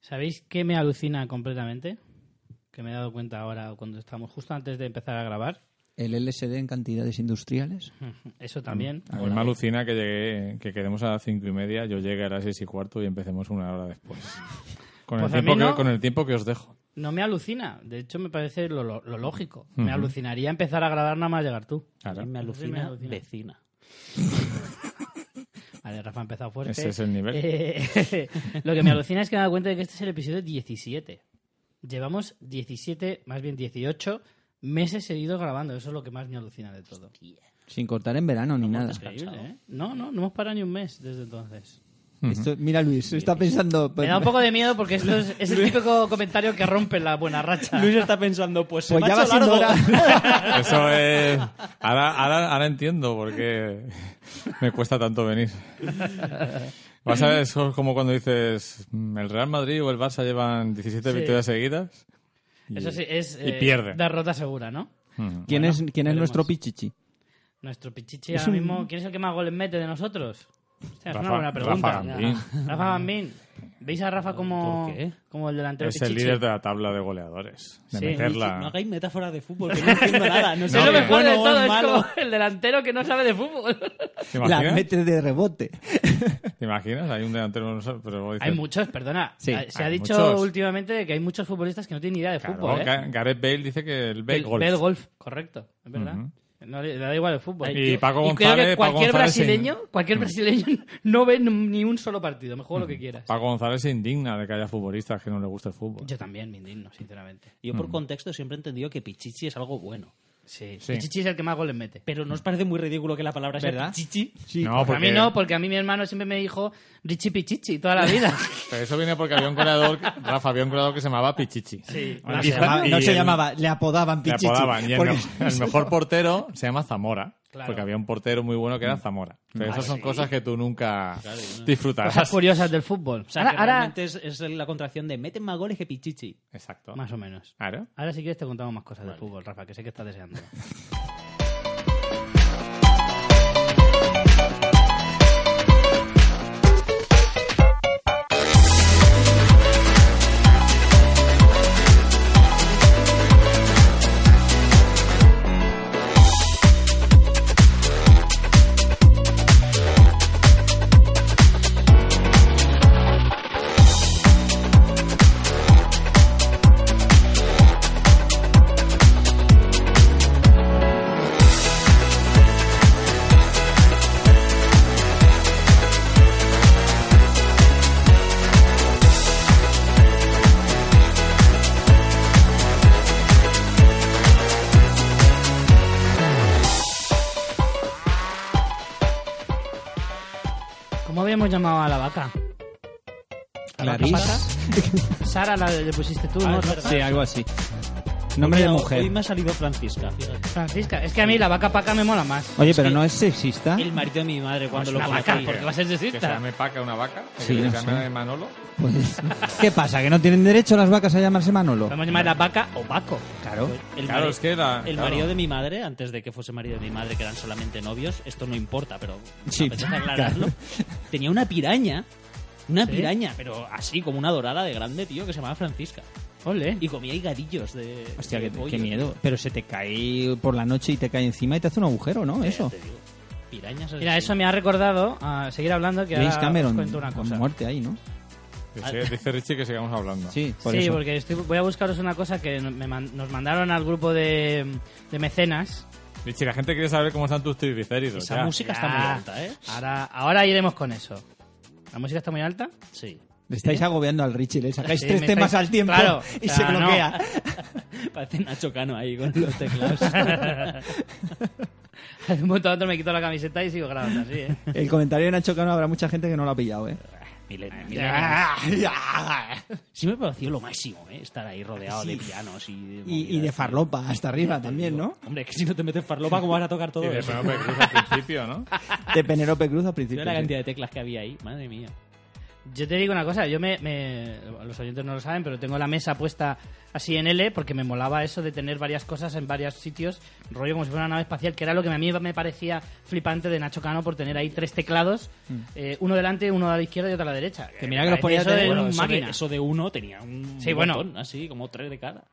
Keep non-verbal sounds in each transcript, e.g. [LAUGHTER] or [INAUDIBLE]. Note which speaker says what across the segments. Speaker 1: ¿Sabéis qué me alucina completamente? Que me he dado cuenta ahora cuando estamos justo antes de empezar a grabar.
Speaker 2: ¿El LSD en cantidades industriales?
Speaker 1: Eso también.
Speaker 3: A mí
Speaker 1: Hola.
Speaker 3: me alucina que llegué, que quedemos a las cinco y media, yo llegue a las seis y cuarto y empecemos una hora después. Con,
Speaker 1: Pues a
Speaker 3: el, tiempo
Speaker 1: mí no.
Speaker 3: que, con el tiempo que os dejo.
Speaker 1: No me alucina. De hecho, me parece lo, lo- lo lógico. Me
Speaker 3: Ujú.
Speaker 1: alucinaría empezar a grabar nada más llegar tú.
Speaker 3: Claro.
Speaker 4: Me
Speaker 1: Sí, me
Speaker 4: alucina,
Speaker 1: alucina.
Speaker 4: vecina.
Speaker 1: Vale, Rafa ha empezado fuerte.
Speaker 3: Ese es el nivel.
Speaker 1: Eh, [LAUGHS] lo que me alucina es que me he dado cuenta de que este es el episodio 17. Llevamos 17, más bien 18 meses seguidos grabando. Eso es lo que más me alucina de todo.
Speaker 2: Sin cortar en verano ni nada.
Speaker 1: Increíble, ¿eh? No, no, no hemos parado ni un mes desde entonces.
Speaker 2: Esto- mira, Luis, está pensando. pues,
Speaker 1: Me da un poco de miedo porque esto es, es el típico comentario que rompe la buena racha.
Speaker 4: [LAUGHS] Luis está pensando, pues, se
Speaker 2: Pues
Speaker 4: me
Speaker 2: ya
Speaker 4: ha
Speaker 2: va
Speaker 4: hecho
Speaker 2: siendo
Speaker 4: largo. [LAUGHS]
Speaker 2: hora.
Speaker 3: Eso
Speaker 1: [LAUGHS]
Speaker 3: es. Ahora, ahora, ahora entiendo por qué me cuesta tanto venir. Vas a ver, eso es como cuando dices mm, el Real Madrid o el Barça llevan 17
Speaker 1: Sí.
Speaker 3: victorias seguidas. y- hmm,
Speaker 1: Eso sí, es eh,
Speaker 3: y pierde.
Speaker 1: derrota segura, ¿no?
Speaker 3: Ujú.
Speaker 2: ¿Quién es, quién es
Speaker 1: veremos.
Speaker 2: nuestro pichichi?
Speaker 1: Nuestro pichichi ahora mismo, ¿quién es el que más goles mete de nosotros? Hostia, es una
Speaker 3: Rafa-
Speaker 1: buena pregunta.
Speaker 3: Rafa Gambín.
Speaker 1: Rafa Gambín. ¿Veis a Rafa como,
Speaker 4: ¿Por qué?
Speaker 1: como el delantero
Speaker 3: Es el
Speaker 1: pichichi?
Speaker 3: líder de la tabla de goleadores. De
Speaker 1: Sí.
Speaker 3: meterla.
Speaker 4: No hagáis metáforas de fútbol, que no entiendo
Speaker 1: [LAUGHS]
Speaker 4: nada. No sé
Speaker 1: Es
Speaker 3: No,
Speaker 1: lo
Speaker 4: si es
Speaker 1: mejor de
Speaker 4: bueno o
Speaker 1: todo,
Speaker 4: es
Speaker 1: es
Speaker 4: malo.
Speaker 1: como el delantero que no sabe de
Speaker 3: [LAUGHS]
Speaker 1: fútbol.
Speaker 3: ¿Te
Speaker 2: La
Speaker 3: imaginas?
Speaker 2: mete de rebote.
Speaker 3: ¿Te imaginas? Hay un delantero, no sé, pero luego dices,
Speaker 1: Hay muchos, perdona.
Speaker 2: Sí,
Speaker 1: se ha
Speaker 3: hay
Speaker 1: dicho
Speaker 3: muchos.
Speaker 1: últimamente que hay muchos futbolistas que no tienen ni idea de
Speaker 3: claro,
Speaker 1: fútbol. ¿eh?
Speaker 3: Ga- Gareth Bale dice que el Bale
Speaker 1: El-
Speaker 3: golf.
Speaker 1: ve el golf, correcto, es verdad. No le, le da igual el fútbol.
Speaker 3: Y Paco
Speaker 1: creo que
Speaker 3: González, Paco
Speaker 1: cualquier
Speaker 3: González Mm.
Speaker 1: brasileño, cualquier brasileño [LAUGHS] no ve ni un solo partido. Me juego lo que quieras.
Speaker 3: Paco González se indigna de que haya futbolistas que no le guste el fútbol.
Speaker 1: Yo también me indigno, sinceramente.
Speaker 4: Yo por contexto siempre he entendido que pichichi es algo bueno.
Speaker 1: Sí.
Speaker 3: Sí.
Speaker 1: Pichichi es el que más goles mete.
Speaker 4: Pero ¿no os parece muy ridículo que la palabra sea
Speaker 2: ¿Verdad?
Speaker 4: pichichi?
Speaker 2: Sí.
Speaker 3: No,
Speaker 1: Pues
Speaker 3: porque
Speaker 1: A mí no, porque a mí mi hermano siempre me dijo Richie Pichichi toda la
Speaker 3: [LAUGHS]
Speaker 1: vida. [LAUGHS]
Speaker 3: pero eso viene porque había un goleador, que- Rafa, había un goleador que se llamaba Pichichi.
Speaker 1: Sí.
Speaker 3: Y
Speaker 2: No se,
Speaker 3: quizá-
Speaker 2: llamaba,
Speaker 3: y
Speaker 2: no se
Speaker 3: el-
Speaker 2: llamaba, le apodaban
Speaker 3: le
Speaker 2: pichichi.
Speaker 3: apodaban. Y el,
Speaker 2: Porque- [LAUGHS]
Speaker 3: me- el mejor portero se llama Zamora.
Speaker 1: Claro.
Speaker 3: Porque había un portero muy bueno
Speaker 2: Mm.
Speaker 3: que era Zamora. Pero esas son cosas que tú nunca
Speaker 1: Cosas
Speaker 3: disfrutarás.
Speaker 2: pues,
Speaker 1: curiosas del fútbol.
Speaker 4: O sea, que
Speaker 1: ahora, ahora-
Speaker 4: realmente es, es la contracción de meten más goles que pichichi.
Speaker 3: Exacto.
Speaker 1: Más o menos.
Speaker 3: Claro.
Speaker 1: Ahora si quieres te contamos más cosas del fútbol, Rafa, que sé que estás deseando. ¿Cómo habíamos llamado a la vaca?
Speaker 2: Clarice.
Speaker 1: Sara la le pusiste tú,
Speaker 3: Ah,
Speaker 1: ¿no?
Speaker 2: Sí, algo así. Nombre de
Speaker 4: Mira, Hoy
Speaker 2: mujer.
Speaker 4: me ha salido Francisca, fíjate.
Speaker 1: Francisca. Es que a mí la vaca paca me mola más.
Speaker 2: Oye, pero no es sexista.
Speaker 4: El marido de mi madre cuando
Speaker 1: es
Speaker 4: lo
Speaker 1: una Pues vaca,
Speaker 4: conocí.
Speaker 1: porque va a ser
Speaker 3: Que se
Speaker 1: sexista.
Speaker 3: llame Paca una vaca. que
Speaker 2: Sí,
Speaker 3: se
Speaker 2: no
Speaker 3: llame
Speaker 2: sé.
Speaker 3: Manolo.
Speaker 2: Pues- ¿Qué pasa? ¿Que no tienen derecho las vacas a llamarse Manolo?
Speaker 1: Podemos llamar la vaca o Paco.
Speaker 2: Claro.
Speaker 4: El
Speaker 3: Claro,
Speaker 4: mari-
Speaker 3: es que la-
Speaker 4: El
Speaker 3: claro.
Speaker 4: marido de mi madre, antes de que fuese marido de mi madre, que eran solamente novios, esto no importa, pero
Speaker 2: Sí,
Speaker 4: sí, aclararlo. Tenía una piraña, una
Speaker 1: ¿Sí?
Speaker 4: piraña, pero así como una dorada de grande, tío, que se llamaba Francisca.
Speaker 1: Pues, Ole.
Speaker 4: Y comía higadillos de.
Speaker 2: Hostia,
Speaker 4: de
Speaker 2: qué,
Speaker 4: pollo.
Speaker 2: qué miedo. Pero se te cae por la noche y te cae encima y te hace un agujero, ¿no?
Speaker 4: Ya
Speaker 2: Eso.
Speaker 4: te digo, Pirañas así.
Speaker 1: Mira, eso me ha recordado a seguir hablando que
Speaker 2: James
Speaker 1: ahora os
Speaker 2: Cameron,
Speaker 1: cuento una
Speaker 2: a
Speaker 1: cosa.
Speaker 2: muerte ahí, ¿no?
Speaker 3: Dice, dice Richie que sigamos hablando.
Speaker 2: Sí, por
Speaker 1: sí,
Speaker 2: eso.
Speaker 1: porque estoy- voy a buscaros una cosa que me man- nos mandaron al grupo de, de mecenas.
Speaker 3: Richie, la gente quiere saber cómo están tus triglicéridos.
Speaker 4: Esa
Speaker 3: ya.
Speaker 4: música está muy
Speaker 1: Ya.
Speaker 4: alta, ¿eh?
Speaker 1: Ahora, ahora iremos con eso. ¿La música está muy alta? [LAUGHS]
Speaker 4: Sí. [LAUGHS]
Speaker 2: Le estáis agobiando al Richie, le sacáis
Speaker 1: Sí,
Speaker 2: tres
Speaker 1: me
Speaker 2: temas
Speaker 1: estáis-
Speaker 2: al tiempo
Speaker 1: claro,
Speaker 2: [LAUGHS] y
Speaker 1: o sea,
Speaker 2: se
Speaker 1: no.
Speaker 2: bloquea.
Speaker 4: Parece Nacho Cano ahí con los teclados.
Speaker 1: De un momento a otro me quito la camiseta y sigo grabando así, ¿eh?
Speaker 2: El comentario de Nacho Cano habrá mucha gente que no lo ha pillado, ¿eh?
Speaker 4: Milenios.
Speaker 2: y,
Speaker 4: Sí me pareció lo máximo, ¿eh? Estar ahí rodeado de pianos y de.
Speaker 2: y de
Speaker 4: movidas.
Speaker 2: farlopa hasta
Speaker 1: [LAUGHS]
Speaker 2: arriba también, ¿no?
Speaker 4: Hombre, que si no te metes farlopa, ¿cómo vas a tocar todo
Speaker 3: Y de
Speaker 4: eso?
Speaker 3: Penélope Cruz al principio, ¿no?
Speaker 2: De Penélope Cruz al
Speaker 4: Mira
Speaker 2: principio.
Speaker 4: la
Speaker 2: sí.
Speaker 4: cantidad de teclas que había ahí, madre mía.
Speaker 1: Yo te digo una cosa, yo me, me- Los oyentes no lo saben, pero tengo la mesa puesta así en L porque me molaba eso de tener varias cosas en varios sitios, rollo como si fuera una nave espacial, que era lo que a mí me parecía flipante de Nacho Cano por tener ahí tres teclados, eh, uno delante, uno a la izquierda y otro a la derecha.
Speaker 2: Mm.
Speaker 4: Eh,
Speaker 2: Que mira que los
Speaker 1: Me
Speaker 2: ponía
Speaker 1: parecía
Speaker 2: de-
Speaker 1: eso de
Speaker 2: bueno,
Speaker 1: un
Speaker 4: eso, de,
Speaker 1: máquina.
Speaker 4: eso de uno tenía un
Speaker 1: Sí, bueno.
Speaker 4: montón, así como tres de cada.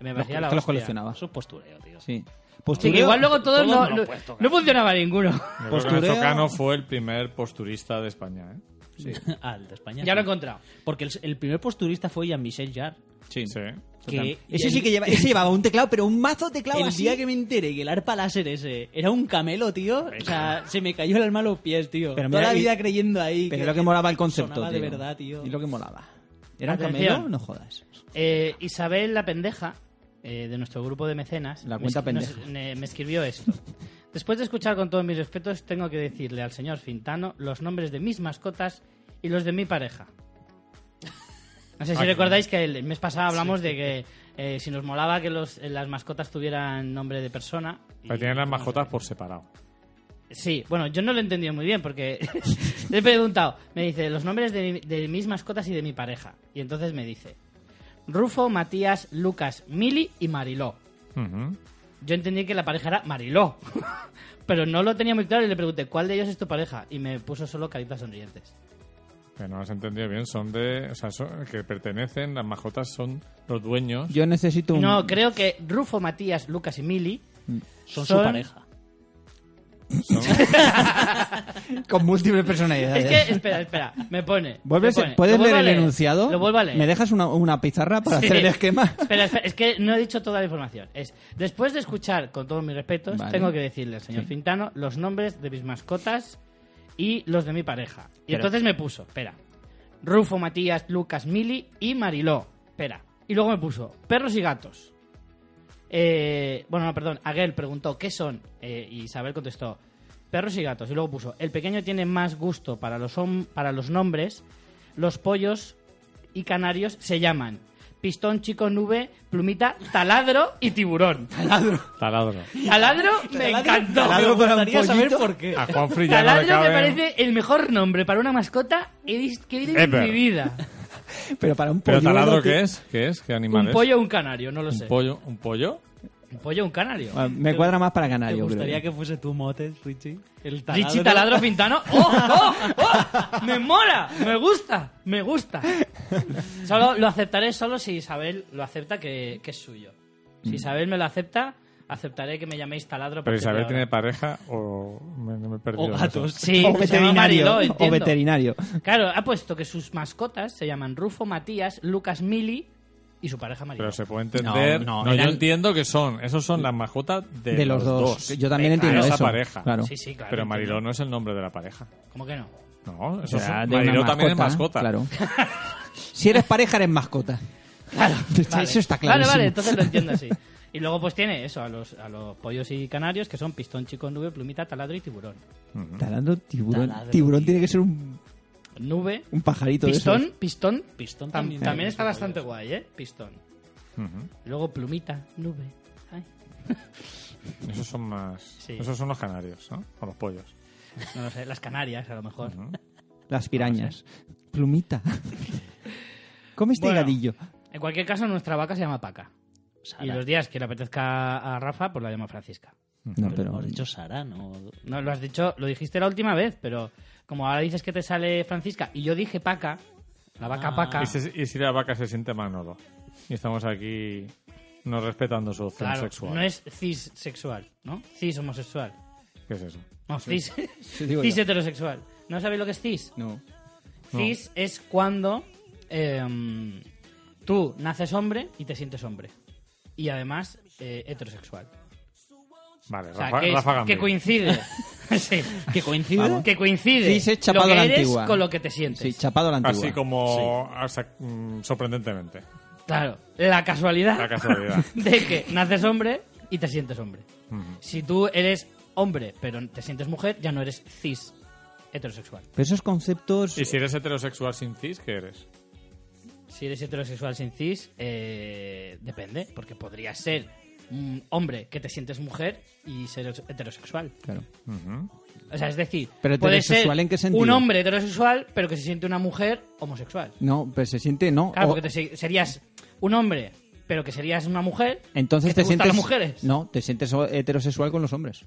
Speaker 1: Me
Speaker 2: Los-
Speaker 1: parecía la
Speaker 2: que los
Speaker 1: hostia.
Speaker 2: coleccionaba.
Speaker 4: Eso es postureo, tío.
Speaker 2: Sí.
Speaker 1: Ah, Sí, que
Speaker 2: Postureo,
Speaker 1: igual luego todos,
Speaker 4: Todos
Speaker 1: no,
Speaker 4: no
Speaker 1: no,
Speaker 4: lo puedes tocar.
Speaker 1: no funcionaba ninguno.
Speaker 2: Postureo.
Speaker 3: Postureo. Cano fue el primer posturista de España, ¿eh?
Speaker 4: [LAUGHS] Ah, el de España.
Speaker 1: ya
Speaker 4: sí.
Speaker 1: lo he encontrado.
Speaker 4: Porque el, el primer posturista fue Jean-Michel Jarre.
Speaker 2: Sí.
Speaker 3: Sí.
Speaker 4: Que
Speaker 2: Ese
Speaker 4: el-
Speaker 2: sí que lleva, ese llevaba un teclado, pero un mazo teclado
Speaker 4: El
Speaker 2: así.
Speaker 4: día que me enteré que el arpa láser ese era un camelo, tío, o sea, se me cayó el alma a los pies, tío.
Speaker 2: Pero
Speaker 4: Toda
Speaker 2: mira,
Speaker 4: la
Speaker 2: y-
Speaker 4: vida creyendo ahí.
Speaker 2: Pero lo que molaba el concepto,
Speaker 4: sonaba de
Speaker 2: tío.
Speaker 4: verdad, tío.
Speaker 2: Y lo que molaba. ¿Era un
Speaker 1: Atención.
Speaker 2: camello? No jodas.
Speaker 1: Eh, Isabel la pendeja, eh, de nuestro grupo de mecenas,
Speaker 2: La cuenta
Speaker 1: me,
Speaker 2: pendeja.
Speaker 1: nos- ne- me escribió
Speaker 2: [LAUGHS]
Speaker 1: esto. Después de escuchar con todos mis respetos, tengo que decirle al señor Fintano los nombres de mis mascotas y los de mi pareja. No sé si
Speaker 3: Ah,
Speaker 1: recordáis que el mes pasado hablamos de que eh, si nos molaba que los- eh, las mascotas tuvieran nombre de persona. y-
Speaker 3: Pero Pues tienen las mascotas por separado.
Speaker 1: Sí, bueno, yo no lo he entendido muy bien porque [LAUGHS] le he preguntado, me dice los nombres de, mi- de mis mascotas y de mi pareja. Y entonces me dice Rufo, Matías, Lucas, Mili y Mariló.
Speaker 3: Ujú.
Speaker 1: Yo entendí que la pareja era Mariló, [LAUGHS] pero no lo tenía muy claro y le pregunté cuál de ellos es tu pareja y me puso solo caritas sonrientes.
Speaker 3: Que no has entendido bien, son de. O sea, son- que pertenecen, las mascotas son los dueños.
Speaker 2: Yo necesito un.
Speaker 1: No, creo que Rufo, Matías, Lucas y Mili
Speaker 2: Mm.
Speaker 4: Son su pareja.
Speaker 3: son-
Speaker 2: [LAUGHS] Con múltiples
Speaker 1: Es
Speaker 2: personalidades.
Speaker 1: que, espera, espera, me pone.
Speaker 2: ¿Vuelves-
Speaker 1: me pone.
Speaker 2: ¿Puedes
Speaker 1: Lo vuelvo
Speaker 2: leer
Speaker 1: a
Speaker 2: el enunciado?
Speaker 1: Lo vuelvo a leer.
Speaker 2: ¿Me dejas una, una pizarra para
Speaker 1: Sí.
Speaker 2: hacer el esquema? [LAUGHS]
Speaker 1: Espera, espera, es que no he dicho toda la información. Es, después de escuchar, con todos mis respetos,
Speaker 2: Vale.
Speaker 1: tengo que decirle al señor
Speaker 2: Sí.
Speaker 1: Fintano los nombres de mis mascotas y los de mi pareja. Y
Speaker 2: Pero-
Speaker 1: entonces me puso, espera, Rufo, Matías, Lucas, Mili y Mariló. Espera. Y luego me puso, perros y gatos. Eh, bueno, no, perdón, Aguel preguntó, ¿qué son? Eh, y Isabel contestó, perros y gatos. Y luego puso, el pequeño tiene más gusto para los, hom- para los nombres, los pollos y canarios se llaman pistón, chico, nube, plumita, taladro y tiburón.
Speaker 3: Taladro.
Speaker 1: Taladro me encantó.
Speaker 2: taladro para un
Speaker 4: gustaría saber
Speaker 2: pollito.
Speaker 4: por qué.
Speaker 3: A Juan ya no le
Speaker 1: Taladro me
Speaker 3: cabe.
Speaker 1: parece el mejor nombre para una mascota he vis- que he visto en
Speaker 3: Ever.
Speaker 1: mi
Speaker 3: [LAUGHS]
Speaker 1: vida.
Speaker 2: Pero para un
Speaker 3: ¿Pero
Speaker 2: polluelo,
Speaker 3: taladro
Speaker 2: tío.
Speaker 3: qué es? ¿Qué es? ¿Qué animal
Speaker 1: Un
Speaker 3: es?
Speaker 1: pollo o un canario, no lo sé.
Speaker 3: ¿Un pollo? ¿Un pollo?
Speaker 1: Un pollo o un canario.
Speaker 2: Bueno, Ah, me cuadra más para ganar,
Speaker 4: ¿Te
Speaker 2: yo creo.
Speaker 4: gustaría que fuese tu mote, Richie? El taladro.
Speaker 1: Richie Taladro Pintano.
Speaker 3: [LAUGHS]
Speaker 1: ¡Oh, oh, oh! ¡Me mola! ¡Me gusta! ¡Me gusta! Solo lo aceptaré solo si Isabel lo acepta que, que es suyo. Si Isabel me lo acepta, aceptaré que me llaméis Taladro.
Speaker 3: Mm. ¿Pero
Speaker 1: porque
Speaker 3: Isabel
Speaker 1: ahora-
Speaker 3: tiene pareja o me, no me he perdido?
Speaker 4: O
Speaker 3: en eso.
Speaker 4: gatos.
Speaker 1: Sí, se
Speaker 2: o
Speaker 1: llama
Speaker 2: veterinario.
Speaker 1: Mariló,
Speaker 2: o
Speaker 1: entiendo.
Speaker 2: veterinario.
Speaker 1: Claro, ha puesto que sus mascotas se llaman Rufo, Matías, Lucas Mili y su pareja María.
Speaker 3: Pero se puede entender.
Speaker 2: No, no,
Speaker 3: No,
Speaker 2: eran-
Speaker 3: yo entiendo que son. Esos son las mascotas de,
Speaker 2: De, los dos. Yo también
Speaker 1: Eh,
Speaker 2: entiendo
Speaker 3: claro, esa
Speaker 2: eso.
Speaker 3: pareja.
Speaker 2: Claro.
Speaker 1: Sí, sí, claro.
Speaker 3: Pero Mariló no es el nombre de la pareja.
Speaker 1: ¿Cómo que no?
Speaker 3: No,
Speaker 2: O
Speaker 3: eso
Speaker 2: sea,
Speaker 3: es,
Speaker 2: de una
Speaker 3: Mariló también es mascota.
Speaker 2: Claro. [LAUGHS] si eres pareja, eres mascota. Claro. [LAUGHS] Eso está claro.
Speaker 1: Vale, vale, entonces lo entiendo
Speaker 2: [LAUGHS]
Speaker 1: así. Y luego pues tiene eso, a los, a los pollos y canarios que son pistón, chico, nube, plumita, taladro y tiburón.
Speaker 2: Taladro, tiburón.
Speaker 4: Taladro,
Speaker 2: tiburón
Speaker 4: tío.
Speaker 2: tiene que ser un,
Speaker 1: Nube,
Speaker 2: un pajarito de
Speaker 1: pistón,
Speaker 2: esos.
Speaker 1: pistón,
Speaker 4: Pistón
Speaker 1: tam-
Speaker 4: también.
Speaker 1: también, está bastante guay, ¿eh? Pistón.
Speaker 3: Ujú.
Speaker 1: Luego plumita, nube. Ay.
Speaker 3: Esos son más.
Speaker 1: Sí.
Speaker 3: Esos son los canarios, ¿no? O los pollos.
Speaker 1: No lo sé, las canarias a lo mejor.
Speaker 2: Las pirañas.
Speaker 1: [LAUGHS]
Speaker 2: Plumita. Come este
Speaker 1: Bueno.
Speaker 2: higadillo.
Speaker 1: En cualquier caso, nuestra vaca se llama Paca.
Speaker 4: Sara.
Speaker 1: Y los días que le apetezca a Rafa, pues la llama Francisca.
Speaker 2: No,
Speaker 4: Pero
Speaker 2: pero.
Speaker 4: hemos dicho Sara, ¿no?
Speaker 1: No, lo has dicho, lo dijiste la última vez, pero como ahora dices que te sale Francisca y yo dije paca, la vaca
Speaker 4: Ah.
Speaker 1: paca.
Speaker 3: ¿Y, se- y si la vaca se siente Manolo? Y estamos aquí no respetando su opción
Speaker 1: Claro,
Speaker 3: sexual.
Speaker 1: no es cis sexual, ¿no? Cis homosexual.
Speaker 3: ¿Qué es eso?
Speaker 1: No, cis, [LAUGHS]
Speaker 2: Sí, digo
Speaker 1: cis
Speaker 2: yo.
Speaker 1: heterosexual. ¿No sabéis lo que es cis?
Speaker 2: No.
Speaker 3: No.
Speaker 1: Cis es cuando em, tú naces hombre y te sientes hombre. Y además eh, heterosexual.
Speaker 3: Vale,
Speaker 1: O sea,
Speaker 3: Rafa,
Speaker 1: que, es-
Speaker 3: Rafa
Speaker 1: que
Speaker 2: [LAUGHS]
Speaker 3: Gambia.
Speaker 1: coincide. Sí,
Speaker 4: ¿Que coincide?
Speaker 2: Vamos.
Speaker 1: que coincide
Speaker 2: Cis es chapado
Speaker 1: lo
Speaker 2: a
Speaker 1: que
Speaker 2: la
Speaker 1: eres
Speaker 2: antigua.
Speaker 1: con lo que te sientes.
Speaker 2: Sí, chapado a la antigua.
Speaker 3: Así como o sea, mm, sorprendentemente.
Speaker 1: Claro, la casualidad, [LAUGHS]
Speaker 3: La casualidad.
Speaker 1: de que naces hombre y te sientes hombre.
Speaker 3: Ujú.
Speaker 1: Si tú eres hombre pero te sientes mujer, ya no eres cis heterosexual.
Speaker 2: Pero esos conceptos.
Speaker 3: ¿Y si eres heterosexual sin cis, qué eres?
Speaker 1: Si eres heterosexual sin cis, eh, depende, porque podría ser mm, hombre que te sientes mujer y ser heterosexual.
Speaker 2: Claro.
Speaker 3: Ujú.
Speaker 1: O sea, es decir,
Speaker 2: Pero
Speaker 1: puede ser
Speaker 2: heterosexual, ¿en qué sentido?
Speaker 1: un hombre heterosexual, pero que se siente una mujer homosexual.
Speaker 2: No, pues se siente, no.
Speaker 1: Claro,
Speaker 2: o-
Speaker 1: porque te se- serías un hombre, pero que serías una mujer.
Speaker 2: Entonces
Speaker 1: que te,
Speaker 2: te,
Speaker 1: gustan
Speaker 2: sientes.
Speaker 1: las mujeres.
Speaker 2: No, te sientes heterosexual con los hombres.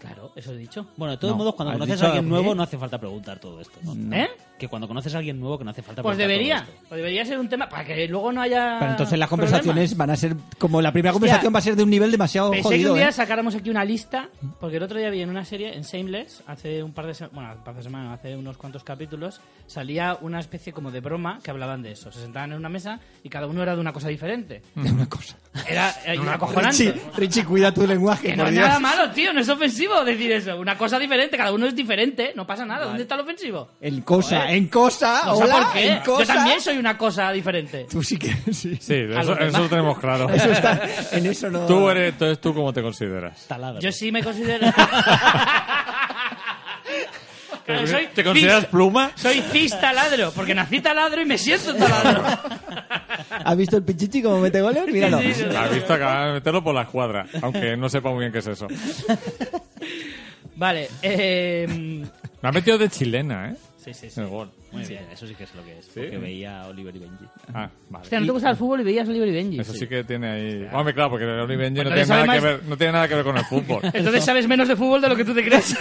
Speaker 1: Claro, eso he dicho.
Speaker 4: Bueno, de todos
Speaker 2: No,
Speaker 4: modos, cuando
Speaker 2: has
Speaker 4: conoces
Speaker 2: dicho
Speaker 4: a alguien
Speaker 2: algo,
Speaker 4: nuevo
Speaker 2: ¿eh?
Speaker 4: no hace falta preguntar todo esto. ¿no?
Speaker 1: ¿Eh?
Speaker 4: Que cuando conoces a alguien nuevo que no hace falta
Speaker 1: Pues
Speaker 4: preguntar
Speaker 1: debería,
Speaker 4: todo esto.
Speaker 1: pues debería ser un tema para que luego Ah, no haya.
Speaker 2: Pero entonces las
Speaker 1: problemas.
Speaker 2: conversaciones van a ser. Como la primera
Speaker 1: Hostia.
Speaker 2: conversación va a ser de un nivel demasiado
Speaker 1: Pensé que
Speaker 2: jodido.
Speaker 1: un día
Speaker 2: ¿eh? Mm.
Speaker 1: sacáramos aquí una lista, porque el otro día vi en una serie, en Shameless, hace un par de semanas, bueno, un par de semanas, hace unos cuantos capítulos, salía una especie como de broma que hablaban de eso. Se sentaban en una mesa y cada uno era de una cosa diferente.
Speaker 2: De
Speaker 1: [LAUGHS]
Speaker 2: una cosa. [LAUGHS]
Speaker 1: Era, era
Speaker 2: Richie,
Speaker 1: acojonante.
Speaker 2: Richie, cuida tu lenguaje,
Speaker 1: Que no
Speaker 2: por
Speaker 1: es
Speaker 2: Dios.
Speaker 1: nada malo, tío, no es ofensivo decir eso. Una cosa diferente, cada uno es diferente, no pasa nada. ¿Dónde está lo ofensivo?
Speaker 2: En cosa,
Speaker 1: Joder.
Speaker 2: en cosa,
Speaker 1: No sé
Speaker 2: hola,
Speaker 1: por qué.
Speaker 2: en cosa.
Speaker 1: Yo también soy una cosa diferente.
Speaker 2: Tú sí que [LAUGHS] sí.
Speaker 3: Sí,
Speaker 1: A
Speaker 3: eso,
Speaker 1: los demás.
Speaker 3: eso lo
Speaker 1: [LAUGHS]
Speaker 3: tenemos claro.
Speaker 2: Eso está, en eso no.
Speaker 3: Tú eres, entonces tú cómo te consideras.
Speaker 4: Taladro.
Speaker 1: Yo sí me considero. Claro, soy
Speaker 3: ¿Te consideras
Speaker 1: cis-
Speaker 3: pluma?
Speaker 1: Soy cis taladro, porque nací taladro y me siento taladro.
Speaker 2: ¿Has visto el pichichi como mete goles? Míralo.
Speaker 1: Sí, sí, sí.
Speaker 3: Has visto acabar de meterlo por la escuadra, aunque no sepa muy bien qué es eso.
Speaker 1: Vale, eh.
Speaker 3: Me ha metido de chilena, ¿eh?
Speaker 1: Sí, sí, sí.
Speaker 3: El gol.
Speaker 4: Muy bien, eso sí que es lo que es. Porque veía a Oliver y Benji.
Speaker 3: Ah, vale.
Speaker 1: Hostia, no te gusta el fútbol y veías Oliver y Benji.
Speaker 3: Eso sí que tiene ahí. Hombre, claro, porque el Oliver Benji no
Speaker 1: Entonces,
Speaker 3: tiene, nada que
Speaker 1: además-
Speaker 3: ver, no tiene nada que ver con el
Speaker 1: [LAUGHS]
Speaker 3: fútbol.
Speaker 1: Entonces sabes menos de fútbol de lo que tú te crees.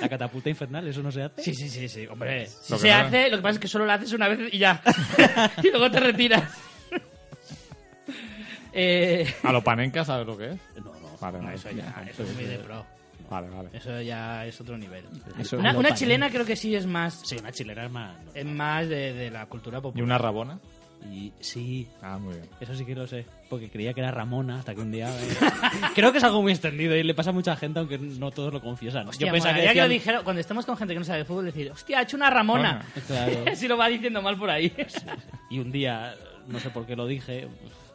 Speaker 4: La catapulta infernal, ¿eso no se hace?
Speaker 1: Sí, sí, sí, sí, [LAUGHS] hombre. Si
Speaker 3: Lo que
Speaker 1: se
Speaker 3: no-
Speaker 1: hace, lo que pasa es que solo lo haces una vez y ya. [LAUGHS] y luego te retiras. [LAUGHS] eh,
Speaker 3: A lo panenca, ¿sabes lo que es?
Speaker 4: No, no.
Speaker 3: Vale,
Speaker 1: no,
Speaker 3: vale.
Speaker 1: eso ya, eso es muy de pro.
Speaker 3: Vale, vale.
Speaker 1: Eso ya es otro nivel.
Speaker 2: Eso
Speaker 1: una
Speaker 2: lo
Speaker 1: una
Speaker 2: pagan.
Speaker 1: chilena creo que sí es más
Speaker 4: Sí, una chilena es más...
Speaker 1: es más de, de la cultura
Speaker 3: ¿Y
Speaker 1: popular.
Speaker 3: una rabona?
Speaker 4: Y sí,
Speaker 3: Ah, muy bien.
Speaker 4: eso sí que lo sé. Porque creía que era Ramona hasta que un día... eh,
Speaker 1: [LAUGHS]
Speaker 4: Creo que es algo muy extendido y le pasa a mucha gente, aunque no todos lo confiesan.
Speaker 1: Hostia,
Speaker 4: Yo pensaba que
Speaker 1: molaría que lo
Speaker 4: decían-
Speaker 1: dijera- cuando estemos con gente que no sabe de fútbol, decir, hostia, ha hecho una Ramona. [LAUGHS]
Speaker 4: Claro.
Speaker 1: Así lo va diciendo mal por ahí. [LAUGHS]
Speaker 4: Y un día, no sé por qué lo dije,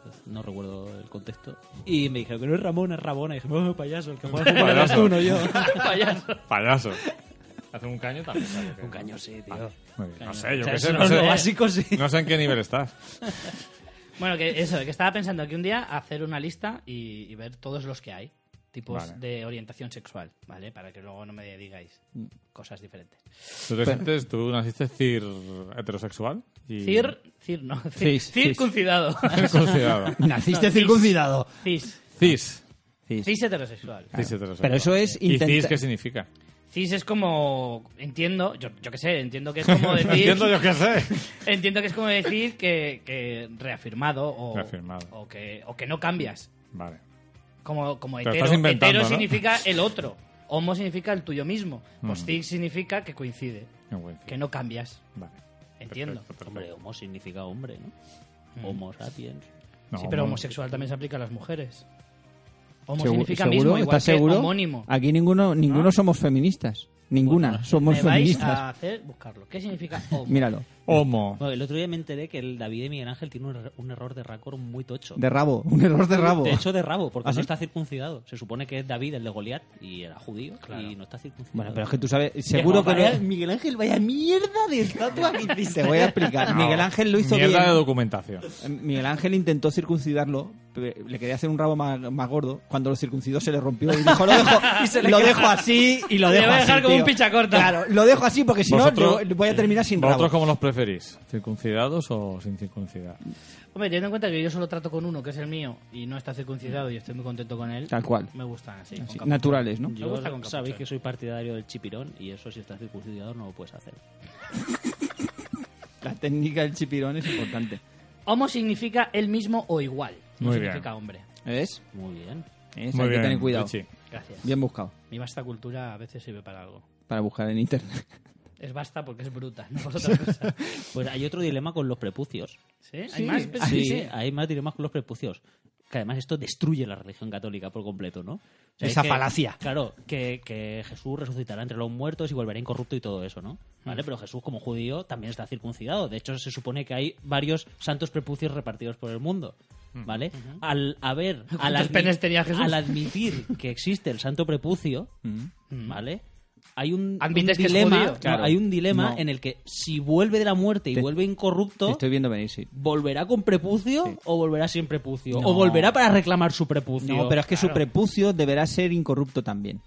Speaker 4: pues, no recuerdo el contexto, y me dijeron que no es Ramona, es Rabona. Y dije, no, payaso, el que juega al fútbol eres
Speaker 3: Payaso.
Speaker 4: tú,
Speaker 2: [LAUGHS]
Speaker 4: no yo.
Speaker 1: Payaso.
Speaker 3: Payaso. Hace un caño también. ¿sabes?
Speaker 4: Un caño sí, tío.
Speaker 3: Muy bien. No sé, yo
Speaker 4: Ah, O sea,
Speaker 3: qué
Speaker 4: eso
Speaker 3: sé.
Speaker 4: no
Speaker 3: No
Speaker 4: es lo
Speaker 3: sé,
Speaker 2: [LAUGHS]
Speaker 4: básico sí.
Speaker 3: no sé en qué nivel estás.
Speaker 1: Bueno, que eso, que estaba pensando que un día hacer una lista y, y ver todos los que hay. Tipos
Speaker 3: Vale.
Speaker 1: de orientación sexual, ¿vale? Para que luego no me digáis cosas diferentes.
Speaker 3: ¿Tú, te sientes, tú naciste cir heterosexual? Y...
Speaker 1: Cir, cir no, cir,
Speaker 2: Cis,
Speaker 1: circuncidado.
Speaker 2: [LAUGHS]
Speaker 3: Circuncidado.
Speaker 2: Naciste
Speaker 1: No, cis.
Speaker 2: circuncidado.
Speaker 1: Cis.
Speaker 3: Cis.
Speaker 1: Cis heterosexual.
Speaker 3: Cis heterosexual.
Speaker 2: Pero eso es
Speaker 3: ¿Y
Speaker 2: intenta-
Speaker 3: cis qué significa?
Speaker 1: Cis es como, entiendo, yo, yo qué sé, entiendo que es como
Speaker 3: [LAUGHS]
Speaker 1: decir...
Speaker 3: Entiendo yo qué sé.
Speaker 2: [LAUGHS]
Speaker 1: Entiendo que es como decir que, que reafirmado o,
Speaker 3: Reafirmado.
Speaker 1: o que, o que no cambias.
Speaker 3: Vale.
Speaker 1: Como, como
Speaker 3: Pero
Speaker 1: hetero.
Speaker 3: estás inventando,
Speaker 1: Hetero
Speaker 3: ¿no? Mm.
Speaker 1: significa el otro. Homo significa el tuyo mismo. Pues cis significa que coincide.
Speaker 3: En Wenfield.
Speaker 1: Que no cambias.
Speaker 3: Vale.
Speaker 1: Entiendo.
Speaker 3: Perfecto,
Speaker 4: Hombre,
Speaker 3: perfecto.
Speaker 4: homo significa hombre, ¿no? Homo sapiens.
Speaker 3: No,
Speaker 1: sí, pero
Speaker 3: homo-
Speaker 1: homosexual también se aplica a las mujeres. Homo
Speaker 2: Segu-
Speaker 1: significa
Speaker 2: ¿seguro?
Speaker 1: mismo, igual
Speaker 2: ¿Estás
Speaker 1: que
Speaker 2: seguro? Ah,
Speaker 1: homónimo.
Speaker 2: Aquí ninguno, ninguno somos feministas. Ninguna somos
Speaker 1: Me vais
Speaker 2: feministas.
Speaker 1: a hacer buscarlo. ¿Qué
Speaker 2: [LAUGHS]
Speaker 1: significa homo?
Speaker 2: Míralo.
Speaker 3: Homo.
Speaker 4: Bueno, el otro día me enteré que el David de Miguel Ángel tiene un, er- un error de racor muy tocho.
Speaker 2: De rabo. [LAUGHS] Un error de rabo.
Speaker 4: De hecho, de rabo, porque
Speaker 2: ¿Ah,
Speaker 4: no
Speaker 2: sí?
Speaker 4: está circuncidado. Se supone que es David, el de Goliat, y era judío, y no está circuncidado.
Speaker 2: Bueno, pero es que tú
Speaker 1: Eh,
Speaker 2: sabes, seguro
Speaker 4: Vaya-
Speaker 2: que no-
Speaker 4: Miguel Ángel, vaya mierda de estatua que hiciste.
Speaker 2: Te voy a explicar. Miguel Ángel lo hizo
Speaker 3: Mierda de
Speaker 2: bien.
Speaker 3: documentación.
Speaker 2: Miguel Ángel intentó circuncidarlo, pero le quería hacer un rabo más, más gordo. Cuando lo circuncidó se le rompió y dijo, lo
Speaker 1: [LAUGHS]
Speaker 2: dejo, lo dejo así y lo
Speaker 1: Le
Speaker 2: dejo
Speaker 1: voy a
Speaker 2: así,
Speaker 1: dejar como
Speaker 2: tío".
Speaker 1: un pichacorta.
Speaker 2: Claro, lo dejo así porque si no yo
Speaker 3: Vosotros-
Speaker 2: voy a terminar sin
Speaker 3: ¿Vosotros
Speaker 2: rabo.
Speaker 3: cómo los preferís? ¿Circuncidados o sin circuncidar?
Speaker 1: Hombre, teniendo en cuenta que yo solo trato con uno, que es el mío, y no está circuncidado y estoy muy contento con él.
Speaker 2: Tal cual.
Speaker 1: Me gustan así. con
Speaker 2: Así,
Speaker 1: capucha.
Speaker 2: naturales, ¿no?
Speaker 1: Me gusta con
Speaker 4: Yo
Speaker 1: capucha.
Speaker 4: sabéis que soy partidario del chipirón y eso si estás circuncidado no lo puedes hacer.
Speaker 2: La técnica del chipirón es importante.
Speaker 1: Homo significa el mismo o igual. No
Speaker 3: Muy
Speaker 1: significa
Speaker 3: bien.
Speaker 1: hombre.
Speaker 2: ¿Ves?
Speaker 4: Muy bien.
Speaker 2: ¿Ves?
Speaker 3: Muy
Speaker 2: Hay
Speaker 3: bien.
Speaker 2: que tener cuidado.
Speaker 3: Richie.
Speaker 1: Gracias.
Speaker 2: Bien buscado.
Speaker 1: Mi vasta cultura a veces sirve para algo.
Speaker 2: Para buscar en internet.
Speaker 1: Es basta porque es bruta, no por otra cosa.
Speaker 4: Pues hay otro dilema con los prepucios.
Speaker 1: ¿Sí? ¿Hay más?
Speaker 4: Sí, hay más dilemas con los prepucios. Que además esto destruye la religión católica por completo, ¿no? O sea,
Speaker 2: Esa
Speaker 4: que-
Speaker 2: falacia.
Speaker 4: Claro, que, que Jesús resucitará entre los muertos y volverá incorrupto y todo eso, ¿no? ¿Vale? Pero Jesús, como judío, también está circuncidado. De hecho, se supone que hay varios santos prepucios repartidos por el mundo. ¿Vale? Al haber. Al
Speaker 1: ¿Cuántos penes tenía Jesús?
Speaker 4: al admitir que existe el santo prepucio, Mm. ¿vale? hay un,
Speaker 1: Admites
Speaker 4: un
Speaker 1: que es
Speaker 4: dilema,
Speaker 1: judío.
Speaker 4: no,
Speaker 2: Claro.
Speaker 4: hay un dilema
Speaker 2: No.
Speaker 4: en el que si vuelve de la muerte y
Speaker 2: Te-
Speaker 4: vuelve
Speaker 2: Te
Speaker 4: incorrupto,
Speaker 2: estoy viendo venir, sí.
Speaker 4: ¿volverá con prepucio
Speaker 2: Sí.
Speaker 4: o volverá sin prepucio?
Speaker 2: No.
Speaker 4: ¿O volverá para reclamar su prepucio?
Speaker 2: No, pero es que su
Speaker 1: claro.
Speaker 2: prepucio deberá ser incorrupto también.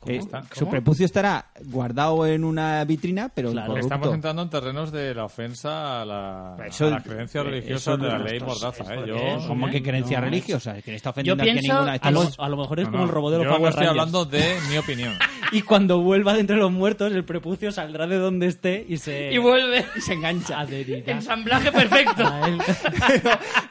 Speaker 4: ¿Cómo?
Speaker 2: Eh,
Speaker 3: ¿Está?
Speaker 2: Su
Speaker 1: ¿Cómo?
Speaker 2: prepucio estará guardado en una vitrina, pero
Speaker 4: Claro.
Speaker 2: incorrupto.
Speaker 3: Estamos entrando en terrenos de la ofensa a la,
Speaker 2: Eso-
Speaker 3: a la creencia
Speaker 2: eso
Speaker 3: religiosa
Speaker 2: no
Speaker 3: de la
Speaker 2: es-
Speaker 3: ley
Speaker 2: esto es-
Speaker 3: mordaza.
Speaker 1: esto
Speaker 3: ¿eh?
Speaker 1: es-
Speaker 3: Yo,
Speaker 2: ¿Cómo que creencia
Speaker 1: No.
Speaker 2: religiosa? Que no está
Speaker 1: Yo
Speaker 2: ofendiendo
Speaker 1: pienso-
Speaker 2: aquí ninguna.
Speaker 4: a, lo,
Speaker 2: Estamos-
Speaker 4: [LAUGHS] a lo mejor es
Speaker 3: No,
Speaker 4: como el
Speaker 3: no,
Speaker 4: robot de los
Speaker 3: yo no
Speaker 4: Power
Speaker 3: estoy
Speaker 4: Rangers.
Speaker 3: hablando de mi opinión.
Speaker 4: Y cuando vuelva de entre los muertos, el prepucio saldrá de donde esté y se...
Speaker 1: Y vuelve.
Speaker 4: y se engancha. Adherirá.
Speaker 1: Ensamblaje perfecto.
Speaker 4: [LAUGHS] a él.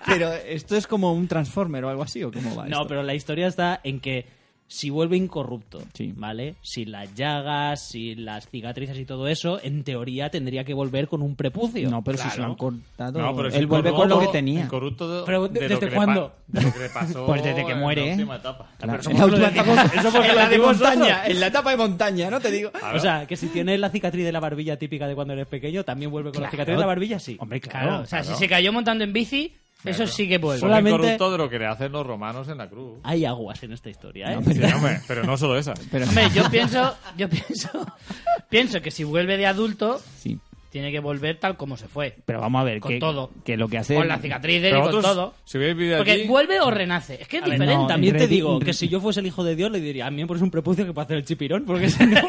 Speaker 2: Pero esto es como un Transformer o algo así, ¿o cómo va
Speaker 4: No,
Speaker 2: esto?
Speaker 4: pero la historia está en que si vuelve incorrupto,
Speaker 2: Sí.
Speaker 4: ¿vale? Si las llagas, si las cicatrices y todo eso, en teoría tendría que volver con un prepucio.
Speaker 2: No, pero si se
Speaker 4: Claro.
Speaker 2: lo han cortado.
Speaker 3: No, pero es
Speaker 2: Él vuelve con lo que
Speaker 3: incorrupto-
Speaker 2: tenía.
Speaker 3: incorrupto de-
Speaker 4: Pero ¿de-
Speaker 3: de lo
Speaker 4: desde
Speaker 3: que le
Speaker 4: cuándo?
Speaker 3: pa- de lo que le pasó
Speaker 2: Pues desde que
Speaker 3: en
Speaker 2: muere,
Speaker 3: La
Speaker 2: ¿eh?
Speaker 3: última etapa.
Speaker 2: Claro,
Speaker 1: eso
Speaker 2: en la
Speaker 1: fue lo
Speaker 2: última
Speaker 1: de- [LAUGHS] eso fue
Speaker 2: etapa, en
Speaker 1: lo
Speaker 2: la
Speaker 1: de
Speaker 2: de montaña,
Speaker 1: vosotros.
Speaker 2: en la etapa de montaña, ¿no? Te digo.
Speaker 4: O sea, que si tienes la cicatriz de la barbilla típica de cuando eres pequeño, también vuelve con la cicatriz de la barbilla, sí.
Speaker 2: Hombre,
Speaker 1: Claro,
Speaker 2: claro.
Speaker 1: o sea, si se cayó montando en bici, eso sí que vuelve.
Speaker 3: Fue
Speaker 4: Solamente- Ah,
Speaker 3: incorrupto de lo que le hacen los romanos en la cruz.
Speaker 4: Hay aguas en esta historia, ¿eh?
Speaker 3: Sí, hombre, pero no solo esa.
Speaker 2: Pero
Speaker 1: Hombre, yo pienso, yo pienso, [LAUGHS] pienso que si vuelve de adulto,
Speaker 2: sí.
Speaker 1: tiene que volver tal como se fue.
Speaker 2: Pero vamos a ver,
Speaker 1: Con
Speaker 2: que,
Speaker 1: todo.
Speaker 2: que lo que hace.
Speaker 1: Con la cicatriz de él
Speaker 3: Pero
Speaker 1: y con
Speaker 3: vosotros,
Speaker 1: todo.
Speaker 3: Si hubierais vivido
Speaker 1: Porque
Speaker 3: allí,
Speaker 1: vuelve o renace. Es que es
Speaker 4: A ver,
Speaker 1: diferente.
Speaker 4: no, también te
Speaker 2: Redi-
Speaker 4: digo que si yo fuese el hijo de Dios le diría, a mí me pones un prepucio que puede hacer el chipirón, porque si no...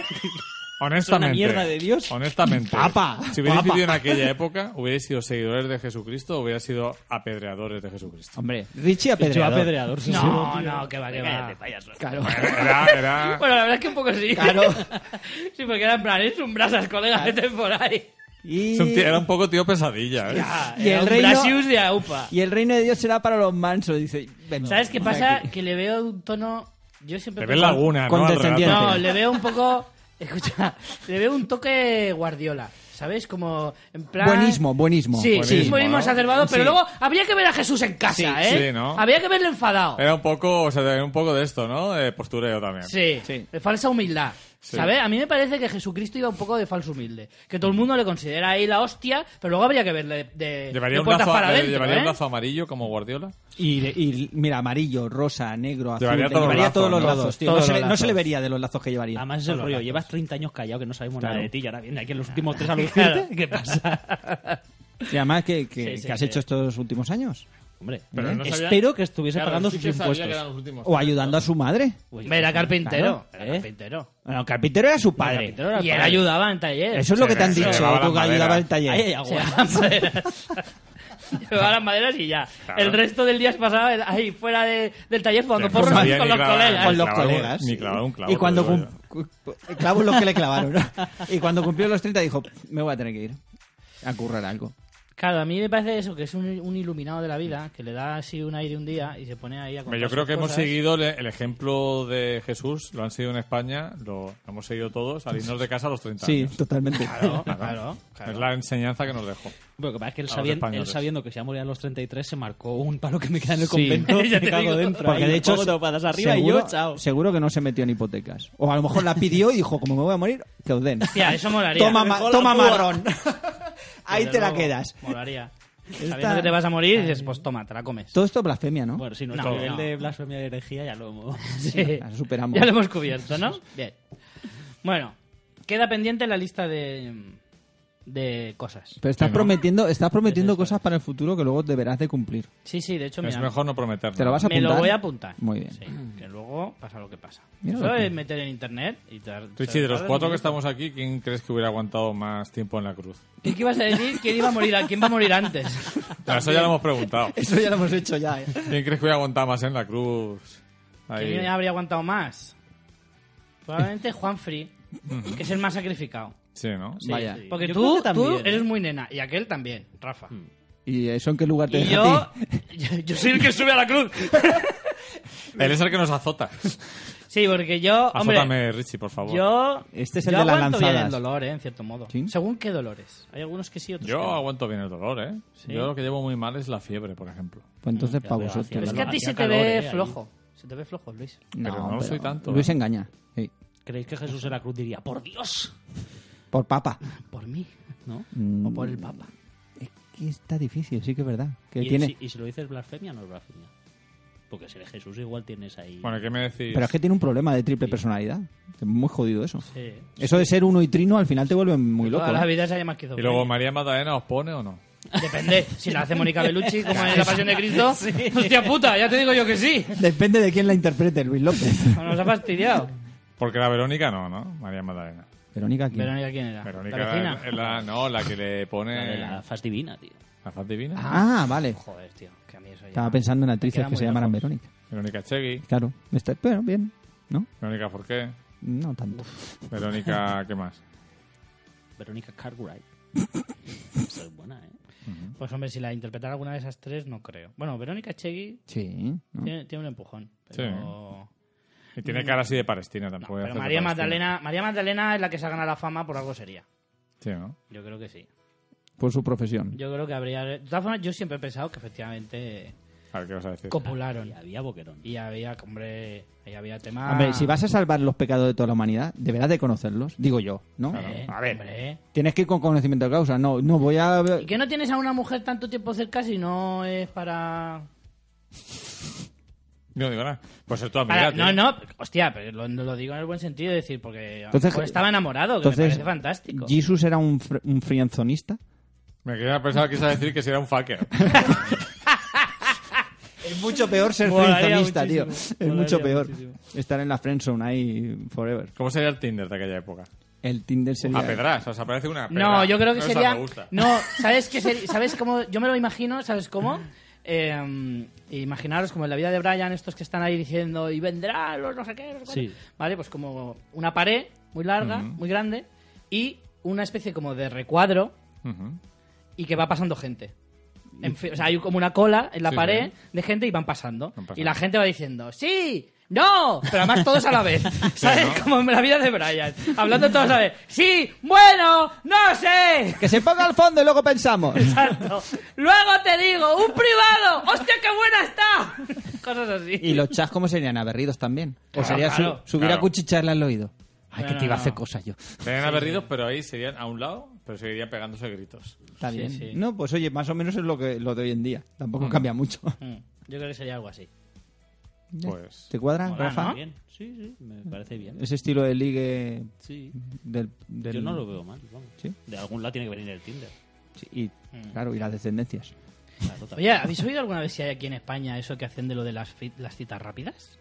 Speaker 3: honestamente,
Speaker 4: es una mierda de Dios.
Speaker 3: Honestamente.
Speaker 2: Papa,
Speaker 3: si hubierais
Speaker 2: papa.
Speaker 3: vivido en aquella época, hubierais sido seguidores de Jesucristo o hubierais sido apedreadores de Jesucristo.
Speaker 2: Hombre, Richie
Speaker 4: Yo
Speaker 2: apedreador.
Speaker 4: apedreador, sí,
Speaker 1: No,
Speaker 4: sí.
Speaker 1: no, que va, que va.
Speaker 4: Cállate, payaso.
Speaker 2: Claro.
Speaker 3: Era, era...
Speaker 1: [LAUGHS] Bueno, la verdad es que un poco sí.
Speaker 2: Claro.
Speaker 1: [LAUGHS] sí, porque era en plan, es un brasas, colega, vete por ahí.
Speaker 2: Y...
Speaker 3: es un tío- era un poco tío pesadilla, ¿eh?
Speaker 1: Ya,
Speaker 2: Y
Speaker 1: era
Speaker 2: el
Speaker 1: un
Speaker 2: reino-
Speaker 1: Brasius de Aupa.
Speaker 2: y el reino de Dios será para los mansos, dice. Ven,
Speaker 1: ¿Sabes qué
Speaker 2: ven
Speaker 1: pasa?
Speaker 2: aquí.
Speaker 1: Que le veo un tono. Yo siempre.
Speaker 3: Le ves
Speaker 1: pienso-
Speaker 3: laguna, ¿no? Al
Speaker 2: Condescendiente.
Speaker 3: relato.
Speaker 1: No, le veo un poco. [LAUGHS] Escucha, le veo un toque Guardiola, ¿sabes? Como en plan.
Speaker 2: Buenismo, buenismo.
Speaker 1: Sí, sí,
Speaker 3: Buenismo,
Speaker 1: buenismo
Speaker 3: ¿no?
Speaker 1: exacerbado, pero
Speaker 2: Sí.
Speaker 1: luego habría que ver a Jesús en casa, ¿eh?
Speaker 3: sí, ¿no?
Speaker 1: Habría que verle enfadado.
Speaker 3: Era un poco, o sea, era un poco de esto, ¿no? De postureo también.
Speaker 1: Sí,
Speaker 2: Sí.
Speaker 1: de falsa humildad.
Speaker 3: Sí.
Speaker 1: ¿Sabes? A mí me parece que Jesucristo iba un poco de falso humilde. Que todo el mundo le considera ahí la hostia, pero luego habría que verle de,
Speaker 3: ¿Llevaría,
Speaker 1: de
Speaker 3: un
Speaker 1: puertas
Speaker 3: lazo,
Speaker 1: para
Speaker 3: le-
Speaker 1: adentro.
Speaker 3: llevaría
Speaker 1: ¿eh?
Speaker 3: un lazo amarillo como Guardiola?
Speaker 2: Y, y mira, amarillo, rosa, negro, azul.
Speaker 3: Llevaría
Speaker 2: le
Speaker 3: todos los
Speaker 2: llevaría
Speaker 3: lazos,
Speaker 2: todos los
Speaker 3: ¿no?
Speaker 2: lazos, tío.
Speaker 1: Todos
Speaker 2: no, se
Speaker 1: los
Speaker 2: le, no se
Speaker 1: lazos.
Speaker 2: le vería de los lazos que llevaría.
Speaker 4: Además es el
Speaker 2: Todos
Speaker 4: rollo,
Speaker 2: los
Speaker 4: llevas 30 años callado que no sabemos nada
Speaker 2: Claro.
Speaker 4: de ti y ahora viene aquí en los últimos tres a lucirte. ¿Qué pasa?
Speaker 2: lazos. Y además, ¿qué, qué-
Speaker 1: Sí, sí,
Speaker 2: qué has
Speaker 1: sí.
Speaker 2: hecho estos últimos años?
Speaker 4: Hombre,
Speaker 3: Pero no sabía-
Speaker 4: espero que estuviese
Speaker 3: Claro,
Speaker 4: pagando
Speaker 3: sí
Speaker 4: sus
Speaker 3: que sabía que
Speaker 4: impuestos.
Speaker 3: eran los últimos.
Speaker 2: ¿O ayudando a su madre?
Speaker 4: Uy,
Speaker 1: Hombre, era carpintero.
Speaker 4: Claro,
Speaker 1: era
Speaker 4: ¿eh?
Speaker 1: carpintero.
Speaker 2: Bueno, el carpintero era su padre.
Speaker 4: carpintero era-
Speaker 1: Y él ayudaba en taller.
Speaker 2: Eso es lo
Speaker 3: Sí,
Speaker 2: que te han
Speaker 3: sí,
Speaker 2: dicho, tú
Speaker 3: llevaba
Speaker 2: que
Speaker 3: la madera.
Speaker 2: ayudaba al taller.
Speaker 4: Ay, ay,
Speaker 1: O sea,
Speaker 4: agua.
Speaker 1: [LAUGHS] las maderas. Llevaba las maderas y ya.
Speaker 3: Claro.
Speaker 1: El resto del día se pasaba el- ahí fuera de- del taller jugando
Speaker 3: Sí, pues,
Speaker 1: porros
Speaker 3: sabía
Speaker 1: con
Speaker 3: ni
Speaker 1: los
Speaker 3: grabar.
Speaker 1: colegas.
Speaker 2: con los
Speaker 3: clavar un-
Speaker 2: colegas.
Speaker 3: ni
Speaker 2: sí.
Speaker 3: clavar un clavo,
Speaker 2: y cuando
Speaker 3: te digo
Speaker 2: cum- cu- clavos los que le clavaron. ¿no? Y cuando cumplió los 30 dijo, me voy a tener que ir a currar algo.
Speaker 1: Claro, a mí me parece eso, que es un, un iluminado de la vida, que le da así un aire un día y se pone ahí a contar
Speaker 3: Hombre, Yo creo
Speaker 1: sus
Speaker 3: que hemos
Speaker 1: Pues cosas.
Speaker 3: seguido le- el ejemplo de Jesús, lo han seguido en España, lo hemos seguido todos al irnos de casa a los 30
Speaker 2: Sí,
Speaker 3: años.
Speaker 2: totalmente.
Speaker 1: Claro, claro, claro.
Speaker 3: Es la enseñanza que nos dejó.
Speaker 4: Lo que pasa es que él,
Speaker 3: A los
Speaker 4: sabien- él
Speaker 3: españoles.
Speaker 4: sabiendo que se iba a morir a los 33 se marcó un palo que me queda en el
Speaker 2: Sí.
Speaker 4: convento y
Speaker 1: Ya
Speaker 4: me
Speaker 1: te
Speaker 4: cago
Speaker 1: digo.
Speaker 4: dentro.
Speaker 2: Porque
Speaker 4: ahí,
Speaker 2: de hecho,
Speaker 4: pongo todo patas arriba y yo, chao.
Speaker 2: seguro que no se metió en hipotecas. O a lo mejor la pidió y dijo, como me voy a morir, que os den.
Speaker 1: Hostia, eso molaría.
Speaker 2: Toma,
Speaker 1: Desde
Speaker 2: ma-
Speaker 4: dejó la
Speaker 2: toma
Speaker 4: púa.
Speaker 2: marrón. Ahí te la
Speaker 1: luego,
Speaker 2: quedas.
Speaker 1: Molaría. Sabiendo
Speaker 2: Está-
Speaker 1: que te vas a morir, dices, pues toma, te la comes.
Speaker 2: Todo esto es blasfemia, ¿no?
Speaker 4: Bueno, sí, nuestro
Speaker 1: No,
Speaker 4: nivel
Speaker 1: no.
Speaker 4: de blasfemia y herejía ya lo
Speaker 2: [LAUGHS]
Speaker 4: hemos...
Speaker 1: Sí.
Speaker 2: La superamos.
Speaker 1: [LAUGHS] Ya lo hemos cubierto,
Speaker 2: [LAUGHS]
Speaker 1: ¿no? Bien. Bueno, queda pendiente la lista de, de cosas.
Speaker 2: Pero estás
Speaker 3: Sí, ¿no?
Speaker 2: prometiendo, estás prometiendo cosas para el futuro que luego deberás de cumplir.
Speaker 1: Sí, sí, de hecho,
Speaker 3: Es
Speaker 1: mira,
Speaker 3: mejor no prometer.
Speaker 2: Te lo vas a
Speaker 1: me lo
Speaker 2: apuntar?
Speaker 1: voy a apuntar.
Speaker 2: Muy bien.
Speaker 1: Sí, que luego pasa lo que pasa.
Speaker 2: Mira
Speaker 1: Eso
Speaker 2: lo que-
Speaker 1: es meter en internet y te
Speaker 3: Richie, de los cuatro que
Speaker 1: estamos
Speaker 3: estamos aquí, ¿quién crees que hubiera aguantado más tiempo en la cruz?
Speaker 1: [LAUGHS] ¿Qué, qué ibas a decir? ¿Quién iba a morir, a- quién va a morir
Speaker 2: [LAUGHS]
Speaker 1: antes?
Speaker 3: No, eso ya lo
Speaker 1: [LAUGHS]
Speaker 3: hemos preguntado.
Speaker 2: Eso ya lo hemos hecho ya. ¿eh?
Speaker 3: ¿Quién crees que hubiera aguantado más en la cruz? Ahí.
Speaker 1: ¿Quién habría aguantado más? Probablemente Juan Free, que es el más sacrificado.
Speaker 3: Sí, ¿no?
Speaker 2: Vaya.
Speaker 4: sí.
Speaker 1: Porque
Speaker 4: Yo
Speaker 1: tú, Mm.
Speaker 4: creo que
Speaker 1: tú
Speaker 4: también, ¿eh?
Speaker 1: eres muy nena, y aquel también, Rafa.
Speaker 2: ¿Y eso en qué lugar te
Speaker 1: Y
Speaker 2: deja
Speaker 1: yo, [LAUGHS]
Speaker 2: a ti?
Speaker 1: yo soy el que sube a la cruz.
Speaker 3: Él es el que nos azota.
Speaker 1: Sí, porque yo, hombre,
Speaker 3: Azótame, Richie, por favor.
Speaker 1: yo,
Speaker 2: Este es el
Speaker 1: yo
Speaker 2: de las
Speaker 1: aguanto bien
Speaker 2: lanzadas.
Speaker 1: el dolor, eh, en cierto modo.
Speaker 2: ¿Sí?
Speaker 1: Según qué dolores. Hay algunos que sí, otros
Speaker 3: Yo
Speaker 1: que no.
Speaker 3: aguanto bien el dolor, ¿eh?
Speaker 1: Sí.
Speaker 3: Yo lo que llevo muy mal es la fiebre, por ejemplo.
Speaker 2: Pues entonces
Speaker 4: Ya,
Speaker 2: para
Speaker 4: pero
Speaker 2: vosotros.
Speaker 4: hacía-
Speaker 1: Pero es
Speaker 4: Dolor.
Speaker 1: que a ti se
Speaker 4: Hacía
Speaker 1: te
Speaker 4: calor,
Speaker 1: ve
Speaker 4: eh, ahí.
Speaker 1: flojo. Se te ve flojo, Luis.
Speaker 3: Pero [LAUGHS] no lo soy tanto,
Speaker 2: Luis
Speaker 3: ¿eh?
Speaker 2: engaña. sí.
Speaker 4: ¿Creéis que Jesús de la Cruz diría, por Dios?
Speaker 2: Por papa.
Speaker 1: Por mí.
Speaker 4: ¿No?
Speaker 2: Mm.
Speaker 1: O por el Papa.
Speaker 2: Es que está difícil, sí que es verdad. Que
Speaker 4: Y,
Speaker 2: tiene...
Speaker 4: si, y si lo dices blasfemia, no es blasfemia. Porque ser Jesús igual tienes ahí...
Speaker 3: Bueno, ¿qué me decís?
Speaker 2: Pero es que tiene un problema de triple personalidad. Es muy jodido eso.
Speaker 4: Sí.
Speaker 2: Eso de ser uno y trino al final te vuelve muy loco.
Speaker 1: Toda la
Speaker 2: ¿eh?
Speaker 1: vida se haya más que
Speaker 3: ¿Y luego María Magdalena os pone o no?
Speaker 1: Depende. Si la hace Mónica Bellucci,
Speaker 3: [LAUGHS]
Speaker 1: como en La Pasión de Cristo. Hostia puta, ya te digo yo que sí.
Speaker 2: [LAUGHS] Depende de quién la interprete, Luis
Speaker 1: [LAUGHS]
Speaker 2: López.
Speaker 1: Nos ha
Speaker 2: [LAUGHS]
Speaker 1: fastidiado.
Speaker 3: Porque la Verónica no, ¿no? María Magdalena.
Speaker 2: Verónica, ¿quién?
Speaker 1: Verónica, ¿quién era?
Speaker 3: Verónica
Speaker 1: la vecina.
Speaker 3: es la- no, la que le
Speaker 4: La de
Speaker 3: pone
Speaker 4: la
Speaker 3: la,
Speaker 4: faz divina, tío.
Speaker 3: faz divina.
Speaker 2: Ah, vale.
Speaker 1: Joder, tío, que a mí eso ya-
Speaker 2: Estaba pensando en
Speaker 1: Me
Speaker 2: actrices
Speaker 1: queda
Speaker 2: que
Speaker 1: muy
Speaker 2: se llamaran
Speaker 1: lejos.
Speaker 2: Verónica.
Speaker 3: Verónica Chegui,
Speaker 2: Claro. Está, pero bien, ¿no?
Speaker 3: Verónica Forqué,
Speaker 2: No tanto.
Speaker 1: [LAUGHS]
Speaker 3: Verónica, ¿qué más?
Speaker 4: Verónica Cartwright. Esa es buena, ¿eh?
Speaker 1: Pues hombre, si la interpretara alguna de esas tres, no creo. Bueno, Verónica Chegui
Speaker 2: Sí. ¿no?
Speaker 1: tiene, tiene un empujón. Pero,
Speaker 3: Y tiene cara así de Palestina tampoco.
Speaker 1: pero
Speaker 3: hace de
Speaker 1: María,
Speaker 3: Palestina.
Speaker 1: Magdalena, María Magdalena es la que se ha ganado la fama por algo sería.
Speaker 3: Sí, ¿no?
Speaker 1: Yo creo que sí.
Speaker 2: Por su profesión.
Speaker 1: Yo creo que habría... De todas formas, yo siempre he pensado que efectivamente
Speaker 3: A ver, ¿qué vas a decir?
Speaker 1: copularon.
Speaker 4: Y había Boquerón.
Speaker 1: Y había, hombre, y había temas...
Speaker 2: Hombre, si vas a salvar los pecados de toda la humanidad, deberás de conocerlos, digo yo, ¿no?
Speaker 1: Eh,
Speaker 3: a ver.
Speaker 1: hombre.
Speaker 2: Tienes que ir con conocimiento de causa. No, no voy a...
Speaker 1: ¿Y que no tienes a una mujer tanto tiempo cerca si no es para...
Speaker 3: No digo nada. Pues es tu amiga,
Speaker 1: para-
Speaker 3: tío.
Speaker 1: no, no, hostia, pero lo, lo digo en el buen sentido, es decir, porque
Speaker 2: Entonces-
Speaker 1: pues estaba enamorado, que me
Speaker 2: Entonces,
Speaker 1: parece fantástico.
Speaker 2: ¿Jesus era un, fr- un frianzonista?
Speaker 3: Me quería pensar que ibas a decir que si era un fucker.
Speaker 2: Es mucho peor ser
Speaker 1: Molaría
Speaker 2: frianzonista, tío. Es
Speaker 1: muchísimo, molaría
Speaker 2: mucho peor
Speaker 1: muchísimo.
Speaker 2: estar en la friendzone ahí forever.
Speaker 3: ¿Cómo sería el Tinder de aquella
Speaker 1: [LAUGHS]
Speaker 3: época?
Speaker 2: El Tinder sería...
Speaker 3: A pedras, o sea, parece una pedra.
Speaker 1: No, yo creo que
Speaker 3: Esa
Speaker 1: sería.
Speaker 3: me gusta.
Speaker 1: No, ¿sabes qué sería? ¿Sabes cómo? Yo me lo imagino, ¿sabes cómo? Eh, imaginaros como en la vida de Brian, estos que están ahí diciendo y vendrá los no sé qué, no sé cuánto".
Speaker 4: Sí.
Speaker 1: Vale, pues como una pared muy larga, muy grande y una especie como de recuadro
Speaker 3: Ujú.
Speaker 1: y que va pasando gente. En fi- o sea, hay como una cola en la
Speaker 3: Sí,
Speaker 1: pared
Speaker 3: sí.
Speaker 1: de gente y van pasando.
Speaker 3: Van pasando.
Speaker 1: Y la gente va diciendo, ¡sí! ¡No! Pero además todos a la
Speaker 3: [LAUGHS]
Speaker 1: vez. ¿Sabes?
Speaker 3: ¿no?
Speaker 1: Como en la vida de Brian. Hablando todos a la vez. ¡Sí! ¡Bueno! ¡No sé! [LAUGHS]
Speaker 2: Que se ponga al fondo y luego [LAUGHS] pensamos.
Speaker 1: Exacto. Luego te digo, un privado. ¡Hostia, qué buena está! [LAUGHS] Cosas así.
Speaker 2: ¿Y los chas cómo serían? ¿Aberridos también? ¿O
Speaker 1: Claro,
Speaker 2: sería su-
Speaker 1: claro.
Speaker 2: subir
Speaker 3: Claro.
Speaker 2: a cuchicharla al oído? Ay,
Speaker 1: No,
Speaker 2: que
Speaker 1: no,
Speaker 2: te iba a
Speaker 1: no.
Speaker 2: hacer cosas yo.
Speaker 3: Serían aberridos, pero ahí serían a un lado, pero seguirían pegándose gritos.
Speaker 2: Está
Speaker 1: Sí,
Speaker 2: bien.
Speaker 1: sí.
Speaker 2: No, pues oye, más o menos es lo, que, lo de hoy en día. Tampoco cambia mucho.
Speaker 1: Mm, Yo creo que sería algo así.
Speaker 3: Pues.
Speaker 2: ¿Te cuadra,
Speaker 1: Mola,
Speaker 2: Rafa?
Speaker 1: ¿no?
Speaker 4: Bien. Sí, sí, me
Speaker 1: Mm.
Speaker 4: parece bien.
Speaker 2: Ese estilo de ligue
Speaker 4: Sí.
Speaker 2: del... del-
Speaker 4: Yo no lo veo mal, vamos.
Speaker 2: Sí.
Speaker 4: De algún lado tiene que venir el Tinder.
Speaker 2: Sí, y, claro, y las descendencias.
Speaker 1: [LAUGHS]
Speaker 4: Claro,
Speaker 1: Oye,
Speaker 4: también.
Speaker 1: ¿habéis oído alguna vez si hay aquí en España eso que hacen de lo de las, fi- las citas rápidas?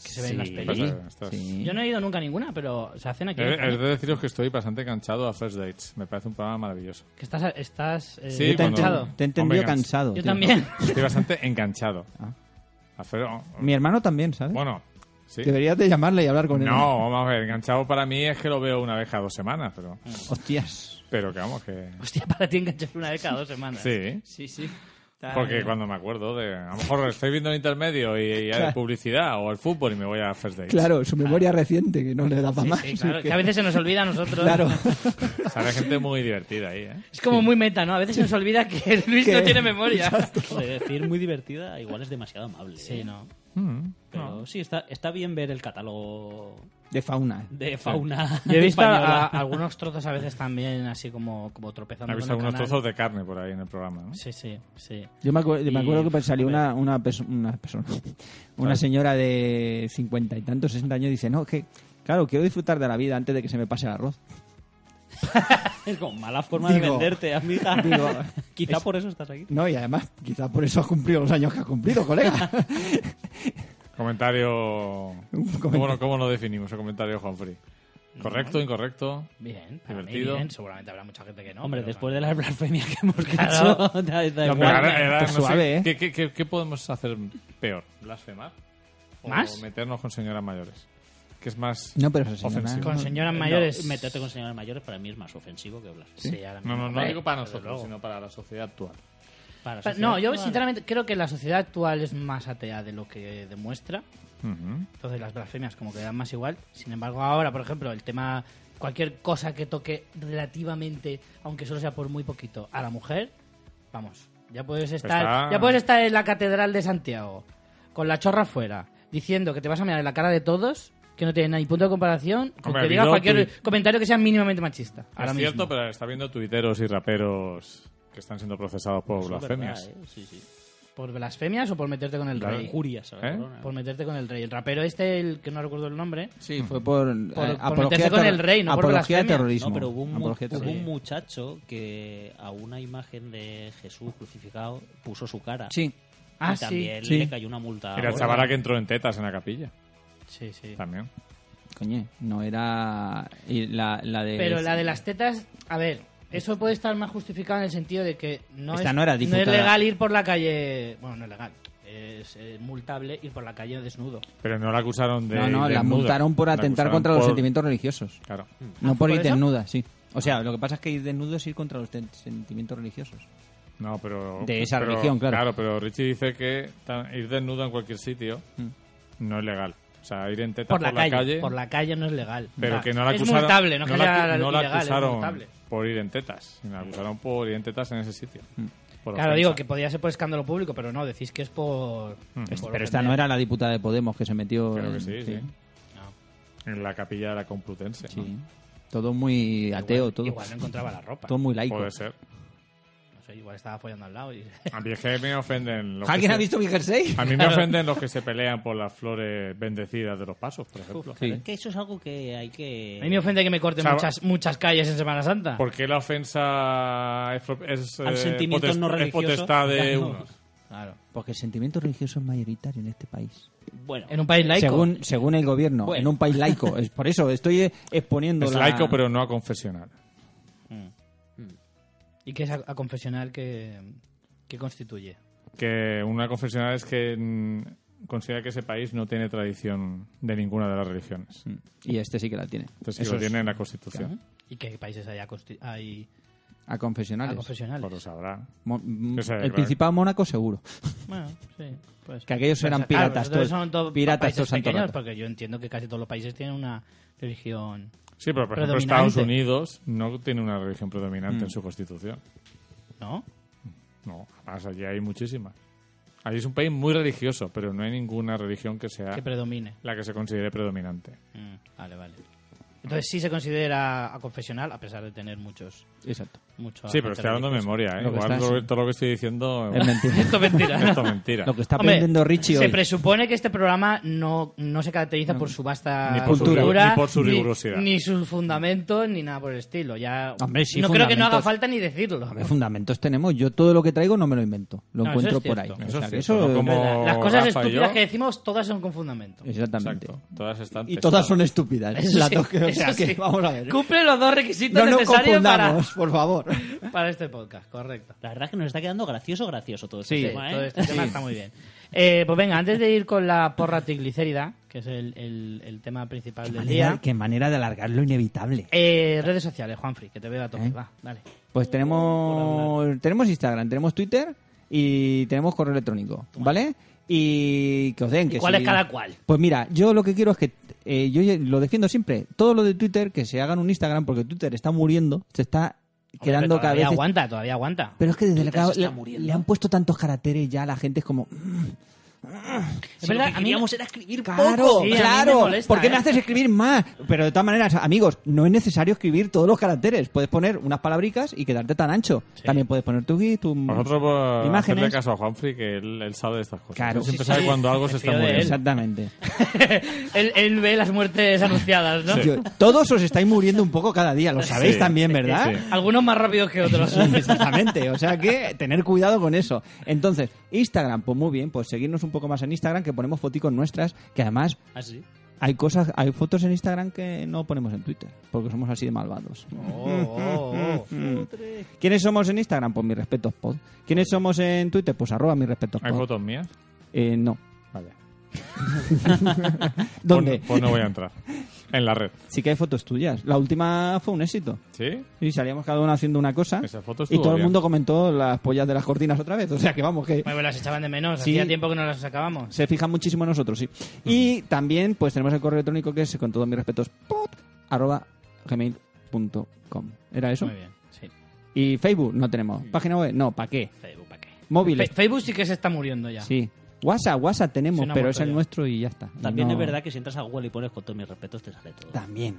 Speaker 1: Que se ven en las
Speaker 4: Sí.
Speaker 1: pelis.
Speaker 3: Pasa, estás-
Speaker 2: Sí.
Speaker 1: Yo no he ido nunca a ninguna, pero se hacen aquí. en
Speaker 3: He
Speaker 1: España.
Speaker 3: he de deciros que estoy bastante enganchado a First Dates. Me parece un programa maravilloso.
Speaker 1: Que estás, estás eh,
Speaker 3: Sí, Yo
Speaker 2: te, he
Speaker 3: cuando-
Speaker 1: enganchado.
Speaker 2: enten- te he entendido
Speaker 3: Hombre,
Speaker 2: cansado.
Speaker 1: Yo
Speaker 2: tío.
Speaker 1: también. [LAUGHS]
Speaker 3: Estoy bastante enganchado.
Speaker 2: Ah.
Speaker 3: A Fer- o-
Speaker 2: Mi hermano también, ¿sabes?
Speaker 3: Bueno, sí.
Speaker 2: Deberías de llamarle y hablar con él.
Speaker 3: No, vamos a ver, enganchado para mí es que lo veo una vez cada dos semanas, pero,
Speaker 2: Hostias.
Speaker 3: pero que vamos, que...
Speaker 1: Hostia, para ti enganchar una vez cada dos semanas.
Speaker 3: Sí,
Speaker 2: Sí, sí.
Speaker 3: porque cuando me acuerdo de... A lo mejor estoy viendo el intermedio y, y hay
Speaker 2: Claro.
Speaker 3: publicidad o el fútbol y me voy a First Dates.
Speaker 2: Claro, su memoria reciente que no le da para
Speaker 1: Sí,
Speaker 2: más.
Speaker 1: sí, claro.
Speaker 2: Es que-
Speaker 1: Que a veces se nos olvida a nosotros.
Speaker 2: claro.
Speaker 3: Sale gente muy divertida ahí, ¿eh?
Speaker 1: Es como muy meta, ¿no? A veces se nos olvida que [LAUGHS] Luis
Speaker 2: Que-
Speaker 1: no tiene memoria.
Speaker 4: De decir muy divertida, igual es demasiado amable.
Speaker 1: Sí,
Speaker 4: ¿eh?
Speaker 1: no.
Speaker 4: Pero sí, está, está bien ver el catálogo
Speaker 2: De fauna.
Speaker 4: de fauna.
Speaker 1: Yo he visto a-
Speaker 4: española.
Speaker 1: a algunos trozos a veces también así como, como tropezando.
Speaker 3: He visto
Speaker 1: con el
Speaker 3: algunos
Speaker 1: canal.
Speaker 3: trozos de carne por ahí en el programa, ¿no?
Speaker 1: Sí, sí, sí.
Speaker 2: Yo me, acuer- me
Speaker 1: Y-
Speaker 2: acuerdo que salió una, una, perso- una persona, una señora de cincuenta y tantos, 60 años, dice, no, es que, claro, quiero disfrutar de la vida antes de que se me pase el arroz.
Speaker 4: [LAUGHS] Es como mala forma de
Speaker 2: Digo-
Speaker 4: venderte, amiga.
Speaker 2: digo,
Speaker 4: [LAUGHS] Quizá por eso estás aquí.
Speaker 2: No, y además, quizá por eso has cumplido los años que has cumplido, colega.
Speaker 3: Comentario...
Speaker 2: comentario.
Speaker 3: ¿Cómo, lo- cómo lo definimos, el comentario de Juanfrey? ¿Correcto, incorrecto?
Speaker 1: Bien, para mí
Speaker 3: Divertido.
Speaker 1: bien. Seguramente habrá mucha gente que no.
Speaker 4: Hombre,
Speaker 1: pero
Speaker 4: después de la blasfemia que [LAUGHS] hemos
Speaker 1: Claro.
Speaker 4: hecho, da- da
Speaker 2: Lo
Speaker 4: igual.
Speaker 3: Pero ahora-
Speaker 2: Está
Speaker 3: ahora no sé,
Speaker 2: suave, ¿eh?
Speaker 3: ¿qué- qué, qué- qué podemos hacer peor? ¿Blasfemar? ¿O
Speaker 1: ¿Más?
Speaker 3: meternos con señoras mayores? Que es
Speaker 2: [LAUGHS]
Speaker 3: más
Speaker 2: No, eh, pero esa señora-
Speaker 3: ofensivo.
Speaker 1: Con señoras
Speaker 4: No,
Speaker 1: mayores.
Speaker 4: meterte con señores mayores para mí es más ofensivo que blasfemia.
Speaker 1: Sí, ahora
Speaker 3: No,
Speaker 1: mismo.
Speaker 3: no, no
Speaker 1: Hombre,
Speaker 3: digo para
Speaker 1: desde
Speaker 3: nosotros,
Speaker 1: luego.
Speaker 3: sino para la sociedad actual.
Speaker 4: Para la
Speaker 1: Pa-
Speaker 4: sociedad
Speaker 1: No, yo
Speaker 4: actual.
Speaker 1: sinceramente creo que la sociedad actual es más atea de lo que demuestra. Entonces las blasfemias como que dan más igual. Sin embargo, ahora, por ejemplo, el tema, cualquier cosa que toque relativamente, aunque solo sea por muy poquito, a la mujer, vamos, ya puedes estar,
Speaker 3: Pues Está-
Speaker 1: ya puedes estar en la catedral de Santiago, con la chorra fuera, diciendo que te vas a mirar en la cara de todos, que no tiene ni punto de comparación, con
Speaker 3: Hombre, ha
Speaker 1: que digas
Speaker 3: habido
Speaker 1: cualquier
Speaker 3: tuit-
Speaker 1: comentario que sea mínimamente machista. Ahora
Speaker 3: es
Speaker 1: mismo.
Speaker 3: cierto, pero está viendo tuiteros y raperos que están siendo procesados por
Speaker 4: Eso es
Speaker 3: blasfemias.
Speaker 4: verdad, ¿eh? Sí, sí.
Speaker 1: ¿Por blasfemias o por meterte con el
Speaker 3: Claro.
Speaker 1: rey?
Speaker 4: Injurias a la
Speaker 3: ¿Eh?
Speaker 4: corona.
Speaker 1: Por meterte con el rey. El rapero este, el que no recuerdo el nombre.
Speaker 2: Sí, fue por, eh,
Speaker 1: por
Speaker 2: apología,
Speaker 1: meterse con
Speaker 2: terro-
Speaker 1: el rey, no por
Speaker 2: apología de
Speaker 1: blasfemia.
Speaker 2: terrorismo.
Speaker 4: No, pero hubo un, mu-
Speaker 2: Apología de
Speaker 4: hubo un
Speaker 2: terrorismo.
Speaker 4: muchacho que a una imagen de Jesús crucificado puso su cara.
Speaker 2: Sí,
Speaker 1: Ah,
Speaker 4: y
Speaker 1: sí.
Speaker 4: también
Speaker 2: Sí.
Speaker 4: le cayó una multa.
Speaker 3: Era el chavala que entró en tetas en la capilla.
Speaker 1: Sí, sí.
Speaker 3: También.
Speaker 2: coñe, no era y la, la de...
Speaker 1: Pero la de las tetas, a ver, eso puede estar más justificado en el sentido de que no,
Speaker 2: Esta
Speaker 1: es,
Speaker 2: no era
Speaker 1: es
Speaker 2: diputada.
Speaker 1: legal ir por la calle. Bueno, no es legal. Es eh, multable ir por la calle desnudo.
Speaker 3: Pero no la acusaron de.
Speaker 2: No, no,
Speaker 3: de
Speaker 2: la
Speaker 3: desnuda.
Speaker 2: multaron por
Speaker 3: La
Speaker 2: atentar
Speaker 3: acusaron
Speaker 2: contra los
Speaker 3: por- ¿Ah,
Speaker 2: sentimientos religiosos.
Speaker 3: Claro.
Speaker 2: No por
Speaker 1: ¿por
Speaker 2: ir
Speaker 1: eso?
Speaker 2: desnuda, sí. O sea, lo que pasa es que ir desnudo es ir contra los ten- sentimientos religiosos.
Speaker 3: No, pero.
Speaker 2: De esa
Speaker 3: pero-
Speaker 2: religión, claro.
Speaker 3: Claro, pero Richie dice que ta- ir desnudo en cualquier sitio no es legal. O sea, ir en tetas
Speaker 1: Mm. Por la, calle, Por la calle no es legal.
Speaker 3: Pero
Speaker 1: O sea,
Speaker 3: que no la acusaron.
Speaker 1: Es multable, no,
Speaker 3: no
Speaker 1: que
Speaker 3: la,
Speaker 1: sea
Speaker 3: no la
Speaker 1: ilegal, es
Speaker 3: acusaron
Speaker 1: multable.
Speaker 3: por ir en tetas. sino La acusaron por ir en tetas en ese sitio. Por
Speaker 1: Mm. Claro,
Speaker 3: ofensa. Hmm.
Speaker 1: digo que podía ser por escándalo público, pero no, decís que es por.
Speaker 2: Este-
Speaker 1: por
Speaker 2: pero esta
Speaker 1: ofender.
Speaker 2: no era la diputada de Podemos que se metió...
Speaker 3: Creo
Speaker 2: en-
Speaker 3: que sí, sí.
Speaker 1: No.
Speaker 3: En la capilla de la Complutense.
Speaker 2: Sí. Todo muy ateo,
Speaker 1: Igual-
Speaker 2: todo,
Speaker 1: Igual no encontraba la ropa.
Speaker 2: todo muy laico.
Speaker 3: Puede ser.
Speaker 1: No sé, igual estaba follando al lado. Y...
Speaker 3: A mí es que me
Speaker 1: [LAUGHS]
Speaker 3: ofenden. Los que
Speaker 2: ¿Alguien
Speaker 3: se-
Speaker 2: ha visto mi jersey?
Speaker 3: A mí me ofenden los que se pelean por las flores bendecidas de los pasos, por ejemplo.
Speaker 4: Pero es que eso es algo que hay que.
Speaker 1: A mí me ofende que me corten
Speaker 3: O sea,
Speaker 1: muchas, muchas calles en Semana Santa.
Speaker 3: ¿Por qué la ofensa es, pro- es,
Speaker 4: Al
Speaker 3: eh,
Speaker 4: sentimiento
Speaker 3: potest-
Speaker 4: no
Speaker 3: es
Speaker 4: religioso.
Speaker 3: potestad de
Speaker 4: Ya no.
Speaker 3: unos?
Speaker 1: Claro.
Speaker 2: Porque el sentimiento religioso es mayoritario en este país.
Speaker 4: Bueno,
Speaker 1: En un país laico.
Speaker 2: Según, según el gobierno,
Speaker 4: Bueno.
Speaker 2: en un país laico. Es por eso estoy eh, exponiendo
Speaker 3: Es
Speaker 2: la-
Speaker 3: laico, pero no a confesional.
Speaker 1: ¿Y qué es a, a confesional que, que constituye?
Speaker 3: Que una confesional es que mm, considera que ese país no tiene tradición de ninguna de las religiones.
Speaker 2: Y este sí que la tiene.
Speaker 3: Entonces, sí
Speaker 2: Eso
Speaker 3: lo
Speaker 2: es.
Speaker 3: tiene en la Constitución.
Speaker 1: ¿Y qué países hay, a consti- hay
Speaker 2: A
Speaker 1: a
Speaker 2: confesionales.
Speaker 1: confesionales?
Speaker 3: Pues lo sabrá.
Speaker 2: Mo- m-
Speaker 3: Que se
Speaker 2: el
Speaker 3: declare.
Speaker 2: Principado Mónaco seguro.
Speaker 1: Bueno, sí. Pues,
Speaker 2: Que aquellos eran
Speaker 1: claro,
Speaker 2: piratas,
Speaker 1: pero
Speaker 2: todos-
Speaker 1: son todos
Speaker 2: piratas
Speaker 1: países
Speaker 2: todos santo
Speaker 1: pequeños,
Speaker 2: rato.
Speaker 1: Porque yo entiendo que casi todos los países tienen una religión.
Speaker 3: Sí, pero por ejemplo
Speaker 1: Predominante.
Speaker 3: Estados Unidos no tiene una religión predominante en su constitución.
Speaker 1: ¿No?
Speaker 3: No, además allí hay muchísimas. Allí es un país muy religioso, pero no hay ninguna religión que sea
Speaker 1: Que predomine.
Speaker 3: la que se considere predominante.
Speaker 1: Mm, vale, vale. Entonces sí se considera a confesional, a pesar de tener muchos.
Speaker 2: Exacto.
Speaker 1: muchos
Speaker 3: Sí, pero estoy hablando de memoria, ¿eh?
Speaker 2: Lo que
Speaker 3: Igual
Speaker 2: está,
Speaker 3: todo-
Speaker 2: sí.
Speaker 3: todo lo que estoy [LAUGHS] diciendo
Speaker 2: Es mentira.
Speaker 1: [LAUGHS] Esto es mentira.
Speaker 3: esto es mentira.
Speaker 2: Lo que está
Speaker 1: Hombre,
Speaker 2: aprendiendo Richie
Speaker 1: Se
Speaker 2: hoy.
Speaker 1: presupone que este programa no, no se caracteriza por su vasta
Speaker 3: Ni por su
Speaker 1: cultura,
Speaker 3: rigu- ni por su rigurosidad.
Speaker 1: ni, sus fundamentos, ni nada por el estilo. Ya,
Speaker 2: Hombre, sí,
Speaker 1: no creo que no
Speaker 2: fundamentos.
Speaker 1: haga falta ni decirlo.
Speaker 2: A ver, fundamentos tenemos. Yo todo lo que traigo no me lo invento. Lo
Speaker 1: No, eso
Speaker 2: encuentro
Speaker 1: es
Speaker 2: por ahí.
Speaker 1: cierto.
Speaker 3: Eso
Speaker 2: O sea,
Speaker 3: es
Speaker 2: que
Speaker 3: cierto, ¿no? Como-
Speaker 1: Verdad, Las cosas
Speaker 3: Rafa y
Speaker 1: estúpidas
Speaker 3: yo.
Speaker 1: que decimos todas son con fundamento.
Speaker 2: Exactamente.
Speaker 3: Exacto. Todas están
Speaker 2: Y todas
Speaker 3: testadas.
Speaker 2: son estúpidas.
Speaker 1: Eso
Speaker 2: Las
Speaker 1: sí,
Speaker 2: dos que- o sea
Speaker 1: eso
Speaker 2: que
Speaker 1: sí.
Speaker 2: vamos a ver.
Speaker 1: Cumple los dos requisitos
Speaker 2: No nos
Speaker 1: necesarios para,
Speaker 2: confundamos, por favor.
Speaker 1: [LAUGHS] para este podcast, correcto.
Speaker 4: la verdad es que nos está quedando gracioso, gracioso todo este
Speaker 1: Sí,
Speaker 4: tema, ¿eh?
Speaker 1: todo este tema está muy bien. Eh, pues venga, antes de ir con la porra triglicérida, que es el, el- el tema principal del día,
Speaker 2: qué manera de alargar lo inevitable.
Speaker 1: eh, redes sociales, Juanfri, que te veo a tope,
Speaker 2: ¿Eh?
Speaker 1: va, dale.
Speaker 2: Pues tenemos, tenemos Instagram, tenemos Twitter y tenemos correo electrónico, ¿vale? Y que os den
Speaker 1: ¿Y
Speaker 2: que
Speaker 1: cuál
Speaker 2: si-
Speaker 1: es cada cual?
Speaker 2: Pues mira, yo lo que quiero es que eh, yo ya- lo defiendo siempre, todo lo de Twitter que se hagan un Instagram porque Twitter está muriendo, se está
Speaker 1: Hombre,
Speaker 2: quedando
Speaker 1: pero
Speaker 2: cada
Speaker 1: todavía
Speaker 2: vez
Speaker 1: aguanta, todavía aguanta.
Speaker 2: Pero es que desde la
Speaker 4: Twitter se
Speaker 2: le,
Speaker 4: está muriendo.
Speaker 2: le han puesto tantos caracteres ya a la gente es como
Speaker 1: Es verdad, a mí-
Speaker 4: era escribir
Speaker 2: Claro,
Speaker 1: Sí, a mí me
Speaker 2: claro.
Speaker 1: molesta,
Speaker 2: ¿Por qué me
Speaker 1: ¿eh?
Speaker 2: haces escribir más? Pero de todas maneras, amigos, no es necesario escribir todos los caracteres. Puedes poner unas palabricas y quedarte tan ancho. También puedes poner tu gui, tu
Speaker 3: Vosotros por
Speaker 2: Imágenes.
Speaker 3: hacerle caso a Juanfri, que él, él sabe de estas cosas.
Speaker 2: Claro.
Speaker 3: Él siempre
Speaker 1: Sí,
Speaker 3: sabe
Speaker 1: sí.
Speaker 3: cuando algo
Speaker 1: Me
Speaker 3: se está
Speaker 1: fío de
Speaker 3: muriendo. [LAUGHS]
Speaker 2: Exactamente.
Speaker 1: ¿eh? él, él ve las muertes anunciadas, ¿no?
Speaker 2: Yo- todos os estáis muriendo un poco cada día, lo sabéis
Speaker 3: Sí.
Speaker 2: también, ¿verdad?
Speaker 3: Sí.
Speaker 1: Algunos más rápidos que otros.
Speaker 2: Exactamente, o sea que tener cuidado con eso. Entonces, Instagram, pues muy bien, pues seguirnos un poco más en Instagram, que ponemos foticos nuestras, que además
Speaker 4: Así.
Speaker 2: hay cosas, hay fotos en Instagram que no ponemos en Twitter, porque somos así de malvados.
Speaker 1: Oh, oh, oh.
Speaker 2: ¿Quiénes somos en Instagram? Pues mis respetos pod. ¿Quiénes somos en Twitter? Pues arroba mis respetos
Speaker 3: ¿Hay
Speaker 2: pod.
Speaker 3: fotos mías?
Speaker 2: Eh, no.
Speaker 3: Vale.
Speaker 2: [LAUGHS] ¿Dónde?
Speaker 3: Pues, pues no voy a entrar. En la red.
Speaker 2: Sí que hay fotos tuyas. La última fue un éxito.
Speaker 3: ¿Sí?
Speaker 2: Y salíamos cada uno haciendo una cosa.
Speaker 3: Esa foto
Speaker 2: ¿Ah? y
Speaker 3: estuvo
Speaker 2: todo el
Speaker 3: bien.
Speaker 2: mundo comentó las pollas de las cortinas otra vez. O sea que vamos, que
Speaker 1: Bueno, pues las echaban de menos,
Speaker 2: Sí.
Speaker 1: hacía tiempo que no las sacábamos.
Speaker 2: se fijan muchísimo en nosotros, sí. Y también, pues tenemos el correo electrónico que es, con todos mis respetos, pod, arroba gmail.com. ¿Era eso?
Speaker 1: Muy bien, sí.
Speaker 2: Y Facebook no tenemos. Página web, no, ¿para qué?
Speaker 1: Facebook, ¿para qué?
Speaker 2: Móviles.
Speaker 1: Fe- Facebook sí que se está muriendo ya.
Speaker 2: Sí. WhatsApp, WhatsApp tenemos,
Speaker 1: Se nos ha
Speaker 2: pero
Speaker 1: muerto
Speaker 2: es el
Speaker 1: ya.
Speaker 2: nuestro y ya está. Y
Speaker 4: También
Speaker 2: no-
Speaker 4: es verdad que si entras a Google y pones con todos mis respetos, te sale todo.
Speaker 2: También.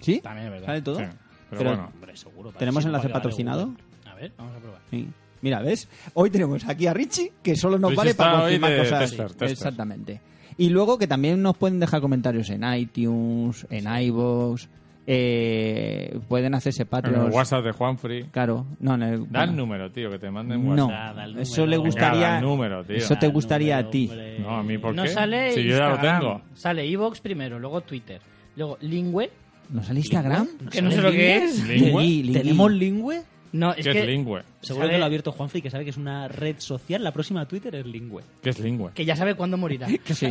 Speaker 2: ¿Sí?
Speaker 1: También es verdad.
Speaker 2: ¿Sale todo?
Speaker 3: Sí, pero,
Speaker 2: Pero-
Speaker 3: bueno.
Speaker 4: Hombre, seguro.
Speaker 2: ¿Tenemos
Speaker 4: si no,
Speaker 2: enlace
Speaker 4: ¿para qué vale
Speaker 2: patrocinado?
Speaker 4: Google?
Speaker 1: A ver, vamos a probar.
Speaker 2: Sí. Mira, ¿ves? Hoy tenemos aquí a Richie, que solo nos
Speaker 3: Richie
Speaker 2: vale para
Speaker 3: está hoy
Speaker 2: confirmar
Speaker 3: de
Speaker 2: cosas.
Speaker 3: tester, tester.
Speaker 2: Exactamente. Y luego que también nos pueden dejar comentarios en iTunes, en iVoox, eh, pueden hacerse
Speaker 3: En el
Speaker 2: Patreon.
Speaker 3: WhatsApp de Juanfrey.
Speaker 2: Claro, no, en el-
Speaker 3: Da el
Speaker 2: bueno,
Speaker 3: número, tío, que te manden
Speaker 2: No,
Speaker 3: WhatsApp.
Speaker 4: Da el
Speaker 2: eso
Speaker 4: número,
Speaker 2: le
Speaker 4: hombre.
Speaker 3: Da
Speaker 2: gustaría.
Speaker 3: el número, tío.
Speaker 2: Eso te
Speaker 4: Ah, no,
Speaker 2: gustaría a ti.
Speaker 4: hombre.
Speaker 3: No, a mí por
Speaker 1: No
Speaker 3: qué.
Speaker 1: sale
Speaker 3: Si yo ya lo
Speaker 1: Instagram,
Speaker 3: tengo.
Speaker 1: Sale Evox primero, luego Twitter, luego Lingüe,
Speaker 2: ¿Nos sale Instagram?
Speaker 1: que no sé lo que es.
Speaker 3: Lingüe.
Speaker 2: Lingui, lingui.
Speaker 4: ¿Tenemos lingüe?
Speaker 1: No, es
Speaker 3: ¿Qué es
Speaker 1: que,
Speaker 3: lingüe?
Speaker 4: Seguro
Speaker 1: Sabe-
Speaker 4: que lo ha abierto Juanfrey, que sabe que es una red social. La próxima Twitter es lingüe.
Speaker 3: ¿Qué es lingüe?
Speaker 1: que ya sabe cuándo morirá.
Speaker 2: Sí.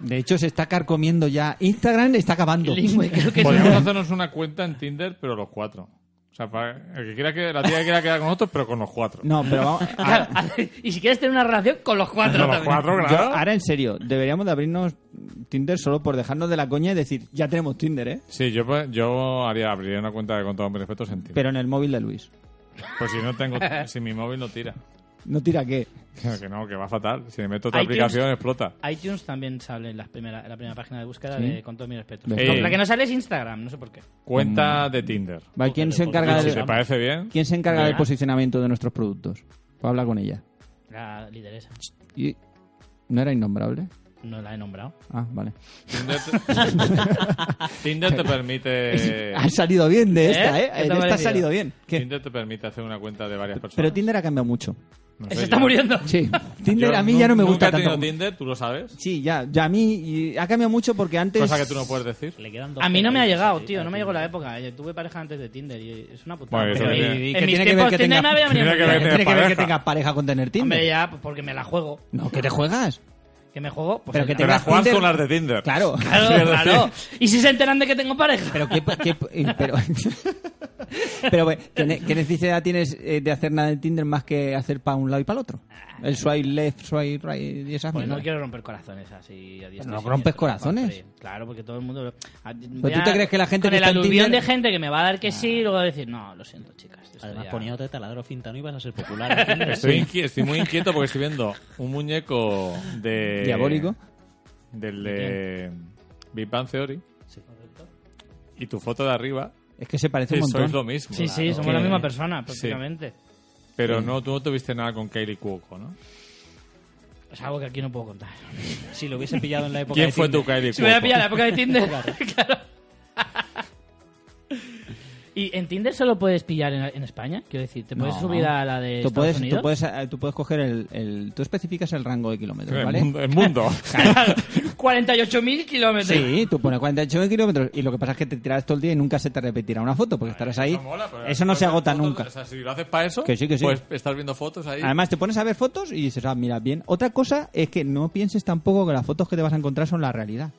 Speaker 2: De hecho, se está carcomiendo ya. Instagram está acabando.
Speaker 1: Lingüe, creo que es
Speaker 3: Podríamos
Speaker 1: una-
Speaker 3: hacernos una cuenta en Tinder, pero los cuatro. O sea, para el que quiera que la tía que quiera quedar con nosotros, pero con los cuatro.
Speaker 2: No, pero vamos.
Speaker 1: Claro, y si quieres tener una relación con los cuatro
Speaker 3: Con los
Speaker 1: también.
Speaker 3: cuatro,
Speaker 2: Yo,
Speaker 3: claro.
Speaker 2: ahora en serio, deberíamos de abrirnos Tinder solo por dejarnos de la coña y decir, ya tenemos Tinder, ¿eh?
Speaker 3: Sí, yo, pues, yo haría, abriría una cuenta de con todos mis respetos en Tinder.
Speaker 2: Pero en el móvil de Luis.
Speaker 3: Pues si no
Speaker 2: [LAUGHS]
Speaker 3: tengo, si mi móvil no tira. [LAUGHS]
Speaker 2: No tira qué.
Speaker 3: Que que no, que va fatal. Si le meto otra
Speaker 1: iTunes.
Speaker 3: aplicación, explota.
Speaker 1: iTunes también sale en la primera, en la primera página de búsqueda
Speaker 2: Sí.
Speaker 1: de Con todo mi respeto.
Speaker 2: Ve.
Speaker 1: No,
Speaker 3: Eh.
Speaker 1: la que no sale es Instagram, no sé por qué.
Speaker 3: Cuenta de Tinder.
Speaker 2: Va, ¿quién
Speaker 4: Joder,
Speaker 2: se
Speaker 4: por
Speaker 2: encarga,
Speaker 4: Dios,
Speaker 3: Si
Speaker 2: del-
Speaker 3: te
Speaker 4: vamos.
Speaker 3: parece bien.
Speaker 2: ¿quién se encarga del
Speaker 1: Ah.
Speaker 2: posicionamiento de nuestros productos? Pues habla con ella.
Speaker 1: La lideresa.
Speaker 2: Y- ¿No era innombrable?
Speaker 1: No la he nombrado.
Speaker 2: Ah, vale.
Speaker 3: Tinder
Speaker 2: [LAUGHS]
Speaker 3: te, [LAUGHS] Tinder te permite.
Speaker 2: Ha salido bien de esta,
Speaker 1: ¿Eh?
Speaker 2: ¿eh?
Speaker 1: ¿Qué te ha
Speaker 2: En esta ha
Speaker 1: parecido?
Speaker 2: salido bien. ¿Qué?
Speaker 3: Tinder te permite hacer una cuenta de varias personas.
Speaker 2: Pero Tinder ha cambiado mucho.
Speaker 3: No sé,
Speaker 1: Se está
Speaker 3: yo-
Speaker 1: muriendo.
Speaker 2: Sí. [LAUGHS]
Speaker 3: yo
Speaker 2: Tinder a mí ya no me
Speaker 3: nunca
Speaker 2: gusta
Speaker 3: he tenido
Speaker 2: tanto.
Speaker 3: Tinder, tú lo sabes.
Speaker 2: Sí, ya, ya a mí y ha cambiado mucho porque antes...
Speaker 3: Cosa que tú no puedes decir.
Speaker 4: Le quedan dos
Speaker 1: A mí no me ha
Speaker 4: pelotas,
Speaker 1: llegado,
Speaker 4: sí,
Speaker 1: tío. No me
Speaker 4: a
Speaker 1: llegó
Speaker 4: Tinder.
Speaker 1: la época. Yo tuve pareja antes de Tinder y es una putada.
Speaker 3: Bueno, eso
Speaker 1: Pero
Speaker 3: tiene-
Speaker 1: en-
Speaker 2: ¿y
Speaker 1: en
Speaker 2: qué
Speaker 1: mis
Speaker 2: tiene que
Speaker 1: tiempos
Speaker 2: ver que
Speaker 1: Tinder
Speaker 2: tenga-
Speaker 1: no había venido
Speaker 3: ¿eh? tiene que
Speaker 1: nunca.
Speaker 3: ver
Speaker 2: Tiene que ver que
Speaker 3: pareja.
Speaker 2: tengas pareja con tener Tinder.
Speaker 1: Hombre, ya, pues porque me la juego.
Speaker 2: No, que te juegas.
Speaker 1: ¿Que me juego? Pues
Speaker 2: Pero
Speaker 1: en
Speaker 2: que
Speaker 1: la-
Speaker 2: te-
Speaker 3: Pero a
Speaker 2: tengas
Speaker 3: jugar
Speaker 2: Tinder-
Speaker 3: con las de Tinder.
Speaker 2: Claro.
Speaker 1: Claro, claro. ¿Y si se enteran de que tengo pareja?
Speaker 2: Pero qué, qué- eh, pero, [LAUGHS] pero bueno, ¿qué, ne- qué necesidad tienes eh, de hacer nada en Tinder más que hacer para un lado y para el otro? El swipe left, swipe right y esas
Speaker 1: Pues no
Speaker 2: mierdas.
Speaker 1: quiero romper corazones así. A diestra
Speaker 2: no
Speaker 1: y siniestra,
Speaker 2: rompes corazones.
Speaker 1: Juanfrey. Claro, porque todo el mundo. lo- a- voy
Speaker 2: Pero tú
Speaker 1: a-
Speaker 2: te crees que la gente
Speaker 1: con
Speaker 2: que
Speaker 1: el
Speaker 2: está en
Speaker 1: aluvión
Speaker 2: Tinder- Ah.
Speaker 1: de gente que me va a dar que sí y luego va a decir, no, lo siento, chicas. esto
Speaker 4: Además,
Speaker 1: ya-
Speaker 4: poniéndote taladro fintano ibas a
Speaker 3: [LAUGHS]
Speaker 4: ser popular. en Tinder.
Speaker 3: Estoy, inqui- estoy muy inquieto porque estoy viendo un muñeco de.
Speaker 2: Diabólico.
Speaker 3: Del de. Big Bang Theory.
Speaker 4: Sí, correcto.
Speaker 3: Y tu foto de arriba.
Speaker 2: Es que se parece
Speaker 3: Que
Speaker 2: un
Speaker 3: sois lo
Speaker 2: montón.
Speaker 3: mismo.
Speaker 1: Sí, sí,
Speaker 3: Claro.
Speaker 1: somos
Speaker 2: que-
Speaker 1: la misma persona, prácticamente.
Speaker 3: Pero no, tú no tuviste nada con Kaylee Cuoco, ¿no?
Speaker 1: Es algo que aquí no puedo contar.
Speaker 4: Si lo hubiese pillado en la época
Speaker 3: ¿Quién
Speaker 4: de
Speaker 3: fue
Speaker 4: Tinder.
Speaker 3: tu Kaylee
Speaker 1: Si me hubiera
Speaker 3: Cuoco?
Speaker 1: pillado la época de Tinder, [LAUGHS] claro. ¿Y en Tinder solo puedes pillar en, en España? Quiero decir, ¿te puedes
Speaker 2: No.
Speaker 1: subir a la de
Speaker 2: Tú
Speaker 1: Estados
Speaker 2: puedes,
Speaker 1: Unidos? [LAUGHS]
Speaker 2: tú, puedes, eh, tú puedes coger el, el- Tú especificas el rango de kilómetros,
Speaker 3: [LAUGHS] El
Speaker 2: ¿vale?
Speaker 3: mundo. El mundo.
Speaker 1: [LAUGHS] 48.000 kilómetros.
Speaker 2: Sí, tú pones 48 kilómetros y lo que pasa es que te tirarás todo el día y nunca se te repetirá una foto porque estarás [LAUGHS] ahí.
Speaker 3: Eso mola, pero
Speaker 2: Eso no se
Speaker 3: hacer
Speaker 2: agota
Speaker 3: fotos,
Speaker 2: nunca.
Speaker 3: O sea, si lo haces para eso,
Speaker 2: Que sí, que sí.
Speaker 3: pues estar viendo fotos ahí.
Speaker 2: Además, te pones a ver fotos y dices, ah, mira, bien. Otra cosa es que no pienses tampoco que las fotos que te vas a encontrar son la realidad.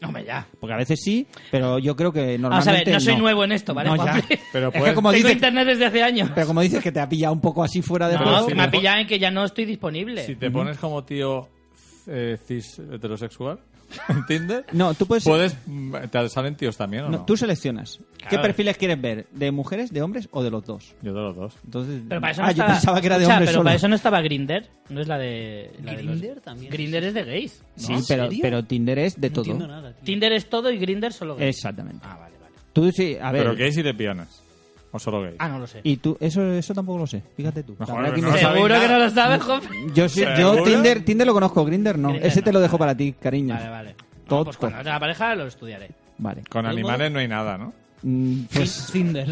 Speaker 1: No, hombre, ya.
Speaker 2: Porque a veces sí, pero yo creo que normalmente.
Speaker 1: Vamos a ver, no soy nuevo en esto, ¿vale?
Speaker 2: No,
Speaker 1: Juanfe?
Speaker 2: ya.
Speaker 3: Pero pues,
Speaker 2: Es que
Speaker 3: puedes-
Speaker 2: como
Speaker 1: Tengo
Speaker 2: dices,
Speaker 1: internet desde hace años.
Speaker 2: pero como dices que te ha pillado un poco así fuera de
Speaker 1: No,
Speaker 3: Pero
Speaker 2: juego,
Speaker 3: si
Speaker 1: me ha
Speaker 3: me-
Speaker 1: pillado en que ya no estoy disponible.
Speaker 3: Si te pones como tío eh, cis heterosexual [LAUGHS] en Tinder,
Speaker 2: No, tú puedes.
Speaker 3: puedes. mm, ¿Te salen tíos también o no?
Speaker 2: Pues, no, tú seleccionas. ¿Qué
Speaker 1: Claro.
Speaker 2: perfiles quieres ver? ¿De mujeres, de hombres o de los dos?
Speaker 3: Yo de los dos.
Speaker 2: Entonces,
Speaker 1: Pero para eso
Speaker 2: ah,
Speaker 1: no
Speaker 2: yo
Speaker 1: estaba...
Speaker 2: pensaba que era de
Speaker 1: Escucha,
Speaker 2: hombres
Speaker 1: pero
Speaker 2: solo.
Speaker 1: para eso no estaba Grinder. No es la de... la de los-
Speaker 4: Grindr también.
Speaker 1: Grindr es de gays. ¿no?
Speaker 2: Sí, pero,
Speaker 4: serio?
Speaker 2: pero Tinder es de
Speaker 4: No
Speaker 2: todo.
Speaker 4: entiendo nada, tío.
Speaker 1: Tinder es todo y Grinder solo gays.
Speaker 2: Exactamente.
Speaker 1: Ah, vale, vale.
Speaker 2: Tú sí, a ver.
Speaker 3: ¿Pero gays y lesbianas? ¿O solo gays?
Speaker 1: Ah, no lo sé.
Speaker 2: Y tú, eso, eso tampoco lo sé. Fíjate tú. La
Speaker 3: Joder,
Speaker 2: verdad que
Speaker 3: no
Speaker 2: me-
Speaker 3: sabía.
Speaker 1: Seguro
Speaker 3: sabéis
Speaker 1: que no
Speaker 3: nada.
Speaker 1: lo sabes, Juanfe.
Speaker 2: Yo, sí- yo
Speaker 3: ¿Seguro?
Speaker 2: Tinder, Tinder lo conozco, Grinder no.
Speaker 1: Grindr
Speaker 2: Ese te
Speaker 1: no,
Speaker 2: lo dejo
Speaker 1: vale.
Speaker 2: para ti, cariño.
Speaker 1: Vale, vale. No,
Speaker 2: Tonto.
Speaker 1: pues cuando tenga pareja lo estudiaré.
Speaker 2: Vale.
Speaker 3: Con animales no hay nada, ¿no?
Speaker 2: Mm, Pues,
Speaker 4: Tinder.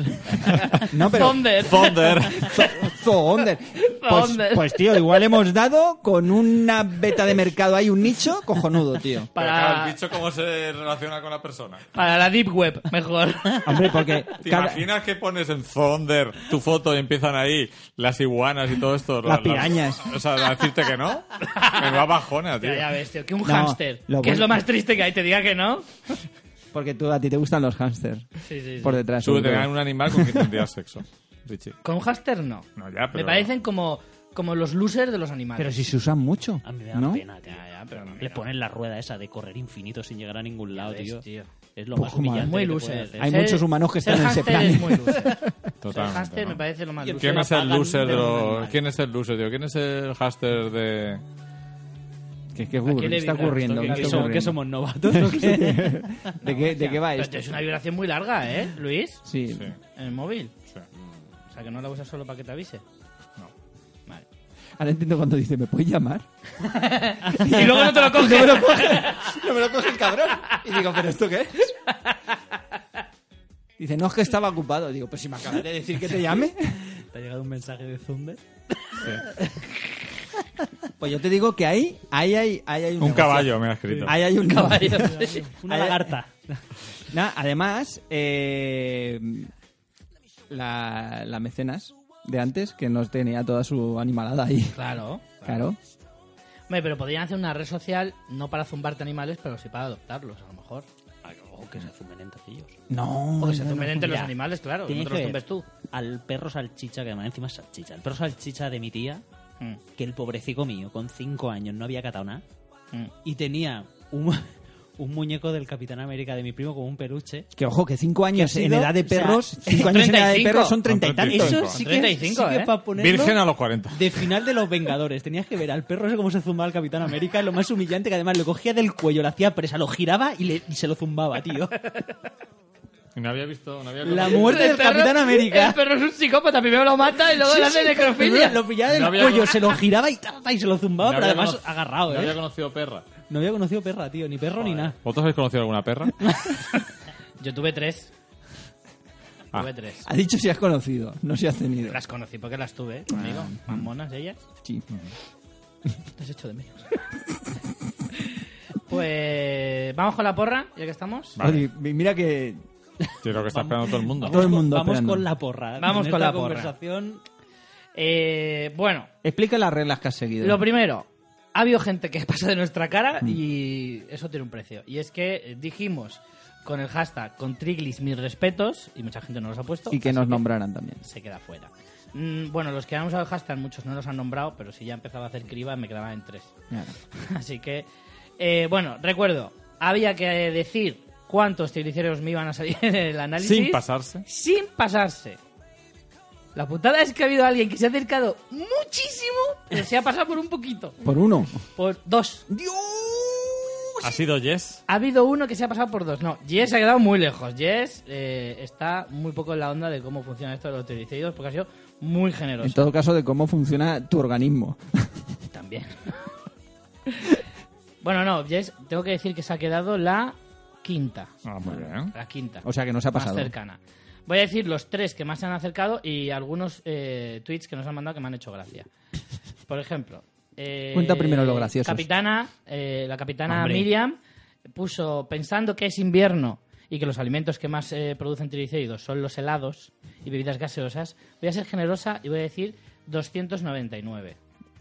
Speaker 2: no, pero.
Speaker 1: Thunder.
Speaker 3: Thunder.
Speaker 2: [LAUGHS] Zo- Zoonder. Pues,
Speaker 1: Zoonder.
Speaker 2: pues, tío, igual hemos dado con una beta de mercado ahí, un nicho cojonudo, tío.
Speaker 1: Para,
Speaker 3: ¿El bicho cómo se relaciona con la persona?
Speaker 1: para la Deep Web, mejor.
Speaker 2: [LAUGHS] Hombre, porque.
Speaker 3: ¿Te
Speaker 2: cada-
Speaker 3: imaginas que pones en Thunder tu foto y empiezan ahí las iguanas y todo esto?
Speaker 2: Las pirañas.
Speaker 3: o sea, a decirte que no. Me va bajona, tío.
Speaker 1: ya, ya ves, tío. Que un
Speaker 2: No,
Speaker 1: hámster. Que
Speaker 2: lo
Speaker 1: es
Speaker 2: bueno-
Speaker 1: lo más triste que hay. Te diga que no.
Speaker 2: Porque tú, a ti te gustan los hámsters.
Speaker 1: Sí, sí, sí.
Speaker 2: Por detrás.
Speaker 3: Tú
Speaker 2: sobre
Speaker 3: tenías
Speaker 2: todo.
Speaker 3: un animal con quien tendrías sexo, Richie.
Speaker 1: Con un hámster no.
Speaker 3: No, ya,
Speaker 1: Me
Speaker 3: pero-
Speaker 1: parecen como, como los losers de los animales.
Speaker 2: Pero si se usan mucho.
Speaker 4: A mí me da
Speaker 2: [LAUGHS] ¿No?
Speaker 4: pena, tío. Le ponen la rueda esa de correr infinito sin llegar a ningún lado,
Speaker 1: ves,
Speaker 4: tío.
Speaker 1: tío.
Speaker 4: Es lo
Speaker 2: Pues,
Speaker 4: más
Speaker 2: madre.
Speaker 4: humillante
Speaker 1: Muy
Speaker 4: que te
Speaker 1: loser.
Speaker 4: puede hacer.
Speaker 2: Hay
Speaker 1: Ser-
Speaker 2: muchos humanos que
Speaker 1: ser
Speaker 2: están en ese
Speaker 1: hámster
Speaker 2: plan.
Speaker 1: Es muy loser. Ser
Speaker 3: Totalmente.
Speaker 1: hámster me
Speaker 3: ¿no?
Speaker 1: parece lo más
Speaker 4: Y el
Speaker 1: loser.
Speaker 3: ¿Quién es el
Speaker 4: Pagan
Speaker 3: loser de
Speaker 4: de un
Speaker 3: los-
Speaker 4: animal.
Speaker 3: ¿Quién es el loser, tío? ¿Quién es el haster de...?
Speaker 2: ¿Qué, qué
Speaker 1: ¿A qué le
Speaker 2: está
Speaker 1: vibra?
Speaker 2: ocurriendo?
Speaker 4: ¿Qué-
Speaker 2: ¿Qué
Speaker 4: qué
Speaker 2: está
Speaker 4: somos-
Speaker 2: ocurriendo?
Speaker 4: qué somos novatos?
Speaker 2: [LAUGHS] ¿De qué, de qué va
Speaker 1: Pero
Speaker 2: esto?
Speaker 1: esto es una vibración muy larga, ¿eh, Luis?
Speaker 2: Sí.
Speaker 3: Sí,
Speaker 1: En el móvil.
Speaker 3: sí.
Speaker 2: [LAUGHS]
Speaker 1: O sea, que no la usas solo para que te avise.
Speaker 3: No.
Speaker 1: Vale.
Speaker 2: Ahora entiendo cuando dice, ¿me puedes llamar?
Speaker 1: Y luego no te lo
Speaker 2: No
Speaker 1: coge. [LAUGHS]
Speaker 2: me lo [LAUGHS] coge, no me lo coge el cabrón. Y digo, ¿pero esto qué es? Dice, no, es que estaba ocupado. Digo, pues si me acabas de decir que te llame.
Speaker 4: ¿Te ha llegado un mensaje de Zumbe?
Speaker 2: Pues yo te digo que ahí, ahí hay, ahí hay un,
Speaker 3: Un
Speaker 2: negocio.
Speaker 3: caballo me ha escrito.
Speaker 2: Ahí hay un caballo.
Speaker 4: Una
Speaker 2: Ahí-
Speaker 4: lagarta.
Speaker 2: Nah, además, eh, la, la mecenas de antes, que nos tenía toda su animalada ahí.
Speaker 1: Claro.
Speaker 2: Claro.
Speaker 1: Hombre, pero podrían hacer una red social no para zumbarte animales, pero sí para adoptarlos, a lo mejor.
Speaker 3: oh,
Speaker 4: O que se zumben enterrillos.
Speaker 2: No.
Speaker 1: O que se
Speaker 2: no, no.
Speaker 1: zumben entre los
Speaker 4: mira,
Speaker 1: animales, claro. No te
Speaker 4: Tienes
Speaker 1: los
Speaker 4: que
Speaker 1: zumbes
Speaker 4: ver
Speaker 1: tú.
Speaker 4: al perro salchicha, que además encima es salchicha. El perro salchicha de mi tía,
Speaker 1: Mm,
Speaker 4: que el pobrecito mío, con 5 años, no había catado nada.
Speaker 1: mm.
Speaker 4: Y tenía un, [LAUGHS] un muñeco del Capitán América de mi primo como un peluche.
Speaker 2: Que ojo, que cinco años
Speaker 4: sido?
Speaker 2: en edad de
Speaker 4: O sea,
Speaker 2: perros, cinco años en edad de
Speaker 1: 35.
Speaker 2: perros son treinta y
Speaker 3: Son
Speaker 2: tantos.
Speaker 3: 35.
Speaker 4: Eso
Speaker 3: Con
Speaker 4: sí que,
Speaker 1: 35,
Speaker 4: sí que
Speaker 1: ¿eh?
Speaker 4: para ponerlo
Speaker 3: Virgen a los 40.
Speaker 4: de final de Los Vengadores. Tenías que ver al perro ese cómo se zumbaba al Capitán América. y Lo más humillante que además lo cogía del cuello, lo hacía presa, lo giraba y, le- y se lo
Speaker 1: [LAUGHS]
Speaker 4: zumbaba, tío.
Speaker 3: Y no había visto, no había
Speaker 4: La muerte del
Speaker 1: El perro-
Speaker 4: Capitán América.
Speaker 1: El perro es un psicópata, primero lo mata y luego le hace necrofilia.
Speaker 4: Lo pillaba del
Speaker 3: No había-
Speaker 4: cuello, se lo giraba y, ta, ta, y se lo zumbaba,
Speaker 3: no
Speaker 4: pero
Speaker 3: había
Speaker 4: además
Speaker 3: cono-
Speaker 4: agarrado,
Speaker 3: no
Speaker 4: ¿eh?
Speaker 3: había conocido perra.
Speaker 4: No había conocido perra, tío, ni perro ni nada.
Speaker 3: ¿Vosotros habéis conocido alguna perra?
Speaker 1: Yo tuve tres.
Speaker 3: Ah.
Speaker 1: Tuve tres.
Speaker 2: Ha dicho si has conocido, no si has tenido.
Speaker 1: Las conocí porque las tuve eh, conmigo. Más monas ellas.
Speaker 2: Sí.
Speaker 1: Las hecho de menos. [LAUGHS] pues vamos con la porra, ya que estamos.
Speaker 3: Vale.
Speaker 2: Oye, mi- mira que
Speaker 3: Yo creo que está esperando todo el mundo.
Speaker 2: Todo el mundo
Speaker 4: Vamos
Speaker 2: esperando.
Speaker 4: con la porra.
Speaker 1: Vamos
Speaker 4: En
Speaker 1: con
Speaker 4: esta
Speaker 1: la porra.
Speaker 4: conversación,
Speaker 1: Eh, bueno,
Speaker 2: explica las reglas que has seguido.
Speaker 1: lo primero. Ha habido gente que [LAUGHS] pasa de nuestra cara y eso tiene un precio. Y es que eh, dijimos con el hashtag con Triglis mis respetos, y mucha gente no los ha puesto.
Speaker 2: y que
Speaker 1: así
Speaker 2: nos nombraran también.
Speaker 1: se queda fuera. Mm, bueno, los que han usado el hashtag, muchos no los han nombrado, pero si ya empezaba a hacer criba, me quedaba en tres. [LAUGHS]
Speaker 2: Claro.
Speaker 1: Así que, eh, bueno, recuerdo, había que decir cuántos tigricieros me iban a salir en el análisis.
Speaker 3: Sin pasarse.
Speaker 1: Sin pasarse. La putada es que ha habido alguien que se ha acercado muchísimo, pero se ha pasado por un poquito.
Speaker 2: Por uno.
Speaker 1: Por dos.
Speaker 3: Ha sido Yes.
Speaker 1: Ha habido uno que se ha pasado por dos. No, Jess ha quedado muy lejos. Jess eh, está muy poco en la onda de cómo funciona esto de los triglicéridos porque ha sido muy generoso.
Speaker 2: En todo caso, de cómo funciona tu organismo.
Speaker 1: También. [LAUGHS] bueno, no, Jess, tengo que decir que se ha quedado la quinta.
Speaker 3: Ah, muy bien.
Speaker 1: La quinta.
Speaker 2: O sea que nos ha pasado.
Speaker 1: Más cercana. Voy a decir los tres que más se han acercado y algunos eh, tweets que nos han mandado que me han hecho gracia. Por ejemplo. eh,
Speaker 2: Cuenta primero lo graciosos.
Speaker 1: Capitana, eh, la capitana
Speaker 4: Hombre.
Speaker 1: Miriam puso, pensando que es invierno y que los alimentos que más eh, producen triglicéridos son los helados y bebidas gaseosas, voy a ser generosa y voy a decir 299.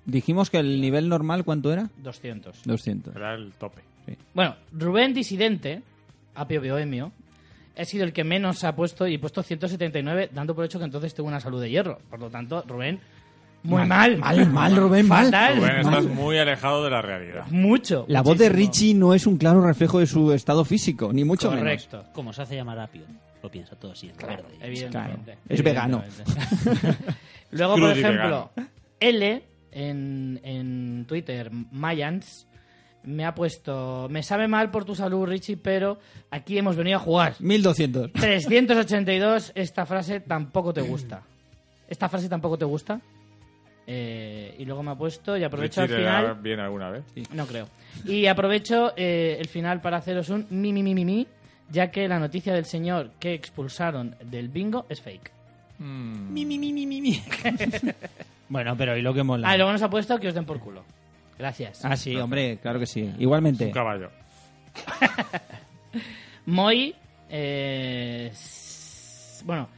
Speaker 2: Dijimos que el nivel normal, ¿cuánto era?
Speaker 1: 200.
Speaker 2: 200.
Speaker 3: Era el tope.
Speaker 1: Bueno, Rubén Disidente, apio bohemio, ha sido el que menos ha puesto y puesto 179, dando por hecho que entonces tuvo una salud de hierro. Por lo tanto, Rubén, muy mal.
Speaker 2: Mal, mal, Rubén, mal.
Speaker 1: Fatal.
Speaker 3: Rubén, estás muy alejado de la realidad.
Speaker 1: Mucho.
Speaker 2: La voz de Richie no es un claro reflejo de su estado físico, ni mucho menos.
Speaker 1: Correcto.
Speaker 4: como se hace llamar Apio, lo piensa todo así en verde.
Speaker 1: Evidentemente.
Speaker 2: Claro, es vegano.
Speaker 1: Evidentemente. [LAUGHS] Luego, por
Speaker 3: Crudo y
Speaker 1: ejemplo, L en, en Twitter, Mayans, me ha puesto, me sabe mal por tu salud, Richie, pero aquí hemos venido a jugar.
Speaker 2: 1200.
Speaker 1: 382, esta frase tampoco te gusta. Esta frase tampoco te gusta. Eh, y luego me ha puesto y aprovecho
Speaker 3: Richie
Speaker 1: al
Speaker 3: le da
Speaker 1: final.
Speaker 3: bien alguna vez.
Speaker 1: No creo. Y aprovecho eh, el final para haceros un mi, mi, mi, mi, mi, ya que la noticia del señor que expulsaron del bingo es fake.
Speaker 4: Mi, mi, mi, mi, mi, mi.
Speaker 2: Bueno, pero y lo que
Speaker 1: Ah, y
Speaker 2: mola.
Speaker 1: luego nos ha puesto que os den por culo. Gracias.
Speaker 2: Ah, sí, hombre, claro que sí.
Speaker 3: Un
Speaker 2: Igualmente.
Speaker 3: caballo.
Speaker 1: Moi, eh, s- bueno,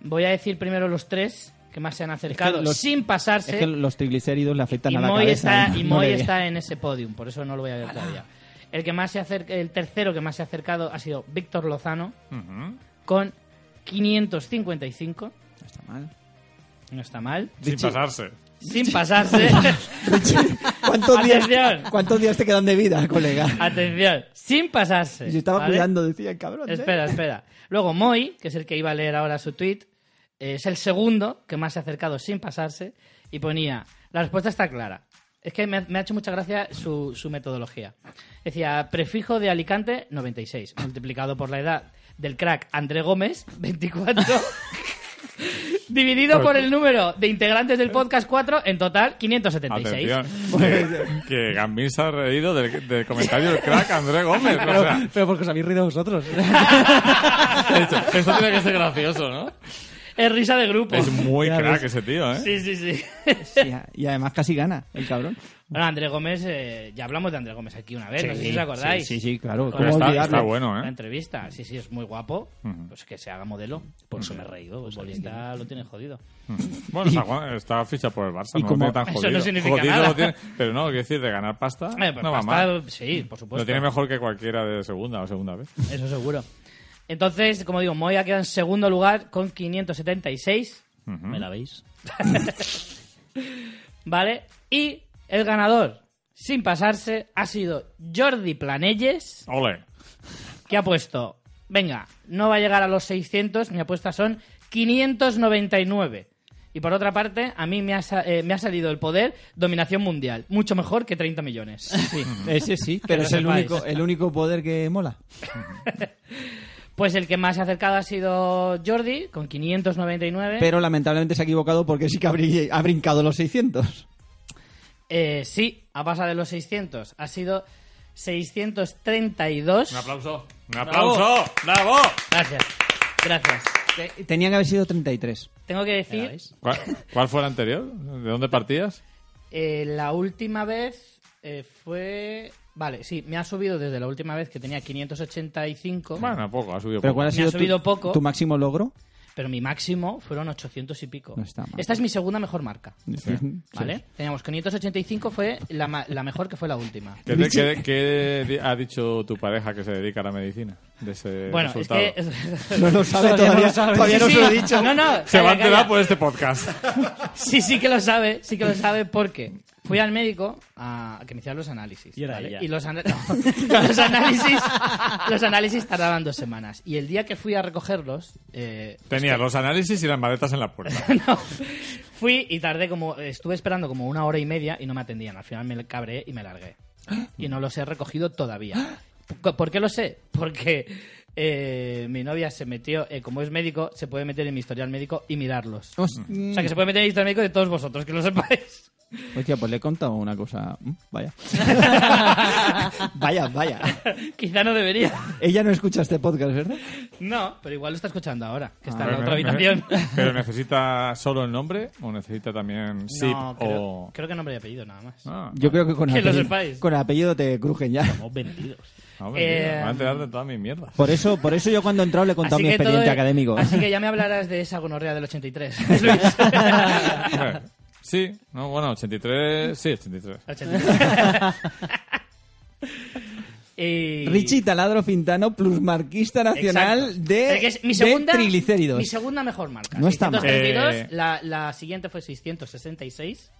Speaker 1: voy a decir primero los tres que más se han acercado
Speaker 2: los-
Speaker 1: sin pasarse.
Speaker 2: Es que los triglicéridos le afectan
Speaker 1: y
Speaker 2: a la
Speaker 1: Moy
Speaker 2: cabeza.
Speaker 1: está, y
Speaker 2: [LAUGHS] no
Speaker 1: Moy
Speaker 2: le-
Speaker 1: está en ese podium, por eso no lo voy a ver todavía. El, que más se acerca, el tercero que más se ha acercado ha sido Víctor Lozano
Speaker 3: Ujú.
Speaker 1: con 555.
Speaker 2: No está mal.
Speaker 1: No está mal.
Speaker 3: Sin pasarse.
Speaker 2: [LAUGHS]
Speaker 1: Sin pasarse.
Speaker 2: ¿Cuántos días,
Speaker 1: Atención.
Speaker 2: ¿Cuántos días te quedan de vida, colega?
Speaker 1: [LAUGHS] Atención, sin pasarse.
Speaker 2: Si estaba
Speaker 1: ¿vale?
Speaker 2: cuidando, decía el cabrón. ¿eh?
Speaker 1: Espera, espera. Luego Moy, que es el que iba a leer ahora su tweet, eh, es el segundo que más se ha acercado sin pasarse y ponía, la respuesta está clara. Es que me, me ha hecho mucha gracia su, su metodología. Decía, prefijo de Alicante 96, multiplicado por la edad del crack André Gómez, 24, [LAUGHS] Dividido por el número de integrantes del podcast 4, en total 576.
Speaker 3: Atención, que, que Gambín se ha reído del, del comentario del crack André Gómez. o
Speaker 2: Pero,
Speaker 3: sea,
Speaker 2: pero porque os habéis reído vosotros.
Speaker 3: de hecho, esto tiene que ser gracioso, ¿no?
Speaker 1: Es risa de grupo.
Speaker 3: Es muy
Speaker 2: Ya
Speaker 3: crack
Speaker 2: ves.
Speaker 3: ese tío, ¿eh?
Speaker 1: Sí, sí, sí.
Speaker 2: Sí, y además casi gana el cabrón.
Speaker 1: Bueno, André Gómez, eh, ya hablamos de André Gómez aquí una vez, no sé si os acordáis.
Speaker 2: Sí, sí, claro.
Speaker 3: Pero
Speaker 2: ¿Cómo
Speaker 3: está,
Speaker 2: olvidarlo?
Speaker 3: está bueno,
Speaker 1: Una
Speaker 3: ¿eh?
Speaker 1: entrevista, sí, sí, es muy guapo.
Speaker 3: Ujú. Pues
Speaker 1: Pues que se haga modelo. Pues
Speaker 4: Por eso me he reído. o sea,
Speaker 1: Futbolista lo tiene jodido.
Speaker 3: Bueno, está, Juan- está ficha por el Barça,
Speaker 2: Y
Speaker 3: no lo
Speaker 2: como-
Speaker 3: tiene tan
Speaker 1: Eso
Speaker 3: jodido.
Speaker 1: no significa
Speaker 3: Jodido
Speaker 1: nada.
Speaker 3: lo tiene- pero no, quiero decir, de ganar pasta,
Speaker 1: Eh, pues
Speaker 3: no va
Speaker 1: pasta, pues
Speaker 3: mal.
Speaker 1: Sí, por supuesto.
Speaker 3: Lo tiene mejor que cualquiera de segunda o segunda vez.
Speaker 1: Eso seguro. Entonces, como digo, Moya queda en segundo lugar con 576,
Speaker 4: ¿Me la veis?
Speaker 1: ¿vale? Y el ganador, sin pasarse, ha sido Jordi Planelles,
Speaker 3: Ole.
Speaker 1: que ha puesto, venga, no va a llegar a los 600, mi apuesta son 599. Y por otra parte, a mí me ha, sa- eh, me ha salido el poder dominación mundial, mucho mejor que 30 millones.
Speaker 2: [LAUGHS] Sí, ese Eh, sí, pero
Speaker 1: lo
Speaker 2: es el
Speaker 1: sepáis. ¿Eh?
Speaker 2: único, el único poder que mola.
Speaker 1: Pues el que más se ha acercado ha sido Jordi, con 599.
Speaker 2: Pero lamentablemente se ha equivocado porque sí que ha, bri- ha brincado los 600.
Speaker 1: Eh, sí, ha pasado de los 600. Ha sido 632.
Speaker 3: Un aplauso. Un aplauso. Bravo.
Speaker 1: Gracias, gracias.
Speaker 2: Te- Tenían que haber sido 33.
Speaker 1: Tengo que
Speaker 4: ¿Me la
Speaker 1: decir,
Speaker 4: veis?
Speaker 3: ¿Cuál, cuál fue el anterior? ¿De dónde partías?
Speaker 1: eh, la última vez eh, fue... Vale, sí, me ha subido desde la última vez que tenía 585,
Speaker 3: Bueno, poco, ha subido
Speaker 2: Pero
Speaker 3: poco.
Speaker 2: ¿cuál ha
Speaker 1: Me ha
Speaker 2: sido
Speaker 1: subido
Speaker 2: tu,
Speaker 1: poco.
Speaker 2: tu máximo logro?
Speaker 1: pero mi máximo fueron 800 y pico.
Speaker 2: No está mal.
Speaker 1: Esta es mi segunda mejor marca,
Speaker 2: Sí.
Speaker 1: ¿vale? Teníamos 585, fue la, ma- la mejor que fue la última.
Speaker 3: ¿Qué, te- qué- qué di- ha dicho tu pareja que se dedica a la medicina? De ese
Speaker 1: Bueno,
Speaker 3: Eh, resultado.
Speaker 1: es [LAUGHS] que...
Speaker 2: No lo sabe
Speaker 1: Todavía [LAUGHS]
Speaker 2: todavía.
Speaker 1: no
Speaker 2: Todavía no,
Speaker 1: lo sabe. Sí,
Speaker 2: se lo he
Speaker 1: sí.
Speaker 2: dicho.
Speaker 1: No, no,
Speaker 3: Se va a
Speaker 1: calla, calla.
Speaker 3: enterar por este podcast.
Speaker 1: Sí, sí que lo sabe, sí que lo sabe porque fui al médico a a que me hicieran los análisis.
Speaker 4: Y era
Speaker 1: ¿vale?
Speaker 4: ella.
Speaker 1: Y los, ana- no, [LAUGHS] los análisis los análisis tardaban dos semanas. Y el día que fui a recogerlos, eh, [LAUGHS]
Speaker 3: Tenía los análisis y las maletas en la puerta.
Speaker 1: no, fui y tardé como, estuve esperando como una hora y media y no me atendían. Al final me cabré y me
Speaker 4: [GASPS]
Speaker 1: largué. Y no los he recogido todavía. ¿Por- ¿Por qué lo sé? Porque eh, mi novia se metió, eh, como es médico, se puede meter en mi historial médico y mirarlos.
Speaker 2: Host-
Speaker 1: O sea, que se puede meter en el historial médico de todos vosotros, que lo sepáis.
Speaker 2: Hostia, pues le he contado una cosa. Mm,
Speaker 1: [LAUGHS]
Speaker 2: Vaya. vaya, vaya.
Speaker 1: [LAUGHS] Quizá no debería.
Speaker 2: Ella no escucha este podcast, ¿verdad?
Speaker 1: No, pero igual lo está escuchando ahora, que está
Speaker 3: Pero
Speaker 1: en la otra
Speaker 3: ne- ne- [LAUGHS]
Speaker 1: habitación.
Speaker 3: ¿Pero necesita solo el nombre o necesita también SIP
Speaker 1: No, creo,
Speaker 3: o...?
Speaker 1: creo que nombre y apellido nada más.
Speaker 3: Ah,
Speaker 2: Yo creo que con,
Speaker 1: Que lo
Speaker 2: apellido,
Speaker 1: sepáis.
Speaker 2: con el apellido te crujen ya.
Speaker 4: Somos vendidos.
Speaker 3: no, mentira,
Speaker 1: Eh,
Speaker 3: me va a enterar de todas mis mierdas.
Speaker 2: Por eso, por eso yo cuando he entrado le he contado mi expediente
Speaker 1: todo-
Speaker 2: académico.
Speaker 1: Así que ya me hablarás de esa gonorrea del 83. [LAUGHS] Luis.
Speaker 3: Hombre, Sí, no, bueno, 83... Sí, 83.
Speaker 1: 83. [LAUGHS] Y-
Speaker 2: Richie Taladro Fintano, plusmarquista nacional
Speaker 1: Exacto.
Speaker 2: de,
Speaker 1: Es que es mi
Speaker 2: de
Speaker 1: segunda,
Speaker 2: triglicéridos.
Speaker 1: Mi segunda mejor marca.
Speaker 2: No está mal.
Speaker 1: 632,
Speaker 3: Eh.
Speaker 1: la, la siguiente fue 666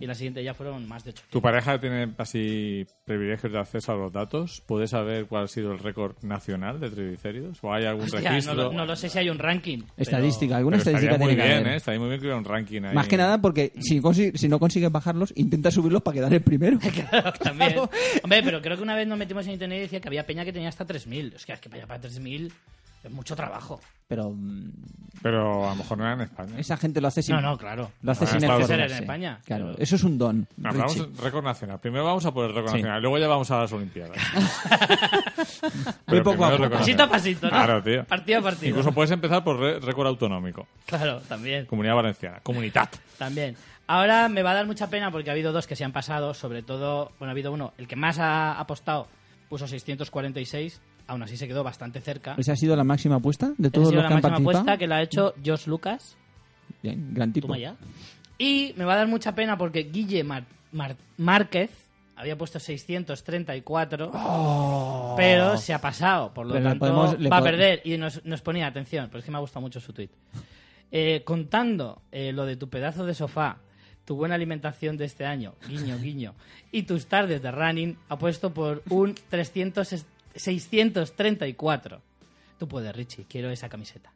Speaker 1: y la siguiente ya fueron más de 8.
Speaker 3: ¿Tu pareja tiene así privilegios de acceso a los datos? ¿Puedes saber cuál ha sido el récord nacional de triglicéridos? ¿O hay
Speaker 1: [LAUGHS]
Speaker 3: algún registro?
Speaker 1: no, lo- no lo sé si hay un ranking. pero-
Speaker 2: Estadística, alguna
Speaker 3: Pero estaría
Speaker 2: estadística
Speaker 3: muy
Speaker 2: tiene que
Speaker 3: bien,
Speaker 2: haber.
Speaker 3: ¿eh? Estaría muy bien que hubiera un ranking ahí.
Speaker 2: Más que nada porque si, consi- si no consigues bajarlos, intenta subirlos para quedar
Speaker 1: [LAUGHS]
Speaker 2: el primero. [LAUGHS]
Speaker 1: También. Hombre, pero creo que una vez nos metimos en internet y decía que había peña que tenía hasta 3.000. Es que, es que para allá para 3.000 es mucho trabajo.
Speaker 2: Pero mm,
Speaker 3: Pero a lo mejor no era en España.
Speaker 2: esa gente lo hace sin...
Speaker 1: No, no, claro.
Speaker 2: Lo hace
Speaker 3: Ah,
Speaker 2: sin
Speaker 3: está bien.
Speaker 2: esforzarse.
Speaker 1: Ser en España.
Speaker 2: Claro,
Speaker 1: Pero-
Speaker 2: eso es un don.
Speaker 3: No, pero
Speaker 2: Richie.
Speaker 3: vamos, récord nacional. Primero vamos a por el récord
Speaker 2: Sí.
Speaker 3: nacional, luego ya vamos a las
Speaker 2: [LAUGHS]
Speaker 3: Olimpiadas.
Speaker 2: Muy
Speaker 3: Pero
Speaker 2: poco a
Speaker 3: primero
Speaker 2: poco.
Speaker 3: récord
Speaker 1: Pasito a
Speaker 3: nacional.
Speaker 1: pasito, ¿no?
Speaker 3: Claro, tío.
Speaker 1: Partido a partido.
Speaker 3: Incluso puedes empezar por re- récord autonómico.
Speaker 1: Claro, también.
Speaker 3: Comunidad Valenciana. Comunidad.
Speaker 1: También. Ahora me va a dar mucha pena porque ha habido dos que se han pasado, sobre todo, bueno, ha habido uno, el que más ha apostado puso 646, aún así se quedó bastante cerca.
Speaker 2: ¿Esa ha sido la máxima apuesta
Speaker 1: Esa
Speaker 2: de
Speaker 1: ha
Speaker 2: todos
Speaker 1: sido
Speaker 2: los
Speaker 1: la
Speaker 2: que han
Speaker 1: máxima
Speaker 2: participado?
Speaker 1: apuesta que la ha hecho Josh Lucas.
Speaker 2: Bien, gran tipo.
Speaker 4: Toma ya.
Speaker 1: Y me va a dar mucha pena porque Guille Mar- Mar- Márquez había puesto 634, pero se ha pasado, por lo
Speaker 2: Oh. Pero le
Speaker 1: tanto
Speaker 2: podemos- le
Speaker 1: va a
Speaker 2: pod-
Speaker 1: perder. Y nos, nos ponía atención, pero es que me ha gustado mucho su tweet. contando eh, lo de tu pedazo de sofá, tu buena alimentación de este año, guiño, guiño, y tus tardes de running, ha puesto por un 300, es- 634. Tú puedes, Richie, quiero esa camiseta.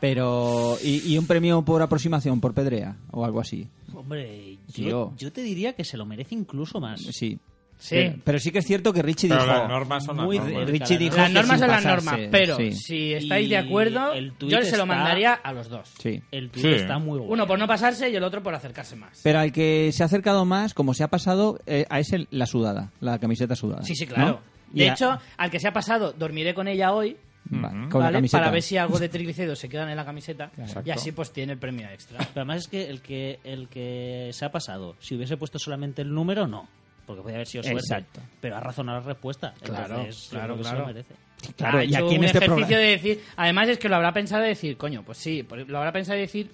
Speaker 2: Pero, y, y un premio por aproximación, por pedrea o algo así.
Speaker 4: [LAUGHS] Hombre, yo,
Speaker 2: Tío.
Speaker 4: yo te diría que se lo merece incluso más.
Speaker 2: Sí. Eh,
Speaker 1: Sí.
Speaker 2: Pero sí que es cierto que Richie
Speaker 3: Pero
Speaker 2: dijo.
Speaker 3: las normas son las
Speaker 4: muy
Speaker 3: normas.
Speaker 4: cerca.
Speaker 2: Richie dijo
Speaker 1: Las
Speaker 2: que
Speaker 1: normas
Speaker 2: sin
Speaker 1: son las
Speaker 2: pasarse,
Speaker 1: normas, pero
Speaker 2: sí.
Speaker 1: si estáis
Speaker 4: Y
Speaker 1: de acuerdo,
Speaker 4: el tuit
Speaker 1: yo se lo
Speaker 4: está-
Speaker 1: mandaría a los dos.
Speaker 2: Sí.
Speaker 4: El tuit
Speaker 3: Sí.
Speaker 4: está muy bueno.
Speaker 1: Uno por no pasarse y el otro por acercarse más.
Speaker 2: Pero al que se ha acercado más, como se ha pasado, eh, a ese la sudada, la camiseta sudada.
Speaker 1: Sí, sí, claro.
Speaker 2: ¿no?
Speaker 1: De
Speaker 2: Y a-
Speaker 1: hecho, al que se ha pasado, dormiré con ella hoy,
Speaker 2: Vale, con la
Speaker 1: ¿vale?
Speaker 2: camiseta.
Speaker 1: Para ver si algo de triglicéridos se quedan en la camiseta y
Speaker 3: Exacto.
Speaker 1: así pues tiene el premio extra.
Speaker 4: Pero además es que el que el que se ha pasado, si hubiese puesto solamente el número, no. Porque podía haber sido suerte.
Speaker 2: Exacto.
Speaker 4: Pero ha razonado la respuesta.
Speaker 1: Claro,
Speaker 4: Entonces, yo
Speaker 1: claro,
Speaker 4: creo que se
Speaker 1: claro.
Speaker 4: lo merece.
Speaker 2: Claro,
Speaker 1: Ha
Speaker 2: y
Speaker 1: hecho
Speaker 2: aquí en
Speaker 1: un
Speaker 2: este
Speaker 1: ejercicio
Speaker 2: programa.
Speaker 1: de decir, además es que lo habrá pensado de decir, coño, pues sí, por- lo habrá pensado de decir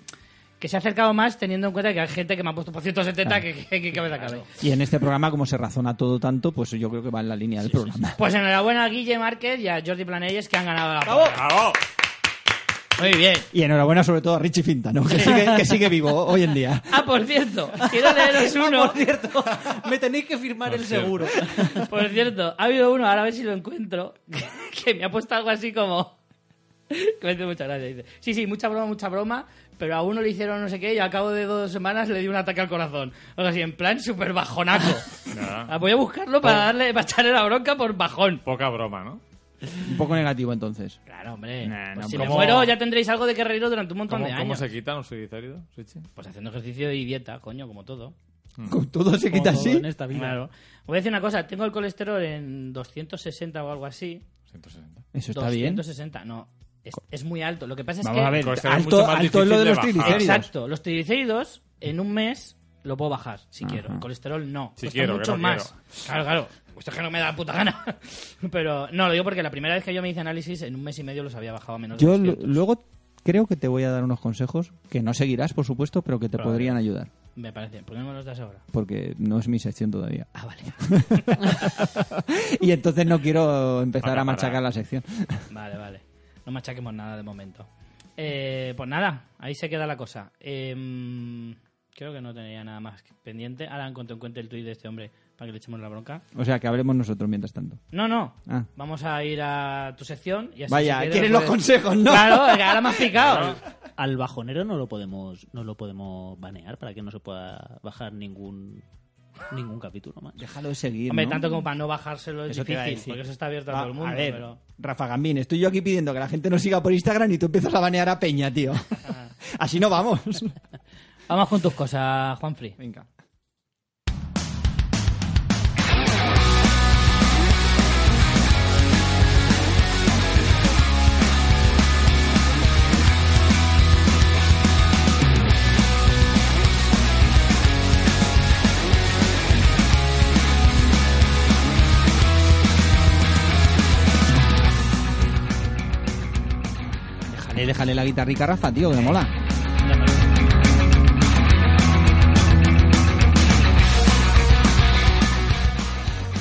Speaker 1: que se ha acercado más teniendo en cuenta que hay gente que me ha puesto por 170 que, que, que cabeza cabe.
Speaker 2: Y en este programa, como se razona todo tanto, pues yo creo que va en la línea del programa.
Speaker 1: Pues enhorabuena a Guille Márquez y a Jordi Planelles que han ganado la porra.
Speaker 3: ¡Bravo!
Speaker 1: Muy bien.
Speaker 2: [LAUGHS] Y enhorabuena sobre todo a Richie Fintano, que sigue, que sigue vivo hoy en día.
Speaker 1: Ah, por cierto, quiero [LAUGHS] leeros uno. Ah, por, cierto.
Speaker 4: [LAUGHS] Me tenéis que firmar
Speaker 3: Por
Speaker 4: el
Speaker 3: cierto.
Speaker 4: seguro.
Speaker 1: ha habido uno, ahora a ver si lo encuentro, [LAUGHS] que me ha puesto algo así como... [LAUGHS] Que me dice muchas gracias. Dice, sí, sí, mucha broma, mucha broma, pero a uno le hicieron no sé qué y al cabo de dos semanas le dio un ataque al corazón. O sea, así, en plan súper bajonaco.
Speaker 3: Nada,
Speaker 1: Ah, Voy a buscarlo para darle, para echarle la bronca por bajón.
Speaker 3: Poca broma, ¿no?
Speaker 2: Un poco negativo entonces.
Speaker 1: Claro, hombre.
Speaker 2: Nah,
Speaker 1: Pues
Speaker 2: no,
Speaker 1: si me
Speaker 3: ¿cómo-
Speaker 1: muero ya tendréis algo de que reíros durante un montón
Speaker 3: ¿Cómo,
Speaker 1: de
Speaker 3: cómo
Speaker 1: años.
Speaker 3: se quitan los triglicéridos, Richie?
Speaker 1: Pues haciendo ejercicio y dieta, coño, como todo.
Speaker 2: Con todo se
Speaker 4: Como
Speaker 2: quita
Speaker 4: todo
Speaker 2: así.
Speaker 4: en esta vida.
Speaker 1: Claro. Voy a decir una cosa, tengo el colesterol en 260 o algo así.
Speaker 3: 160.
Speaker 2: Eso está bien.
Speaker 1: 260, no. Es, es muy alto. Lo que pasa es
Speaker 2: Vamos
Speaker 1: que...
Speaker 2: a ver,
Speaker 3: Pues será
Speaker 2: alto,
Speaker 3: mucho más
Speaker 2: alto es lo de
Speaker 3: difícil de
Speaker 2: los
Speaker 3: bajar.
Speaker 2: triglicéridos.
Speaker 1: Exacto. Los triglicéridos, en un mes, lo puedo bajar, si
Speaker 2: Ajá.
Speaker 1: quiero. El colesterol no.
Speaker 3: Si
Speaker 1: Cuesta
Speaker 3: quiero, que
Speaker 1: mucho
Speaker 3: no
Speaker 1: más. Claro, claro. Esto es que no me da puta gana. [LAUGHS] Pero no, lo digo porque la primera vez que yo me hice análisis, en un mes y medio los había bajado a menos de
Speaker 2: Yo
Speaker 1: 200.
Speaker 2: lu- luego creo que te voy a dar unos consejos que no seguirás, por supuesto, pero que te
Speaker 1: Probable.
Speaker 2: podrían ayudar.
Speaker 1: Me parece. ¿Por qué no me los das ahora?
Speaker 2: Porque no es mi sección todavía.
Speaker 1: Ah, vale.
Speaker 2: Y entonces no quiero empezar
Speaker 3: Para,
Speaker 2: a machacar
Speaker 3: para.
Speaker 2: la sección.
Speaker 1: vale, vale. No machaquemos nada de momento. Eh, pues nada, ahí se queda la cosa. Em, creo que no tenía nada más pendiente. Ahora en cuanto encuentre el tuit de este hombre para que le echemos la bronca.
Speaker 2: O sea, que hablemos nosotros mientras tanto.
Speaker 1: No, no.
Speaker 2: Ah.
Speaker 1: Vamos a ir a tu sección. Y así
Speaker 2: Vaya,
Speaker 1: si quieres
Speaker 2: ¿quieres los
Speaker 1: puedes-
Speaker 2: consejos, no?
Speaker 1: Claro, que ahora me has picado.
Speaker 4: Al bajonero no lo podemos no lo podemos banear para que no se pueda bajar ningún ningún capítulo más.
Speaker 2: Déjalo de seguir.
Speaker 1: Hombre,
Speaker 2: ¿no?
Speaker 1: tanto como para no bajárselo es
Speaker 2: Eso te iba a
Speaker 1: difícil,
Speaker 2: decir.
Speaker 1: porque eso está abierto a
Speaker 2: Va,
Speaker 1: todo el mundo.
Speaker 2: A ver,
Speaker 1: pero-
Speaker 2: Rafa Gambín, estoy yo aquí pidiendo que la gente nos siga por Instagram y tú empiezas a banear a Peña,
Speaker 1: [LAUGHS]
Speaker 2: tío. Así no vamos.
Speaker 1: Vamos con tus cosas, Juanfri.
Speaker 2: Venga. Déjale, déjale la guitarrica a Rafa, tío, que me mola.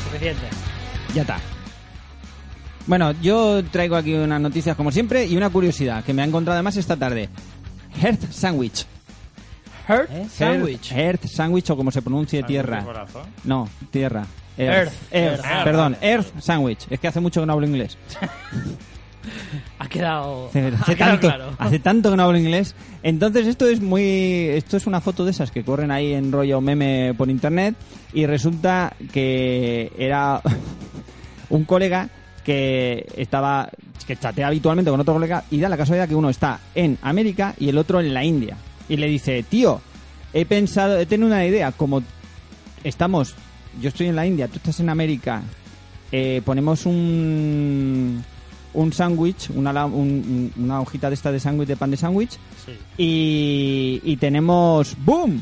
Speaker 1: Suficiente.
Speaker 2: Ya está. Bueno, yo traigo aquí unas noticias como siempre y una curiosidad que me ha encontrado además esta tarde. Earth Sandwich.
Speaker 1: Hurt
Speaker 4: ¿Eh?
Speaker 1: Sandwich.
Speaker 2: Earth, Earth Sandwich o como se pronuncie
Speaker 3: Algo de
Speaker 2: tierra.
Speaker 3: corazón.
Speaker 2: No, tierra.
Speaker 1: Earth.
Speaker 2: Earth.
Speaker 3: Earth.
Speaker 2: Perdón, Earth Sandwich. Es que hace mucho que no hablo inglés.
Speaker 1: Ha quedado, [LAUGHS]
Speaker 2: Hace,
Speaker 1: ha
Speaker 2: hace
Speaker 1: quedado
Speaker 2: tanto,
Speaker 1: claro.
Speaker 2: hace tanto que no hablo inglés. Entonces esto es muy, esto es una foto de esas que corren ahí en rollo meme por internet y resulta que era [LAUGHS] un colega que estaba, que chatea habitualmente con otro colega y da la casualidad que uno está en América y el otro en la India y le dice, tío, he pensado, he tenido una idea, como estamos, yo estoy en la India, tú estás en América, eh, ponemos un un sándwich, una, la- un- un- una hojita de esta de sándwich, de pan de sándwich,
Speaker 4: Sí.
Speaker 2: y, y tenemos ¡boom!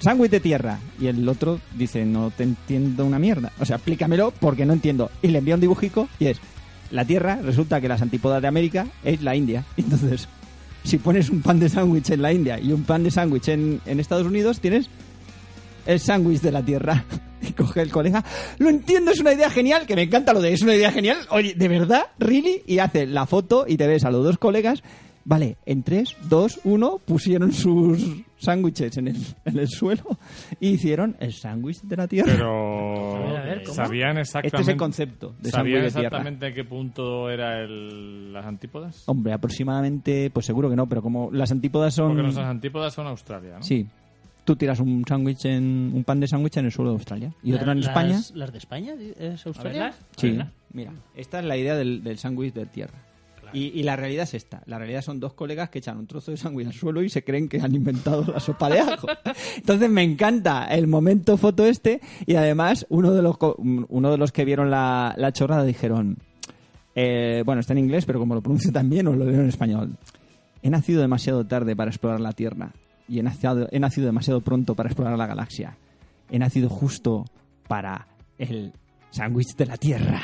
Speaker 2: Sándwich de tierra. Y el otro dice, no te entiendo una mierda. O sea, explícamelo porque no entiendo. Y le envía un dibujico y es, la tierra, resulta que las antípodas de América es la India. [LAUGHS] Entonces, si pones un pan de sándwich en la India y un pan de sándwich en, en Estados Unidos, tienes el sándwich de la tierra. [LAUGHS] Y coge el colega. Lo entiendo, es una idea genial, que me encanta lo de es una idea genial. Oye, ¿de verdad? ¿Really? Y hace la foto y te ves a los dos colegas. Vale, en 3, 2, 1 pusieron sus sándwiches en el, en el suelo y hicieron el sándwich de la tierra.
Speaker 3: Pero
Speaker 1: A ver, a ver, ¿cómo?
Speaker 3: sabían exactamente.
Speaker 2: este es el concepto de sándwich
Speaker 3: ¿Sabían
Speaker 2: de tierra.
Speaker 3: exactamente a qué punto eran el... las antípodas?
Speaker 2: Hombre, aproximadamente, pues seguro que no, pero como las antípodas son...
Speaker 3: Porque las antípodas son Australia, ¿no?
Speaker 2: Sí. tú tiras un sándwich en un pan de sándwich en el suelo de Australia y otro en
Speaker 4: Las-
Speaker 2: España.
Speaker 4: ¿Las de España? ¿Es Australia?
Speaker 1: verlas?
Speaker 2: Sí.
Speaker 4: Verlas.
Speaker 2: Mira, esta es la idea del, del sándwich de tierra. Y, y la realidad es esta. La realidad son dos colegas que echan un trozo de sándwich al suelo y se creen que han inventado la sopa de ajo. Entonces me encanta el momento foto este y además uno de los, co- uno de los que vieron la, la chorrada dijeron, eh, bueno, está en inglés, pero como lo pronuncio también, os lo leo en español. He nacido demasiado tarde para explorar la Tierra y he nacido, he nacido demasiado pronto para explorar la galaxia. He nacido justo para el sándwich de la Tierra.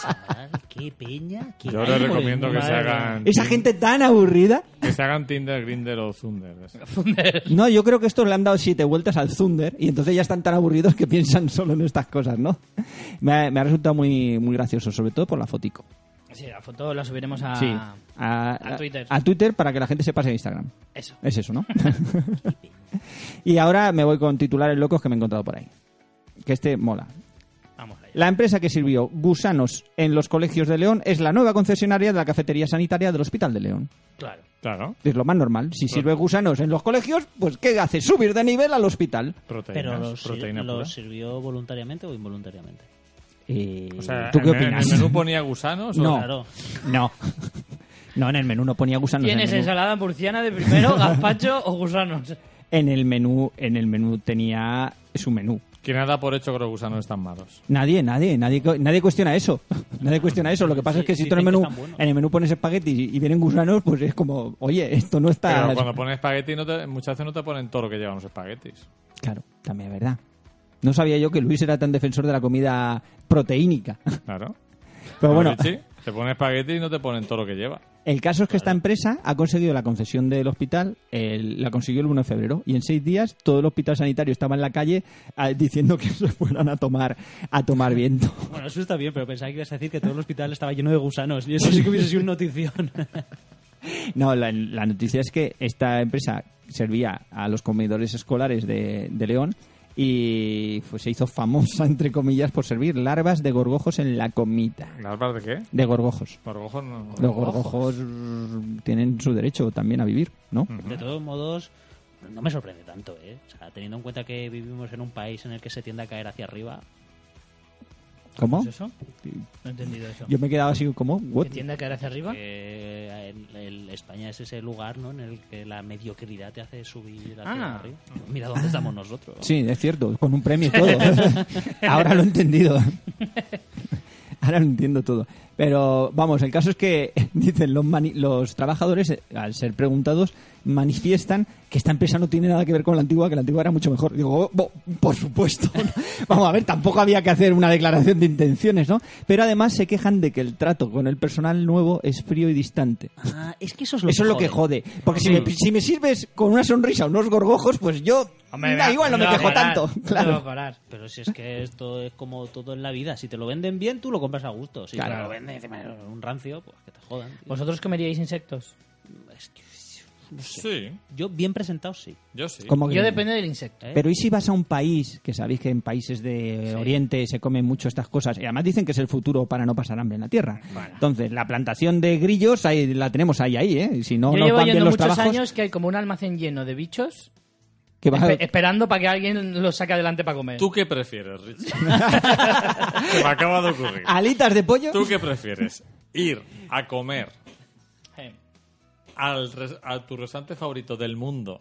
Speaker 4: Chaval, qué peña. Qué
Speaker 3: Yo
Speaker 4: hay,
Speaker 3: les
Speaker 4: joder,
Speaker 3: recomiendo que se
Speaker 4: madre
Speaker 3: hagan.
Speaker 2: Esa gente tan aburrida.
Speaker 3: Que se hagan Tinder, Grinder o Thunder.
Speaker 2: No, yo creo que estos le han dado siete vueltas al Thunder y entonces ya están tan aburridos que piensan solo en estas cosas, ¿no? Me ha, me ha resultado muy, muy gracioso, sobre todo por la fotico.
Speaker 1: Sí, la foto la subiremos Ah, a...
Speaker 2: sí. A,
Speaker 1: a Twitter.
Speaker 2: A Twitter para que la gente se pase a Instagram.
Speaker 1: Eso.
Speaker 2: Es
Speaker 1: [LAUGHS]
Speaker 2: eso, ¿no? y ahora me voy con titulares locos que me he encontrado por ahí. Que este mola.
Speaker 1: Vamos allá.
Speaker 2: La empresa que sirvió gusanos en los colegios de León es la nueva concesionaria de la cafetería sanitaria del Hospital de León.
Speaker 1: Claro.
Speaker 3: Claro,
Speaker 2: Es lo más normal. Si sirve gusanos en los colegios, pues ¿qué hace? Subir de nivel al hospital.
Speaker 3: proteínas.
Speaker 4: Pero los, sir-
Speaker 3: proteína
Speaker 4: los
Speaker 3: pura.
Speaker 4: sirvió voluntariamente o involuntariamente.
Speaker 2: Eh,
Speaker 3: O sea,
Speaker 2: ¿Tú qué
Speaker 3: en-
Speaker 2: opinas?
Speaker 3: ¿En el menú ponía gusanos? o-
Speaker 2: No.
Speaker 4: Claro.
Speaker 2: [LAUGHS] No. No, en el menú no ponía gusanos. En el,
Speaker 1: ¿Tienes
Speaker 2: menú,
Speaker 1: ensalada murciana de
Speaker 2: [LAUGHS]
Speaker 1: primero, gazpacho o gusanos?
Speaker 2: en el menú, en el menú tenía su menú.
Speaker 3: Que nada por hecho que los gusanos están malos.
Speaker 2: Nadie, nadie, nadie, cu- nadie cuestiona eso. [LAUGHS] Nadie cuestiona eso. Lo que pasa
Speaker 4: Sí,
Speaker 2: es que si tú en el
Speaker 4: dicen que
Speaker 2: menú,
Speaker 4: están buenos.
Speaker 2: en el menú pones espaguetis y y vienen gusanos, pues es como, oye, esto no está.
Speaker 3: Pero cuando pones espagueti, no te- muchas veces no te ponen todo lo que llevan los espaguetis.
Speaker 2: Claro, también es verdad. No sabía yo que Luis era tan defensor de la comida proteínica.
Speaker 3: Claro.
Speaker 2: [LAUGHS] Pero bueno,
Speaker 3: Ah, Sí, te ponen espagueti y no te ponen todo lo que lleva.
Speaker 2: el caso es que esta empresa ha conseguido la concesión del hospital, el- la consiguió el 1 de febrero, y en seis días todo el hospital sanitario estaba en la calle ah, diciendo que [LAUGHS] se fueran a tomar, a tomar viento.
Speaker 4: Bueno, eso está bien, pero pensaba que ibas a decir que todo el hospital estaba lleno de gusanos. Y eso sí que hubiese sido
Speaker 2: [LAUGHS]
Speaker 4: una notición.
Speaker 2: No, la, la noticia es que esta empresa servía a los comedores escolares de, de León y pues, se hizo famosa, [LAUGHS] entre comillas, por servir larvas de gorgojos en la comida.
Speaker 3: ¿Larvas de qué?
Speaker 2: De gorgojos.
Speaker 3: Gorgojos no.
Speaker 2: Los gorgojos mm, tienen su derecho también a vivir, ¿no?
Speaker 3: Mm.
Speaker 4: De todos modos, no me sorprende tanto, ¿eh? O sea, teniendo en cuenta que vivimos en un país en el que se tiende a caer hacia arriba.
Speaker 2: ¿Cómo?
Speaker 1: ¿Es Pues eso? No he entendido eso.
Speaker 2: Yo me quedaba así como,
Speaker 1: ¿Que
Speaker 2: ¿what?
Speaker 1: tiende a caer hacia arriba?
Speaker 4: Eh, que en- el- España es ese lugar ¿no? en el que la mediocridad te hace subir hacia
Speaker 1: Ah.
Speaker 4: arriba. Mira dónde estamos nosotros.
Speaker 2: Sí, es cierto, con un premio y todo. Ahora lo he entendido. Ahora lo entiendo todo. Pero vamos, el caso es que [LAUGHS] dicen los, mani- los trabajadores, eh, al ser preguntados, manifiestan que esta empresa no tiene nada que ver con la antigua, que la antigua era mucho mejor. Digo, oh, bo- por supuesto. [LAUGHS] Vamos a ver, tampoco había que hacer una declaración de intenciones, ¿no? Pero además se quejan de que el trato con el personal nuevo es frío y distante.
Speaker 4: Ah, es que eso es lo
Speaker 2: Eso
Speaker 4: que
Speaker 2: es lo que jode. Porque si, me, si me sirves con una sonrisa, unos gorgojos, pues yo. da igual, no me quejo tanto. Claro.
Speaker 4: Pero si es que esto es como todo en la vida. Si te lo venden bien, tú lo compras a gusto. Si te lo venden encima de un rancio, pues que te jodan. tío.
Speaker 1: ¿Vosotros comeríais insectos?
Speaker 4: Es que-
Speaker 3: Sí,
Speaker 4: Yo bien presentado, sí.
Speaker 3: yo sí.
Speaker 2: Como que-
Speaker 1: Yo depende del insecto.
Speaker 4: ¿eh?
Speaker 2: Pero ¿y si vas a un país, que sabéis que en países de Oriente se comen mucho estas cosas, y además dicen que es el futuro para no pasar hambre en la tierra? Entonces, la plantación de grillos ahí, la tenemos ahí, ahí, ¿eh? Y Si no
Speaker 1: Yo
Speaker 2: nos
Speaker 1: llevo
Speaker 2: van bien
Speaker 1: yendo
Speaker 2: los
Speaker 1: muchos
Speaker 2: trabajos,
Speaker 1: años que hay como un almacén lleno de bichos
Speaker 2: que vas a-
Speaker 1: espe- esperando para que alguien los saque adelante para comer.
Speaker 3: ¿Tú qué prefieres,
Speaker 2: [LAUGHS]
Speaker 3: Richie? [LAUGHS] que me acaba de ocurrir.
Speaker 2: alitas de pollo.
Speaker 3: ¿Tú qué prefieres? ¿Ir a comer
Speaker 1: Eh,
Speaker 3: al res- a tu restaurante favorito del mundo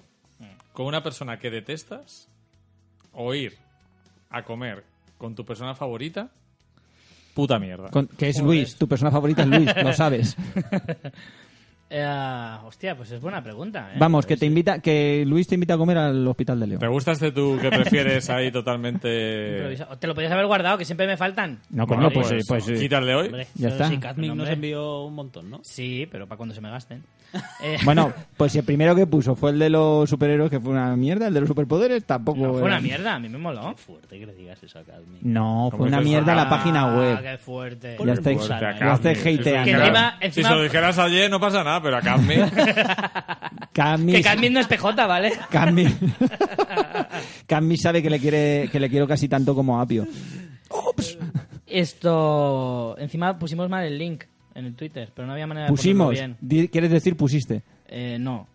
Speaker 3: con una persona que detestas? ¿O ir a comer con tu persona favorita? Puta mierda.
Speaker 2: Con- que es Luis, tu persona favorita es Luis,
Speaker 1: [LAUGHS]
Speaker 2: lo sabes.
Speaker 1: Eh, hostia, pues es buena pregunta. ¿eh?
Speaker 2: Vamos, que te invita, que Luis te invita a comer al hospital de León.
Speaker 3: ¿Te gusta este tú que prefieres ahí totalmente...
Speaker 1: Improvisa- o Te lo podías haber guardado, que siempre me faltan.
Speaker 2: No,
Speaker 3: Bueno,
Speaker 2: coño, pues, eh, pues, eh,
Speaker 3: Quítale hoy.
Speaker 4: Hombre,
Speaker 2: Ya
Speaker 4: eso
Speaker 2: está.
Speaker 4: Sí, Cadmic
Speaker 1: Bueno,
Speaker 4: nos
Speaker 1: hombre.
Speaker 4: envió un montón, ¿no?
Speaker 1: Sí, pero para cuando se me gasten.
Speaker 2: [LAUGHS]
Speaker 1: Eh,
Speaker 2: Bueno, pues si el primero que puso fue el de los superhéroes, que fue una mierda, el de los superpoderes tampoco.
Speaker 1: no, fue
Speaker 2: era-
Speaker 1: una mierda, a mí me moló.
Speaker 4: Qué fuerte que le digas eso a Cadmic.
Speaker 2: No,
Speaker 3: Como
Speaker 2: fue una
Speaker 3: que-
Speaker 2: mierda
Speaker 3: Ah,
Speaker 2: la página web.
Speaker 1: Ah, qué fuerte.
Speaker 2: Ya está,
Speaker 4: Fuerte,
Speaker 2: lo
Speaker 4: Cadmi.
Speaker 2: hace
Speaker 3: Si se lo
Speaker 2: hateando.
Speaker 1: Que encima-
Speaker 3: dijeras- Si
Speaker 1: encima-
Speaker 3: se lo dijeras ayer no pasa nada, pero
Speaker 1: [LAUGHS]
Speaker 3: a Cadmi...
Speaker 1: Que
Speaker 2: Camis,
Speaker 1: Cadmin no es PJ, ¿vale?
Speaker 2: Camis, Camis sabe que le quiere que le quiero casi tanto como a Apio.
Speaker 1: Esto. Encima pusimos mal el link en el Twitter, pero no había manera de ponerlo
Speaker 2: Pusimos,
Speaker 1: bien.
Speaker 2: di- quieres decir pusiste.
Speaker 1: Eh, no.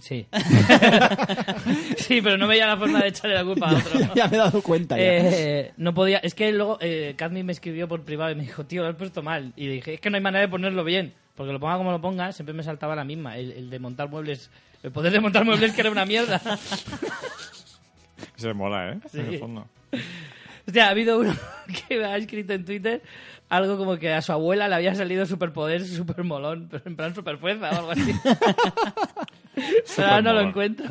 Speaker 1: Sí. [LAUGHS] sí, pero no veía la forma de echarle la culpa a otro.
Speaker 2: [LAUGHS] ya me he dado cuenta. ya. [LAUGHS]
Speaker 1: Eh, no podía, es que luego eh, Cadmi me escribió por privado y me dijo, tío, lo has puesto mal. Y dije, es que no hay manera de ponerlo bien, porque lo ponga como lo ponga, siempre me saltaba la misma, el, el de montar muebles, el poder de montar muebles que era una
Speaker 2: [LAUGHS]
Speaker 1: mierda.
Speaker 3: Se mola, ¿eh? En el fondo.
Speaker 1: O sea, ha habido uno [LAUGHS] que me ha escrito en Twitter algo como que a su abuela le había salido superpoder, super molón, pero en plan super fuerza o algo
Speaker 2: [LAUGHS]
Speaker 1: así. pero ahora no lo
Speaker 3: Supermolón.
Speaker 1: encuentro.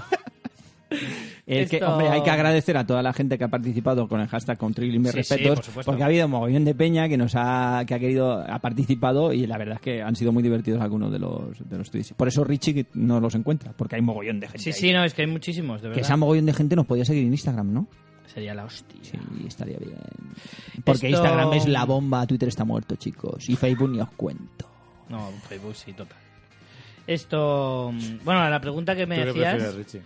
Speaker 2: Es que,
Speaker 1: Esto-
Speaker 2: hombre, hay que agradecer a toda la gente que ha participado con el hashtag Contril y mis
Speaker 1: Sí, sí,
Speaker 2: respetos,
Speaker 1: por supuesto.
Speaker 2: porque ha habido un mogollón de peña que nos ha, que ha querido, ha participado y la verdad es que han sido muy divertidos algunos de los, de los tweets. Por eso Richie no los encuentra, porque hay mogollón de gente.
Speaker 1: Sí,
Speaker 2: ahí.
Speaker 1: sí, no, es que hay muchísimos, de
Speaker 2: Que
Speaker 1: verdad.
Speaker 2: esa mogollón de gente nos podía seguir en Instagram, ¿no?
Speaker 1: Sería la hostia.
Speaker 2: Sí, estaría bien. Porque
Speaker 1: Esto-
Speaker 2: Instagram es la bomba, Twitter está muerto, chicos. Y Facebook ni os cuento.
Speaker 1: No, Facebook sí, total. Esto. mm, Bueno, a la pregunta que me
Speaker 3: ¿Tú qué prefieres,
Speaker 1: decías.
Speaker 3: Richie?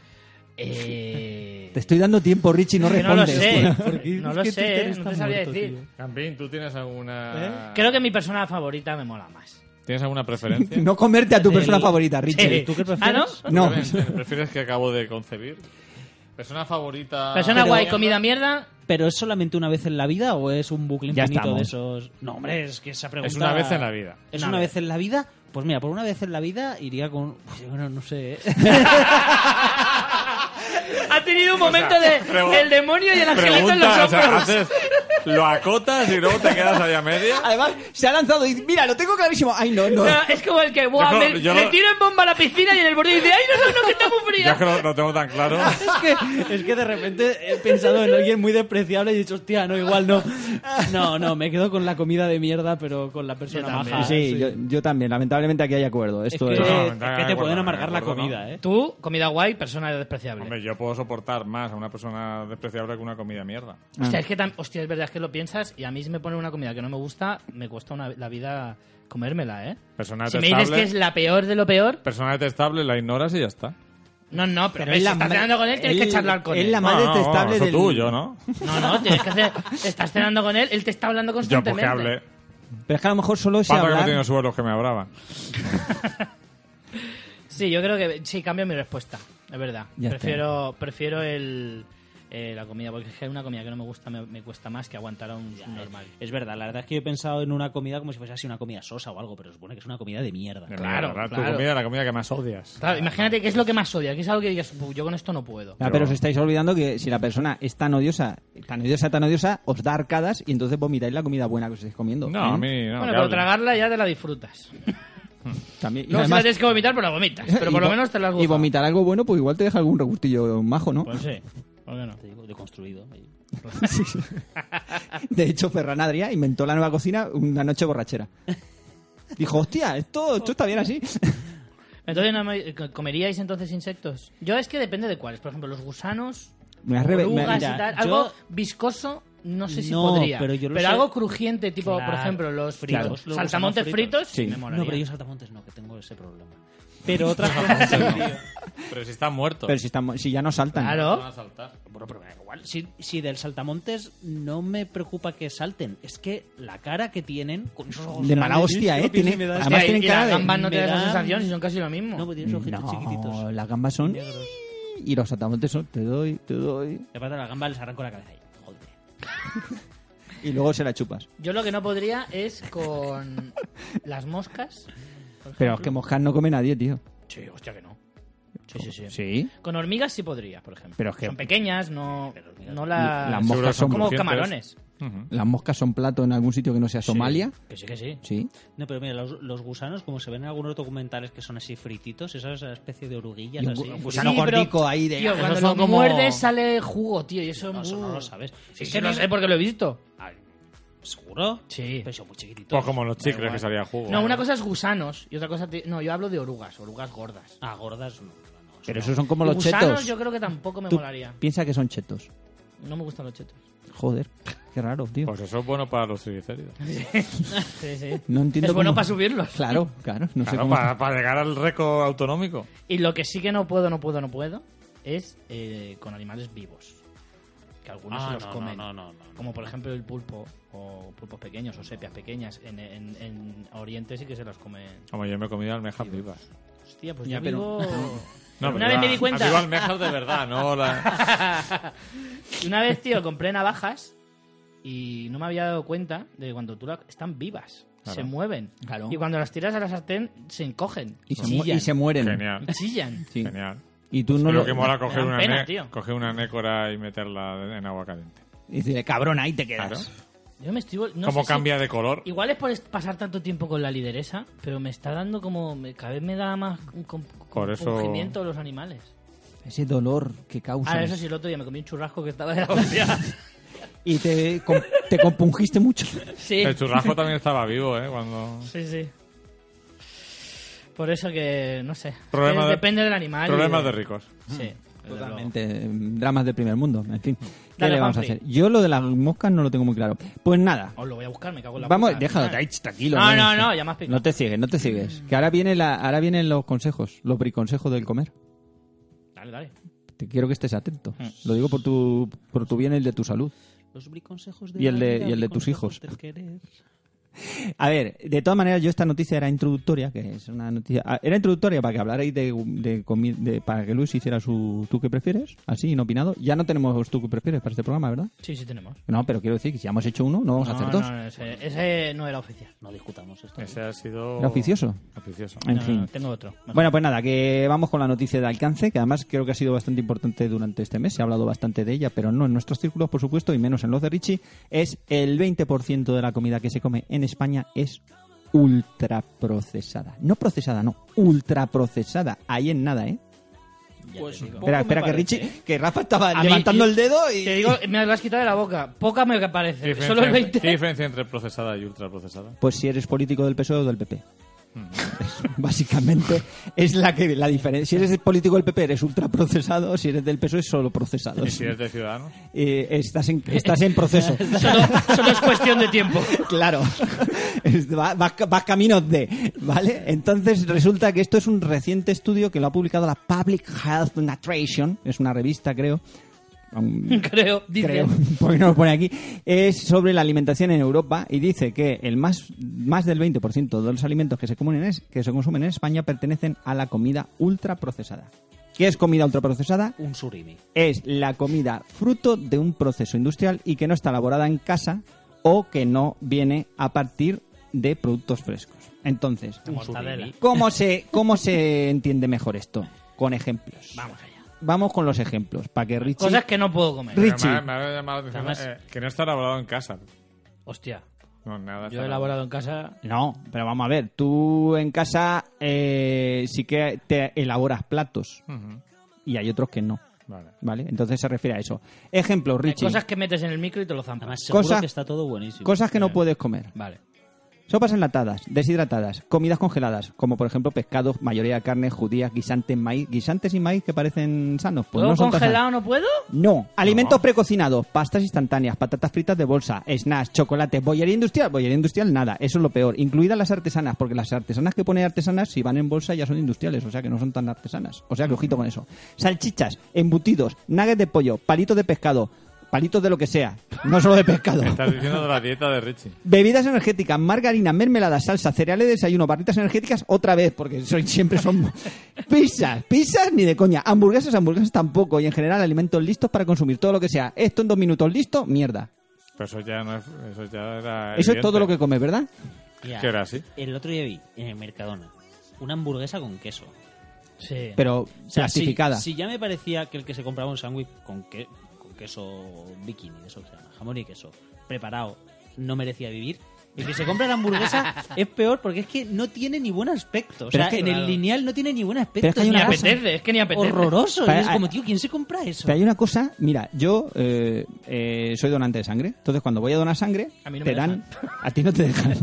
Speaker 1: Eh...
Speaker 2: Te estoy dando tiempo, Richie, no
Speaker 1: que no lo
Speaker 2: respondes.
Speaker 1: sé.
Speaker 2: tío. Porque
Speaker 1: No
Speaker 2: es
Speaker 1: lo
Speaker 2: que Twitter
Speaker 1: sé, ¿eh?
Speaker 2: está
Speaker 1: no te sabría
Speaker 2: muerto,
Speaker 1: decir.
Speaker 3: Campín, ¿tú tienes alguna...
Speaker 1: ¿Eh? Creo que mi persona favorita me mola más.
Speaker 3: ¿Tienes alguna
Speaker 2: tío. [LAUGHS]
Speaker 3: preferencia?
Speaker 2: No comerte a tu persona
Speaker 4: El-
Speaker 2: favorita, Richie.
Speaker 1: Sí. ¿Ah, no?
Speaker 2: No.
Speaker 3: ¿Prefieres que acabo de concebir? ¿Persona favorita?
Speaker 1: Persona
Speaker 4: Pero-
Speaker 1: guay, comida mierda.
Speaker 4: ¿Pero es solamente una vez en la vida o es un bucle
Speaker 2: Ya
Speaker 4: infinito de
Speaker 2: estamos.
Speaker 4: esos? No, hombre, es que esa pregunta...
Speaker 3: Es una vez en la
Speaker 1: [LAUGHS]
Speaker 3: vida.
Speaker 4: ¿Es
Speaker 1: Una
Speaker 4: una,
Speaker 1: vez.
Speaker 4: vez. en la vida? Pues mira, por una vez en la vida iría con... Bueno, no sé. ¿eh? [LAUGHS]
Speaker 1: Ha tenido un momento
Speaker 3: pregu-
Speaker 1: de el demonio y el angelito en los
Speaker 3: Pregunta, o sea,
Speaker 1: hombros.
Speaker 3: haces- lo acotas y luego te quedas ahí a media.
Speaker 1: [LAUGHS]
Speaker 2: Además, se ha lanzado y mira, lo tengo clarísimo. Ay, no, no.
Speaker 1: No, es como el que buah,
Speaker 3: Yo-
Speaker 1: me-
Speaker 3: yo-
Speaker 1: le tiro en bomba a la piscina y en el borde dice ¡Ay, no, no, no, que está muy
Speaker 3: Yo
Speaker 1: fría!
Speaker 3: es que no no tengo tan
Speaker 1: [LAUGHS]
Speaker 3: claro.
Speaker 4: es, que, es que de repente he pensado en alguien muy despreciable y he dicho, hostia, no, igual no. No, no, me quedo con la comida de mierda, pero con la persona
Speaker 1: Yo también.
Speaker 4: maja.
Speaker 2: sí, Yo, yo también. Lamentablemente aquí hay acuerdo.
Speaker 4: Es
Speaker 2: Esto
Speaker 4: que,
Speaker 2: es.
Speaker 3: No, no,
Speaker 4: es que
Speaker 3: venga,
Speaker 4: te
Speaker 3: acuerdo,
Speaker 4: pueden amargar la
Speaker 3: acuerdo, no.
Speaker 4: comida, ¿eh?
Speaker 1: Tú, comida guay, persona despreciable.
Speaker 3: Hombre, yo puedo soportar más a una persona despreciable que una comida mierda.
Speaker 2: Ah.
Speaker 1: Hostia, es que tam- hostia, es verdad es que lo piensas y a mí si me ponen una comida que no me gusta, me cuesta una- la vida comérmela, ¿eh?
Speaker 3: Persona
Speaker 1: Si me dices
Speaker 3: detestable.
Speaker 1: que es la peor de lo peor,
Speaker 3: Persona detestable, la ignoras y ya está.
Speaker 1: no, no, pero,
Speaker 2: es
Speaker 1: si
Speaker 2: la
Speaker 1: estás
Speaker 2: ma-
Speaker 1: cenando con él, tienes que
Speaker 2: él-
Speaker 1: charlar con
Speaker 2: él
Speaker 1: él.
Speaker 2: la ma- Más detestable
Speaker 3: eso
Speaker 2: del-
Speaker 3: tú, yo, pues, ¿no?
Speaker 1: No, no, tienes que hacer. Estás cenando con él, él te está hablando
Speaker 3: Yo, pues que
Speaker 1: constantemente.
Speaker 3: hable.
Speaker 2: Pero es que a lo mejor solo se
Speaker 3: Pato que no
Speaker 2: hablar...
Speaker 3: tiene suelos que me abraban.
Speaker 1: Sí, yo creo que sí, cambio mi respuesta, es verdad.
Speaker 2: Ya está.
Speaker 1: prefiero prefiero el, eh, la comida, porque es que una comida que no me gusta me, me cuesta más que aguantar a un, un normal.
Speaker 4: Es verdad, la verdad es que yo he pensado en una comida como si fuese así una comida sosa o algo, pero se supone que es una comida de mierda.
Speaker 3: De
Speaker 1: Claro,
Speaker 3: mierda, Tu
Speaker 1: claro.
Speaker 3: comida, la comida que más odias.
Speaker 1: Claro, imagínate que es lo que más odia, que es algo que digas, "Buh, yo con esto no puedo.
Speaker 2: Ah, pero os estáis olvidando que si la persona es tan odiosa, tan odiosa, tan odiosa, os da arcadas y entonces vomitáis la comida buena que os estáis comiendo.
Speaker 3: No,
Speaker 2: ¿eh?
Speaker 3: a mí no.
Speaker 1: bueno,
Speaker 3: que
Speaker 1: pero
Speaker 3: hable.
Speaker 1: tragarla ya te la disfrutas.
Speaker 2: También, y
Speaker 1: No, si la
Speaker 2: además-
Speaker 1: tienes que vomitar, pues la vomitas. Pero por
Speaker 2: y
Speaker 1: lo
Speaker 2: vo-
Speaker 1: menos te la has
Speaker 2: Y
Speaker 1: gozado.
Speaker 2: vomitar algo bueno, pues igual te deja algún regustillo majo, ¿no?
Speaker 1: Pues sí, ¿por
Speaker 2: [LAUGHS]
Speaker 1: qué no?
Speaker 4: Te digo, deconstruido.
Speaker 2: De hecho, Ferran Adrià inventó la nueva cocina una noche borrachera. Dijo, hostia, esto, esto está bien así. [LAUGHS]
Speaker 1: Entonces, ¿no me- ¿comeríais entonces insectos? Yo es que depende de cuáles. Por ejemplo, los gusanos,
Speaker 2: Me has reve- me-
Speaker 1: orugas
Speaker 4: mira,
Speaker 1: y tal.
Speaker 4: yo-
Speaker 1: Algo viscoso, no sé si
Speaker 4: No,
Speaker 1: podría.
Speaker 4: pero yo lo sé.
Speaker 1: algo crujiente, tipo, por
Speaker 4: Claro,
Speaker 1: ejemplo, los
Speaker 4: fritos,
Speaker 1: fritos.
Speaker 4: los gusanos
Speaker 1: saltamontes fritos,
Speaker 4: fritos.
Speaker 2: Sí.
Speaker 1: me molaría.
Speaker 4: No, pero yo saltamontes no, que tengo ese problema. Pero otras
Speaker 3: Sí,
Speaker 4: cosas,
Speaker 3: no. Pero si está muerto.
Speaker 2: Pero si, estamos, si ya no saltan.
Speaker 3: no van
Speaker 1: Claro.
Speaker 3: a saltar.
Speaker 4: Bueno, pero me
Speaker 1: eh.
Speaker 4: da igual. Si, si del saltamontes no me preocupa que salten, es que la cara que tienen con esos ojos
Speaker 2: De mala
Speaker 4: grandes,
Speaker 2: hostia,
Speaker 4: yo
Speaker 2: ¿eh?
Speaker 4: que sí
Speaker 2: Tiene-
Speaker 4: me da-
Speaker 2: además
Speaker 1: y,
Speaker 2: tienen
Speaker 1: y las
Speaker 2: cara de-
Speaker 1: gambas no
Speaker 4: me
Speaker 1: te da esa
Speaker 4: dan-
Speaker 1: sensación si son casi lo mismo.
Speaker 4: No, porque tienen esos ojitos
Speaker 2: No, pues-
Speaker 4: chiquititos.
Speaker 2: las gambas son...
Speaker 4: Negros.
Speaker 2: Y los saltamontes son... Te doy, te doy.
Speaker 4: Le pata la gamba, les arranco la cabeza. y, Joder.
Speaker 2: Y luego se la chupas.
Speaker 1: Yo lo que no podría es con las moscas. por
Speaker 2: Pero es que
Speaker 1: ejemplo.
Speaker 2: moscas no come nadie, tío.
Speaker 1: Sí, hostia que no. Sí, sí, sí.
Speaker 2: Sí.
Speaker 1: Con hormigas sí podría, por ejemplo.
Speaker 2: Pero es que-
Speaker 1: Son pequeñas, no, no las...
Speaker 2: Las
Speaker 3: Seguro que
Speaker 2: moscas
Speaker 3: son
Speaker 2: son...
Speaker 1: como
Speaker 3: crujientes.
Speaker 1: camarones.
Speaker 3: Ujú.
Speaker 2: Las moscas son plato en algún sitio que no sea Somalia.
Speaker 1: Que sí, que sí.
Speaker 2: Sí.
Speaker 4: No, pero mira, los, los gusanos, como se ven en algunos documentales que son así frititos, esa es una especie de oruguillas
Speaker 2: Y un
Speaker 4: así. pues,
Speaker 2: gu- un gusano
Speaker 1: Sí, pero,
Speaker 2: gordico ahí de...
Speaker 1: Tío,
Speaker 2: "Ah,
Speaker 1: cuando
Speaker 2: esos
Speaker 1: lo
Speaker 2: son como-".
Speaker 1: muerdes sale jugo, tío, y eso...
Speaker 4: No, eso no
Speaker 1: uh.
Speaker 4: lo sabes.
Speaker 1: Sí,
Speaker 4: Es
Speaker 1: sí,
Speaker 4: que
Speaker 1: lo
Speaker 4: no-
Speaker 1: sé porque lo he visto.
Speaker 4: ¿Seguro?
Speaker 1: Sí.
Speaker 4: Pero son muy chiquititos.
Speaker 3: Pues como los
Speaker 4: Da
Speaker 3: chicles
Speaker 4: igual.
Speaker 3: que salía jugo. ¿eh?
Speaker 1: No, una cosa es gusanos y otra cosa... te- No, yo hablo de orugas, orugas gordas.
Speaker 4: Ah, gordas no. no, no, eso
Speaker 2: Pero
Speaker 4: no.
Speaker 2: esos son como
Speaker 1: Y
Speaker 2: los
Speaker 1: gusanos
Speaker 2: chetos.
Speaker 1: yo creo que tampoco me
Speaker 2: Tú
Speaker 1: molaría.
Speaker 2: piensa que son chetos.
Speaker 1: No me gustan los chetos.
Speaker 2: Joder, qué raro, tío.
Speaker 3: Pues eso es bueno para los triglicéridos.
Speaker 1: Sí, sí.
Speaker 2: No entiendo
Speaker 1: es bueno
Speaker 2: cómo-
Speaker 1: para subirlos.
Speaker 2: Claro, claro, no sé
Speaker 3: Claro,
Speaker 2: cómo.
Speaker 3: para, para llegar al récord autonómico.
Speaker 1: Y lo que sí que no puedo, no puedo, no puedo es eh, con animales vivos. Que algunos se
Speaker 4: Ah,
Speaker 1: los
Speaker 4: no,
Speaker 1: comen.
Speaker 4: no, no, no, no.
Speaker 1: Como por ejemplo el pulpo, o pulpos pequeños, o sepias pequeñas. En, en- en Oriente sí que se los comen.
Speaker 3: Como yo me he comido almejas vivas.
Speaker 1: Hostia, pues
Speaker 2: Ya,
Speaker 1: yo
Speaker 2: pero-
Speaker 1: vivo- [LAUGHS]
Speaker 3: No,
Speaker 1: Una
Speaker 3: pero
Speaker 1: vez
Speaker 3: iba-
Speaker 1: me di cuenta.
Speaker 3: Aviva almejas de verdad, no la...
Speaker 1: Una vez, tío, compré navajas y no me había dado cuenta de que cuando tú las... Están vivas,
Speaker 3: Claro.
Speaker 1: se mueven.
Speaker 2: Claro.
Speaker 1: Y cuando las tiras a la sartén, se encogen,
Speaker 2: Y se, mu-
Speaker 1: chillan,
Speaker 2: y se mueren.
Speaker 3: Genial,
Speaker 1: chillan.
Speaker 2: Sí.
Speaker 3: genial.
Speaker 2: Y tú no
Speaker 3: Pero
Speaker 2: lo...
Speaker 3: que mola coger
Speaker 1: dan
Speaker 3: una,
Speaker 1: pena,
Speaker 3: ne-
Speaker 1: tío.
Speaker 3: coger una nécora y meterla en agua caliente.
Speaker 2: Y decirle, cabrón, ahí te quedas.
Speaker 3: Claro.
Speaker 1: Yo me estoy... vol- No
Speaker 3: ¿Cómo
Speaker 1: sé si-
Speaker 3: cambia de color?
Speaker 1: Igual es por est- pasar tanto tiempo con la lideresa, pero me está dando como... me- Cada vez me da más un com-
Speaker 3: Por eso-
Speaker 1: compungimiento los animales.
Speaker 2: Ese dolor que causa.
Speaker 1: Ah, eso sí, el otro día me comí un churrasco que estaba de
Speaker 3: [LAUGHS]
Speaker 1: la hostia.
Speaker 2: Y te, com- te compungiste mucho.
Speaker 1: Sí,
Speaker 3: El churrasco también estaba vivo, ¿eh? Cuando...
Speaker 1: sí, sí. Por eso que, no sé.
Speaker 3: Problema
Speaker 1: Es que
Speaker 3: de-
Speaker 1: depende del animal. y
Speaker 3: Problemas de ricos.
Speaker 1: Sí, totalmente.
Speaker 2: Totalmente. Dramas del primer mundo. En fin. ¿Qué
Speaker 1: Dale,
Speaker 2: le vamos
Speaker 1: Juanfri.
Speaker 2: a hacer? Yo lo de las moscas no lo tengo muy claro. Pues nada.
Speaker 1: Os lo voy a buscar, me cago en la
Speaker 2: Vamos,
Speaker 1: puta.
Speaker 2: déjalo, tra- tranquilo.
Speaker 1: No, no, no, ya me has picado.
Speaker 2: No te sigues, no te sigues. Que ahora, viene la, ahora vienen los consejos, los briconsejos del comer.
Speaker 1: Dale, dale.
Speaker 2: Te quiero que estés atento.
Speaker 1: Mm.
Speaker 2: Lo digo por tu, por tu bien y el de tu salud.
Speaker 4: Los briconsejos
Speaker 2: Y el de- y el de tus hijos. A ver, de todas maneras, yo esta noticia era introductoria, que es una noticia... ah, Era introductoria para que hablarais de, de comi- de- para que Luis hiciera su tú que prefieres, así, inopinado. Ya no tenemos tú que prefieres para este programa, ¿verdad?
Speaker 1: Sí, sí tenemos.
Speaker 2: No, pero quiero decir que si ya hemos hecho uno, no vamos a
Speaker 1: No,
Speaker 2: hacer
Speaker 1: no,
Speaker 2: dos.
Speaker 1: no, ese, ese no era oficial.
Speaker 4: No discutamos esto. ¿eh?
Speaker 3: Ese ha sido...
Speaker 2: Era oficioso.
Speaker 3: Oficioso.
Speaker 2: En
Speaker 1: No, no,
Speaker 2: fin.
Speaker 1: no, tengo otro. Mejor.
Speaker 2: Bueno, pues nada, que vamos con la noticia de alcance, que además creo que ha sido bastante importante durante este mes, se ha hablado bastante de ella, pero no en nuestros círculos, por supuesto, y menos en los de Richie, es el 20% de la comida que se come en España es ultraprocesada. No procesada, no, ultraprocesada. Ahí en nada, ¿eh?
Speaker 4: Ya
Speaker 5: Pues
Speaker 4: te digo.
Speaker 5: poco
Speaker 2: Espera,
Speaker 5: me
Speaker 2: espera, que
Speaker 5: parece,
Speaker 2: Richie,
Speaker 5: ¿eh?
Speaker 2: que Rafa estaba
Speaker 1: A mí,
Speaker 2: levantando
Speaker 1: yo-
Speaker 2: el dedo y...
Speaker 1: Te digo, me lo has quitado de la boca. Poca me
Speaker 3: ¿Qué
Speaker 1: parece.
Speaker 3: diferencia-
Speaker 1: Solo el
Speaker 3: ¿Qué
Speaker 1: 20.
Speaker 3: diferencia entre procesada y ultraprocesada?
Speaker 2: Pues si eres político del PSOE o del PP. [LAUGHS] Básicamente es la que la diferencia. Si eres político del PP eres ultraprocesado, si eres del PSOE es E, solo procesado.
Speaker 3: ¿Y si eres de Ciudadanos?
Speaker 2: Eh, estás, en, estás en proceso.
Speaker 1: [LAUGHS] Solo, solo es cuestión de tiempo.
Speaker 2: [LAUGHS]
Speaker 1: [LAUGHS]
Speaker 2: claro. Es- va- Vas, ca- vas camino de. ¿Vale? Entonces resulta que esto es un reciente estudio que lo ha publicado la Public Health Nutrition. Es una revista, creo. Aún-
Speaker 1: Creo. Dice.
Speaker 2: creo, [LAUGHS] porque no lo pone aquí, es sobre la alimentación en Europa y dice que el más, más del 20% de los alimentos que se, comen en es- que se consumen en España pertenecen a la comida ultraprocesada. ¿Qué es comida ultraprocesada?
Speaker 4: Un surimi.
Speaker 2: Es la comida fruto de un proceso industrial y que no está elaborada en casa o que no viene a partir de productos frescos. Entonces,
Speaker 1: Mortadela.
Speaker 2: ¿cómo se, cómo se entiende mejor esto? Con ejemplos.
Speaker 1: Vamos allá.
Speaker 2: Vamos con los ejemplos, para que Richie...
Speaker 1: Cosas que no puedo comer.
Speaker 2: Ri-
Speaker 3: Pero
Speaker 2: Richie.
Speaker 3: Me, ha- me ha llamado la atención
Speaker 4: Además-
Speaker 3: eh, que no está elaborado en casa.
Speaker 1: Hostia.
Speaker 3: No, nada.
Speaker 1: Yo
Speaker 3: está
Speaker 1: he elaborado en casa.
Speaker 2: No, pero vamos a ver, tú en casa eh, sí que te elaboras platos
Speaker 3: Ujú.
Speaker 2: y hay otros que no,
Speaker 3: Vale.
Speaker 2: ¿vale? Entonces se refiere a eso. Ejemplo,
Speaker 1: Hay
Speaker 2: Richie,
Speaker 1: cosas que metes en el micro y te lo zampas.
Speaker 4: Además, seguro
Speaker 2: Cosa-
Speaker 4: que está todo buenísimo.
Speaker 2: cosas que no puedes comer.
Speaker 1: Vale.
Speaker 2: Sopas enlatadas, deshidratadas, comidas congeladas, como por ejemplo pescados, mayoría de carne, judías, guisantes, maíz, guisantes y maíz que parecen sanos. Pues
Speaker 1: ¿Puedo
Speaker 2: no son tan sanos.
Speaker 1: congelado? ¿No puedo?
Speaker 2: No, alimentos
Speaker 3: No.
Speaker 2: precocinados, pastas instantáneas, patatas fritas de bolsa, snacks, chocolates, bollería industrial, bollería industrial nada, eso es lo peor, incluidas las artesanas, porque las artesanas que pone artesanas si van en bolsa ya son industriales, o sea que no son tan artesanas, o sea que ojito con eso. Salchichas, embutidos, nuggets de pollo, palitos de pescado, palitos de lo que sea, no solo de pescado.
Speaker 3: Estás diciendo de la dieta de Richie.
Speaker 2: Bebidas energéticas, margarina, mermelada, salsa, cereales de desayuno, barritas energéticas, otra vez, porque soy, siempre son pizzas, pizzas ni de coña, hamburguesas, hamburguesas tampoco, y en general alimentos listos para consumir, todo lo que sea. Esto en dos minutos listo, mierda.
Speaker 3: Pero eso ya no es... Eso ya
Speaker 2: Eso
Speaker 3: era evidente.
Speaker 2: es todo lo que comes, ¿verdad?
Speaker 4: Ya.
Speaker 3: Que era así.
Speaker 4: El otro día vi en el Mercadona una hamburguesa con queso.
Speaker 1: Sí.
Speaker 2: Pero
Speaker 4: O sea, si-
Speaker 2: plastificada.
Speaker 4: Si, ya me parecía que el que se compraba un sándwich con, que, con queso bikini, de eso que se llama, jamón y queso, preparado, no merecía vivir. El que se compra la hamburguesa
Speaker 2: [LAUGHS]
Speaker 4: es peor porque es que no tiene ni buen aspecto. O
Speaker 2: Pero
Speaker 4: sea,
Speaker 2: es que-
Speaker 4: en
Speaker 2: claro.
Speaker 4: el lineal no tiene ni buen aspecto.
Speaker 2: Pero es que hay
Speaker 1: ni
Speaker 2: una
Speaker 4: nada.
Speaker 2: cosa-
Speaker 1: apetece, es que ni apetece.
Speaker 4: horroroso.
Speaker 2: Pero
Speaker 4: Y es
Speaker 2: hay-
Speaker 4: como, tío, ¿quién se compra eso?
Speaker 2: Pero hay una cosa, mira, yo eh, eh, soy donante de sangre, entonces cuando voy a donar sangre,
Speaker 1: A mí no
Speaker 2: te
Speaker 1: me
Speaker 2: dan, a ti no te
Speaker 1: [LAUGHS]
Speaker 2: dejan,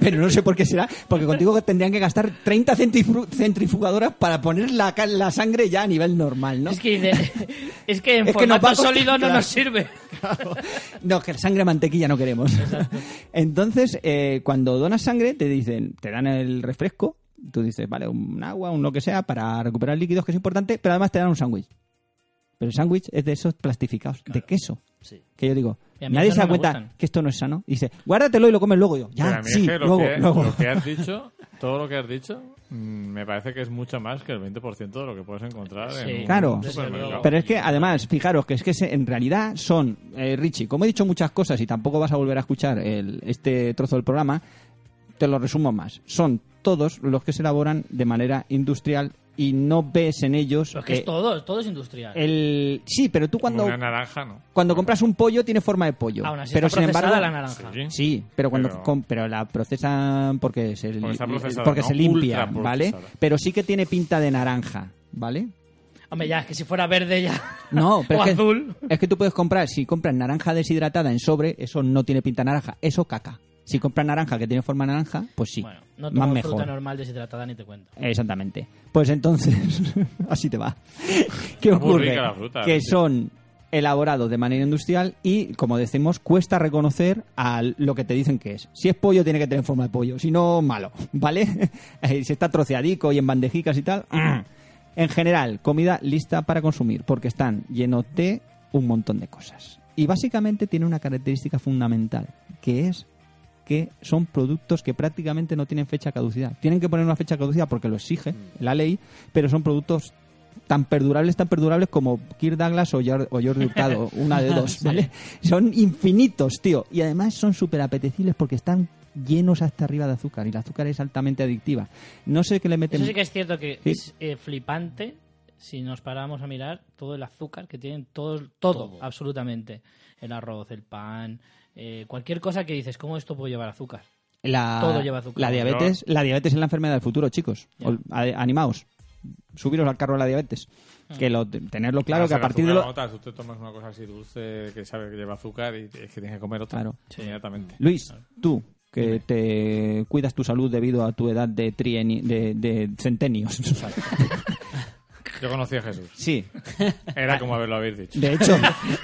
Speaker 2: pero no sé por qué será, porque contigo tendrían que gastar 30 centrifu- centrifugadoras para poner la, ca- la sangre ya a nivel normal, ¿no?
Speaker 1: Es que, dice- [LAUGHS] es que en
Speaker 2: Es que nos
Speaker 1: formato
Speaker 2: va a costar,
Speaker 1: sólido no
Speaker 2: claro.
Speaker 1: nos sirve.
Speaker 2: No, que sangre mantequilla no queremos. [LAUGHS] Entonces, eh, cuando donas sangre, te dicen, te dan el refresco, tú dices, vale, un agua, un lo que sea, para recuperar líquidos, que es importante, pero además te dan un sándwich. Pero el sándwich es de esos plastificados, de queso.
Speaker 4: Sí.
Speaker 2: Que yo digo,
Speaker 1: Y a mí
Speaker 2: nadie
Speaker 1: esas
Speaker 2: se da
Speaker 1: no me
Speaker 2: cuenta
Speaker 1: gustan.
Speaker 2: que esto no es sano. Y dice, guárdatelo y lo comes luego. Y yo,
Speaker 3: Pero a
Speaker 2: ya,
Speaker 3: mí es
Speaker 2: sí,
Speaker 3: que lo
Speaker 2: luego,
Speaker 3: que-
Speaker 2: luego.
Speaker 3: lo que has dicho, todo lo que has dicho, mm, me parece que es mucho más que el 20% de lo que puedes encontrar
Speaker 1: Sí.
Speaker 3: en un
Speaker 2: Claro.
Speaker 3: supermercado.
Speaker 2: Pero es que además, fijaros que es que se- en realidad son, eh, Richie, como he dicho muchas cosas y tampoco vas a volver a escuchar el- este trozo del programa, te lo resumo más. Son todos los que se elaboran de manera industrial y no ves en ellos.
Speaker 1: Pero es que
Speaker 2: eh,
Speaker 1: es todo, todo es industrial.
Speaker 2: el... Sí, pero tú cuando,
Speaker 3: Una naranja, ¿no?
Speaker 2: cuando compras un pollo tiene forma de pollo.
Speaker 1: Aún así
Speaker 2: pero
Speaker 1: está
Speaker 2: sin embargo.
Speaker 1: procesada la naranja.
Speaker 3: Sí.
Speaker 2: Sí, pero cuando
Speaker 3: Pero-
Speaker 2: com- pero, la procesan porque se, li-
Speaker 3: Porque está procesada,
Speaker 2: porque
Speaker 3: ¿no?
Speaker 2: se limpia,
Speaker 3: Ultra
Speaker 2: ¿vale?
Speaker 3: procesada.
Speaker 2: Pero sí que tiene pinta de naranja, ¿vale?
Speaker 1: Hombre, ya, es que si fuera verde ya.
Speaker 2: No,
Speaker 1: [LAUGHS]
Speaker 2: pero
Speaker 1: o
Speaker 2: es que,
Speaker 1: azul.
Speaker 2: es que tú puedes comprar, si compras naranja deshidratada en sobre, eso no tiene pinta de naranja, eso caca. Si compras naranja que tiene forma de naranja, pues sí,
Speaker 1: Bueno, no tomo
Speaker 2: más
Speaker 1: fruta
Speaker 2: mejor.
Speaker 1: normal deshidratada ni te cuento.
Speaker 2: Exactamente. Pues entonces, [LAUGHS] así te
Speaker 3: [LAUGHS]
Speaker 2: va. ¿Qué
Speaker 3: Está muy
Speaker 2: ocurre?
Speaker 3: rica la fruta,
Speaker 2: que
Speaker 3: sí.
Speaker 2: son elaborados de manera industrial y, como decimos, cuesta reconocer a lo que te dicen que es. Si es pollo, tiene que tener forma de pollo, si no, malo, ¿vale? [LAUGHS] Eh, si está troceadico y en bandejicas y tal. [CLEARS THROAT] ¡ah! En general, comida lista para consumir, porque están llenos de un montón de cosas. Y básicamente tiene una característica fundamental, que es que son productos que prácticamente no tienen fecha de caducidad. Tienen que poner una fecha de caducidad porque lo
Speaker 1: Mm.
Speaker 2: exige la ley, pero son productos tan perdurables, tan perdurables como Kirk Douglas o, Jor- o Jordi
Speaker 1: [LAUGHS]
Speaker 2: Hurtado, una de dos, ¿vale? Son infinitos, tío. Y además son súper apetecibles porque están llenos hasta arriba de azúcar y el azúcar es altamente adictiva. No sé qué le meten...
Speaker 1: Eso sí que es cierto que
Speaker 2: Em, Sí.
Speaker 1: es eh, flipante si nos paramos a mirar todo el azúcar que tienen todos, todo,
Speaker 4: Todo.
Speaker 1: absolutamente. El arroz, el pan, eh, cualquier cosa que dices, ¿cómo esto puede llevar azúcar?
Speaker 2: la,
Speaker 1: todo lleva azúcar.
Speaker 2: La diabetes, la diabetes es la enfermedad del futuro, chicos.
Speaker 1: Ya.
Speaker 2: Ol- a- Animaos. Subiros al carro de la diabetes.
Speaker 1: Mm.
Speaker 2: Que lo, tenerlo claro
Speaker 3: Ah,
Speaker 2: que
Speaker 3: se
Speaker 2: a
Speaker 3: la
Speaker 2: partir de
Speaker 3: azúcar
Speaker 2: lo,
Speaker 3: la notas, tú te tomas una cosa así dulce que sabe que lleva azúcar y es que tienes que comer otra
Speaker 2: Claro.
Speaker 3: inmediatamente.
Speaker 2: Luis, tú, que te cuidas tu salud debido a tu edad de, trieni, de, de centenios.
Speaker 3: Yo conocí a Jesús.
Speaker 2: Sí,
Speaker 3: Era como haberlo habéis dicho.
Speaker 2: de hecho,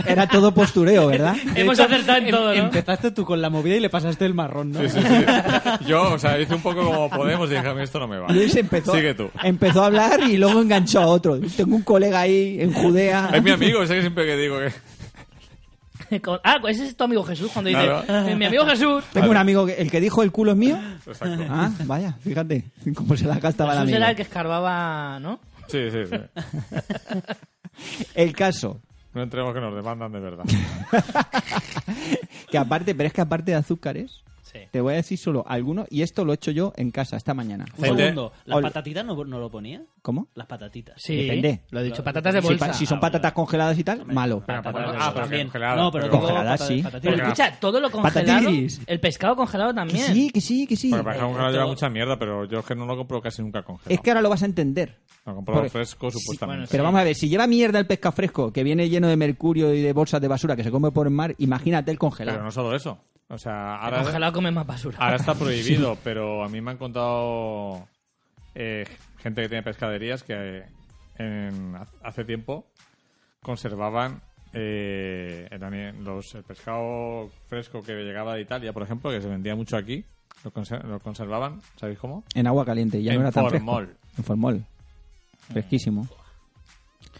Speaker 2: era todo postureo, ¿verdad?
Speaker 1: Hemos acertado
Speaker 2: em,
Speaker 1: en todo, ¿no?
Speaker 4: Em, Empezaste tú con la movida y le pasaste el marrón, ¿no?
Speaker 3: Sí, sí, sí. Yo, o sea, hice un poco como Podemos y dije, a mí esto no me va.
Speaker 2: Luis empezó,
Speaker 3: Sigue tú.
Speaker 2: empezó a hablar y luego enganchó a otro. Tengo un colega ahí en Judea.
Speaker 3: Es mi amigo, sé que siempre que digo que...
Speaker 2: Ah. em,
Speaker 1: [LAUGHS] Con- ah, ese es tu amigo Jesús cuando dice,
Speaker 3: Claro.
Speaker 1: "Eh, mi amigo
Speaker 2: [LAUGHS]
Speaker 1: Jesús,
Speaker 2: Tengo un amigo que el que dijo el culo es mío.
Speaker 3: Exacto.
Speaker 2: Ah, vaya, fíjate cómo se la gastaba la
Speaker 1: Jesús era
Speaker 2: amiga.
Speaker 1: el que escarbaba, ¿no?
Speaker 3: Sí, sí, sí.
Speaker 2: El caso,
Speaker 3: No entremos que nos demandan de verdad.
Speaker 2: que aparte, pero es que aparte de azúcares,
Speaker 1: Sí.
Speaker 2: te voy a decir solo algunos, y esto lo he hecho yo en casa esta mañana.
Speaker 4: Un
Speaker 3: Gente-
Speaker 4: segundo. ¿Las
Speaker 2: Ol-
Speaker 4: patatitas no, no lo ponía?
Speaker 2: ¿Cómo?
Speaker 4: Las patatitas.
Speaker 1: Sí,
Speaker 2: Depende.
Speaker 1: lo he dicho,
Speaker 4: Claro,
Speaker 1: patatas de
Speaker 2: Si
Speaker 1: bolsa.
Speaker 2: pa- Si, son
Speaker 4: Ah, vale,
Speaker 2: patatas
Speaker 4: vale.
Speaker 2: congeladas y tal, malo.
Speaker 4: Pero
Speaker 3: Pero
Speaker 4: patatas de
Speaker 3: ah,
Speaker 4: bolsa
Speaker 3: pero
Speaker 4: también.
Speaker 3: congeladas,
Speaker 4: No, pero
Speaker 3: pero-
Speaker 4: digo
Speaker 2: Congeladas,
Speaker 4: patatas-
Speaker 2: sí.
Speaker 4: patatitas.
Speaker 1: Pero
Speaker 3: Porque-
Speaker 1: escucha, todo lo congelado,
Speaker 2: Patatiris.
Speaker 1: el pescado congelado
Speaker 2: Que
Speaker 1: también.
Speaker 2: sí, que sí, que sí. eh,
Speaker 3: Porque para congelado lleva
Speaker 4: Yo-
Speaker 3: mucha mierda, pero yo es que no lo compro casi nunca congelado.
Speaker 2: Es que ahora lo vas a entender.
Speaker 3: Lo compro
Speaker 2: porque-
Speaker 3: fresco, supuestamente.
Speaker 2: Pero vamos a ver, si lleva mierda el pescado fresco, que viene lleno de mercurio y de bolsas de basura que se come por el mar, imagínate el
Speaker 3: Pero
Speaker 2: congelado.
Speaker 3: no solo eso. O sea, ahora...
Speaker 1: Congelado come más basura.
Speaker 2: [LAUGHS]
Speaker 3: Ahora está prohibido, pero a mí me han contado eh, gente que tiene pescaderías que eh, en- hace tiempo conservaban eh, el, ani- los, el pescado fresco que llegaba de Italia, por ejemplo, que se vendía mucho aquí. Lo, conser- lo conservaban, ¿sabéis cómo?
Speaker 2: En agua caliente, ya
Speaker 3: En
Speaker 2: no era tan fresco.
Speaker 3: formol. Eh.
Speaker 2: En formol. Fresquísimo.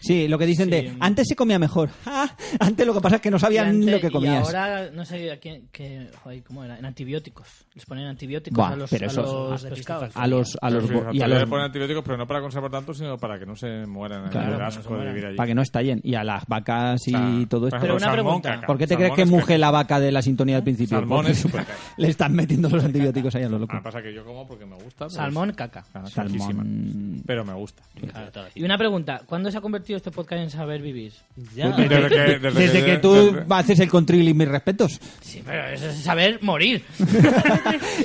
Speaker 2: Sí, lo que dicen
Speaker 1: Sí.
Speaker 2: de antes se comía mejor. [LAUGHS] Ah, antes lo que pasa es que no
Speaker 1: Y
Speaker 2: sabían
Speaker 1: ante-
Speaker 2: lo que
Speaker 1: Y
Speaker 2: comías.
Speaker 1: ahora, no sé a quién, que, joder, ¿cómo era? En antibióticos. Les ponen antibióticos
Speaker 2: Buah,
Speaker 1: a los,
Speaker 2: pero
Speaker 1: a
Speaker 2: eso-
Speaker 1: los
Speaker 4: a
Speaker 1: pescados.
Speaker 2: A los a los
Speaker 3: Sí,
Speaker 2: bo-
Speaker 3: o sea,
Speaker 2: y a
Speaker 3: todavía
Speaker 2: los-
Speaker 3: le ponen antibióticos, pero no para conservar tanto, sino para que no se mueran.
Speaker 2: Claro, para
Speaker 3: el
Speaker 1: que no se
Speaker 3: asco de
Speaker 1: mueran.
Speaker 3: vivir allí.
Speaker 2: para que no estallen y a las vacas y
Speaker 3: Ah,
Speaker 2: todo
Speaker 1: Pero
Speaker 2: esto.
Speaker 3: por ejemplo,
Speaker 1: una
Speaker 3: salmón,
Speaker 1: pregunta.
Speaker 3: caca.
Speaker 2: ¿Por qué te crees
Speaker 3: Salmón
Speaker 2: que
Speaker 3: es
Speaker 2: muge la vaca de la sintonía del principio?
Speaker 3: Salmón
Speaker 2: Porque
Speaker 3: es súper caca.
Speaker 2: [LAUGHS] Le están metiendo los antibióticos ahí a los
Speaker 3: Ah,
Speaker 2: locos.
Speaker 3: pasa que yo como porque me gusta. pero-
Speaker 1: Salmón, caca.
Speaker 3: Ah, es riquísima,
Speaker 2: Salmón.
Speaker 3: Pero me gusta.
Speaker 4: Claro, todo así.
Speaker 1: Y una pregunta, ¿cuándo se ha convertido este podcast en saber vivir?
Speaker 4: Ya.
Speaker 3: Desde que- desde
Speaker 2: Desde que tú
Speaker 3: desde-
Speaker 2: haces el contril y mis respetos. [LAUGHS]
Speaker 1: Sí, pero eso es saber morir.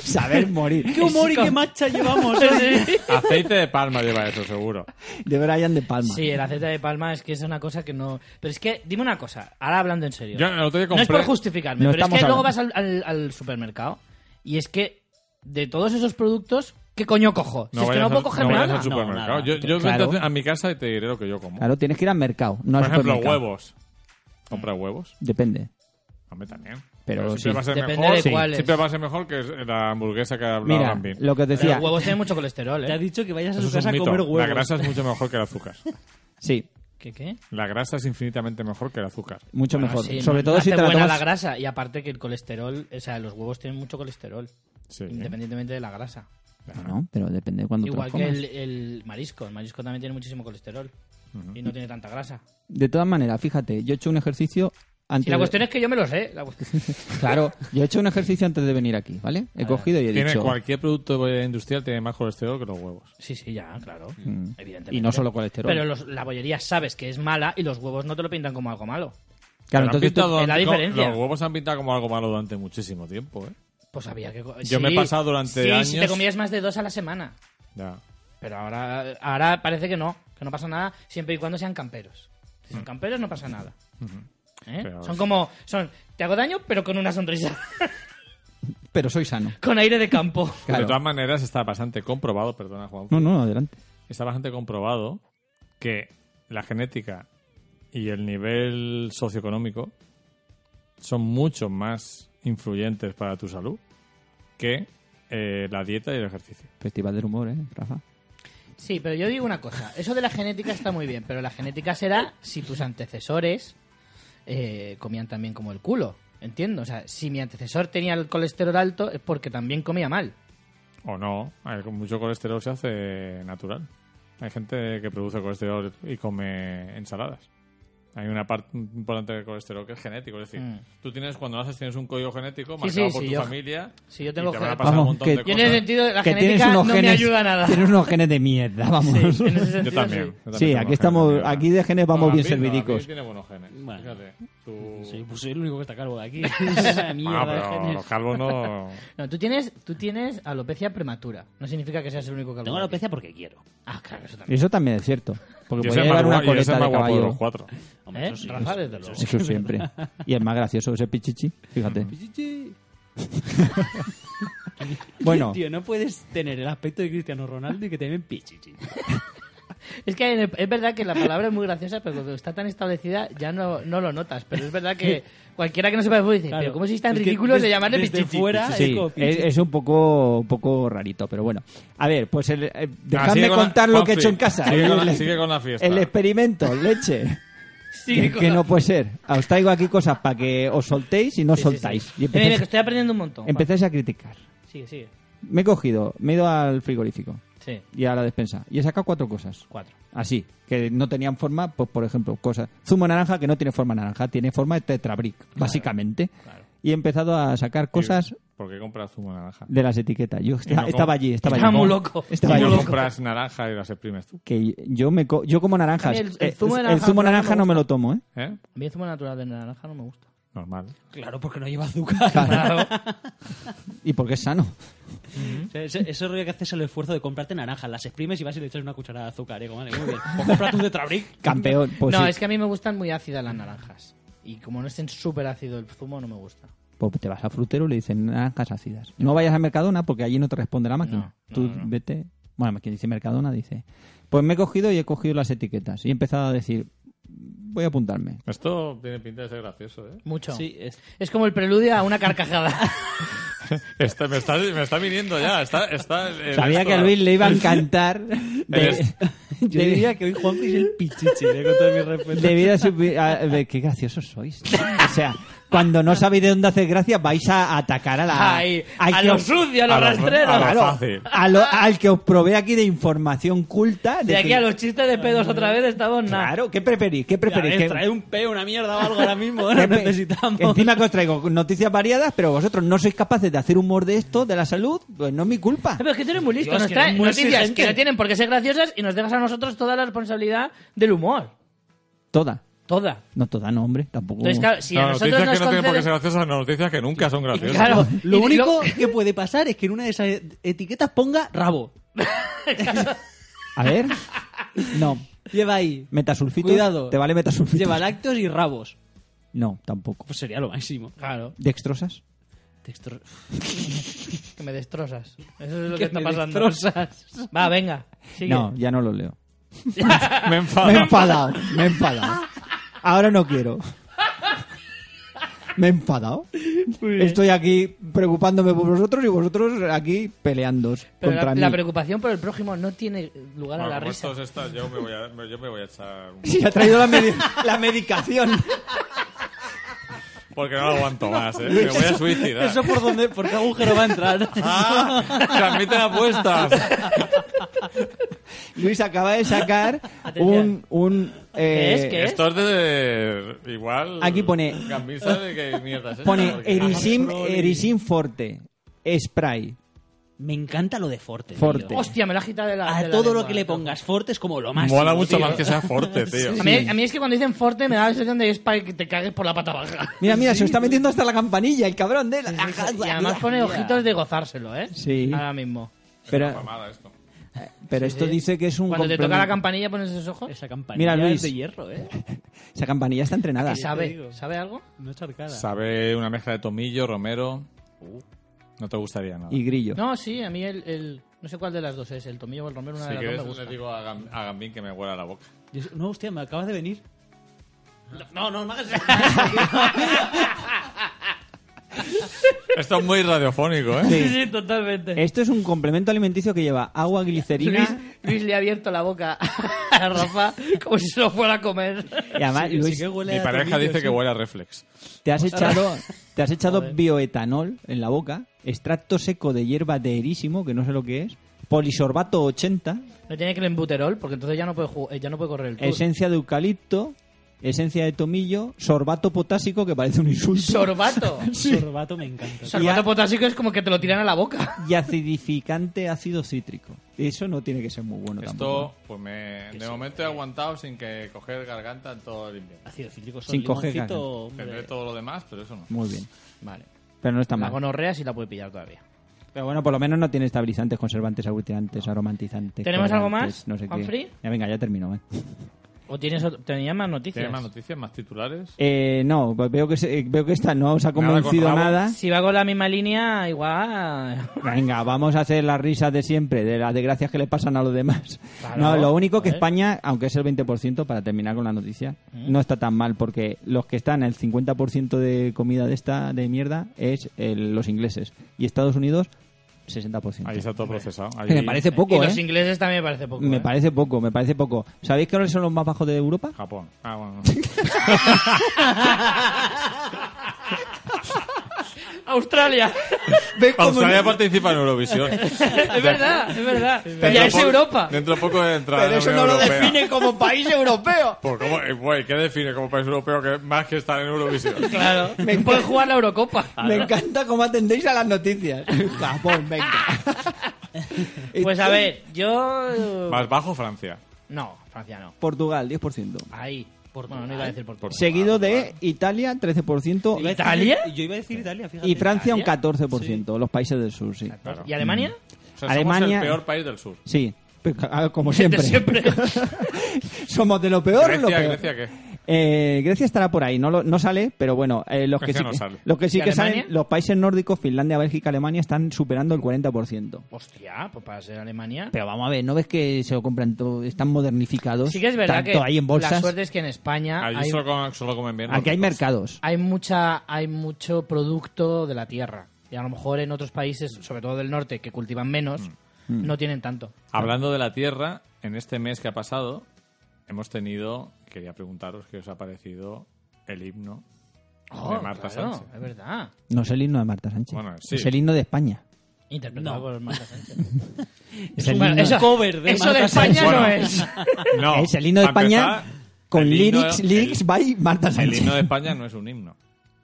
Speaker 2: Saber morir.
Speaker 4: ¿Qué humor y qué macha llevamos? eh?
Speaker 3: Aceite de palma lleva eso, seguro.
Speaker 2: De Brian de Palma.
Speaker 1: Sí, el aceite de palma es que es una cosa que no... Pero es que, dime una cosa, ahora hablando en serio.
Speaker 3: Yo el otro día
Speaker 1: No es
Speaker 3: compré-
Speaker 1: por justificarme,
Speaker 2: No
Speaker 1: pero es que
Speaker 2: estamos
Speaker 1: luego vas
Speaker 2: hablando.
Speaker 1: al, al- al supermercado y es que de todos esos productos, ¿qué coño cojo? Si es que
Speaker 3: vayas
Speaker 1: no puedo
Speaker 3: al-
Speaker 1: coger
Speaker 3: no vayas
Speaker 1: nada.
Speaker 3: al supermercado.
Speaker 4: No, nada.
Speaker 3: yo yo
Speaker 2: Claro.
Speaker 3: vente a mi casa y te diré lo que yo como.
Speaker 2: Claro, tienes que ir al mercado, no
Speaker 3: Por
Speaker 2: al
Speaker 3: ejemplo,
Speaker 2: supermercado.
Speaker 3: huevos. Compra huevos.
Speaker 2: Depende.
Speaker 3: A mí también.
Speaker 2: Pero
Speaker 3: siempre
Speaker 2: sí.
Speaker 3: va a ser
Speaker 1: Depende
Speaker 3: mejor.
Speaker 1: de Sí. cuáles.
Speaker 3: Siempre va a ser mejor que la hamburguesa que ha hablado
Speaker 2: Mira,
Speaker 3: Bambín.
Speaker 2: lo que
Speaker 1: Pero
Speaker 2: os decía.
Speaker 1: los huevos tienen mucho colesterol,
Speaker 4: Te ha
Speaker 1: ¿eh?
Speaker 4: dicho que vayas a
Speaker 3: Eso
Speaker 4: su
Speaker 3: es un
Speaker 4: casa a
Speaker 3: mito.
Speaker 4: [LAUGHS] comer huevos.
Speaker 3: La grasa es mucho mejor que el azúcar.
Speaker 2: Sí.
Speaker 1: ¿Qué qué?
Speaker 3: La grasa es infinitamente mejor que el azúcar.
Speaker 2: Mucho
Speaker 1: Bueno,
Speaker 2: mejor.
Speaker 1: sí,
Speaker 2: Sobre
Speaker 1: no-
Speaker 2: todo
Speaker 1: no
Speaker 2: si
Speaker 1: hace
Speaker 2: te la
Speaker 1: buena
Speaker 2: tomas...
Speaker 1: la grasa. Y aparte que el colesterol, o sea, los huevos tienen mucho colesterol,
Speaker 3: Sí.
Speaker 1: independientemente de la grasa.
Speaker 2: No, pero depende de cuándo te
Speaker 1: Igual
Speaker 2: lo
Speaker 1: que
Speaker 2: comas.
Speaker 1: el, el marisco. El marisco también tiene muchísimo colesterol y no tiene tanta grasa.
Speaker 2: De todas maneras, fíjate, yo he hecho un ejercicio antes
Speaker 1: Y la
Speaker 2: de-
Speaker 1: cuestión es que yo me lo sé. la
Speaker 2: [LAUGHS]
Speaker 1: cuestión-
Speaker 2: Claro, yo he hecho un ejercicio antes de venir aquí, ¿vale? He cogido y he
Speaker 3: Tiene
Speaker 2: dicho...
Speaker 3: cualquier producto eh, industrial tiene más colesterol que los huevos.
Speaker 1: Sí, sí, ya, claro.
Speaker 2: Mm.
Speaker 1: Evidentemente.
Speaker 2: Y no solo colesterol.
Speaker 1: Pero los- la bollería sabes que es mala y los huevos no te lo pintan como algo malo.
Speaker 2: Claro,
Speaker 3: Pero han
Speaker 2: entonces tú-
Speaker 3: pintado
Speaker 1: es la
Speaker 3: como-
Speaker 1: diferencia.
Speaker 3: Los huevos se han pintado como algo malo durante muchísimo tiempo, ¿eh?
Speaker 1: Pues había que... co-
Speaker 3: Yo me he pasado durante
Speaker 1: sí,
Speaker 3: años-
Speaker 1: si te comías más de dos a la semana.
Speaker 3: Ya.
Speaker 1: Pero ahora, ahora parece que no, que no pasa nada siempre y cuando sean camperos. Si son camperos no pasa nada. ¿Eh?
Speaker 3: Mm. Pero-
Speaker 1: Son como... son Te hago daño, pero con una sonrisa. [LAUGHS]
Speaker 2: pero soy sano.
Speaker 1: con aire de
Speaker 3: [LAUGHS]
Speaker 1: campo.
Speaker 3: De
Speaker 2: Claro.
Speaker 3: todas maneras, está bastante comprobado, perdona, Juan.
Speaker 2: No, no, adelante.
Speaker 3: está bastante comprobado que la genética y el nivel socioeconómico son mucho más influyentes para tu salud que eh, la dieta y el ejercicio.
Speaker 2: Festival del humor, ¿eh, Rafa?
Speaker 1: Sí, pero yo digo una cosa. Eso de la genética está muy bien, pero la genética será si tus antecesores eh, comían también como el culo. Entiendo. O sea, si mi antecesor tenía el colesterol alto es porque también comía mal.
Speaker 3: O no, hay- con mucho colesterol se hace natural. Hay gente que produce colesterol y come ensaladas. Hay una parte importante del colesterol que es genético. Es decir,
Speaker 1: Mm.
Speaker 3: tú tienes, cuando naces, tienes un código genético
Speaker 1: Sí, sí,
Speaker 3: marcado por
Speaker 1: sí,
Speaker 3: tu
Speaker 1: yo-
Speaker 3: familia.
Speaker 1: sí, yo tengo
Speaker 3: y te van a
Speaker 1: gen-
Speaker 3: pasar un
Speaker 2: Vamos,
Speaker 3: montón
Speaker 2: que-
Speaker 3: de
Speaker 1: Yo
Speaker 3: cosas.
Speaker 1: en ese sentido la
Speaker 2: que
Speaker 1: genética no me ayuda a nada.
Speaker 2: Tienes unos genes de mierda, vamos.
Speaker 1: Sí, en ese sentido, sí.
Speaker 3: Yo también. yo también
Speaker 2: [LAUGHS] Sí,
Speaker 3: tengo
Speaker 2: aquí
Speaker 3: genes
Speaker 2: estamos,
Speaker 3: de mierda.
Speaker 2: aquí de genes vamos
Speaker 3: No,
Speaker 2: bien
Speaker 3: Gambino, Gambino
Speaker 2: servidicos.
Speaker 3: tiene buenos genes.
Speaker 4: Bueno.
Speaker 3: Fíjate. Tú...
Speaker 4: Sí, pues soy el único que está calvo [LAUGHS] de aquí. Esa mierda
Speaker 3: Ah,
Speaker 4: de
Speaker 3: pero
Speaker 4: genes.
Speaker 3: los calvos no...
Speaker 1: No, tú tienes, tú tienes alopecia prematura. No significa que seas el único que
Speaker 4: Tengo alopecia porque quiero.
Speaker 1: Ah, claro, eso también.
Speaker 2: Eso también es cierto. Porque
Speaker 3: Yo
Speaker 2: podría
Speaker 3: soy el más
Speaker 2: llevar una
Speaker 3: guapo- yo soy
Speaker 2: coleta
Speaker 3: el más
Speaker 2: de
Speaker 3: guapo de
Speaker 2: caballo.
Speaker 3: los cuatro.
Speaker 1: ¿Eh?
Speaker 4: eso sí,
Speaker 1: Rafa,
Speaker 4: eso-
Speaker 1: desde
Speaker 4: eso
Speaker 1: luego.
Speaker 4: sí.
Speaker 2: Eso
Speaker 3: [LAUGHS]
Speaker 2: siempre. Y el más gracioso, ese pichichi. Fíjate. [LAUGHS]
Speaker 3: [LAUGHS]
Speaker 2: Bueno,
Speaker 4: Tío, no puedes tener el aspecto de Cristiano Ronaldo y que te ven pichichi.
Speaker 1: Es que en el- es verdad que la palabra es muy graciosa, pero cuando está tan establecida ya no, no lo notas. Pero es verdad que
Speaker 4: [LAUGHS]
Speaker 1: cualquiera que no sepa de fútbol dice,
Speaker 4: Claro.
Speaker 1: pero ¿cómo sois tan
Speaker 4: Es que
Speaker 1: ridículos de
Speaker 4: des-
Speaker 1: llamarle
Speaker 4: desde
Speaker 1: pichichi?
Speaker 4: fuera- es
Speaker 2: sí,
Speaker 4: como
Speaker 2: es,
Speaker 4: pichichi.
Speaker 2: es un poco, un poco rarito, pero bueno. A ver, pues el, eh, dejadme
Speaker 3: Ah, sigue con la-
Speaker 2: contar lo que he
Speaker 3: Juanfri,
Speaker 2: hecho en casa.
Speaker 3: sigue con la-
Speaker 2: El-
Speaker 3: sigue con la fiesta.
Speaker 2: El experimento, leche.
Speaker 1: [LAUGHS] Sí,
Speaker 2: que,
Speaker 1: co-
Speaker 2: que no puede ser. Os traigo aquí cosas para que os soltéis y no
Speaker 1: Sí, sí, sí.
Speaker 2: soltáis. Y
Speaker 1: Mira, mira,
Speaker 2: empezáis,
Speaker 1: que estoy aprendiendo un montón.
Speaker 2: empezáis a criticar.
Speaker 1: Juan. Sigue, sigue.
Speaker 2: Me he cogido, me he ido al frigorífico
Speaker 1: Sí,
Speaker 2: y a la despensa y he sacado cuatro cosas.
Speaker 1: cuatro.
Speaker 2: Así, que no tenían forma, pues por ejemplo, cosas. Zumo de naranja que no tiene forma de naranja, tiene forma de tetrabric, básicamente.
Speaker 1: claro.
Speaker 2: Y he empezado a sacar cosas
Speaker 3: ¿Por qué compras zumo de naranja?
Speaker 2: de las etiquetas. Yo esta-
Speaker 3: Y no com-
Speaker 2: estaba allí, estaba
Speaker 1: Estaba
Speaker 2: allí.
Speaker 1: muy loco.
Speaker 2: Estaba
Speaker 3: y no
Speaker 2: yo.
Speaker 3: compras naranja y las exprimes tú.
Speaker 2: Que yo me co- yo como naranjas. Eh,
Speaker 1: A mí el- el zumo de
Speaker 2: El
Speaker 1: naranja
Speaker 2: zumo
Speaker 1: no me
Speaker 2: naranja no
Speaker 1: gusta.
Speaker 2: me lo tomo, ¿eh?
Speaker 3: ¿Eh?
Speaker 1: A mí el zumo natural de naranja no me
Speaker 4: [LAUGHS]
Speaker 1: gusta.
Speaker 3: Normal.
Speaker 4: Claro, porque no lleva azúcar.
Speaker 2: [LAUGHS] Y porque
Speaker 1: [LAUGHS]
Speaker 2: es sano.
Speaker 4: O sea, Eso, eso es lo que haces el esfuerzo de comprarte naranjas, las exprimes y vas y le echas una cucharada de azúcar. ¿eh? Como, vale, [LAUGHS] muy bien. Pues compra tus de Trabric.
Speaker 2: Campeón. Pues
Speaker 1: no,
Speaker 2: sí.
Speaker 1: es que a mí me gustan muy ácidas las naranjas. Y como no estén súper ácido el zumo, no me gusta.
Speaker 2: Pues te vas a frutero y le dicen naranjas ácidas. No vayas a Mercadona porque allí no te responde la máquina.
Speaker 1: No, no,
Speaker 2: Tú
Speaker 1: no.
Speaker 2: vete. Bueno, quien dice Mercadona dice. Pues me he cogido y he cogido las etiquetas y he empezado a decir, voy a apuntarme.
Speaker 3: Esto tiene pinta de ser gracioso, ¿eh?
Speaker 1: Mucho.
Speaker 4: Sí, es-
Speaker 1: Es como el preludio a una carcajada.
Speaker 3: Este, me, está, me está viniendo ya. Está, está el- el
Speaker 2: Sabía
Speaker 3: esto-
Speaker 2: que a Luis le iba a
Speaker 1: [LAUGHS]
Speaker 2: encantar. De, [LAUGHS]
Speaker 3: Eres-
Speaker 4: Yo
Speaker 2: debido
Speaker 4: diría que hoy Juanpi es el pichichi, ¿eh? con todo mi respeto.
Speaker 2: debido a su... a- a- qué graciosos sois. O sea, cuando no sabéis de dónde hacer gracia vais a atacar a
Speaker 1: [LAUGHS]
Speaker 2: la...
Speaker 1: Ay,
Speaker 2: al
Speaker 1: a
Speaker 2: que
Speaker 1: lo
Speaker 2: os-
Speaker 1: sucio, a lo
Speaker 3: a lo-
Speaker 1: rastrero.
Speaker 3: a lo
Speaker 1: Claro.
Speaker 3: fácil.
Speaker 2: a lo- al que os provee aquí de información culta.
Speaker 1: De aquí
Speaker 2: que-
Speaker 1: a los chistes de pedos otra vez estamos nada.
Speaker 2: Claro, ¿qué preferís? ¿Qué
Speaker 4: Mira,
Speaker 2: preferís?
Speaker 4: eh,
Speaker 2: ¿Que-
Speaker 4: traer un peo, una mierda o algo ahora [LAUGHS] mismo,
Speaker 2: Que
Speaker 4: lo
Speaker 2: pe-
Speaker 4: necesitamos.
Speaker 2: que Encima que os traigo noticias variadas, pero vosotros no sois capaces de hacer humor de esto, de la salud, pues no es mi culpa.
Speaker 1: Pero es que tú eres muy listo.
Speaker 4: Dios,
Speaker 1: nos
Speaker 4: que
Speaker 1: traes
Speaker 4: eres muy
Speaker 1: noticias
Speaker 4: exigente.
Speaker 1: que no tienen por qué ser graciosas y nos dejas a nosotros toda la responsabilidad del humor.
Speaker 2: Toda.
Speaker 1: Toda.
Speaker 2: No, toda no, hombre, tampoco.
Speaker 1: Entonces, claro, si a
Speaker 3: No,
Speaker 1: nosotros
Speaker 3: noticias
Speaker 1: nos
Speaker 3: que no tienen por qué
Speaker 1: concedes-
Speaker 3: ser graciosas, no, noticias que nunca son graciosas.
Speaker 1: Claro.
Speaker 4: Lo
Speaker 1: Y
Speaker 4: único
Speaker 1: lo-
Speaker 4: que puede pasar es que en una de esas etiquetas ponga rabo.
Speaker 2: A ver. No.
Speaker 4: Lleva ahí.
Speaker 2: Metasulfito.
Speaker 4: Cuidado.
Speaker 2: ¿Te vale metasulfito?
Speaker 4: Lleva lácteos y rabos.
Speaker 2: No, tampoco.
Speaker 4: Pues sería lo máximo.
Speaker 1: [LAUGHS] Claro,
Speaker 2: ¿Dextrosas?
Speaker 4: Textor...
Speaker 1: que me destrozas. Eso es lo que,
Speaker 4: ¿Qué
Speaker 1: está
Speaker 4: me
Speaker 1: pasando.
Speaker 4: destrozas?
Speaker 1: Va, venga. sigue.
Speaker 2: No, ya no lo leo.
Speaker 3: Me enfado.
Speaker 2: Me he enfadado, me he enfadado. Ahora no quiero. Me he enfadado. Estoy aquí preocupándome por vosotros y vosotros aquí peleando
Speaker 1: Pero
Speaker 2: contra
Speaker 1: la,
Speaker 2: mí.
Speaker 1: la preocupación por el prójimo no tiene lugar a
Speaker 3: Bueno, pues
Speaker 1: la
Speaker 3: como
Speaker 1: risa.
Speaker 3: estos están, yo me voy a, me- yo me voy a echar un...
Speaker 2: Sí, ha traído la, medi- la medicación.
Speaker 3: Porque no lo aguanto más, ¿eh? Me voy a suicidar.
Speaker 4: ¿Eso por dónde? ¿Por qué agujero va a entrar?
Speaker 3: ¡Ah! ¡Transmiten
Speaker 1: ¿Eh?
Speaker 3: apuestas!
Speaker 2: Luis acaba de sacar
Speaker 1: [LAUGHS] Atención.
Speaker 2: un... un eh,
Speaker 1: es? ¿Qué?
Speaker 3: Esto es de... Igual...
Speaker 2: Aquí pone-
Speaker 3: Gambisa de qué mierda es esta,
Speaker 2: Pone
Speaker 3: porque-
Speaker 2: Erisim,
Speaker 3: Ah,
Speaker 2: Erisim Forte. Spray.
Speaker 4: [LAUGHS] Me encanta lo de Forte. tío.
Speaker 2: Forte.
Speaker 1: Hostia, me la agita de la. de
Speaker 4: A
Speaker 1: la
Speaker 4: todo
Speaker 1: lengua,
Speaker 4: lo que le
Speaker 1: ¿no?
Speaker 4: pongas Forte es como lo más.
Speaker 3: Mola mucho más que sea fuerte, tío.
Speaker 1: A mí, a mí es que cuando dicen forte me da la sensación de es para que te cagues por la pata baja.
Speaker 2: Mira, mira, se está metiendo hasta la campanilla, el cabrón de la...
Speaker 1: Y además pone ojitos de gozárselo, ¿eh?
Speaker 2: Sí.
Speaker 1: Ahora mismo.
Speaker 3: Es una
Speaker 2: Pero,
Speaker 3: mamada esto.
Speaker 2: pero esto dice que es un...
Speaker 1: Cuando te toca la
Speaker 2: complemento.
Speaker 1: campanilla pones esos ojos.
Speaker 4: Esa campanilla
Speaker 2: Mira, Luis.
Speaker 4: es de hierro, ¿eh?
Speaker 2: Esa campanilla está entrenada.
Speaker 1: ¿Y sabe? ¿Sabe algo?
Speaker 4: No es arcada.
Speaker 3: Sabe una mezcla de tomillo, romero... No te gustaría nada.
Speaker 2: Y grillo.
Speaker 1: No, sí, a mí el, el- No sé cuál de las dos es, el tomillo o el romero, una
Speaker 3: Si
Speaker 1: de las
Speaker 3: quieres
Speaker 1: dos me gusta.
Speaker 3: le digo a, Gam- a Gambín que me huela la boca.
Speaker 4: Yo- No, hostia, me acabas de venir. No, [LAUGHS] no, no hagas
Speaker 3: [LAUGHS] Esto es muy radiofónico, ¿eh?
Speaker 2: Sí. Eh,
Speaker 1: Sí, totalmente.
Speaker 2: Esto es un complemento alimenticio que lleva agua, glicerina...
Speaker 1: Luis, Luis le ha abierto la boca [LAUGHS] a Rafa como si se lo fuera a comer.
Speaker 2: Y
Speaker 4: Ah,
Speaker 2: además, Luis,
Speaker 3: Mi pareja dice que huele a reflex.
Speaker 2: te has echado, te has echado bioetanol en la boca, extracto seco de hierba de erísimo, que no sé lo que es, polisorbato 80,
Speaker 1: No tiene que el embuterol porque entonces ya no puede, ju- eh, ya no puede correr el tour.
Speaker 2: esencia de eucalipto, esencia de tomillo, sorbato potásico, que parece un insulto, [LAUGHS]
Speaker 1: Sorbato.
Speaker 4: Sorbato me encanta.
Speaker 1: Sorbato potásico es como que te lo tiran a la boca. [LAUGHS]
Speaker 2: y acidificante ácido cítrico. Eso no tiene que ser muy bueno tampoco.
Speaker 3: Esto, pues me, de momento he aguantado sin que coger garganta en todo el invierno.
Speaker 4: Ácido cítrico
Speaker 2: Sin
Speaker 4: Sin
Speaker 2: coger
Speaker 4: coger
Speaker 3: Tendré todo lo demás, pero eso no.
Speaker 2: ¿eh? Muy bien.
Speaker 1: Vale.
Speaker 2: Pero no está
Speaker 1: La
Speaker 2: mal.
Speaker 1: gonorrea sí la puede pillar todavía.
Speaker 2: Pero bueno, por lo menos no tiene estabilizantes, conservantes, aglutinantes, aromatizantes.
Speaker 1: ¿Tenemos algo
Speaker 2: colorantes,
Speaker 1: más,
Speaker 2: No sé
Speaker 1: Humphrey?
Speaker 2: qué. Ya venga, ya termino. ¿eh?
Speaker 1: ¿O tienes ot- tenías más noticias?
Speaker 3: ¿Tienes más noticias, más titulares?
Speaker 2: Eh, no, veo que, se- veo que esta no os ha
Speaker 3: con
Speaker 2: convencido
Speaker 3: rabo.
Speaker 2: nada.
Speaker 1: Si va con la misma línea, igual.
Speaker 2: Venga, vamos a hacer las risas de siempre, de las desgracias que le pasan a los demás.
Speaker 1: Claro,
Speaker 2: no, lo único que
Speaker 1: joder.
Speaker 2: España, aunque es el 20%, para terminar con la noticia,
Speaker 1: Mm.
Speaker 2: no está tan mal, porque los que están el 50% de comida de esta de mierda es el- los ingleses. Y Estados Unidos, 60%.
Speaker 3: Ahí está todo procesado.
Speaker 2: Que
Speaker 3: Allí-
Speaker 2: Eh, me parece
Speaker 1: y
Speaker 2: poco,
Speaker 1: los
Speaker 2: ¿eh?
Speaker 1: ingleses también me parece poco.
Speaker 2: Me
Speaker 1: ¿eh?
Speaker 2: parece poco, me parece poco. ¿Sabéis cuáles son los más bajos de Europa?
Speaker 3: Japón. Ah,
Speaker 2: [LAUGHS]
Speaker 3: bueno.
Speaker 1: [LAUGHS]
Speaker 2: [LAUGHS]
Speaker 1: Australia.
Speaker 3: Australia participa en Eurovisión.
Speaker 1: es verdad, es verdad. Ya es
Speaker 3: po-
Speaker 1: Europa.
Speaker 3: Dentro poco de entrar en la Unión Europea.
Speaker 2: como país europeo.
Speaker 3: [LAUGHS] Pues, ¿cómo- eh, güey, ¿qué define como país europeo que más que estar
Speaker 2: [LAUGHS]
Speaker 3: en Eurovisión?
Speaker 1: Claro. Pueden jugar la Eurocopa.
Speaker 2: Me encanta cómo atendéis a las noticias. [LAUGHS] Japón, venga.
Speaker 1: Pues a ver, yo.
Speaker 3: Más bajo Francia.
Speaker 1: No, Francia no.
Speaker 2: Portugal, 10%.
Speaker 1: Ahí.
Speaker 4: Portugal.
Speaker 1: Bueno, no iba a decir Portugal.
Speaker 2: Seguido de Italia, 13%.
Speaker 1: ¿Italia?
Speaker 4: Yo iba a decir Italia, fíjate.
Speaker 2: Y Francia, un
Speaker 1: ¿Italia?
Speaker 2: 14%. Los países del sur, sí.
Speaker 3: Claro.
Speaker 1: ¿Y Alemania?
Speaker 3: O sea,
Speaker 2: Alemania-
Speaker 3: somos el peor país del sur.
Speaker 2: Sí, pero, ah, [LAUGHS] como siempre.
Speaker 1: De siempre.
Speaker 2: Somos de lo peor, lo
Speaker 3: Grecia,
Speaker 2: peor.
Speaker 3: Grecia, ¿qué?
Speaker 2: Eh, Grecia estará por ahí, no, lo- no sale, pero bueno, eh, los, que
Speaker 3: Grecia
Speaker 2: sí
Speaker 3: no
Speaker 2: que,
Speaker 3: sale.
Speaker 2: los que sí
Speaker 1: ¿Y
Speaker 2: que salen,
Speaker 1: Alemania?
Speaker 2: los países nórdicos, Finlandia, Bélgica, Alemania, están superando el 40%.
Speaker 1: Hostia, pues para ser Alemania.
Speaker 2: Pero vamos a ver, ¿no ves que se lo compran todo? Están modernificados.
Speaker 1: Sí que es verdad
Speaker 2: tanto
Speaker 1: que
Speaker 2: ahí en bolsas.
Speaker 1: la suerte pues, es que en España
Speaker 3: Allí
Speaker 1: hay,
Speaker 3: solo, comen, solo comen bien.
Speaker 2: Ah, Aquí hay mercados.
Speaker 1: hay mucha hay mucho producto de la tierra. Y a lo mejor en otros países, sobre todo del norte, que cultivan menos,
Speaker 3: Mm.
Speaker 1: no tienen tanto.
Speaker 3: Hablando de la Tierra, en este mes que ha pasado, hemos tenido, quería preguntaros qué os ha parecido el himno
Speaker 2: [LAUGHS]
Speaker 3: de
Speaker 1: Oh,
Speaker 3: Marta
Speaker 1: claro,
Speaker 3: Sánchez.
Speaker 1: Es verdad.
Speaker 2: No es el himno de Marta Sánchez.
Speaker 3: Bueno, sí.
Speaker 2: Es el himno de España.
Speaker 1: Interpretado
Speaker 4: No.
Speaker 1: por Marta Sánchez.
Speaker 2: Es el
Speaker 1: Bueno,
Speaker 2: himno-
Speaker 1: eso,
Speaker 4: cover de
Speaker 1: eso
Speaker 4: Marta
Speaker 1: España
Speaker 4: Sánchez.
Speaker 1: no
Speaker 3: Bueno.
Speaker 1: es.
Speaker 3: No,
Speaker 2: Es el himno de
Speaker 3: para
Speaker 2: España
Speaker 3: empezar,
Speaker 2: con
Speaker 3: el himno-
Speaker 2: lyrics, lyrics
Speaker 3: el-
Speaker 2: by Marta
Speaker 3: El
Speaker 2: Sánchez.
Speaker 3: himno de España no es un himno,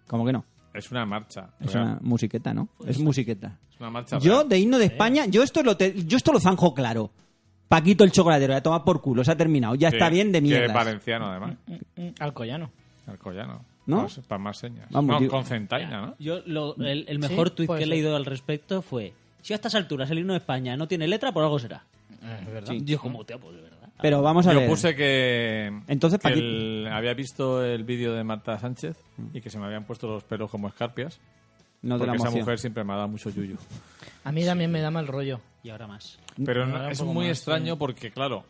Speaker 2: ¿Cómo que no?
Speaker 3: es una marcha.
Speaker 2: Es
Speaker 3: real.
Speaker 2: una musiqueta, ¿no? Es musiqueta.
Speaker 3: Es una marcha.
Speaker 2: Yo,
Speaker 3: real.
Speaker 2: de himno de España, yo esto lo, te- yo esto lo zanjo claro. Paquito el chocolatero, ya toma por culo, se ha terminado. Ya está
Speaker 3: Que-
Speaker 2: bien de
Speaker 3: Que es
Speaker 2: mierda.
Speaker 3: valenciano, además.
Speaker 1: [LAUGHS] Alcoyano.
Speaker 3: Alcoyano.
Speaker 2: ¿No?
Speaker 3: Pues, para más señas.
Speaker 2: Vamos,
Speaker 3: no,
Speaker 2: digo-
Speaker 3: con centaina, ¿no?
Speaker 4: Yo, lo- el, el mejor
Speaker 1: Sí,
Speaker 4: tuit
Speaker 1: puede
Speaker 4: que he
Speaker 1: ser.
Speaker 4: leído al respecto fue: Si a estas alturas el himno de España no tiene letra, por algo será.
Speaker 1: Es verdad.
Speaker 4: Dios, como te pues de verdad.
Speaker 2: Pero vamos a
Speaker 3: Yo
Speaker 2: ver.
Speaker 3: puse que.
Speaker 2: Entonces,
Speaker 3: que
Speaker 2: Paqui-
Speaker 3: el- había visto el vídeo de Marta Sánchez y que se me habían puesto los pelos como escarpias.
Speaker 2: Mm. No de la
Speaker 3: porque esa
Speaker 2: emoción.
Speaker 3: mujer siempre me ha dado
Speaker 2: [LAUGHS]
Speaker 3: mucho yuyu.
Speaker 1: A mí también me da mal rollo.
Speaker 4: Y ahora más.
Speaker 3: Pero no-
Speaker 1: era un
Speaker 3: es
Speaker 1: poco
Speaker 3: muy
Speaker 1: más,
Speaker 2: [LAUGHS]
Speaker 3: extraño porque, claro,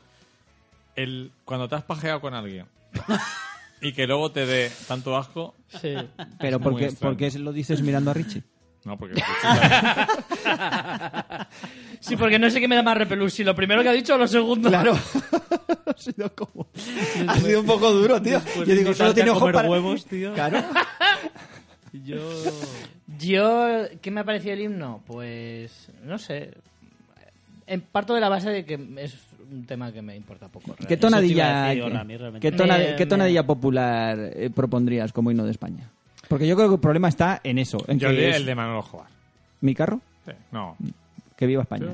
Speaker 3: el, cuando te has pajeado con alguien y que luego te dé tanto asco.
Speaker 1: Sí.
Speaker 2: Pero
Speaker 3: Es
Speaker 2: ¿por
Speaker 3: muy
Speaker 2: qué, por
Speaker 3: extraño.
Speaker 2: qué lo dices mirando a
Speaker 3: [LAUGHS]
Speaker 2: Richie?
Speaker 3: No, porque.
Speaker 2: [LAUGHS] Ah,
Speaker 3: Claro,
Speaker 1: Sí, porque no sé qué me da más repelús, si lo primero que ha dicho o lo segundo. [LAUGHS]
Speaker 2: ha sido como.
Speaker 3: Pues
Speaker 2: Ha sido un poco duro, tío. Yo digo, solo tiene ojos para.
Speaker 4: huevos, tío.
Speaker 2: Claro.
Speaker 4: Yo...
Speaker 1: Yo, ¿qué me ha parecido el himno? Pues, no sé. En parto de la base de que es un tema que me importa poco. realmente.
Speaker 2: ¿Qué
Speaker 4: Eso te iba
Speaker 2: tonadilla,
Speaker 4: a decir, Orra, a mí realmente-
Speaker 2: qué tona-
Speaker 1: Me-
Speaker 2: qué
Speaker 1: me-
Speaker 2: tonadilla popular eh, propondrías como himno de España? Porque yo creo que el problema está en eso. En
Speaker 3: yo
Speaker 2: que
Speaker 3: haría
Speaker 2: es
Speaker 3: el de Manolo Jovar.
Speaker 2: Mi carro,
Speaker 3: Sí, No,
Speaker 2: que viva España.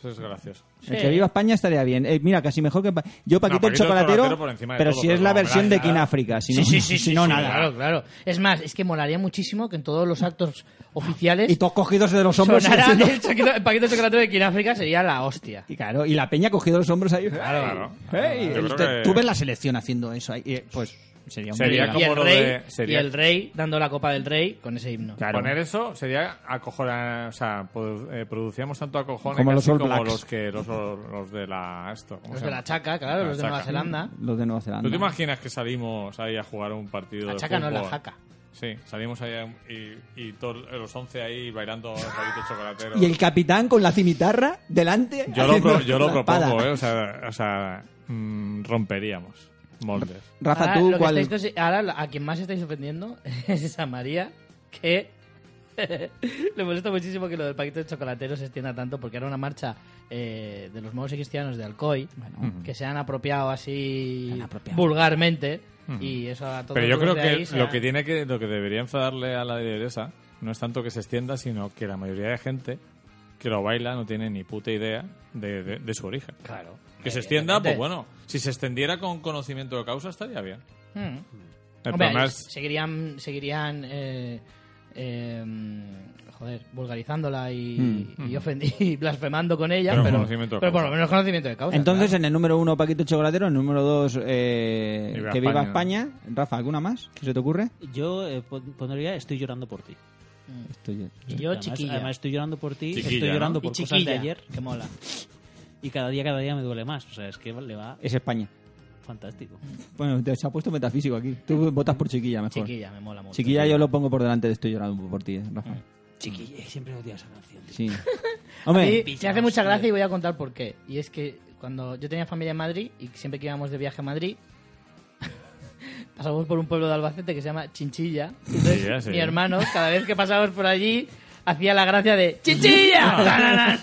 Speaker 3: eso es gracioso.
Speaker 2: El que viva España estaría bien. Eh, mira, casi mejor que. Pa- Yo, Paquito,
Speaker 3: Paquito
Speaker 2: el
Speaker 3: el
Speaker 2: chocolatero.
Speaker 3: chocolatero por encima de
Speaker 2: pero
Speaker 3: todo,
Speaker 2: si
Speaker 3: pero
Speaker 2: es la
Speaker 3: no,
Speaker 2: versión de
Speaker 3: gracias.
Speaker 2: Kináfrica. Si
Speaker 1: Sí,
Speaker 2: no,
Speaker 1: sí, sí,
Speaker 2: si
Speaker 1: sí,
Speaker 2: no
Speaker 1: sí,
Speaker 2: nada.
Speaker 1: Claro, claro. Es más, es que molaría muchísimo que en todos los actos oficiales
Speaker 2: Y todos cogidos de los hombros.
Speaker 1: sonara
Speaker 2: haciendo-
Speaker 1: el, choquito- el paquete de chocolate de Kináfrica sería la hostia.
Speaker 2: [LAUGHS] Y claro, y la peña cogido de los hombros ahí.
Speaker 3: Claro.
Speaker 2: Ey,
Speaker 3: Yo creo
Speaker 2: te-
Speaker 3: que-
Speaker 2: Tú ves la selección haciendo eso ahí. eh, Pues sería un
Speaker 3: Sería
Speaker 2: día.
Speaker 1: Y
Speaker 3: como-
Speaker 1: el,
Speaker 3: lo
Speaker 1: rey,
Speaker 3: de- sería-
Speaker 1: y el rey dando la copa del rey con ese himno.
Speaker 2: Claro.
Speaker 3: Poner eso sería acojonar, o sea, produ- eh, producíamos tanto acojones
Speaker 2: Como
Speaker 3: casi
Speaker 2: los All
Speaker 3: como
Speaker 2: Blacks.
Speaker 3: los que los, los de la esto, ¿cómo
Speaker 1: Los
Speaker 3: se
Speaker 1: de
Speaker 3: llama?
Speaker 1: la chaca, claro,
Speaker 3: La
Speaker 1: los de Nueva
Speaker 3: chaca.
Speaker 1: Zelanda.
Speaker 2: Los de Nueva Zelanda.
Speaker 3: ¿Tú te imaginas que salimos ahí a jugar un partido
Speaker 1: La
Speaker 3: de
Speaker 1: chaca no, la
Speaker 3: fútbol?
Speaker 1: jaca.
Speaker 3: Sí, salimos allá y, y todos los 11 ahí bailando rayitos chocolateros.
Speaker 2: Y el capitán con la cimitarra delante.
Speaker 3: Yo lo, pro-
Speaker 2: haciendo
Speaker 3: yo lo
Speaker 2: la
Speaker 3: propongo,
Speaker 2: espada.
Speaker 3: ¿eh? O sea, o sea, mm, romperíamos moldes.
Speaker 2: Rafa,
Speaker 1: ahora,
Speaker 2: tú,
Speaker 1: Ah, lo que
Speaker 2: ¿cuál?
Speaker 1: estáis consi- ahora la- a quien más estáis ofendiendo [LAUGHS] es a María, que [LAUGHS] le molesta muchísimo que lo del paquete de chocolatero se extienda tanto, porque era una marcha eh, de los modos y cristianos de Alcoy, que se han apropiado así
Speaker 2: Se han apropiado.
Speaker 1: vulgarmente, y eso a todos
Speaker 3: Pero yo
Speaker 1: los
Speaker 3: creo
Speaker 1: de
Speaker 3: que
Speaker 1: ahí se
Speaker 3: lo
Speaker 1: ha-
Speaker 3: que tiene que lo que debería enfadarle a la lideresa no es tanto que se extienda, sino que la mayoría de gente que lo baila no tiene ni puta idea de, de- de su origen.
Speaker 1: Claro.
Speaker 3: Que se extienda, pues
Speaker 1: evidentemente.
Speaker 3: bueno, si se extendiera con conocimiento de causa estaría bien.
Speaker 1: Mm.
Speaker 3: El
Speaker 1: Hombre,
Speaker 3: problema
Speaker 1: ellos
Speaker 3: es-
Speaker 1: seguirían, seguirían eh, eh, joder, vulgarizándola y,
Speaker 2: Mm.
Speaker 1: y ofendi- [LAUGHS] y blasfemando con ella,
Speaker 3: Pero
Speaker 1: pero,
Speaker 3: conocimiento de
Speaker 1: pero por
Speaker 3: causa.
Speaker 1: lo menos conocimiento de causa.
Speaker 2: Entonces, en el número uno, Paquito Chocolatero. En el número dos, eh,
Speaker 3: Viva
Speaker 2: que viva
Speaker 3: España.
Speaker 2: España. Rafa, ¿alguna más? ¿Qué se te ocurre?
Speaker 4: Yo eh, pon- pondría Estoy llorando por ti.
Speaker 2: Estoy-
Speaker 1: claro. yo
Speaker 4: Además-
Speaker 1: chiquilla
Speaker 4: Además, estoy llorando por ti,
Speaker 3: Chiquilla,
Speaker 4: estoy
Speaker 3: ¿no?
Speaker 4: llorando
Speaker 1: y
Speaker 4: por cosas
Speaker 1: chiquilla,
Speaker 4: de ayer
Speaker 1: que mola.
Speaker 4: y cada día, cada día me duele más. O sea, es que le va
Speaker 2: Es España.
Speaker 4: fantástico.
Speaker 2: Bueno, te- se ha puesto metafísico aquí. [LAUGHS] Tú votas por chiquilla, mejor. Chiquilla,
Speaker 1: Chiquilla, me mola mucho.
Speaker 2: yo lo pongo por delante de estoy llorando por ti, eh, Rafa.
Speaker 4: Chiquilla, siempre odio esa canción. tío.
Speaker 2: [LAUGHS] Sí.
Speaker 1: Y
Speaker 2: Hombre,
Speaker 1: me hace mucha gracia y voy a contar por qué. Y es que cuando yo tenía familia en Madrid y siempre que íbamos de viaje a Madrid, [LAUGHS] pasamos por un pueblo de Albacete que se llama Chinchilla. Entonces,
Speaker 3: ya sé.
Speaker 1: mi hermano, cada vez que pasábamos por allí, hacía la gracia de ¡Chinchilla!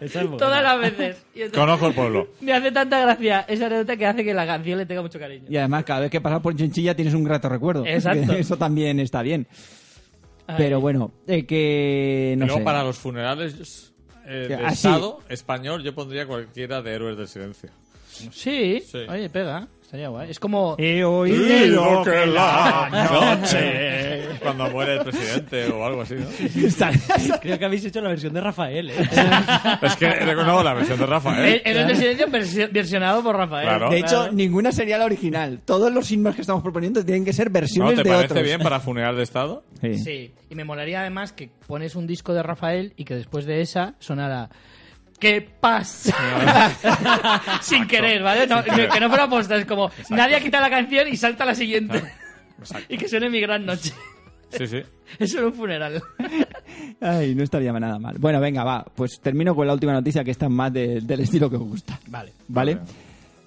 Speaker 4: Esa es buena.
Speaker 1: Todas las veces. Y entonces-
Speaker 3: Conozco el pueblo.
Speaker 1: Me hace tanta gracia esa anécdota que hace que la canción le tenga mucho cariño.
Speaker 2: y además cada vez que pasas por Chinchilla tienes un grato recuerdo.
Speaker 1: Exacto.
Speaker 2: [LAUGHS] Eso también está bien.
Speaker 1: Ay.
Speaker 2: Pero bueno, eh, que
Speaker 3: Y
Speaker 2: no
Speaker 3: luego
Speaker 2: sé.
Speaker 3: para los funerales eh, de
Speaker 2: Así.
Speaker 3: Estado español yo pondría cualquiera de Héroes del Silencio.
Speaker 1: Sí,
Speaker 3: Sí.
Speaker 1: oye, pega. Estaría guay. Es como...
Speaker 2: He oído que [LAUGHS] la
Speaker 3: noche. Cuando muere el presidente o algo así, ¿no?
Speaker 4: [LAUGHS] Creo que habéis hecho la versión de Rafael, ¿eh?
Speaker 3: Es que reconozco la versión de Rafa,
Speaker 1: El,
Speaker 3: ¿eh?
Speaker 1: el de silencio versio- versionado por Rafael.
Speaker 3: Claro.
Speaker 2: De hecho, ninguna sería la original. Todos los himnos que estamos proponiendo tienen que ser
Speaker 3: ¿No
Speaker 2: versiones
Speaker 3: te
Speaker 2: de
Speaker 3: parece
Speaker 2: otros.
Speaker 3: bien para funeral
Speaker 2: [LAUGHS]
Speaker 3: de Estado?
Speaker 2: Sí.
Speaker 1: Sí, y me molaría además que pones un disco de Rafael y que después de esa sonara ¿Qué pasa? [LAUGHS] Sin querer, ¿vale? No,
Speaker 3: Sin querer.
Speaker 1: Que no fuera aposta, es como nadie ha quitado la canción y salta la siguiente.
Speaker 3: Exacto.
Speaker 1: [LAUGHS] y que suene mi gran noche. [LAUGHS]
Speaker 3: Sí, sí.
Speaker 1: Eso era un funeral.
Speaker 2: Ay, no estaría nada mal. Bueno, venga, va. Pues termino con la última noticia que está más de- del estilo que os gusta.
Speaker 1: Vale.
Speaker 2: ¿Vale?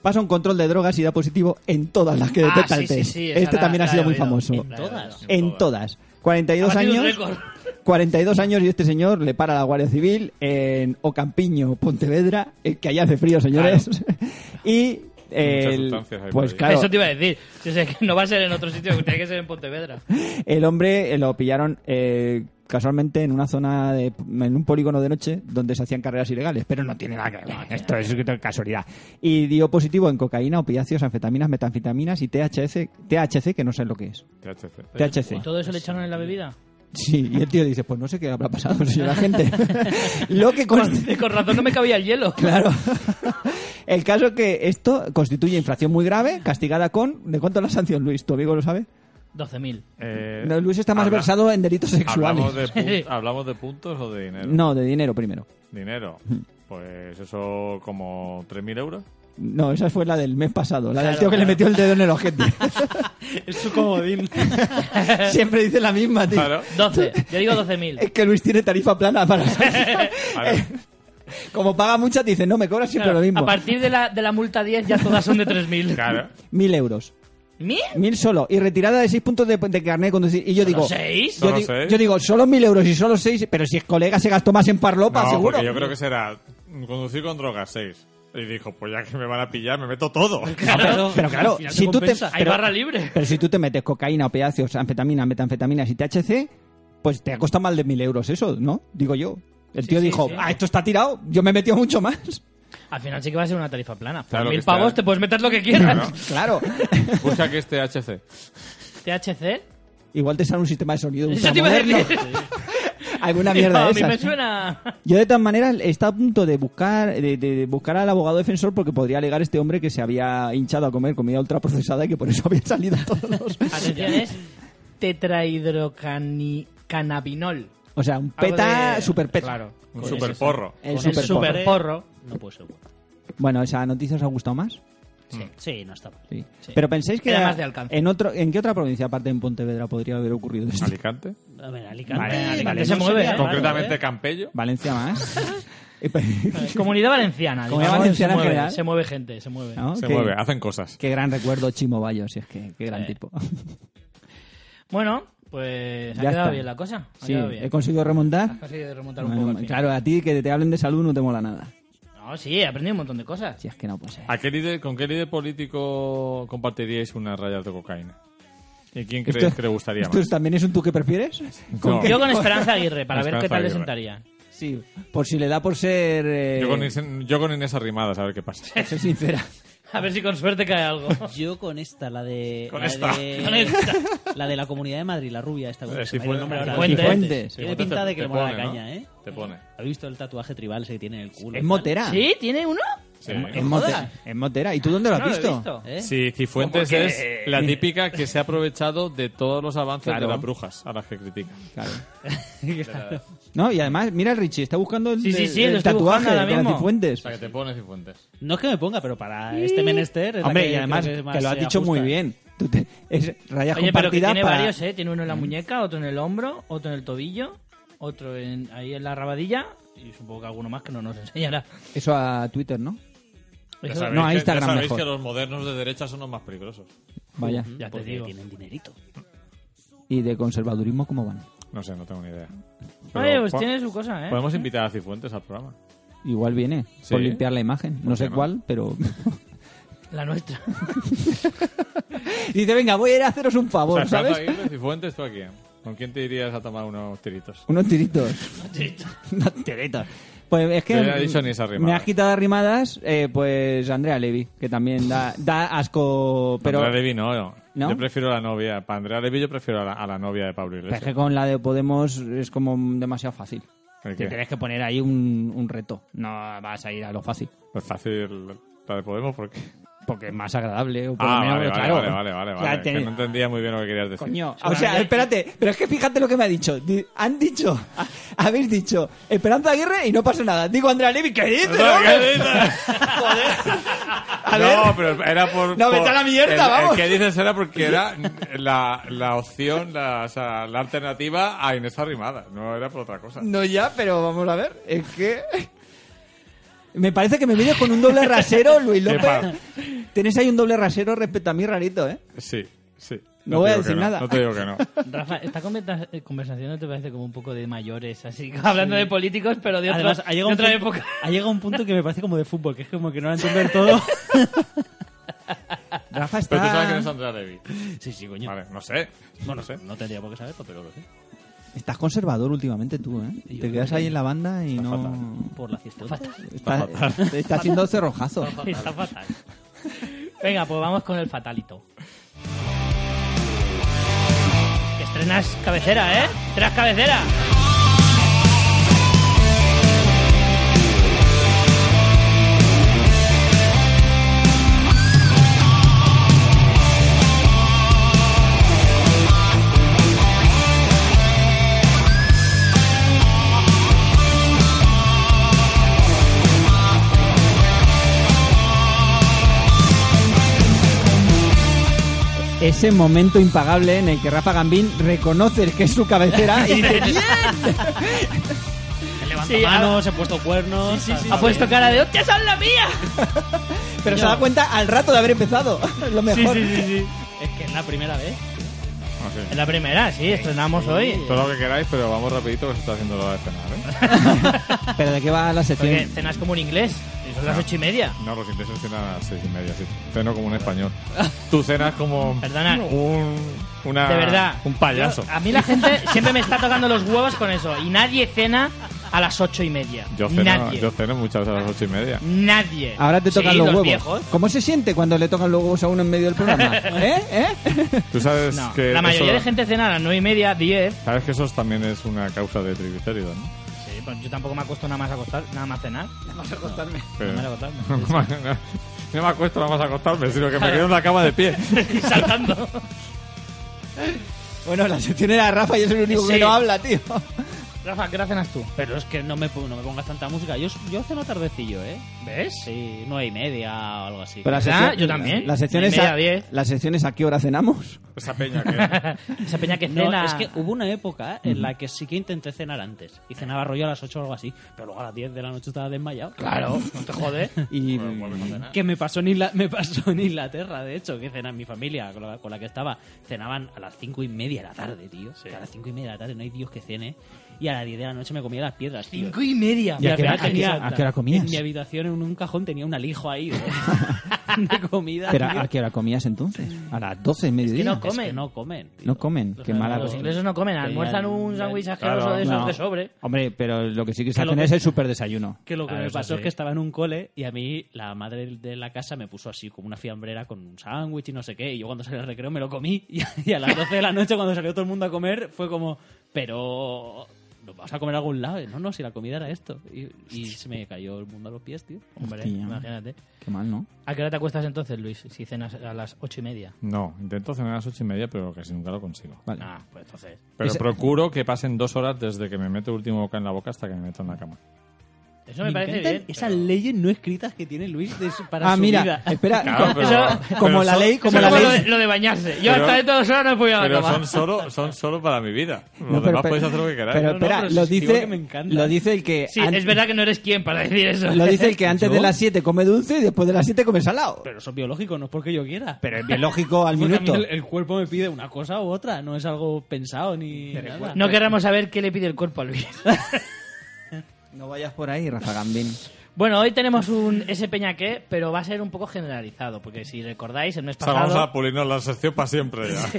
Speaker 2: Pasa un control de drogas y da positivo en todas las que
Speaker 1: Ah,
Speaker 2: detecta
Speaker 1: sí,
Speaker 2: el
Speaker 1: sí,
Speaker 2: test.
Speaker 1: sí, esa
Speaker 2: Eh, este
Speaker 1: la-
Speaker 2: también
Speaker 1: la
Speaker 2: ha sido
Speaker 1: he
Speaker 2: muy
Speaker 1: oído.
Speaker 2: famoso. Eh,
Speaker 1: En
Speaker 4: todas.
Speaker 2: En todas. 42
Speaker 1: Ha batido un
Speaker 2: años.
Speaker 1: récord.
Speaker 2: 42 años y este señor le para a la Guardia Civil en Ocampiño, Pontevedra, eh, que allá hace frío, señores. [LAUGHS] y el-
Speaker 3: sustancias hay por
Speaker 2: pues
Speaker 3: ahí.
Speaker 2: claro,
Speaker 1: Eso te iba a decir. Si es que no va a ser en otro sitio, tiene que ser en Pontevedra.
Speaker 2: el hombre eh, lo pillaron eh, casualmente en una zona de, en un polígono de noche donde se hacían carreras ilegales, pero no tiene nada que
Speaker 3: [LAUGHS]
Speaker 2: ver. Esto es casualidad. Y dio positivo en cocaína, opiáceos, anfetaminas, metanfetaminas y THC, THC que no sé lo que es.
Speaker 3: THC.
Speaker 2: THC.
Speaker 1: ¿Y todo eso le echaron en la bebida? [LAUGHS]
Speaker 2: Sí, y el tío dice, pues no sé qué habrá pasado, [LAUGHS] señora
Speaker 3: [LAUGHS]
Speaker 2: gente. lo que
Speaker 3: Pues
Speaker 2: consta-
Speaker 1: Con razón no me cabía el hielo. [LAUGHS]
Speaker 2: [LAUGHS] Claro. El caso es que esto constituye infracción muy grave, castigada con... ¿De cuánto es la sanción, Luis? ¿Tu amigo lo sabe?
Speaker 1: 12.000.
Speaker 3: Eh,
Speaker 2: No, Luis está más
Speaker 3: habla-
Speaker 2: versado en delitos sexuales.
Speaker 3: ¿hablamos de,
Speaker 2: [LAUGHS]
Speaker 3: pun- ¿Hablamos de puntos o de dinero?
Speaker 2: No, de dinero primero.
Speaker 3: Dinero. Pues eso como 3.000 euros.
Speaker 2: No, esa fue la del mes pasado, la del
Speaker 6: Claro,
Speaker 2: tío que le
Speaker 6: claro.
Speaker 2: metió el dedo en el ojete.
Speaker 6: Es su comodín.
Speaker 2: Siempre dice la misma, tío.
Speaker 3: Claro.
Speaker 1: 12, yo digo 12.000.
Speaker 2: Es que Luis tiene tarifa plana para... Eh, Como paga mucha, te dice, no, me cobra siempre
Speaker 1: Claro,
Speaker 2: lo mismo.
Speaker 1: A partir de la, de la multa 10 ya todas son de 3.000.
Speaker 3: [LAUGHS] Claro.
Speaker 2: Mil euros.
Speaker 1: ¿Mil?
Speaker 2: Mil solo. Y retirada de seis puntos de, de carnet de conducir. Y yo digo...
Speaker 1: ¿Seis?
Speaker 2: Yo,
Speaker 3: Solo
Speaker 2: digo-
Speaker 3: seis.
Speaker 2: yo digo, solo mil euros y solo seis, pero si es colega se gastó [LAUGHS] más en parlopa,
Speaker 3: No,
Speaker 2: seguro.
Speaker 3: porque yo creo que será conducir con drogas 6. Y dijo, pues ya que me van a pillar, me meto
Speaker 2: [LAUGHS]
Speaker 3: todo.
Speaker 1: [LAUGHS]
Speaker 2: pero, pero claro,
Speaker 1: al final
Speaker 2: si tú te,
Speaker 1: compensa. Hay
Speaker 2: pero-
Speaker 1: barra libre.
Speaker 2: Pero si tú te metes cocaína, opiáceos, anfetaminas, metanfetaminas y THC, pues te ha costado más de mil euros eso, ¿no? Digo yo. El tío
Speaker 1: sí,
Speaker 2: dijo,
Speaker 1: sí.
Speaker 2: ah, esto está tirado, yo me he metido mucho más. [LAUGHS]
Speaker 1: Al final sí que va a ser una tarifa plana. Por
Speaker 3: Claro que
Speaker 1: mil
Speaker 3: está.
Speaker 1: pavos te puedes meter lo que quieras.
Speaker 2: Claro.
Speaker 3: Busca que este HC.
Speaker 1: THC.
Speaker 2: Igual te sale un sistema de sonido
Speaker 1: Eso te iba a
Speaker 2: ultramoderno.
Speaker 1: decir.
Speaker 2: [LAUGHS] Alguna
Speaker 1: Digo,
Speaker 2: mierda
Speaker 1: [LAUGHS] a
Speaker 2: de
Speaker 1: mí me
Speaker 2: esas.
Speaker 1: suena...
Speaker 2: Yo de todas maneras está a punto de buscar de, de- de buscar al abogado defensor porque podría alegar este hombre que se había hinchado a comer comida ultraprocesada y que por eso [LAUGHS] habían salido todos.
Speaker 1: Atención, es tetrahidrocannabinol.
Speaker 2: O sea, un peta,
Speaker 1: de-
Speaker 2: super peta.
Speaker 1: Claro.
Speaker 3: Un
Speaker 1: Con
Speaker 3: super
Speaker 1: ese-
Speaker 3: porro.
Speaker 2: El
Speaker 4: Con el
Speaker 2: super,
Speaker 4: super-
Speaker 1: Super porro.
Speaker 4: No puede ser bueno.
Speaker 2: Bueno, ¿esa noticia os ha gustado más?
Speaker 4: Sí, no está mal.
Speaker 2: Sí. Pero pensáis que
Speaker 1: Era más de alcance.
Speaker 2: en otro en qué otra provincia aparte de en Pontevedra podría haber ocurrido esto?
Speaker 3: Alicante.
Speaker 4: A ver, Alicante.
Speaker 2: Vale,
Speaker 4: Alicante
Speaker 2: Alicante
Speaker 4: no
Speaker 1: se mueve,
Speaker 4: sería
Speaker 1: ¿eh?
Speaker 4: malo,
Speaker 3: Concretamente
Speaker 4: ¿eh?
Speaker 3: Campello.
Speaker 1: [LAUGHS]
Speaker 2: Valencia más. pues, [LAUGHS]
Speaker 1: Comunidad valenciana.
Speaker 2: Comunidad
Speaker 1: digamos, se
Speaker 2: valenciana en
Speaker 1: mueve,
Speaker 2: general. Ah,
Speaker 1: se mueve gente, se mueve.
Speaker 2: ¿No?
Speaker 3: Se
Speaker 2: Qué-
Speaker 3: mueve, hacen cosas.
Speaker 2: Qué gran recuerdo Chimo Bayo, si es que qué gran
Speaker 1: Sí.
Speaker 2: tipo.
Speaker 1: Bueno, pues ha
Speaker 2: Ya
Speaker 1: quedado
Speaker 2: está.
Speaker 1: bien la cosa. Ha
Speaker 2: [LAUGHS] Sí,
Speaker 1: quedado bien.
Speaker 2: he conseguido remontar.
Speaker 1: Has conseguido remontar un
Speaker 2: Bueno,
Speaker 1: poco. al fin.
Speaker 2: claro, a ti que te hablen de salud no te mola nada.
Speaker 1: No, sí, he aprendido un montón de cosas.
Speaker 2: Si es que no pues, eh. puede ser.
Speaker 3: ¿A qué líder- ¿Con qué líder político compartiríais unas rayas de cocaína? ¿Y quién
Speaker 2: Esto-
Speaker 3: crees que le gustaría
Speaker 2: ¿Esto
Speaker 3: más?
Speaker 2: también es un tú que prefieres?
Speaker 3: No,
Speaker 1: Yo con Esperanza Aguirre,
Speaker 3: [LAUGHS]
Speaker 1: para ver qué
Speaker 3: Esperanza
Speaker 1: tal le
Speaker 3: Aguirre.
Speaker 1: sentaría.
Speaker 2: Sí, por si le da por ser eh,
Speaker 3: yo con Inés- yo con Inés Arrimadas, a ver qué pasa.
Speaker 2: por [LAUGHS] ser sincera.
Speaker 1: A ver si con suerte cae
Speaker 2: [LAUGHS]
Speaker 1: algo.
Speaker 4: Yo con esta, la [LAUGHS] de.
Speaker 3: Con
Speaker 4: la
Speaker 3: esta.
Speaker 4: de-
Speaker 1: Con esta.
Speaker 4: [LAUGHS] La de la comunidad de Madrid, la rubia, esta.
Speaker 3: Eh,
Speaker 4: se me ha
Speaker 3: Cifuentes.
Speaker 4: ido el nombre ahora.
Speaker 1: Cifuentes.
Speaker 2: Cifuentes.
Speaker 4: [LAUGHS] Tiene pinta de que le mola la caña, ¿eh?
Speaker 3: Te pone.
Speaker 4: ¿Habéis visto el tatuaje tribal ese que tiene en el culo?
Speaker 2: Es motera.
Speaker 1: ¿Sí? ¿Tiene uno?
Speaker 3: Sí.
Speaker 2: Es, motera. es motera. ¿Y tú dónde lo has
Speaker 1: No lo he
Speaker 2: visto?
Speaker 1: visto.
Speaker 4: ¿Eh?
Speaker 3: Sí, Cifuentes
Speaker 1: Porque-
Speaker 3: es la típica que se ha aprovechado de todos los avances
Speaker 2: Claro.
Speaker 3: de las brujas a las que critica.
Speaker 2: Claro. No, y además, mira Richie, está buscando el,
Speaker 1: Sí, sí, sí,
Speaker 2: el
Speaker 1: lo estoy
Speaker 2: tatuaje
Speaker 1: buscando ahora
Speaker 2: de
Speaker 1: mismo.
Speaker 2: Cifuentes.
Speaker 3: O sea, que te pone Cifuentes.
Speaker 4: No es que me ponga, pero para este menester. es la
Speaker 2: Hombre,
Speaker 4: que
Speaker 2: y además,
Speaker 4: creo
Speaker 2: que,
Speaker 4: más
Speaker 2: lo has
Speaker 4: se
Speaker 2: dicho
Speaker 4: ajusta.
Speaker 2: muy bien. Tú te- es rayas
Speaker 1: Oye, pero que
Speaker 2: compartidas
Speaker 1: tiene
Speaker 2: para- Mm.
Speaker 1: varios, ¿eh? Tiene uno en la muñeca, otro en el hombro, otro en el tobillo, otro en, ahí en la rabadilla y supongo que alguno más que no nos enseñará.
Speaker 2: Eso a Twitter, ¿no?
Speaker 3: Ya
Speaker 1: Eso-
Speaker 3: sabéis
Speaker 2: no, a
Speaker 3: que-
Speaker 2: Instagram
Speaker 3: ya sabéis
Speaker 2: mejor.
Speaker 3: que los modernos de derecha son los más peligrosos.
Speaker 2: Vaya.
Speaker 4: Mm,
Speaker 1: Ya te
Speaker 4: porque
Speaker 1: digo.
Speaker 4: tienen dinerito.
Speaker 2: ¿Y de conservadurismo cómo van?
Speaker 3: No sé, no tengo ni idea.
Speaker 1: Oye,
Speaker 3: Pero,
Speaker 1: pues
Speaker 3: po-
Speaker 1: tiene su cosa, ¿eh?
Speaker 3: Podemos invitar a Cifuentes al programa.
Speaker 2: Igual viene,
Speaker 3: Sí.
Speaker 2: por limpiar la imagen. No sé
Speaker 3: qué no?
Speaker 2: cuál, pero... [LAUGHS]
Speaker 1: La nuestra.
Speaker 2: Dice, venga, voy a ir a haceros un
Speaker 3: O
Speaker 2: favor,
Speaker 3: sea, Esperanza
Speaker 2: Pues, ¿sabes?
Speaker 3: Aguirre, Cifuentes, ¿tú a quién? ¿Con quién te irías a tomar unos tiritos?
Speaker 2: Unos tiritos. [LAUGHS] Unos tiritos. Pues es que
Speaker 3: Yo ya he dicho ni esas rimadas.
Speaker 2: me has quitado arrimadas, eh, pues Andrea Levy, que también da, da asco, pero...
Speaker 3: Andrea Levy no, no.
Speaker 2: ¿No?
Speaker 3: Yo prefiero a la novia. Para Andrea Levy yo prefiero a la, a la novia de Pablo
Speaker 2: Pero
Speaker 3: Iglesias.
Speaker 2: es que con la de Podemos es como demasiado fácil.
Speaker 3: ¿El
Speaker 2: Te
Speaker 3: qué?
Speaker 2: tienes que poner ahí un, un reto. No vas a ir a lo fácil.
Speaker 3: Pues fácil la de Podemos porque...
Speaker 2: Porque es más agradable. O por lo
Speaker 3: Ah,
Speaker 2: menos,
Speaker 3: vale, vale,
Speaker 2: claro.
Speaker 3: vale, vale, vale,
Speaker 2: Ya
Speaker 3: vale.
Speaker 2: te-
Speaker 3: Que no entendía muy bien lo que querías decir.
Speaker 2: Coño. O sea, espérate. Pero es que fíjate lo que me ha dicho. Di- Han dicho. [LAUGHS] ha- Habéis dicho Esperanza Aguirre y no pasa nada. Digo Andrea Levy, ¿qué dices, hombre?
Speaker 3: ¿Qué dices?
Speaker 2: [LAUGHS] A ver.
Speaker 3: No, pero era por...
Speaker 2: No,
Speaker 3: por-
Speaker 2: vete a la mierda,
Speaker 3: el-
Speaker 2: vamos.
Speaker 3: El que dices era
Speaker 2: [LAUGHS]
Speaker 3: porque era la, la opción, la, o sea, la alternativa a Inés Arrimada. No era por otra cosa.
Speaker 2: No ya, pero vamos a ver. Es que. Me parece que me vienes con un doble rasero, Luis
Speaker 3: Qué
Speaker 2: López.
Speaker 3: pa-
Speaker 2: Tienes ahí un doble rasero respecto a mí rarito, ¿eh?
Speaker 3: Sí, sí.
Speaker 2: No voy
Speaker 3: te
Speaker 2: a
Speaker 3: digo que
Speaker 2: decir
Speaker 3: no,
Speaker 2: nada.
Speaker 3: No te digo que no.
Speaker 2: [LAUGHS]
Speaker 1: Rafa, esta conversa- eh, conversación no te parece como un poco de mayores, así [LAUGHS] hablando de políticos, pero de, otro-
Speaker 4: Además, ha
Speaker 1: de
Speaker 4: llegado, un
Speaker 1: otra
Speaker 4: punto, [LAUGHS]
Speaker 1: época. [LAUGHS]
Speaker 4: ha llegado un punto que me parece como de fútbol, que es como que no lo entiendo del todo.
Speaker 2: Rafa está.
Speaker 3: Pero tú sabes quién
Speaker 1: Ah.
Speaker 3: es Andrea Levy.
Speaker 4: sí, sí, coño.
Speaker 3: Vale, no sé.
Speaker 4: Bueno,
Speaker 3: no sé.
Speaker 4: no tendría por qué saberlo, pero lo sé.
Speaker 2: Estás conservador últimamente tú, ¿eh? Te quedas ahí en la banda y no.
Speaker 4: [LAUGHS] Por la cifuentes.
Speaker 2: Está, [LAUGHS] está haciendo cerrojazo.
Speaker 1: Está fatal. Venga, pues vamos con el fatalito. Que estrenas cabecera, ¿eh? Estrenas cabecera.
Speaker 2: Ese momento impagable en el que Rafa Gambín reconoce que es su cabecera y [LAUGHS] dice, "Bien".
Speaker 4: He levantado
Speaker 7: Sí,
Speaker 4: manos, he puesto cuernos. ¿sabes?
Speaker 7: Ha puesto cara de ¡Hostia, son la mía!
Speaker 2: Pero se da cuenta al rato de haber empezado. [LAUGHS] Lo mejor.
Speaker 4: Es que es la primera vez.
Speaker 3: No sé.
Speaker 1: Es la primera, sí, estrenamos hoy.
Speaker 3: Todo lo que queráis, pero vamos rapidito que se está haciendo la hora de
Speaker 1: [LAUGHS]
Speaker 3: cenar, ¿eh?
Speaker 2: Pero ¿de qué va la sección?
Speaker 1: Porque cenas como un inglés. y son las ocho y media.
Speaker 3: No, los ingleses cenan a las seis y media, sí. Ceno como un español. Tú cenas como
Speaker 1: Perdona.
Speaker 3: un, una-
Speaker 1: De verdad.
Speaker 3: un payaso.
Speaker 1: Yo- a mí la gente siempre me está tocando los huevos con eso. Y nadie cena a las ocho y media.
Speaker 3: Yo ceno,
Speaker 1: nadie.
Speaker 3: yo ceno muchas veces a las ocho y media.
Speaker 1: Nadie.
Speaker 2: Ahora te tocan
Speaker 1: Sí,
Speaker 2: los huevos.
Speaker 1: viejos.
Speaker 2: ¿Cómo se siente cuando le tocan los huevos a uno en medio del [LAUGHS] programa? ¿Eh? ¿Eh?
Speaker 3: Tú sabes
Speaker 1: No,
Speaker 3: que
Speaker 1: la mayoría
Speaker 3: eso,
Speaker 1: de gente cena a las nueve y media, diez.
Speaker 3: sabes que eso también es una causa de triglicéridos, ¿no?
Speaker 1: Sí, pues yo tampoco me acuesto nada más a acostar, nada más cenar.
Speaker 3: Pero-
Speaker 1: Nada más a
Speaker 3: [LAUGHS]
Speaker 1: acostarme.
Speaker 3: no, me acuesto nada más a acostarme, sino que me quedo en la cama de pie. [LAUGHS]
Speaker 1: Saltando.
Speaker 2: Bueno, la sección era Rafa y es el único
Speaker 1: Sí.
Speaker 2: que no habla, tío.
Speaker 1: Rafa, ¿qué hora cenas tú?
Speaker 4: Pero es que no me, pon- no me pongas tanta música. Yo, yo ceno tardecillo, ¿eh?
Speaker 1: ¿Ves?
Speaker 4: Sí, nueve y media o algo así.
Speaker 2: Pero la
Speaker 1: ¿Verdad?
Speaker 2: sección-
Speaker 1: Yo también.
Speaker 2: La sección,
Speaker 1: De
Speaker 2: es
Speaker 1: media
Speaker 2: a,
Speaker 1: a diez.
Speaker 2: la sección es a qué hora cenamos.
Speaker 3: Esa peña
Speaker 1: [LAUGHS]
Speaker 3: que...
Speaker 1: Esa peña que
Speaker 4: No,
Speaker 1: cena.
Speaker 4: es que uh, hubo una época en la que sí que intenté cenar antes. Y cenaba rollo a las 8 o algo así. Pero luego a las 10 de la noche estaba desmayado.
Speaker 1: Claro, no te jodes.
Speaker 2: Y
Speaker 4: Que me pasó, en Ingla- [LAUGHS] me pasó en Inglaterra, de hecho, que cena mi familia con la, con la que estaba. Cenaban a las 5 y media de la tarde, tío. A las 5 y media de la tarde, no hay Dios que cene. Y a las 10 de la noche me comía las piedras, tío.
Speaker 1: Cinco y media.
Speaker 2: ¿Y a qué hora- a
Speaker 4: al final
Speaker 2: qué-
Speaker 4: tenía-
Speaker 2: a qué hora comías?
Speaker 4: En mi habitación, en un cajón, tenía un alijo ahí de, de comida.
Speaker 2: Pero,
Speaker 4: tío.
Speaker 2: ¿A qué hora comías entonces? A las 12 y mediodía.
Speaker 1: que no
Speaker 4: Es que
Speaker 1: comen.
Speaker 4: no comen. tío.
Speaker 2: No comen. Qué mala
Speaker 1: Los
Speaker 2: cosa.
Speaker 1: ingleses no comen,
Speaker 4: Tenían-
Speaker 1: almuerzan un sándwich asqueroso
Speaker 3: Claro,
Speaker 1: de esos
Speaker 2: no.
Speaker 1: de sobre.
Speaker 2: Hombre, pero lo que sí que se
Speaker 4: Que lo
Speaker 2: hacen
Speaker 4: que-
Speaker 2: es el super desayuno.
Speaker 4: Que lo que
Speaker 1: Ah,
Speaker 4: me
Speaker 1: eso
Speaker 4: pasó es
Speaker 1: sí.
Speaker 4: que estaba en un cole y a mí la madre de la casa me puso así como una fiambrera con un sándwich y no sé qué. Y yo cuando salí al recreo me lo comí [LAUGHS] y a, y a las 12 de la noche cuando salió todo el mundo a comer fue como, pero ¿nos vas a comer a algún lado? Y, No, no, si la comida era esto. Y, y se me cayó el mundo a los pies, tío.
Speaker 1: Hombre,
Speaker 2: Hostia.
Speaker 1: imagínate.
Speaker 2: Qué mal, ¿no?
Speaker 1: ¿A qué hora te acuestas entonces, Luis? Si cenas a las ocho y media.
Speaker 3: No, intento cenar a las ocho y media, pero casi nunca lo consigo.
Speaker 2: Vale.
Speaker 1: Ah, pues entonces.
Speaker 3: Pero
Speaker 2: Ese-
Speaker 3: procuro que pasen dos horas desde que me meto el último boca en la boca hasta que me meto en la cama.
Speaker 1: Eso me, parece
Speaker 4: encantan
Speaker 1: bien.
Speaker 4: esas
Speaker 1: pero-
Speaker 4: leyes no escritas que tiene Luis de su- para
Speaker 2: Ah,
Speaker 4: su
Speaker 2: mira,
Speaker 4: vida. [LAUGHS]
Speaker 2: espera.
Speaker 3: Claro,
Speaker 2: co-
Speaker 3: pero-
Speaker 2: como
Speaker 3: pero
Speaker 2: la
Speaker 3: son-
Speaker 2: ley, como
Speaker 1: Eso
Speaker 2: la
Speaker 1: es
Speaker 2: ley.
Speaker 1: lo de, lo de bañarse. Yo
Speaker 3: Pero-
Speaker 1: hasta de todas horas no he podido a la
Speaker 3: Pero
Speaker 1: cama.
Speaker 3: son solo, son solo para mi vida. Los
Speaker 2: No,
Speaker 3: demás podéis hacer lo que queráis.
Speaker 2: pero
Speaker 4: No, no,
Speaker 2: espera,
Speaker 4: pero
Speaker 2: lo,
Speaker 4: sí, digo
Speaker 2: dice,
Speaker 4: que me encanta.
Speaker 2: lo dice el que.
Speaker 1: Sí,
Speaker 2: an-
Speaker 1: es verdad que no eres quien para decir eso.
Speaker 2: Lo dice el que antes
Speaker 4: ¿Yo?
Speaker 2: de las 7 come dulce y después de las 7 come salado.
Speaker 4: Pero Pues eso es biológico, no es porque yo quiera.
Speaker 2: Pero es biológico al
Speaker 4: Porque a mí
Speaker 2: minuto.
Speaker 4: el, el cuerpo me pide una cosa u otra, no es algo pensado ni nada.
Speaker 1: [LAUGHS] No querramos saber qué le pide el cuerpo a [LAUGHS] Luis.
Speaker 2: No vayas por ahí, Rafa Gambín.
Speaker 1: bueno, hoy tenemos un ese peñaqué, pero va a ser un poco generalizado, porque si recordáis, el mes
Speaker 3: O sea, vamos a
Speaker 1: pasado
Speaker 3: pulirnos la sección para siempre ya.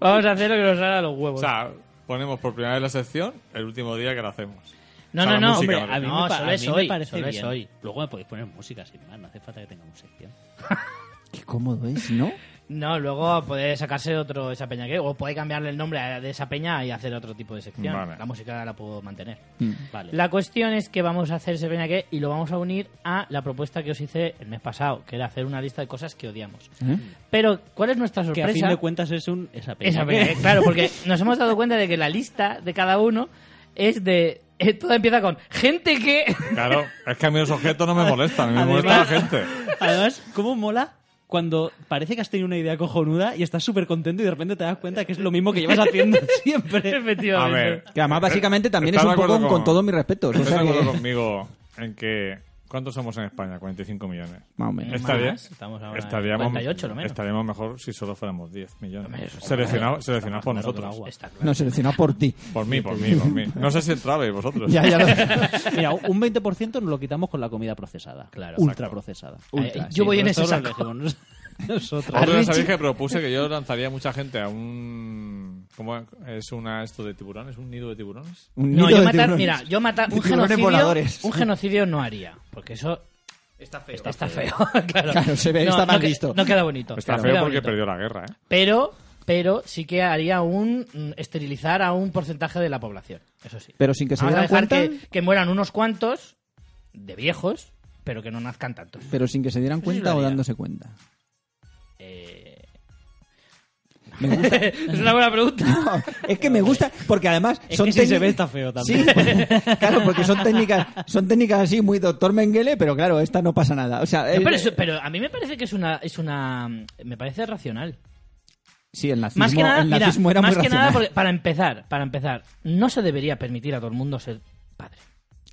Speaker 1: vamos a hacer lo que nos haga los huevos.
Speaker 3: O sea, ponemos por primera vez la sección el último día que la hacemos.
Speaker 1: No,
Speaker 3: O sea,
Speaker 1: no,
Speaker 3: la
Speaker 1: no,
Speaker 3: música,
Speaker 1: hombre,
Speaker 3: ¿vale?
Speaker 4: A mí
Speaker 1: No,
Speaker 4: me, pa-
Speaker 1: solo
Speaker 4: a mí
Speaker 1: es
Speaker 4: me
Speaker 1: hoy,
Speaker 4: parece
Speaker 1: solo es
Speaker 4: bien.
Speaker 1: hoy.
Speaker 4: Luego me podéis poner música sin más, no hace falta que tengamos sección.
Speaker 2: Qué cómodo es, ¿no?
Speaker 1: No, luego puede sacarse otro esa peña que o puede cambiarle el nombre a- de esa peña y hacer otro tipo de sección.
Speaker 3: Vale.
Speaker 1: La música la puedo mantener.
Speaker 4: Vale.
Speaker 1: La cuestión es que vamos a hacer ese peña que y lo vamos a unir a la propuesta que os hice el mes pasado, que era hacer una lista de cosas que odiamos. Pero ¿cuál es nuestra
Speaker 4: que
Speaker 1: sorpresa?
Speaker 4: a fin de cuentas es un esa pena.
Speaker 1: Esa
Speaker 4: [LAUGHS]
Speaker 1: peña que, claro, porque nos hemos dado cuenta de que la lista de cada uno es de eh, todo empieza con gente
Speaker 4: [LAUGHS]
Speaker 1: que
Speaker 3: Claro, es que a mí los objetos no me molestan, a mí me
Speaker 4: Además-
Speaker 3: molesta la gente.
Speaker 4: Además, ¿cómo mola? Cuando parece que has tenido una idea cojonuda y estás súper contento y de repente te das cuenta que es lo mismo que llevas [LAUGHS] haciendo siempre.
Speaker 3: A
Speaker 1: efectivamente.
Speaker 3: ver,
Speaker 2: Que además, básicamente, también es
Speaker 3: ¿Estás
Speaker 2: un
Speaker 3: de
Speaker 2: poco
Speaker 3: acuerdo
Speaker 2: un- con todos mis respetos. O
Speaker 3: ¿Estás
Speaker 2: sea
Speaker 3: de acuerdo
Speaker 2: que...
Speaker 3: conmigo en que... ¿Cuántos somos en España? 45 millones.
Speaker 2: Más o menos.
Speaker 3: Está bien.
Speaker 1: Más, estamos ahora en
Speaker 3: Estaríamos,
Speaker 1: 48 lo menos.
Speaker 3: estaríamos mejor si solo fuéramos 10 millones.
Speaker 1: eso está
Speaker 3: Seleccionados seleccionados por nosotros.
Speaker 1: Está claro. Eh,
Speaker 2: No, seleccionado por ti.
Speaker 3: Por mí, por mí, por mí. No sé si entraba y
Speaker 2: [LAUGHS]
Speaker 3: vosotros.
Speaker 2: Ya,
Speaker 1: [LAUGHS]
Speaker 2: ya lo...
Speaker 4: Mira, un 20% nos lo quitamos con la comida procesada. Claro. Ultra procesada.
Speaker 1: Ultra, yo voy en ese
Speaker 4: Nosotros
Speaker 1: saco. [LAUGHS]
Speaker 4: lo elegimos nos- Nosotros.
Speaker 3: Vosotros ya sabéis que propuse que yo lanzaría a mucha gente a un... ¿Cómo es una esto de tiburones? ¿Un nido de tiburones?
Speaker 2: Un
Speaker 1: No,
Speaker 2: nido
Speaker 1: yo
Speaker 2: de
Speaker 1: matar,
Speaker 2: tiburones.
Speaker 1: mira, yo matar
Speaker 2: De
Speaker 1: un
Speaker 2: tiburones
Speaker 1: genocidio,
Speaker 2: voladores.
Speaker 1: un genocidio no haría, porque eso
Speaker 2: Está feo.
Speaker 1: está, está feo, [LAUGHS] claro.
Speaker 2: Claro, se ve,
Speaker 1: no,
Speaker 2: está
Speaker 1: no
Speaker 2: mal
Speaker 1: que-
Speaker 2: visto.
Speaker 1: No queda bonito.
Speaker 3: Está
Speaker 1: no
Speaker 3: feo
Speaker 1: queda
Speaker 3: porque
Speaker 1: bonito.
Speaker 3: perdió la guerra, ¿eh?
Speaker 1: Pero, pero sí que haría un mm, esterilizar a un porcentaje de la población, eso sí.
Speaker 2: Pero sin que se
Speaker 1: Vamos a
Speaker 2: dieran
Speaker 1: dejar
Speaker 2: cuenta...
Speaker 1: que, que mueran unos cuantos de viejos, pero que no nazcan tantos.
Speaker 2: Pero sin que se dieran
Speaker 1: sí lo
Speaker 2: cuenta o
Speaker 1: haría.
Speaker 2: dándose cuenta.
Speaker 1: Eh,
Speaker 2: Me
Speaker 1: [LAUGHS]
Speaker 2: gusta.
Speaker 1: es una buena pregunta.
Speaker 2: No, es que me gusta porque además
Speaker 4: Es
Speaker 2: son
Speaker 4: que si se
Speaker 2: técnicas-
Speaker 4: ve está feo
Speaker 2: Sí,
Speaker 4: también.
Speaker 2: [LAUGHS] claro, porque son técnicas, son técnicas así muy doctor Mengele, pero claro, esta no pasa nada. O sea,
Speaker 1: No,
Speaker 2: [LAUGHS] es-
Speaker 1: pero, eso- pero a mí me parece que es una, es una. Me parece racional.
Speaker 2: sí, el nazismo,
Speaker 1: Más que nada,
Speaker 2: el
Speaker 1: mira,
Speaker 2: nazismo era
Speaker 1: más
Speaker 2: muy
Speaker 1: que nada
Speaker 2: racional.
Speaker 1: porque- para empezar, para empezar, no se debería permitir a todo el mundo ser padre.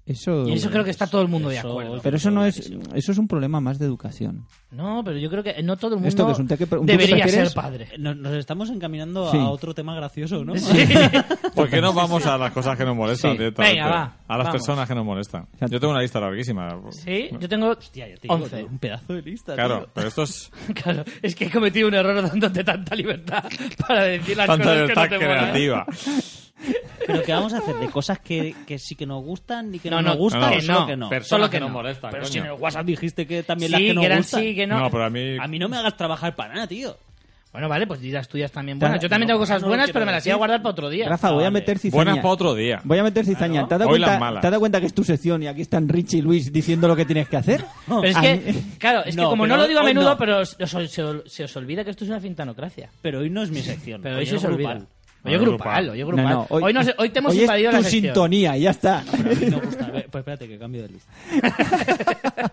Speaker 2: Eso,
Speaker 1: Y eso creo que está todo el mundo de
Speaker 4: Eso-
Speaker 1: acuerdo.
Speaker 2: pero eso no es, eso es un problema más de educación.
Speaker 1: No, pero yo creo que no todo el mundo
Speaker 2: ¿Esto qué es, un te- que- un tú que
Speaker 1: debería
Speaker 2: prefieres?
Speaker 1: ser
Speaker 2: [LAUGHS]
Speaker 1: padre.
Speaker 4: Nos, nos estamos encaminando
Speaker 2: Sí.
Speaker 4: a otro tema gracioso, ¿no?
Speaker 3: ¿Por qué no vamos a las cosas que nos molestan
Speaker 2: Sí.
Speaker 3: directamente?
Speaker 1: Venga, va,
Speaker 3: a las
Speaker 1: vamos.
Speaker 3: personas que nos molestan. Yo tengo una lista larguísima.
Speaker 1: Sí, yo tengo
Speaker 4: Hostia, ya te digo,
Speaker 1: 11.
Speaker 4: un pedazo de lista.
Speaker 3: Claro,
Speaker 4: tío.
Speaker 3: pero esto es
Speaker 1: [LAUGHS] Claro, es que he cometido un error dándote tanta libertad [LAUGHS] para decir [LAUGHS] las
Speaker 3: tanta
Speaker 1: cosas que no
Speaker 3: libertad
Speaker 1: te molan.
Speaker 3: creativa.
Speaker 4: Pero ¿qué vamos a hacer? ¿De cosas que, que sí que nos gustan y que no,
Speaker 1: No, no,
Speaker 4: nos gustan
Speaker 1: no,
Speaker 4: o solo
Speaker 1: no.
Speaker 4: que no?
Speaker 3: Personas
Speaker 1: Solo que
Speaker 3: nos
Speaker 1: no.
Speaker 3: molestan,
Speaker 4: Pero
Speaker 3: coño.
Speaker 4: si en el WhatsApp dijiste que también las
Speaker 1: Sí,
Speaker 4: que nos
Speaker 1: que eran
Speaker 4: gustan.
Speaker 1: sí, que no.
Speaker 3: No, pero a mí...
Speaker 4: A mí no me hagas trabajar para nada, tío.
Speaker 1: Bueno, vale, pues dirás tuyas también buenas. Yo también
Speaker 4: No,
Speaker 1: tengo cosas
Speaker 4: no lo
Speaker 1: buenas,
Speaker 4: quiero
Speaker 1: pero me las voy a
Speaker 4: decir.
Speaker 1: guardar para otro día.
Speaker 2: Rafa, voy a
Speaker 4: Vale.
Speaker 2: meter cizaña.
Speaker 3: Buenas para otro día.
Speaker 2: Voy a meter cizaña. ¿Te has dado
Speaker 3: Hoy las
Speaker 2: cuenta,
Speaker 3: malas.
Speaker 2: ¿te has dado cuenta que es tu sección y aquí están Rich y Luis diciendo lo que tienes que hacer?
Speaker 1: Pero es
Speaker 2: A
Speaker 1: que,
Speaker 2: mí-
Speaker 1: claro, es que
Speaker 4: No,
Speaker 1: como
Speaker 4: pero
Speaker 1: no lo digo a
Speaker 4: hoy
Speaker 1: menudo,
Speaker 4: no.
Speaker 1: pero os- os- se, os- se os olvida que esto es una fintanocracia.
Speaker 4: Pero hoy no es mi sección.
Speaker 1: Pero
Speaker 4: hoy
Speaker 1: hoy se
Speaker 4: es
Speaker 1: os olvida.
Speaker 4: grupal.
Speaker 1: Oye,
Speaker 3: Hoy
Speaker 1: grupal,
Speaker 3: grupal.
Speaker 1: oye, grupal.
Speaker 2: [LAUGHS] No, no,
Speaker 1: hoy, nos- hoy te hemos
Speaker 2: hoy
Speaker 1: invadido
Speaker 2: es tu
Speaker 1: la sección.
Speaker 2: sintonía, ya está.
Speaker 4: Pero a
Speaker 2: [LAUGHS]
Speaker 4: mí no gusta. A ver, Pues espérate que cambio de lista. Si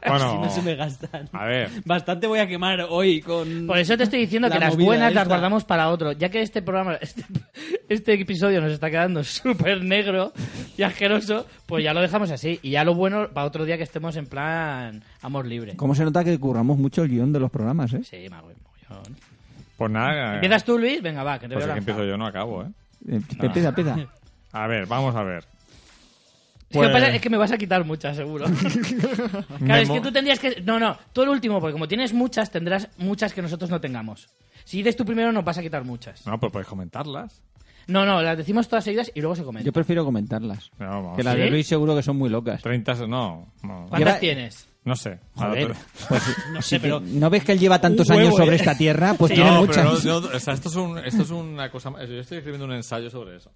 Speaker 3: Bueno,
Speaker 4: no se me gastan.
Speaker 3: a ver.
Speaker 4: Bastante voy a quemar hoy con...
Speaker 1: Por eso te estoy diciendo
Speaker 4: La
Speaker 1: que las
Speaker 4: movida
Speaker 1: buenas las
Speaker 4: esta.
Speaker 1: guardamos para otro. Ya que este programa, [LAUGHS] este, este episodio nos está quedando [LAUGHS] súper negro y asqueroso, pues ya lo dejamos así. Y ya lo bueno para otro día que estemos en plan amor libre.
Speaker 2: ¿Cómo se nota que curramos mucho el guión de los programas, eh?
Speaker 1: Sí, mago- mogollón.
Speaker 3: Pues nada...
Speaker 1: ¿Empiezas tú, Luis? Venga, va, que te
Speaker 3: Pues
Speaker 1: veo
Speaker 3: es que
Speaker 1: lanzado.
Speaker 3: empiezo yo, no acabo, ¿eh?
Speaker 2: Eh, Empieza, empieza.
Speaker 3: A ver, vamos a ver.
Speaker 1: Es que lo que
Speaker 3: Pues-
Speaker 1: pasa es que me vas a quitar muchas,
Speaker 3: [LAUGHS]
Speaker 1: seguro. claro,
Speaker 3: Me
Speaker 1: es que
Speaker 3: mo-
Speaker 1: tú tendrías que... No, no, tú el último, porque como tienes muchas, tendrás muchas que nosotros no tengamos. Si dices tú primero, nos vas a quitar muchas.
Speaker 3: No, pues puedes comentarlas.
Speaker 1: No, no, las decimos todas seguidas y luego se comentan.
Speaker 2: Yo prefiero comentarlas.
Speaker 3: No, vamos.
Speaker 2: Que las de
Speaker 1: ¿Sí?
Speaker 2: Luis seguro que son muy locas.
Speaker 3: 30... No, no,
Speaker 1: ¿Cuántas
Speaker 2: Lleva-
Speaker 1: tienes?
Speaker 3: no sé.
Speaker 4: Joder. No sé, pero...
Speaker 2: Eh, ¿No ves que él lleva tantos
Speaker 4: Un huevo,
Speaker 2: años sobre
Speaker 4: eh.
Speaker 2: esta tierra? Pues tiene
Speaker 3: No,
Speaker 2: muchas.
Speaker 3: pero no, no, o sea, esto, es un- esto es una cosa... más- Yo estoy escribiendo un ensayo sobre eso.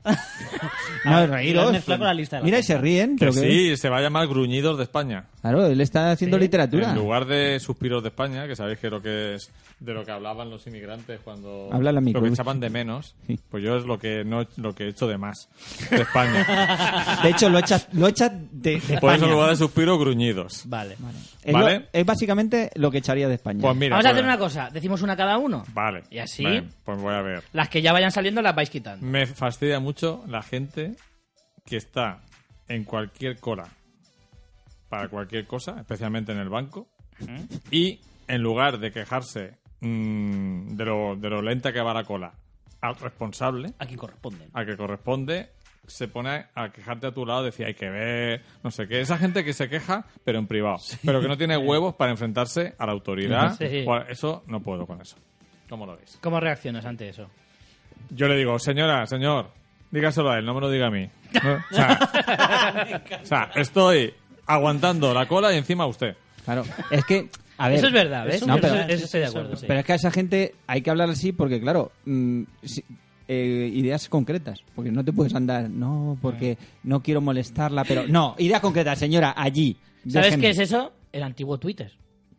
Speaker 2: No,
Speaker 4: Lo
Speaker 2: reíros.
Speaker 4: has mezclado con la lista de la
Speaker 2: Mira, y
Speaker 4: compra.
Speaker 2: se ríen.
Speaker 3: Que
Speaker 2: pero
Speaker 3: sí, se va a llamar Gruñidos de España.
Speaker 2: Claro, él está haciendo literatura.
Speaker 3: En lugar de Suspiros de España, que sabéis que lo que es de lo que hablaban los inmigrantes cuando
Speaker 2: Habla la
Speaker 3: lo
Speaker 2: micro.
Speaker 3: que echaban de menos,
Speaker 2: Sí.
Speaker 3: pues yo es lo que no lo que he hecho de más de España.
Speaker 2: De hecho, lo echa, lo echa de, de
Speaker 3: Por
Speaker 2: España.
Speaker 3: eso en lugar de Suspiros, Gruñidos.
Speaker 1: Vale.
Speaker 2: Es, lo-
Speaker 3: ¿Vale?
Speaker 2: es básicamente lo que echaría de España.
Speaker 3: Pues mira,
Speaker 1: Vamos a
Speaker 3: pues-
Speaker 1: hacer una cosa, decimos una cada uno.
Speaker 3: Vale.
Speaker 1: Y así,
Speaker 3: Ven, pues voy a ver.
Speaker 1: las que ya vayan saliendo las vais
Speaker 2: Mm.
Speaker 1: quitando.
Speaker 3: Me fastidia mucho la gente que está en cualquier cola para cualquier cosa, especialmente en el banco,
Speaker 1: ¿Eh?
Speaker 3: y en lugar de quejarse mm, de, lo, de lo lenta que va la cola al responsable,
Speaker 4: A quien corresponden.
Speaker 3: al que corresponde, se pone a quejarte a tu lado, decía, hay que ver, no sé qué. Esa gente que se queja, pero en privado, pero que no tiene huevos para enfrentarse a la autoridad.
Speaker 1: [LAUGHS] Sí.
Speaker 3: o a- Eso no puedo con eso. ¿Cómo lo veis?
Speaker 1: ¿Cómo reaccionas ante eso?
Speaker 3: Yo le digo, señora, señor, dígaselo a él, no me lo diga a mí. No, o, sea, o sea, estoy aguantando la cola y encima usted.
Speaker 2: Claro. Es que, a ver.
Speaker 1: Eso es verdad, ¿ves?
Speaker 2: Eso no,
Speaker 1: Eso-
Speaker 2: pero-
Speaker 1: eso estoy de acuerdo, sí.
Speaker 2: Pero es que a esa gente hay que hablar así porque, claro, mm, si- eh, ideas concretas. Porque no te puedes andar, no, porque no quiero molestarla, pero. No, ideas concretas, señora, allí.
Speaker 1: ¿Sabes
Speaker 2: Déjeme.
Speaker 1: qué es eso? El antiguo Twitter,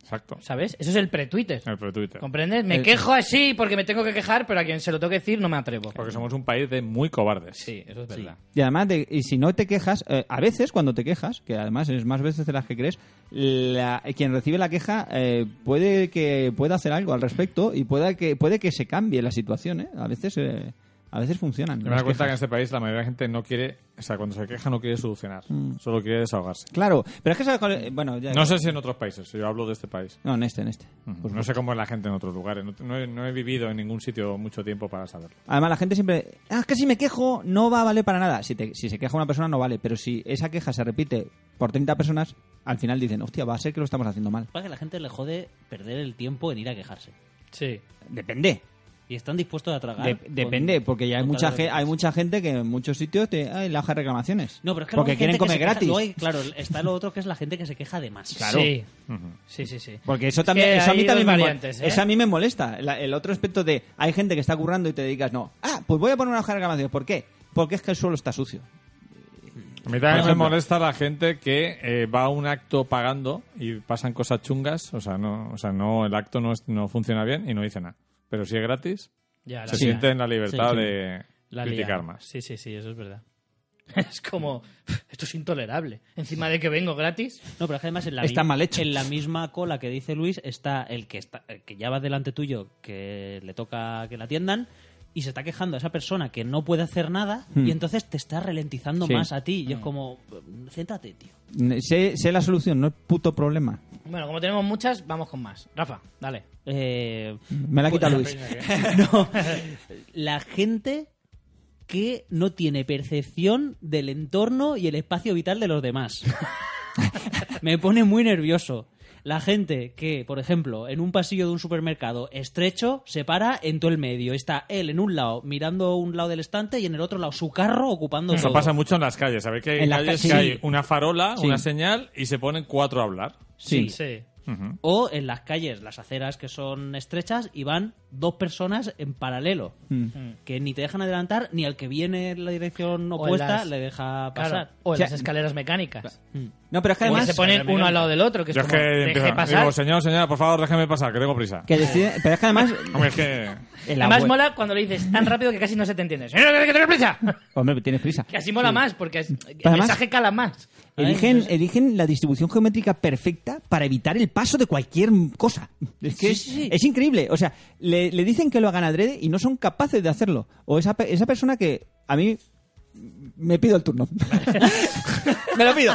Speaker 3: Exacto.
Speaker 1: ¿sabes? Eso es el pre-Twitter.
Speaker 3: El pre-Twitter.
Speaker 1: ¿Comprendes? Me
Speaker 2: Ah, El-
Speaker 1: quejo así porque me tengo que quejar, pero a quien se lo tengo que decir no me atrevo.
Speaker 3: Porque somos un país de muy cobardes.
Speaker 1: Sí, eso es verdad.
Speaker 2: Y además, de- y si no te quejas, eh, a veces cuando te quejas, que además es más veces de las que crees, la- quien recibe la queja eh, puede que pueda hacer algo al respecto y pueda que puede que se cambie la situación. ¿eh? A veces eh, a veces funcionan.
Speaker 3: Yo me
Speaker 2: las
Speaker 3: doy cuenta que en
Speaker 2: quejas.
Speaker 3: este país la mayoría de la gente no quiere, o sea, cuando se queja no quiere solucionar, solo quiere desahogarse.
Speaker 2: Claro, pero es que sabes cuál es? bueno ya-
Speaker 3: No sé si en otros países, yo hablo de este país.
Speaker 2: No, en este, en este.
Speaker 3: Pues no sé cómo es la gente en otros lugares, no, no he, no he vivido en ningún sitio mucho tiempo para saberlo.
Speaker 2: Además la gente siempre, ah, es que si me quejo no va a valer para nada. Si, te- si se queja una persona no vale, pero si esa queja se repite por 30 personas, al final dicen, hostia, va a ser que lo estamos haciendo mal.
Speaker 4: Para que la gente le jode perder el tiempo en ir a quejarse.
Speaker 1: Sí.
Speaker 2: Depende.
Speaker 4: Y están dispuestos a tragar.
Speaker 2: De-
Speaker 4: con-
Speaker 2: depende, porque ya hay
Speaker 4: con
Speaker 2: mucha,
Speaker 4: tal de
Speaker 2: ge- hay mucha gente que en muchos sitios te ay, le baja reclamaciones.
Speaker 4: No, pero es que luego
Speaker 2: porque
Speaker 4: hay
Speaker 2: quieren
Speaker 4: gente
Speaker 2: comer
Speaker 4: que se queja-
Speaker 2: gratis.
Speaker 4: luego hay- claro, está lo otro que es la gente que se queja de más.
Speaker 2: Claro.
Speaker 1: Sí.
Speaker 3: Ujú.
Speaker 1: Sí, sí, sí.
Speaker 2: Porque eso también,
Speaker 1: que
Speaker 2: eso a mí
Speaker 1: hay
Speaker 2: también
Speaker 1: dos
Speaker 2: me mo-
Speaker 1: variantes, ¿eh?
Speaker 2: eso a mí me molesta. La- el otro aspecto de hay gente que está currando y te dedicas, no, ah, pues voy a poner una hoja de reclamaciones. ¿Por qué? Porque es que el suelo está sucio.
Speaker 3: A mí también me
Speaker 2: ejemplo.
Speaker 3: molesta la gente que eh, va a un acto pagando y pasan cosas chungas, o sea, no, o sea, no, el acto no, es- no funciona bien y no dice nada. Pero si es gratis,
Speaker 1: Ya, la
Speaker 3: Se
Speaker 1: vida.
Speaker 3: siente en la libertad
Speaker 4: Sí, sí.
Speaker 3: de
Speaker 1: La lía.
Speaker 3: criticar más.
Speaker 1: Sí, sí, sí, eso es verdad. [LAUGHS] Es como, [LAUGHS] esto es intolerable. Encima de que vengo gratis.
Speaker 4: No, pero es que además en la,
Speaker 2: Está
Speaker 4: mi-
Speaker 2: mal hecho.
Speaker 4: en la misma cola que dice Luis está el que está el que ya va delante tuyo que le toca que la atiendan y se está quejando a esa persona que no puede hacer nada y entonces te está ralentizando
Speaker 2: Hmm. Sí.
Speaker 4: más a ti y es como siéntate, tío.
Speaker 2: Sé, sé la solución, no el puto problema.
Speaker 1: Bueno, como tenemos muchas, vamos con más. Rafa, dale.
Speaker 4: Eh,
Speaker 2: Me la quita Luis.
Speaker 4: no, la gente que no tiene percepción del entorno y el espacio vital de
Speaker 2: [LAUGHS]
Speaker 4: los demás. Me pone muy nervioso. La gente que, por ejemplo, en un pasillo de un supermercado estrecho se para en todo el medio. Está él en un lado mirando un lado del estante y en el otro lado su carro ocupando
Speaker 3: Eso
Speaker 4: todo.
Speaker 3: pasa mucho en las calles. Sabéis que hay
Speaker 2: En las
Speaker 3: calles
Speaker 2: ca-
Speaker 3: que
Speaker 2: sí.
Speaker 3: hay una farola,
Speaker 2: Sí.
Speaker 3: una señal y se ponen cuatro a hablar.
Speaker 2: Sí.
Speaker 1: Sí.
Speaker 3: Ujú.
Speaker 4: O en las calles, las aceras que son estrechas y van dos personas en paralelo.
Speaker 2: Mm.
Speaker 4: Que ni te dejan adelantar, ni al que viene en la dirección
Speaker 1: O en
Speaker 4: opuesta
Speaker 1: las-
Speaker 4: le deja
Speaker 1: Claro.
Speaker 4: pasar.
Speaker 1: O en
Speaker 2: Sí.
Speaker 1: las escaleras mecánicas.
Speaker 2: No, pero
Speaker 1: Como
Speaker 2: es que
Speaker 1: que
Speaker 2: además...
Speaker 1: Pues se ponen uno al lado del otro, que es
Speaker 3: Yo es
Speaker 1: como,
Speaker 3: que
Speaker 1: "Deje
Speaker 3: empiezo,
Speaker 1: pasar".
Speaker 3: digo, señor, señora, por favor, déjeme pasar, que tengo prisa.
Speaker 2: que decide- pero es que además...
Speaker 3: Hombre, es que...
Speaker 2: el
Speaker 1: Además
Speaker 2: abue-
Speaker 1: mola cuando le dices tan rápido que casi no se te entiende. ¡Señor, que tengo prisa! [LAUGHS]
Speaker 2: Hombre, tienes prisa.
Speaker 1: Que así mola más, porque es- el
Speaker 2: además-
Speaker 1: mensaje cala más.
Speaker 2: Eligen, eligen la distribución geométrica perfecta para evitar el paso de cualquier cosa. Es que es, es increíble. O sea, le, le dicen que lo hagan adrede y no son capaces de hacerlo. O esa, pe- esa persona que a mí me pido el turno. [LAUGHS] me lo pido.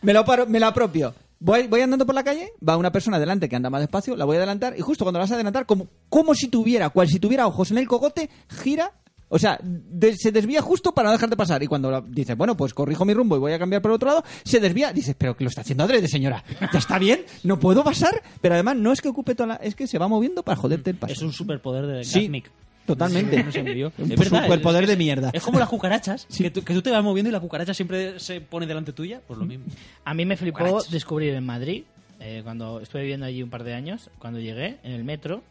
Speaker 2: Me lo, paro- me lo apropio. Voy, voy andando por la calle, va una persona delante que anda más despacio, la voy a adelantar y justo cuando la vas a adelantar, como, como si tuviera, cual si tuviera ojos en el cogote, gira, o sea, de- se desvía justo para no dejarte pasar. Y cuando la- dices, bueno, pues corrijo mi rumbo y voy a cambiar por otro lado, se desvía, dices, pero que lo está haciendo adrede, señora. Ya está bien, no puedo pasar, pero además no es que ocupe toda la... es que se va moviendo para joderte el paso.
Speaker 4: Es un superpoder de
Speaker 2: Sí.
Speaker 4: Gasmic.
Speaker 2: Totalmente.
Speaker 4: Nos envió.
Speaker 2: Un
Speaker 4: Es verdad,
Speaker 2: superpoder
Speaker 4: es- es-
Speaker 2: de mierda.
Speaker 4: Es como las cucarachas, que, tú, que tú te vas moviendo y la cucaracha siempre se pone delante tuya, pues lo mismo.
Speaker 1: A mí me flipó
Speaker 4: Cucarachas.
Speaker 1: descubrir en Madrid, eh, cuando estuve viviendo allí un par de años, cuando llegué en el metro,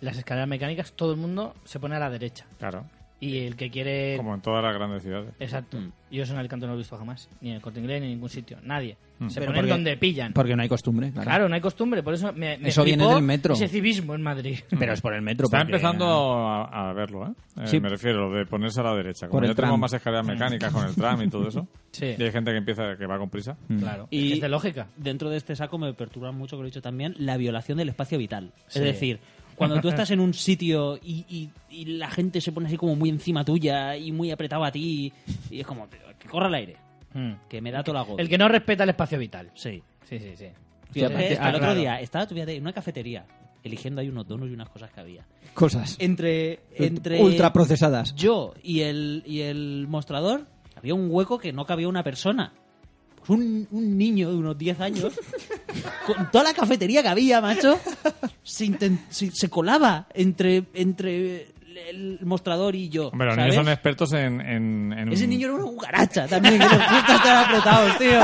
Speaker 1: las escaleras mecánicas, todo el mundo se pone a la derecha.
Speaker 3: Claro,
Speaker 1: Y el que quiere...
Speaker 3: como en todas las grandes ciudades.
Speaker 1: Exacto. Yo eso en Alicante no lo he visto jamás, ni en el Corte Inglés, ni en ningún sitio. Nadie. Se
Speaker 2: Pero
Speaker 1: ponen
Speaker 2: porque-
Speaker 1: donde pillan.
Speaker 2: Porque no hay costumbre, claro.
Speaker 1: Claro, no hay costumbre, por eso me, me
Speaker 2: Eso viene
Speaker 1: flipó
Speaker 2: del metro. Mm.
Speaker 1: Ese civismo en Madrid.
Speaker 2: Pero es por el metro.
Speaker 3: Está
Speaker 2: porque-
Speaker 3: empezando a, a verlo, ¿eh? Eh,
Speaker 2: Sí.
Speaker 3: Me refiero, lo de ponerse a la derecha. Como
Speaker 2: Por el
Speaker 3: ya tenemos
Speaker 2: tram.
Speaker 3: más escaleras mecánicas con el tram y todo eso,
Speaker 1: [LAUGHS] Sí,
Speaker 3: y hay gente que empieza que va con prisa.
Speaker 1: [LAUGHS]
Speaker 2: Mm.
Speaker 1: claro.
Speaker 4: Y-
Speaker 1: Es, que es de lógica.
Speaker 4: Dentro de este saco me perturba mucho, que lo he dicho también, la violación del espacio vital.
Speaker 1: Sí.
Speaker 4: Es decir, cuando tú estás en un sitio y, y- y la gente se pone así como muy encima tuya y muy apretado a ti, y es como, tío, que corra el aire,
Speaker 1: Mm.
Speaker 4: que me da toda la gota.
Speaker 1: El que no respeta el espacio vital.
Speaker 4: Sí.
Speaker 1: Sí, sí, sí.
Speaker 4: Tío,
Speaker 2: aparte-
Speaker 4: es que
Speaker 2: ah,
Speaker 4: el otro
Speaker 2: claro.
Speaker 4: día estaba tú fíjate, en una cafetería eligiendo ahí unos donos y unas cosas que había.
Speaker 2: Cosas.
Speaker 4: Entre, entre
Speaker 2: Ultra procesadas.
Speaker 4: yo y el, y el mostrador, había un hueco que no cabía una persona. Pues un, un niño de unos
Speaker 1: [LAUGHS]
Speaker 4: 10 años, con toda la cafetería que había, macho, se, inten- se, se colaba entre, entre el mostrador y yo.
Speaker 3: Hombre, los
Speaker 4: ¿sabes?
Speaker 3: niños son expertos en... en- en-
Speaker 4: Ese niño era una cucaracha también, que los putas estaban apretados, tío.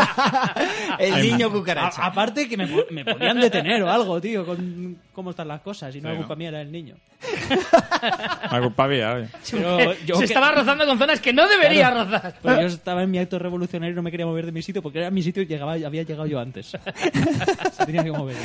Speaker 2: El niño
Speaker 4: A- aparte que me, po- me podían detener o algo, tío, con cómo están las cosas. Y
Speaker 3: Sí,
Speaker 4: no era
Speaker 3: ¿no?
Speaker 4: culpa mía, era el niño.
Speaker 3: La culpa había, oye.
Speaker 4: Pero
Speaker 1: [LAUGHS]
Speaker 4: yo
Speaker 1: se
Speaker 4: que-
Speaker 1: estaba rozando con zonas que no debería
Speaker 4: Claro.
Speaker 1: rozar.
Speaker 4: Pero yo estaba en mi acto revolucionario y no me quería mover de mi sitio porque era mi sitio y llegaba, había llegado yo antes. [LAUGHS] Se tenía que mover.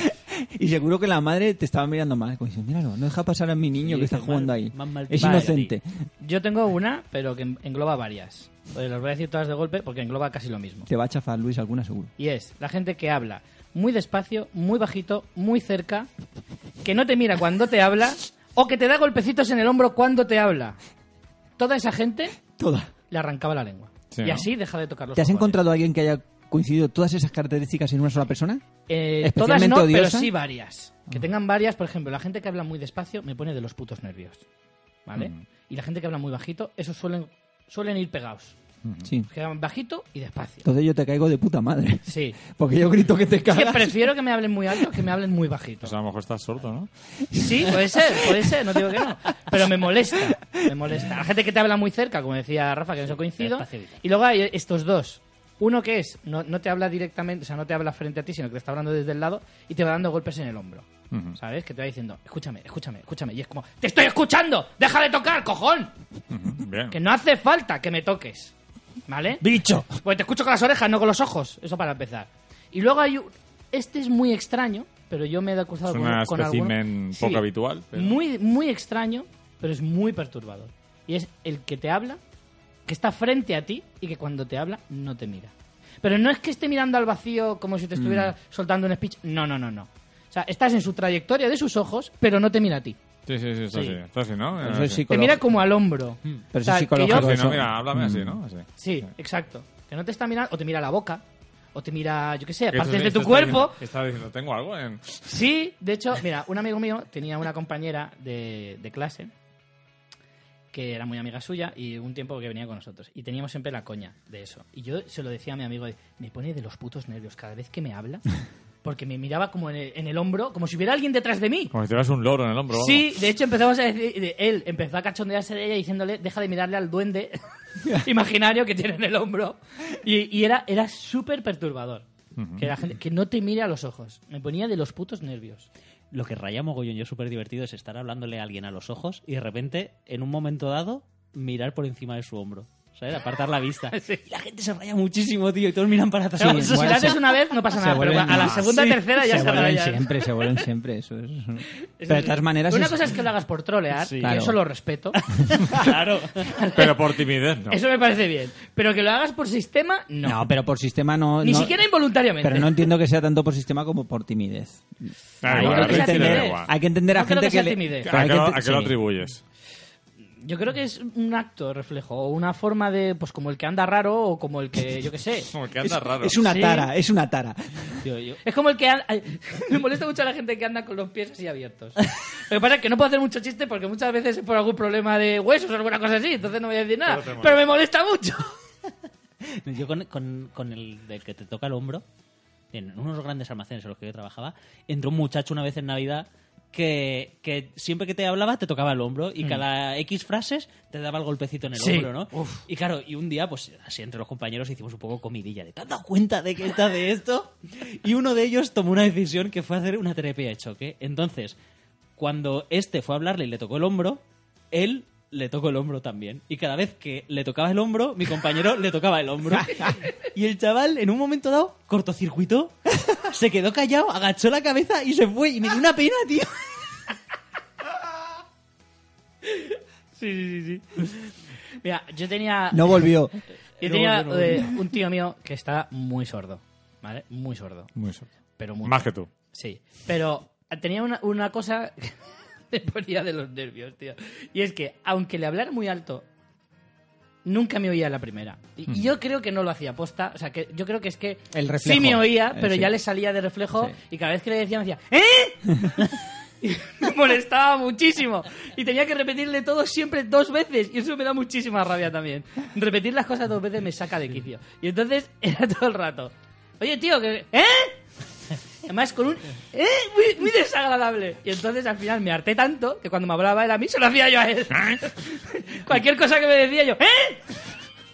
Speaker 2: Y seguro que la madre te estaba mirando mal. Como diciendo, míralo, no deja pasar a mi niño
Speaker 4: Sí,
Speaker 2: que está
Speaker 4: mal-
Speaker 2: jugando ahí.
Speaker 4: más mal-
Speaker 2: Es
Speaker 4: Vale.
Speaker 2: inocente.
Speaker 1: Yo tengo una, pero que en- engloba varias. Pues las voy a decir todas de golpe porque engloba casi lo mismo.
Speaker 2: Te va a chafar Luis alguna seguro.
Speaker 1: Y es la gente que habla muy despacio, muy bajito, muy cerca, que no te mira cuando te habla o que te da golpecitos en el hombro cuando te habla. Toda esa gente
Speaker 2: Toda.
Speaker 1: le arrancaba la lengua.
Speaker 3: Sí,
Speaker 1: y
Speaker 3: ¿no?
Speaker 1: así deja de tocar los
Speaker 2: ¿Te has
Speaker 1: cojones.
Speaker 2: encontrado a alguien que haya coincidido todas esas características en una sola persona?
Speaker 1: Eh, todas
Speaker 2: especialmente
Speaker 1: no,
Speaker 2: odiosa? Ah.
Speaker 1: pero sí varias. Que tengan varias, por ejemplo, la gente que habla muy despacio me pone de los putos nervios. ¿Vale?
Speaker 3: Mm.
Speaker 1: Y la gente que habla muy bajito, esos suelen, suelen ir pegados.
Speaker 2: Sí.
Speaker 1: Que hablan bajito y despacio.
Speaker 2: Entonces yo te caigo de puta madre.
Speaker 1: Sí.
Speaker 2: Porque yo grito que te
Speaker 1: Es que
Speaker 2: cagas.
Speaker 1: prefiero que me hablen muy alto que me hablen muy bajito.
Speaker 3: Pues a lo mejor estás
Speaker 1: [LAUGHS]
Speaker 3: sordo, ¿no?
Speaker 1: Sí, puede ser, puede ser, no digo que no. Pero me molesta, me molesta. La gente que te habla muy cerca, como decía Rafa, que en eso coincido.
Speaker 4: espacio vital.
Speaker 1: Y luego hay estos dos. Uno que es, no, no te habla directamente, o sea, no te habla frente a ti, sino que te está hablando desde el lado y te va dando golpes en el hombro.
Speaker 3: Ujú.
Speaker 1: ¿Sabes? Que te va diciendo, escúchame, escúchame, escúchame. Y es como, ¡te estoy escuchando! ¡Deja de tocar, cojón!
Speaker 3: Ujú. Bien.
Speaker 1: Que no hace falta que me toques. ¿Vale?
Speaker 2: ¡Bicho!
Speaker 1: Pues te escucho con las orejas, no con los ojos. Eso para empezar. Y luego hay. un- Este es muy extraño, pero yo me he cruzado
Speaker 3: Es
Speaker 1: con,
Speaker 3: un
Speaker 1: con alguno-
Speaker 3: espécimen
Speaker 1: Sí.
Speaker 3: poco habitual. pero-
Speaker 1: Muy, muy extraño, pero es muy perturbador. Y es el que te habla, que está frente a ti y que cuando te habla no te mira. Pero no es que esté mirando al vacío como
Speaker 3: Mm.
Speaker 1: si te estuviera soltando un speech. No, no, no, no. O sea, estás en su trayectoria de sus ojos, pero no te mira a ti.
Speaker 3: Sí, sí, sí, está
Speaker 1: Sí.
Speaker 3: así. Está así, ¿no?
Speaker 2: Pero eso es
Speaker 3: Así.
Speaker 1: Te
Speaker 2: psicológico.
Speaker 1: mira como al hombro.
Speaker 2: Pero
Speaker 1: O sea,
Speaker 2: eso es
Speaker 1: que yo-
Speaker 2: psicológico.
Speaker 3: Así,
Speaker 2: eso. Mm.
Speaker 3: ¿no? Mira, háblame así, ¿no? Así.
Speaker 1: Sí, exacto. Que no te está mirando, o te mira la boca, o te mira, yo qué sé,
Speaker 3: Que esto-
Speaker 1: partes de
Speaker 3: esto
Speaker 1: tu
Speaker 3: está
Speaker 1: cuerpo.
Speaker 3: diciendo- Estaba diciendo, tengo algo en...
Speaker 1: Sí, de hecho, mira, un amigo mío tenía una compañera de, de clase que era muy amiga suya y un tiempo que venía con nosotros. Y teníamos siempre la coña de eso. Y yo se lo decía a mi amigo, me pone de los putos nervios cada vez que me habla, porque me miraba como en el, en el hombro, como si hubiera alguien detrás de mí.
Speaker 3: Como si tuvieras un loro en el hombro. o algo.
Speaker 1: Sí, de hecho empezamos a decir, de- él empezó a cachondearse de ella diciéndole, deja de mirarle al
Speaker 2: [LAUGHS]
Speaker 1: duende imaginario que tiene en el hombro. Y, y era, era súper perturbador. Que la gente que no te mire a los ojos. Me ponía de los putos nervios.
Speaker 4: Lo que raya mogollón y es súper divertido es estar hablándole a alguien a los ojos y de repente, en un momento dado, mirar por encima de su hombro. ¿Sabes? Apartar la vista. Y la gente se raya muchísimo, tío, y todos miran para atrás.
Speaker 2: Sí,
Speaker 1: si
Speaker 2: igual
Speaker 1: la haces
Speaker 2: se-
Speaker 1: una vez no pasa
Speaker 2: se
Speaker 1: nada, pero
Speaker 2: vuelven-
Speaker 1: a la segunda
Speaker 4: Sí,
Speaker 1: tercera ya se,
Speaker 2: se vuelven
Speaker 1: raya.
Speaker 2: siempre, se vuelven siempre. Eso es... Pero de todas maneras.
Speaker 1: Una
Speaker 2: es-
Speaker 1: cosa es que lo hagas por trolear,
Speaker 4: Sí.
Speaker 1: que
Speaker 2: Claro.
Speaker 1: eso lo
Speaker 2: [LAUGHS]
Speaker 1: respeto.
Speaker 4: [LAUGHS] claro.
Speaker 3: Pero por timidez, ¿no?
Speaker 1: Eso me parece bien. Pero que lo hagas por sistema, no.
Speaker 2: No, pero por sistema no.
Speaker 1: Ni
Speaker 2: no-
Speaker 1: siquiera involuntariamente.
Speaker 2: Pero no entiendo que sea tanto por sistema como por timidez.
Speaker 3: Da
Speaker 2: Hay
Speaker 3: igual,
Speaker 1: no
Speaker 3: a
Speaker 2: que
Speaker 1: sea
Speaker 3: ti te da
Speaker 2: entender,
Speaker 1: timidez.
Speaker 3: igual.
Speaker 2: hay que entender a
Speaker 1: No creo
Speaker 2: gente
Speaker 1: que sea
Speaker 2: le-
Speaker 1: timidez.
Speaker 2: pero
Speaker 3: ¿A
Speaker 2: hay
Speaker 3: qué
Speaker 2: que
Speaker 3: lo-
Speaker 2: ente-
Speaker 3: a qué lo
Speaker 2: sí.
Speaker 3: atribuyes?
Speaker 1: Yo creo que es un acto reflejo, o una forma de, pues como el que anda raro o como el que, yo qué sé.
Speaker 3: Como que anda raro.
Speaker 2: Es una
Speaker 1: Sí.
Speaker 2: tara, es una tara.
Speaker 4: Tío, yo-
Speaker 1: Es como el que anda... [LAUGHS] Me molesta mucho a la gente que anda con los pies así abiertos. Lo que pasa es que no puedo hacer mucho chiste porque muchas veces es por algún problema de huesos o alguna cosa así, entonces no voy a decir nada.
Speaker 3: Pero te molesta.
Speaker 1: Pero me molesta mucho.
Speaker 4: Yo con, con- con el del que te toca el hombro, en unos grandes almacenes en los que yo trabajaba, entró un muchacho una vez en Navidad que, que siempre que te hablaba te tocaba el hombro y cada X frases te daba el golpecito en el
Speaker 1: Sí.
Speaker 4: hombro, ¿no? Y claro, y un día, pues así entre los compañeros hicimos un poco comidilla de ¿te has dado cuenta de que está de esto? Y uno de ellos tomó una decisión que fue hacer una terapia de choque. Entonces, cuando este fue a hablarle y le tocó el hombro, él le tocó el hombro también. Y cada vez que le tocaba el hombro, mi compañero le tocaba el hombro. Y el chaval, en un momento dado, cortocircuitó, se quedó callado, agachó la cabeza y se fue. Y me dio una pena, tío.
Speaker 1: [LAUGHS] Sí, sí, sí. Mira, yo tenía...
Speaker 2: No volvió.
Speaker 1: Yo
Speaker 4: No,
Speaker 1: tenía
Speaker 4: no, no, no.
Speaker 1: eh, un tío mío que está muy sordo, ¿vale? Muy sordo,
Speaker 3: Muy sor-
Speaker 1: pero muy...
Speaker 3: Más que tú.
Speaker 1: Sí, pero tenía una, una cosa [LAUGHS] que me ponía de los nervios, tío. Y es que, aunque le hablara muy alto, nunca me oía la primera. Y, y yo creo que no lo hacía posta. O sea, que yo creo que es que
Speaker 2: El
Speaker 1: sí
Speaker 2: reflejo.
Speaker 1: me oía,
Speaker 2: Eh,
Speaker 1: pero
Speaker 2: sí.
Speaker 1: ya le salía de reflejo.
Speaker 2: Sí.
Speaker 1: Y cada vez que le decía, me decía, ¿eh?
Speaker 4: [LAUGHS]
Speaker 1: Y me molestaba muchísimo. Y tenía que repetirle todo siempre dos veces. Y eso me da muchísima rabia también. Repetir las cosas dos veces me saca de quicio. Y entonces [LAUGHS] era todo el rato. Oye, tío, que... ¿eh? Además, con un... ¿eh? Muy, muy desagradable. Y entonces al final me harté tanto que cuando me hablaba él a mí, se lo hacía yo a
Speaker 4: [LAUGHS]
Speaker 1: él. Cualquier cosa que me decía yo, ¿eh?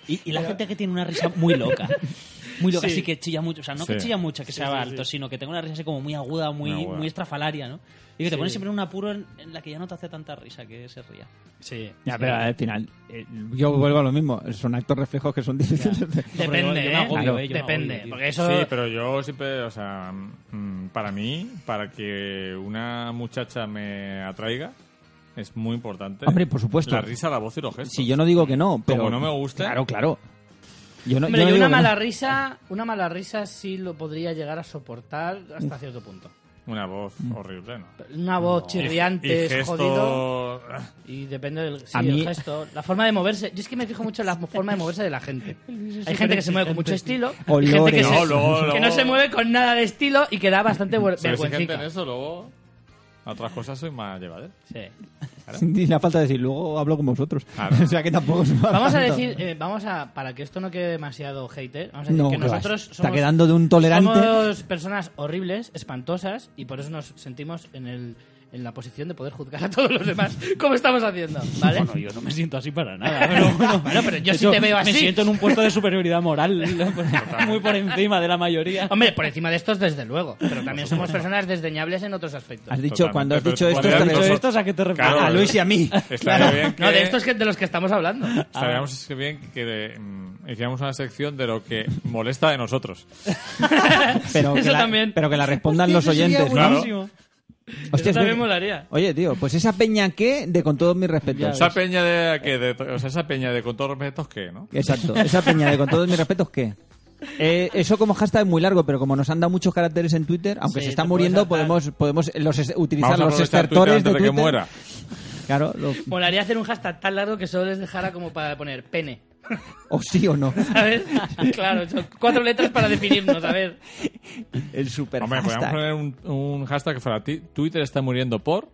Speaker 4: Y, y la gente que tiene una risa muy loca. Muy loca,
Speaker 1: Sí.
Speaker 4: así que chilla mucho. O sea, no que
Speaker 3: Sí.
Speaker 4: chilla mucho, que sea alto, sino que tenga una risa así como muy aguda, muy,
Speaker 3: Muy aguda.
Speaker 4: muy estrafalaria, ¿no? Y que te pones siempre en un apuro en, en la que ya no te hace tanta risa que se ría.
Speaker 1: Sí.
Speaker 2: Ya, pero al final, eh, yo vuelvo a lo mismo. Son actos reflejos que son difíciles de...
Speaker 1: Depende, ¿eh?
Speaker 4: Yo me agobio,
Speaker 2: Claro.
Speaker 4: eh, yo me
Speaker 1: Depende.
Speaker 4: agobio, tío.
Speaker 1: Porque eso...
Speaker 3: Sí, pero yo siempre, o sea, mm, para mí, para que una muchacha me atraiga, es muy importante.
Speaker 2: Hombre, por supuesto.
Speaker 3: La risa, la voz y los gestos.
Speaker 2: Si yo no digo que no, pero...
Speaker 3: no me guste.
Speaker 2: Claro, claro. Yo no,
Speaker 1: Hombre,
Speaker 2: yo no
Speaker 1: yo
Speaker 2: digo
Speaker 1: una
Speaker 2: que no.
Speaker 1: mala risa, una mala risa sí lo podría llegar a soportar hasta cierto punto.
Speaker 3: Una voz
Speaker 2: Mm.
Speaker 3: horrible, ¿no?
Speaker 1: Una voz chirriante,
Speaker 3: y Ah, gesto...
Speaker 1: jodido. Y depende del sí,
Speaker 2: A
Speaker 1: el
Speaker 2: mí-
Speaker 1: gesto, la forma de moverse. Yo es que me fijo mucho en la forma de moverse de la gente. Hay gente que se mueve con mucho estilo, hay gente que,
Speaker 2: [LAUGHS] Olores.
Speaker 1: se-
Speaker 3: No, luego-
Speaker 1: que no
Speaker 3: luego-
Speaker 1: se mueve con nada de estilo y que da bastante ver-
Speaker 3: Soy exigente en
Speaker 1: vergüencica.
Speaker 3: eso, luego... A otras cosas soy más llevadero.
Speaker 1: Sí.
Speaker 2: Ni la falta de decir, luego hablo con vosotros.
Speaker 3: Claro.
Speaker 2: [LAUGHS] o sea que tampoco se va
Speaker 1: Vamos a
Speaker 2: tanto.
Speaker 1: decir, eh, vamos a, para que esto no quede demasiado hater, vamos a decir
Speaker 2: No,
Speaker 1: que
Speaker 2: que va,
Speaker 1: nosotros
Speaker 2: está
Speaker 1: somos,
Speaker 2: quedando de un tolerante.
Speaker 1: somos personas horribles, espantosas, y por eso nos sentimos en, el, en la posición de poder juzgar a todos los demás [LAUGHS] como estamos haciendo, ¿vale?
Speaker 4: Bueno, yo no me siento así para nada. Pero, bueno,
Speaker 1: Bueno, pero yo
Speaker 4: de
Speaker 1: sí
Speaker 4: hecho,
Speaker 1: te veo
Speaker 4: Me
Speaker 1: así.
Speaker 4: siento en un puesto de superioridad moral, [LAUGHS] muy por encima de
Speaker 1: [LAUGHS]
Speaker 4: la mayoría.
Speaker 1: Hombre, por encima de estos, desde luego, pero también somos personas desdeñables en otros aspectos.
Speaker 2: Has dicho, cuando has dicho
Speaker 3: Totalmente, pero
Speaker 2: esto,
Speaker 3: podría
Speaker 2: te
Speaker 3: haber
Speaker 2: lo he
Speaker 3: dicho
Speaker 2: dicho
Speaker 4: ¿Estos a qué te refieres?
Speaker 3: Claro, eh,
Speaker 2: a Luis y a mí.
Speaker 3: [LAUGHS] Estaría bien que...
Speaker 1: No, de estos que, de los que estamos hablando.
Speaker 3: Estaríamos bien que mm, hiciéramos una sección de lo que molesta de nosotros.
Speaker 2: Pero que
Speaker 1: Eso
Speaker 2: la-
Speaker 1: también.
Speaker 2: Pero que la respondan los
Speaker 4: Eso sería
Speaker 2: oyentes. ¿no?
Speaker 4: buenísimo.
Speaker 2: Hostia,
Speaker 1: Eso también
Speaker 2: es-
Speaker 1: molaría.
Speaker 2: Oye, tío, pues esa peña que, de con todos mis respetos.
Speaker 3: Esa peña de, que de- o sea, esa peña de con todos los respetos que, ¿no?
Speaker 2: Exacto, esa peña de con todos mis respetos que. Eh, eso como hashtag es muy largo, pero como nos han dado muchos caracteres en Twitter, aunque
Speaker 1: Sí,
Speaker 2: se está
Speaker 1: te
Speaker 2: muriendo,
Speaker 1: puedes
Speaker 2: podemos, podemos los es- utilizar
Speaker 3: Vamos a
Speaker 2: los
Speaker 3: aprovechar
Speaker 2: estertores
Speaker 3: Twitter
Speaker 2: de
Speaker 3: antes de que
Speaker 2: Twitter.
Speaker 3: muera.
Speaker 2: Claro, lo-
Speaker 1: Molaría hacer un hashtag tan largo que solo les dejara como para poner pene.
Speaker 2: o sí o no.
Speaker 1: ¿Sabes? [LAUGHS] claro, son cuatro letras para definirnos, a ver.
Speaker 2: El super
Speaker 3: Hombre, pues podríamos
Speaker 2: hashtag.
Speaker 3: poner un, un hashtag que fuera "Ti- Twitter está muriendo por.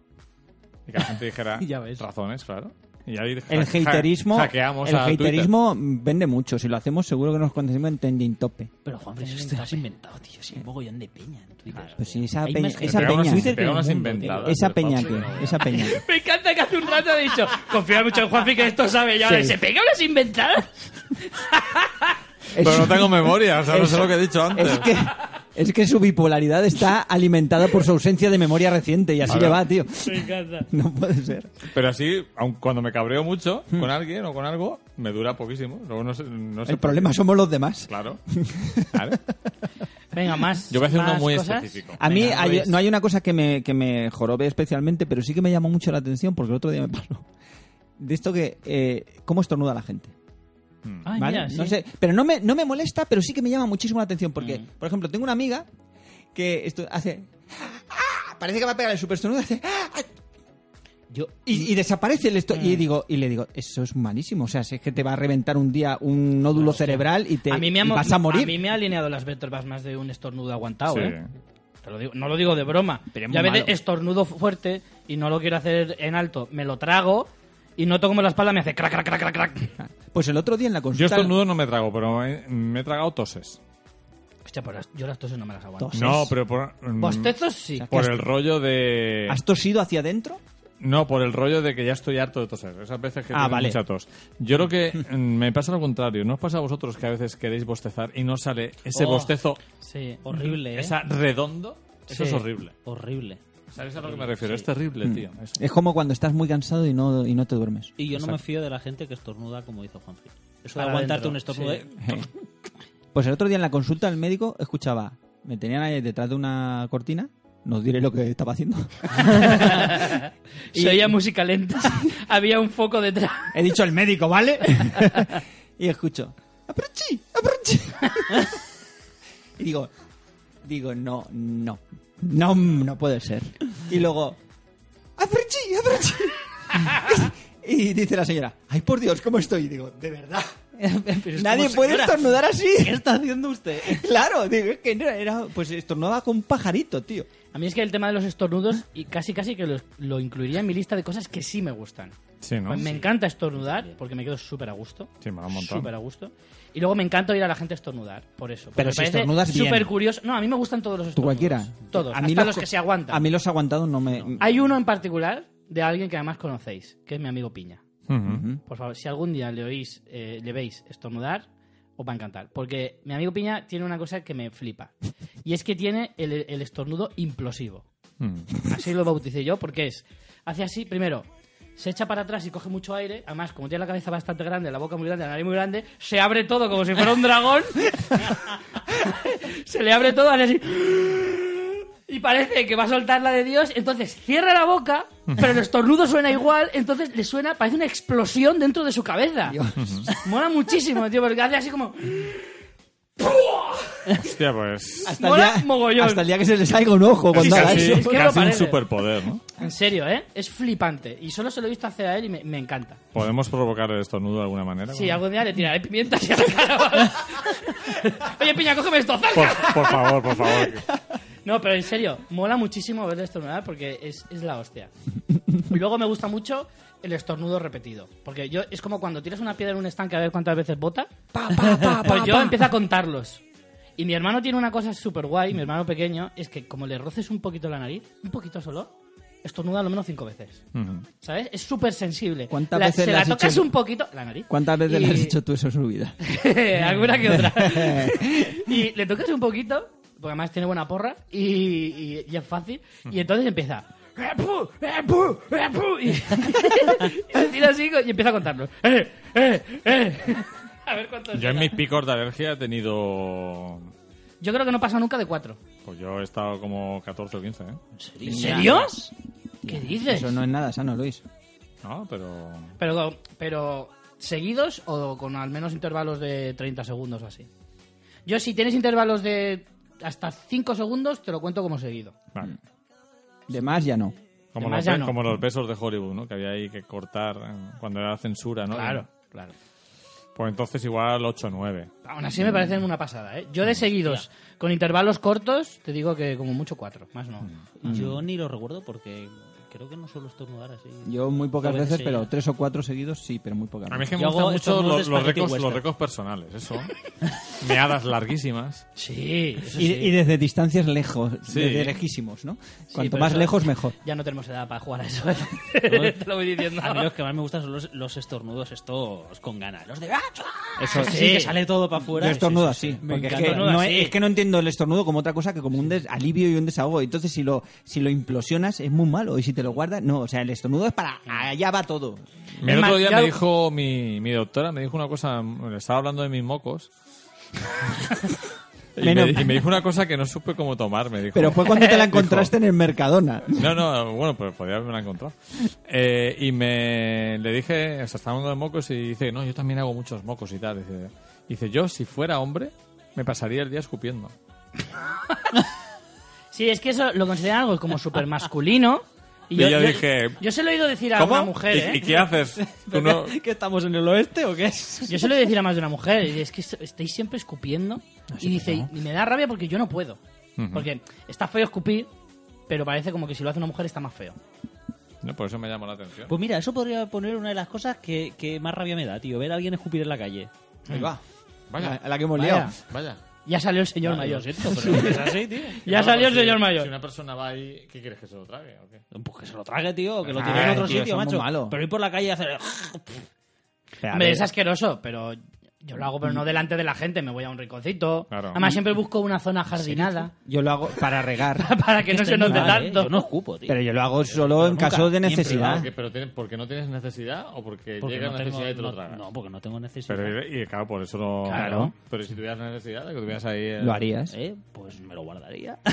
Speaker 3: Y que la
Speaker 2: [LAUGHS]
Speaker 3: gente dijera
Speaker 4: Ya ves.
Speaker 3: razones, claro. Y ahí
Speaker 2: El
Speaker 3: ha-
Speaker 2: haterismo,
Speaker 3: ha- hackeamos
Speaker 2: el
Speaker 3: a Twitter.
Speaker 2: haterismo vende mucho. Si lo hacemos, seguro que nos conseguimos en trending tope.
Speaker 4: Pero Juan, eso te lo has inventado, tío. Si un mogollón de peña en Twitter.
Speaker 2: Pues sí, esa
Speaker 4: Hay
Speaker 2: peña-
Speaker 4: más gente
Speaker 2: esa
Speaker 4: en
Speaker 2: peña.
Speaker 4: Twitter que
Speaker 3: Pero
Speaker 4: en el
Speaker 3: unas
Speaker 4: mundo, tío.
Speaker 3: inventadas.
Speaker 2: Esa
Speaker 3: pero
Speaker 2: peña
Speaker 3: vamos,
Speaker 2: que, esa peña que.
Speaker 1: Me encanta que hace un rato he dicho, confía mucho en Juanfi que esto sabe ya. ¿Se pega unas inventadas?
Speaker 3: Pero
Speaker 2: [LAUGHS]
Speaker 3: no tengo memoria, o sea, no sé
Speaker 2: Eso-
Speaker 3: lo que he dicho antes.
Speaker 2: Es que, es que su bipolaridad está alimentada por su ausencia de memoria reciente y así
Speaker 3: Claro.
Speaker 2: le va, tío.
Speaker 1: Me encanta.
Speaker 2: No puede ser.
Speaker 3: Pero así, aun cuando me cabreo mucho con alguien o con algo, me dura poquísimo. Luego no sé, no sé
Speaker 2: Hmm. El
Speaker 3: por qué.
Speaker 2: problema somos los demás.
Speaker 3: Claro. Claro.
Speaker 1: Venga, más.
Speaker 3: Yo voy a hacer uno
Speaker 1: más
Speaker 3: muy
Speaker 1: cosas.
Speaker 3: específico.
Speaker 2: A mí
Speaker 1: Venga,
Speaker 2: hay-
Speaker 1: Luis.
Speaker 2: no hay una cosa que me, que me jorobe especialmente, pero sí que me llamó mucho la atención porque el otro día me pasó. De esto que... eh, ¿Cómo estornuda la gente?
Speaker 1: Ay,
Speaker 2: ¿Vale?
Speaker 1: mira,
Speaker 2: No
Speaker 1: sí. Mm.
Speaker 2: sé, pero no me, no me molesta, pero sí que me llama muchísimo la atención. Porque, por ejemplo, tengo una amiga que esto hace. ¡Ah! Parece que va a pegar el super estornudo, hace. ¡Ah!
Speaker 4: Yo,
Speaker 2: Y, y desaparece el esto y
Speaker 1: Mm.
Speaker 2: digo y le digo eso es malísimo o sea si es que te va a reventar un día un nódulo cerebral y te
Speaker 1: a mí me ha,
Speaker 2: y
Speaker 1: mo-
Speaker 2: vas a morir
Speaker 1: mí me ha alineado las vértebras más de un estornudo
Speaker 2: Ah,
Speaker 1: aguantado,
Speaker 3: Sí.
Speaker 1: ¿eh? Te lo digo- no lo digo de broma.
Speaker 2: Pero es
Speaker 1: Yo a
Speaker 2: muy
Speaker 1: veces
Speaker 2: malo.
Speaker 1: estornudo fuerte y no lo quiero hacer en alto. Me lo trago y noto como la espalda me hace crac, crac, crac, crac, crac.
Speaker 2: pues el otro día en la
Speaker 3: Yo
Speaker 2: consulta
Speaker 3: estornudo no me trago, pero me, me he tragado toses.
Speaker 1: Hostia, pues las- yo las toses ¿Pues no me las aguanto.
Speaker 2: Toses.
Speaker 3: No, pero por, mm,
Speaker 1: Bostezos sí.
Speaker 3: por el rollo de...
Speaker 2: has tosido hacia adentro
Speaker 3: No, por el rollo de que ya estoy harto de toser. Esas veces que
Speaker 2: Ah,
Speaker 3: tienes
Speaker 2: vale.
Speaker 3: mucha tos. Yo creo que mm, me pasa lo contrario. ¿No os pasa a vosotros que a veces queréis bostezar y no sale ese
Speaker 4: Oh.
Speaker 3: bostezo,
Speaker 1: Sí.
Speaker 4: horrible, ¿eh?
Speaker 3: esa redondo? Eso
Speaker 1: Sí.
Speaker 3: es horrible.
Speaker 4: Horrible.
Speaker 3: ¿Sabes a lo que me refiero? Es terrible, tío. Es-
Speaker 2: es como cuando estás muy cansado y no y no te duermes
Speaker 4: Y yo no me
Speaker 3: Exacto.
Speaker 4: fío de la gente que estornuda como hizo Juanfrey. Eso de
Speaker 1: Para
Speaker 4: aguantarte
Speaker 1: adentro,
Speaker 4: un estornudo.
Speaker 1: sí.
Speaker 4: de-
Speaker 2: pues el otro día en la consulta el médico escuchaba me tenían ahí detrás de una cortina no os diré lo que estaba haciendo
Speaker 1: Se oía música lenta. [LAUGHS] Había un foco detrás.
Speaker 2: [LAUGHS] He dicho el médico, ¿vale? [LAUGHS] y escucho, ¡Aprochi! ¡Aprochi! [LAUGHS] y digo, digo, no, no, no, no puede ser. Y luego, ¡Aprochi! ¡Aprochi! [LAUGHS] y dice la señora, ¡ay por Dios, cómo estoy! Y digo, de verdad.
Speaker 4: ¿eh?
Speaker 1: [LAUGHS]
Speaker 2: Nadie puede estornudar [LAUGHS] así.
Speaker 4: ¿Qué está haciendo usted?
Speaker 2: Claro, digo, es que no era, pues estornudaba con un pajarito, tío.
Speaker 1: A mí es que el tema de los estornudos y casi casi que los- lo incluiría en mi lista de cosas que sí me gustan.
Speaker 3: Sí, ¿no?
Speaker 1: Pues me encanta estornudar porque me quedo súper a gusto.
Speaker 3: Sí, me da un montón.
Speaker 1: Súper a gusto. Y luego me encanta oír a la gente estornudar, por eso.
Speaker 2: Pero
Speaker 1: me
Speaker 2: si
Speaker 1: parece
Speaker 2: estornudas bien.
Speaker 1: Súper curioso. No, a mí me gustan todos los
Speaker 2: Tú
Speaker 1: estornudos.
Speaker 2: cualquiera.
Speaker 1: Todos,
Speaker 2: A mí
Speaker 1: hasta
Speaker 2: los
Speaker 1: los
Speaker 2: co-
Speaker 1: que se aguantan.
Speaker 2: A mí los aguantados no me...
Speaker 1: Hay uno en particular de alguien que además conocéis, que es mi amigo Piña.
Speaker 3: Ujú.
Speaker 1: Por favor, si algún día le oís, eh, le veis estornudar, os va a encantar. Porque mi amigo Piña tiene una cosa que me flipa. Y es que tiene el, el estornudo implosivo.
Speaker 3: Mm.
Speaker 1: Así lo bauticé yo, porque es. Hace así, primero, se echa para atrás y coge mucho aire. Además, como tiene la cabeza bastante grande, la boca muy grande, la nariz muy grande, se abre todo como si fuera un dragón. [LAUGHS] se le abre todo, hace así. Y parece que va a soltar la de Dios. Entonces cierra la boca, pero el estornudo suena igual. Entonces le suena, parece una explosión dentro de su cabeza. Mola muchísimo, tío, porque hace así como.
Speaker 3: Hostia, pues...
Speaker 2: Hasta
Speaker 1: Mola
Speaker 2: el, día,
Speaker 1: mogollón.
Speaker 2: hasta el día que se le salga un ojo
Speaker 3: Es
Speaker 2: cuando haga
Speaker 3: casi,
Speaker 2: eso.
Speaker 1: Es que me lo
Speaker 3: casi un
Speaker 1: parece.
Speaker 3: superpoder, ¿no?
Speaker 1: En serio, ¿eh? Es flipante. Y solo se lo he visto hacer a él y me- me encanta.
Speaker 3: ¿Podemos provocar el estornudo de alguna manera?
Speaker 1: Sí, algún día le tiraré pimientas y a la cara.
Speaker 2: [LAUGHS]
Speaker 1: ¿vale? Oye, piña, cógeme esto,
Speaker 3: Por,
Speaker 1: zaca.
Speaker 3: por favor, por favor.
Speaker 1: No, pero en serio, mola muchísimo ver estornudar porque es, es la hostia. Y luego me gusta mucho el estornudo repetido. Porque yo es como cuando tiras una piedra en un estanque a ver cuántas veces bota.
Speaker 2: Pa, pa, pa,
Speaker 1: Pues
Speaker 2: pa,
Speaker 1: yo
Speaker 2: pa.
Speaker 1: empiezo a contarlos. Y mi hermano tiene una cosa súper guay, mi hermano pequeño, es que como le roces un poquito la nariz, un poquito solo, estornuda a lo menos cinco veces.
Speaker 3: Ujú.
Speaker 1: ¿Sabes? Es súper sensible.
Speaker 2: ¿Cuántas
Speaker 1: La-
Speaker 2: veces
Speaker 1: se
Speaker 2: le
Speaker 1: la
Speaker 2: has
Speaker 1: tocas
Speaker 2: hecho-
Speaker 1: un poquito... La nariz.
Speaker 2: ¿Cuántas veces le has
Speaker 1: Y-
Speaker 2: hecho tú eso en su vida?
Speaker 1: [LAUGHS] alguna que otra. y le tocas un poquito, porque además tiene buena porra y, y- y es fácil. Y entonces empieza. "Repu, repu, repu", Y, [LAUGHS] y se tira así y empieza a contarlo. Eh, eh, eh. A ver cuántos.
Speaker 3: Yo en
Speaker 1: era.
Speaker 3: mis picos de alergia he tenido
Speaker 1: Yo creo que no pasa nunca de cuatro.
Speaker 3: Pues yo he estado como 14 o 15, ¿eh?
Speaker 4: ¿En serio?
Speaker 1: ¿En serio? ¿Qué dices?
Speaker 2: Eso no es nada sano, Luis.
Speaker 3: No, pero...
Speaker 1: Pero, pero seguidos o con al menos intervalos de 30 segundos o así. Yo si tienes intervalos de hasta 5 segundos, te lo cuento como seguido.
Speaker 3: Vale.
Speaker 2: De más ya no.
Speaker 3: Como,
Speaker 1: Mm. Además,
Speaker 3: los,
Speaker 1: ya
Speaker 3: be-
Speaker 1: no.
Speaker 3: como los besos de Hollywood, ¿no? Que había ahí que cortar eh, cuando era censura, ¿no?
Speaker 1: Claro, claro.
Speaker 3: Pues entonces igual 8 o 9.
Speaker 1: Aún así me parecen una pasada, ¿eh? Yo de seguidos, con intervalos cortos, te digo que como mucho cuatro, más no.
Speaker 2: Mm.
Speaker 4: Yo ni lo recuerdo porque creo que no suelo estornudar así.
Speaker 2: Yo muy pocas
Speaker 4: A veces
Speaker 2: veces,
Speaker 4: sí.
Speaker 2: pero tres o cuatro seguidos sí, pero muy pocas
Speaker 3: A mí
Speaker 2: veces.
Speaker 3: es que me
Speaker 4: Yo
Speaker 3: gustan
Speaker 4: hago
Speaker 3: mucho
Speaker 4: estos
Speaker 3: los,
Speaker 4: nudos de
Speaker 3: los
Speaker 4: Spaghetti
Speaker 3: récords, los
Speaker 4: Western.
Speaker 3: récords personales, eso.
Speaker 1: [LAUGHS]
Speaker 3: Meadas larguísimas.
Speaker 1: Sí, eso
Speaker 2: Y,
Speaker 1: sí.
Speaker 2: y desde distancias lejos,
Speaker 3: Sí.
Speaker 2: desde lejísimos, ¿no?
Speaker 1: Sí,
Speaker 2: Cuanto
Speaker 1: pero
Speaker 2: más
Speaker 1: eso-
Speaker 2: lejos, mejor.
Speaker 1: Ya no tenemos edad para jugar a eso, ¿eh? [LAUGHS] Te lo voy diciendo.
Speaker 4: A mí los que más me gustan son los, los estornudos estos con ganas. Los de... ¡Ah!
Speaker 1: Eso
Speaker 4: Así que sale todo para afuera.
Speaker 2: Yo estornudo
Speaker 4: Sí, sí, sí.
Speaker 2: así.
Speaker 1: Me
Speaker 2: Porque es
Speaker 1: encanta.
Speaker 2: que,
Speaker 1: Estornudo
Speaker 2: no,
Speaker 1: así.
Speaker 2: es que no entiendo el estornudo como otra cosa que como un des- alivio y un desahogo. Entonces, si lo, si lo implosionas, es muy malo. Y si te lo guardas, no. O sea, el estornudo es para. Allá va todo.
Speaker 3: Mi
Speaker 1: Es
Speaker 3: otro
Speaker 1: más,
Speaker 3: día
Speaker 1: yo-
Speaker 3: me dijo mi, mi doctora, me dijo una cosa, le estaba hablando de
Speaker 1: [LAUGHS]
Speaker 3: mis mocos. y, me,
Speaker 2: Menos-
Speaker 3: y me dijo una cosa que no supe cómo tomar, me dijo.
Speaker 2: Pero fue cuando [LAUGHS] te la encontraste en el Mercadona.
Speaker 3: No, no, bueno, pues podría haberme encontrado. Eh, y me le dije, o sea, estaba hablando de mocos y dice, no, yo también hago muchos mocos y tal. Dice, dice yo si fuera hombre, me pasaría el día escupiendo.
Speaker 1: Sí, es que eso lo consideran algo como súper masculino.
Speaker 3: Y yo dije,
Speaker 1: Yo se lo he oído decir a una mujer,
Speaker 3: ¿Y,
Speaker 1: ¿eh?
Speaker 3: y qué haces? Tú no-
Speaker 2: ¿Que estamos en el oeste o qué es?
Speaker 1: Yo se lo he oído decir a más de una mujer. Y es que est- estáis siempre escupiendo. y dice, y me da rabia porque yo no puedo.
Speaker 3: Ujú.
Speaker 1: Porque está feo escupir, pero parece como que si lo hace una mujer está más feo.
Speaker 3: No, por eso me llamó la atención.
Speaker 4: Pues mira, eso podría poner una de las cosas que, que más rabia me da, tío. Ver a alguien escupir en la calle.
Speaker 2: Ahí va.
Speaker 3: Vaya.
Speaker 2: A- A la que hemos liado.
Speaker 1: Vaya. Ya salió el señor
Speaker 4: Vale,
Speaker 1: mayor.
Speaker 4: Lo siento, pero es
Speaker 1: [LAUGHS]
Speaker 4: así, tío.
Speaker 1: Ya salió el señor mayor.
Speaker 3: una persona va ahí, ¿qué quieres que se lo trague? ¿O qué?
Speaker 4: Pues que se lo trague, tío, o que lo
Speaker 2: Ay,
Speaker 4: tire en otro
Speaker 2: Ah, tío,
Speaker 4: sitio,
Speaker 2: son muy
Speaker 4: macho.
Speaker 2: malos.
Speaker 4: Pero ir por la calle y hacer...
Speaker 1: Hombre, es asqueroso, pero yo lo hago, pero no delante de la gente. Me voy a un rinconcito.
Speaker 3: Claro.
Speaker 1: Además, siempre busco una zona jardinada [LAUGHS]
Speaker 2: Yo lo hago para [LAUGHS] regar.
Speaker 1: para que no se note
Speaker 4: Vale,
Speaker 1: tanto.
Speaker 4: Yo Este no escupo, tío.
Speaker 2: Pero yo lo hago solo en
Speaker 4: nunca,
Speaker 2: caso de
Speaker 4: siempre
Speaker 2: necesidad.
Speaker 3: Ah, pero porque no tienes necesidad o porque,
Speaker 4: Porque no tengo- no- No, porque no tengo necesidad.
Speaker 3: Pero, y, y claro, por eso no...
Speaker 2: Claro.
Speaker 3: Pero si tuvieras necesidad, de que tuvieras ahí... el-
Speaker 2: Lo harías.
Speaker 4: Eh, Pues me lo guardaría.
Speaker 2: [LAUGHS]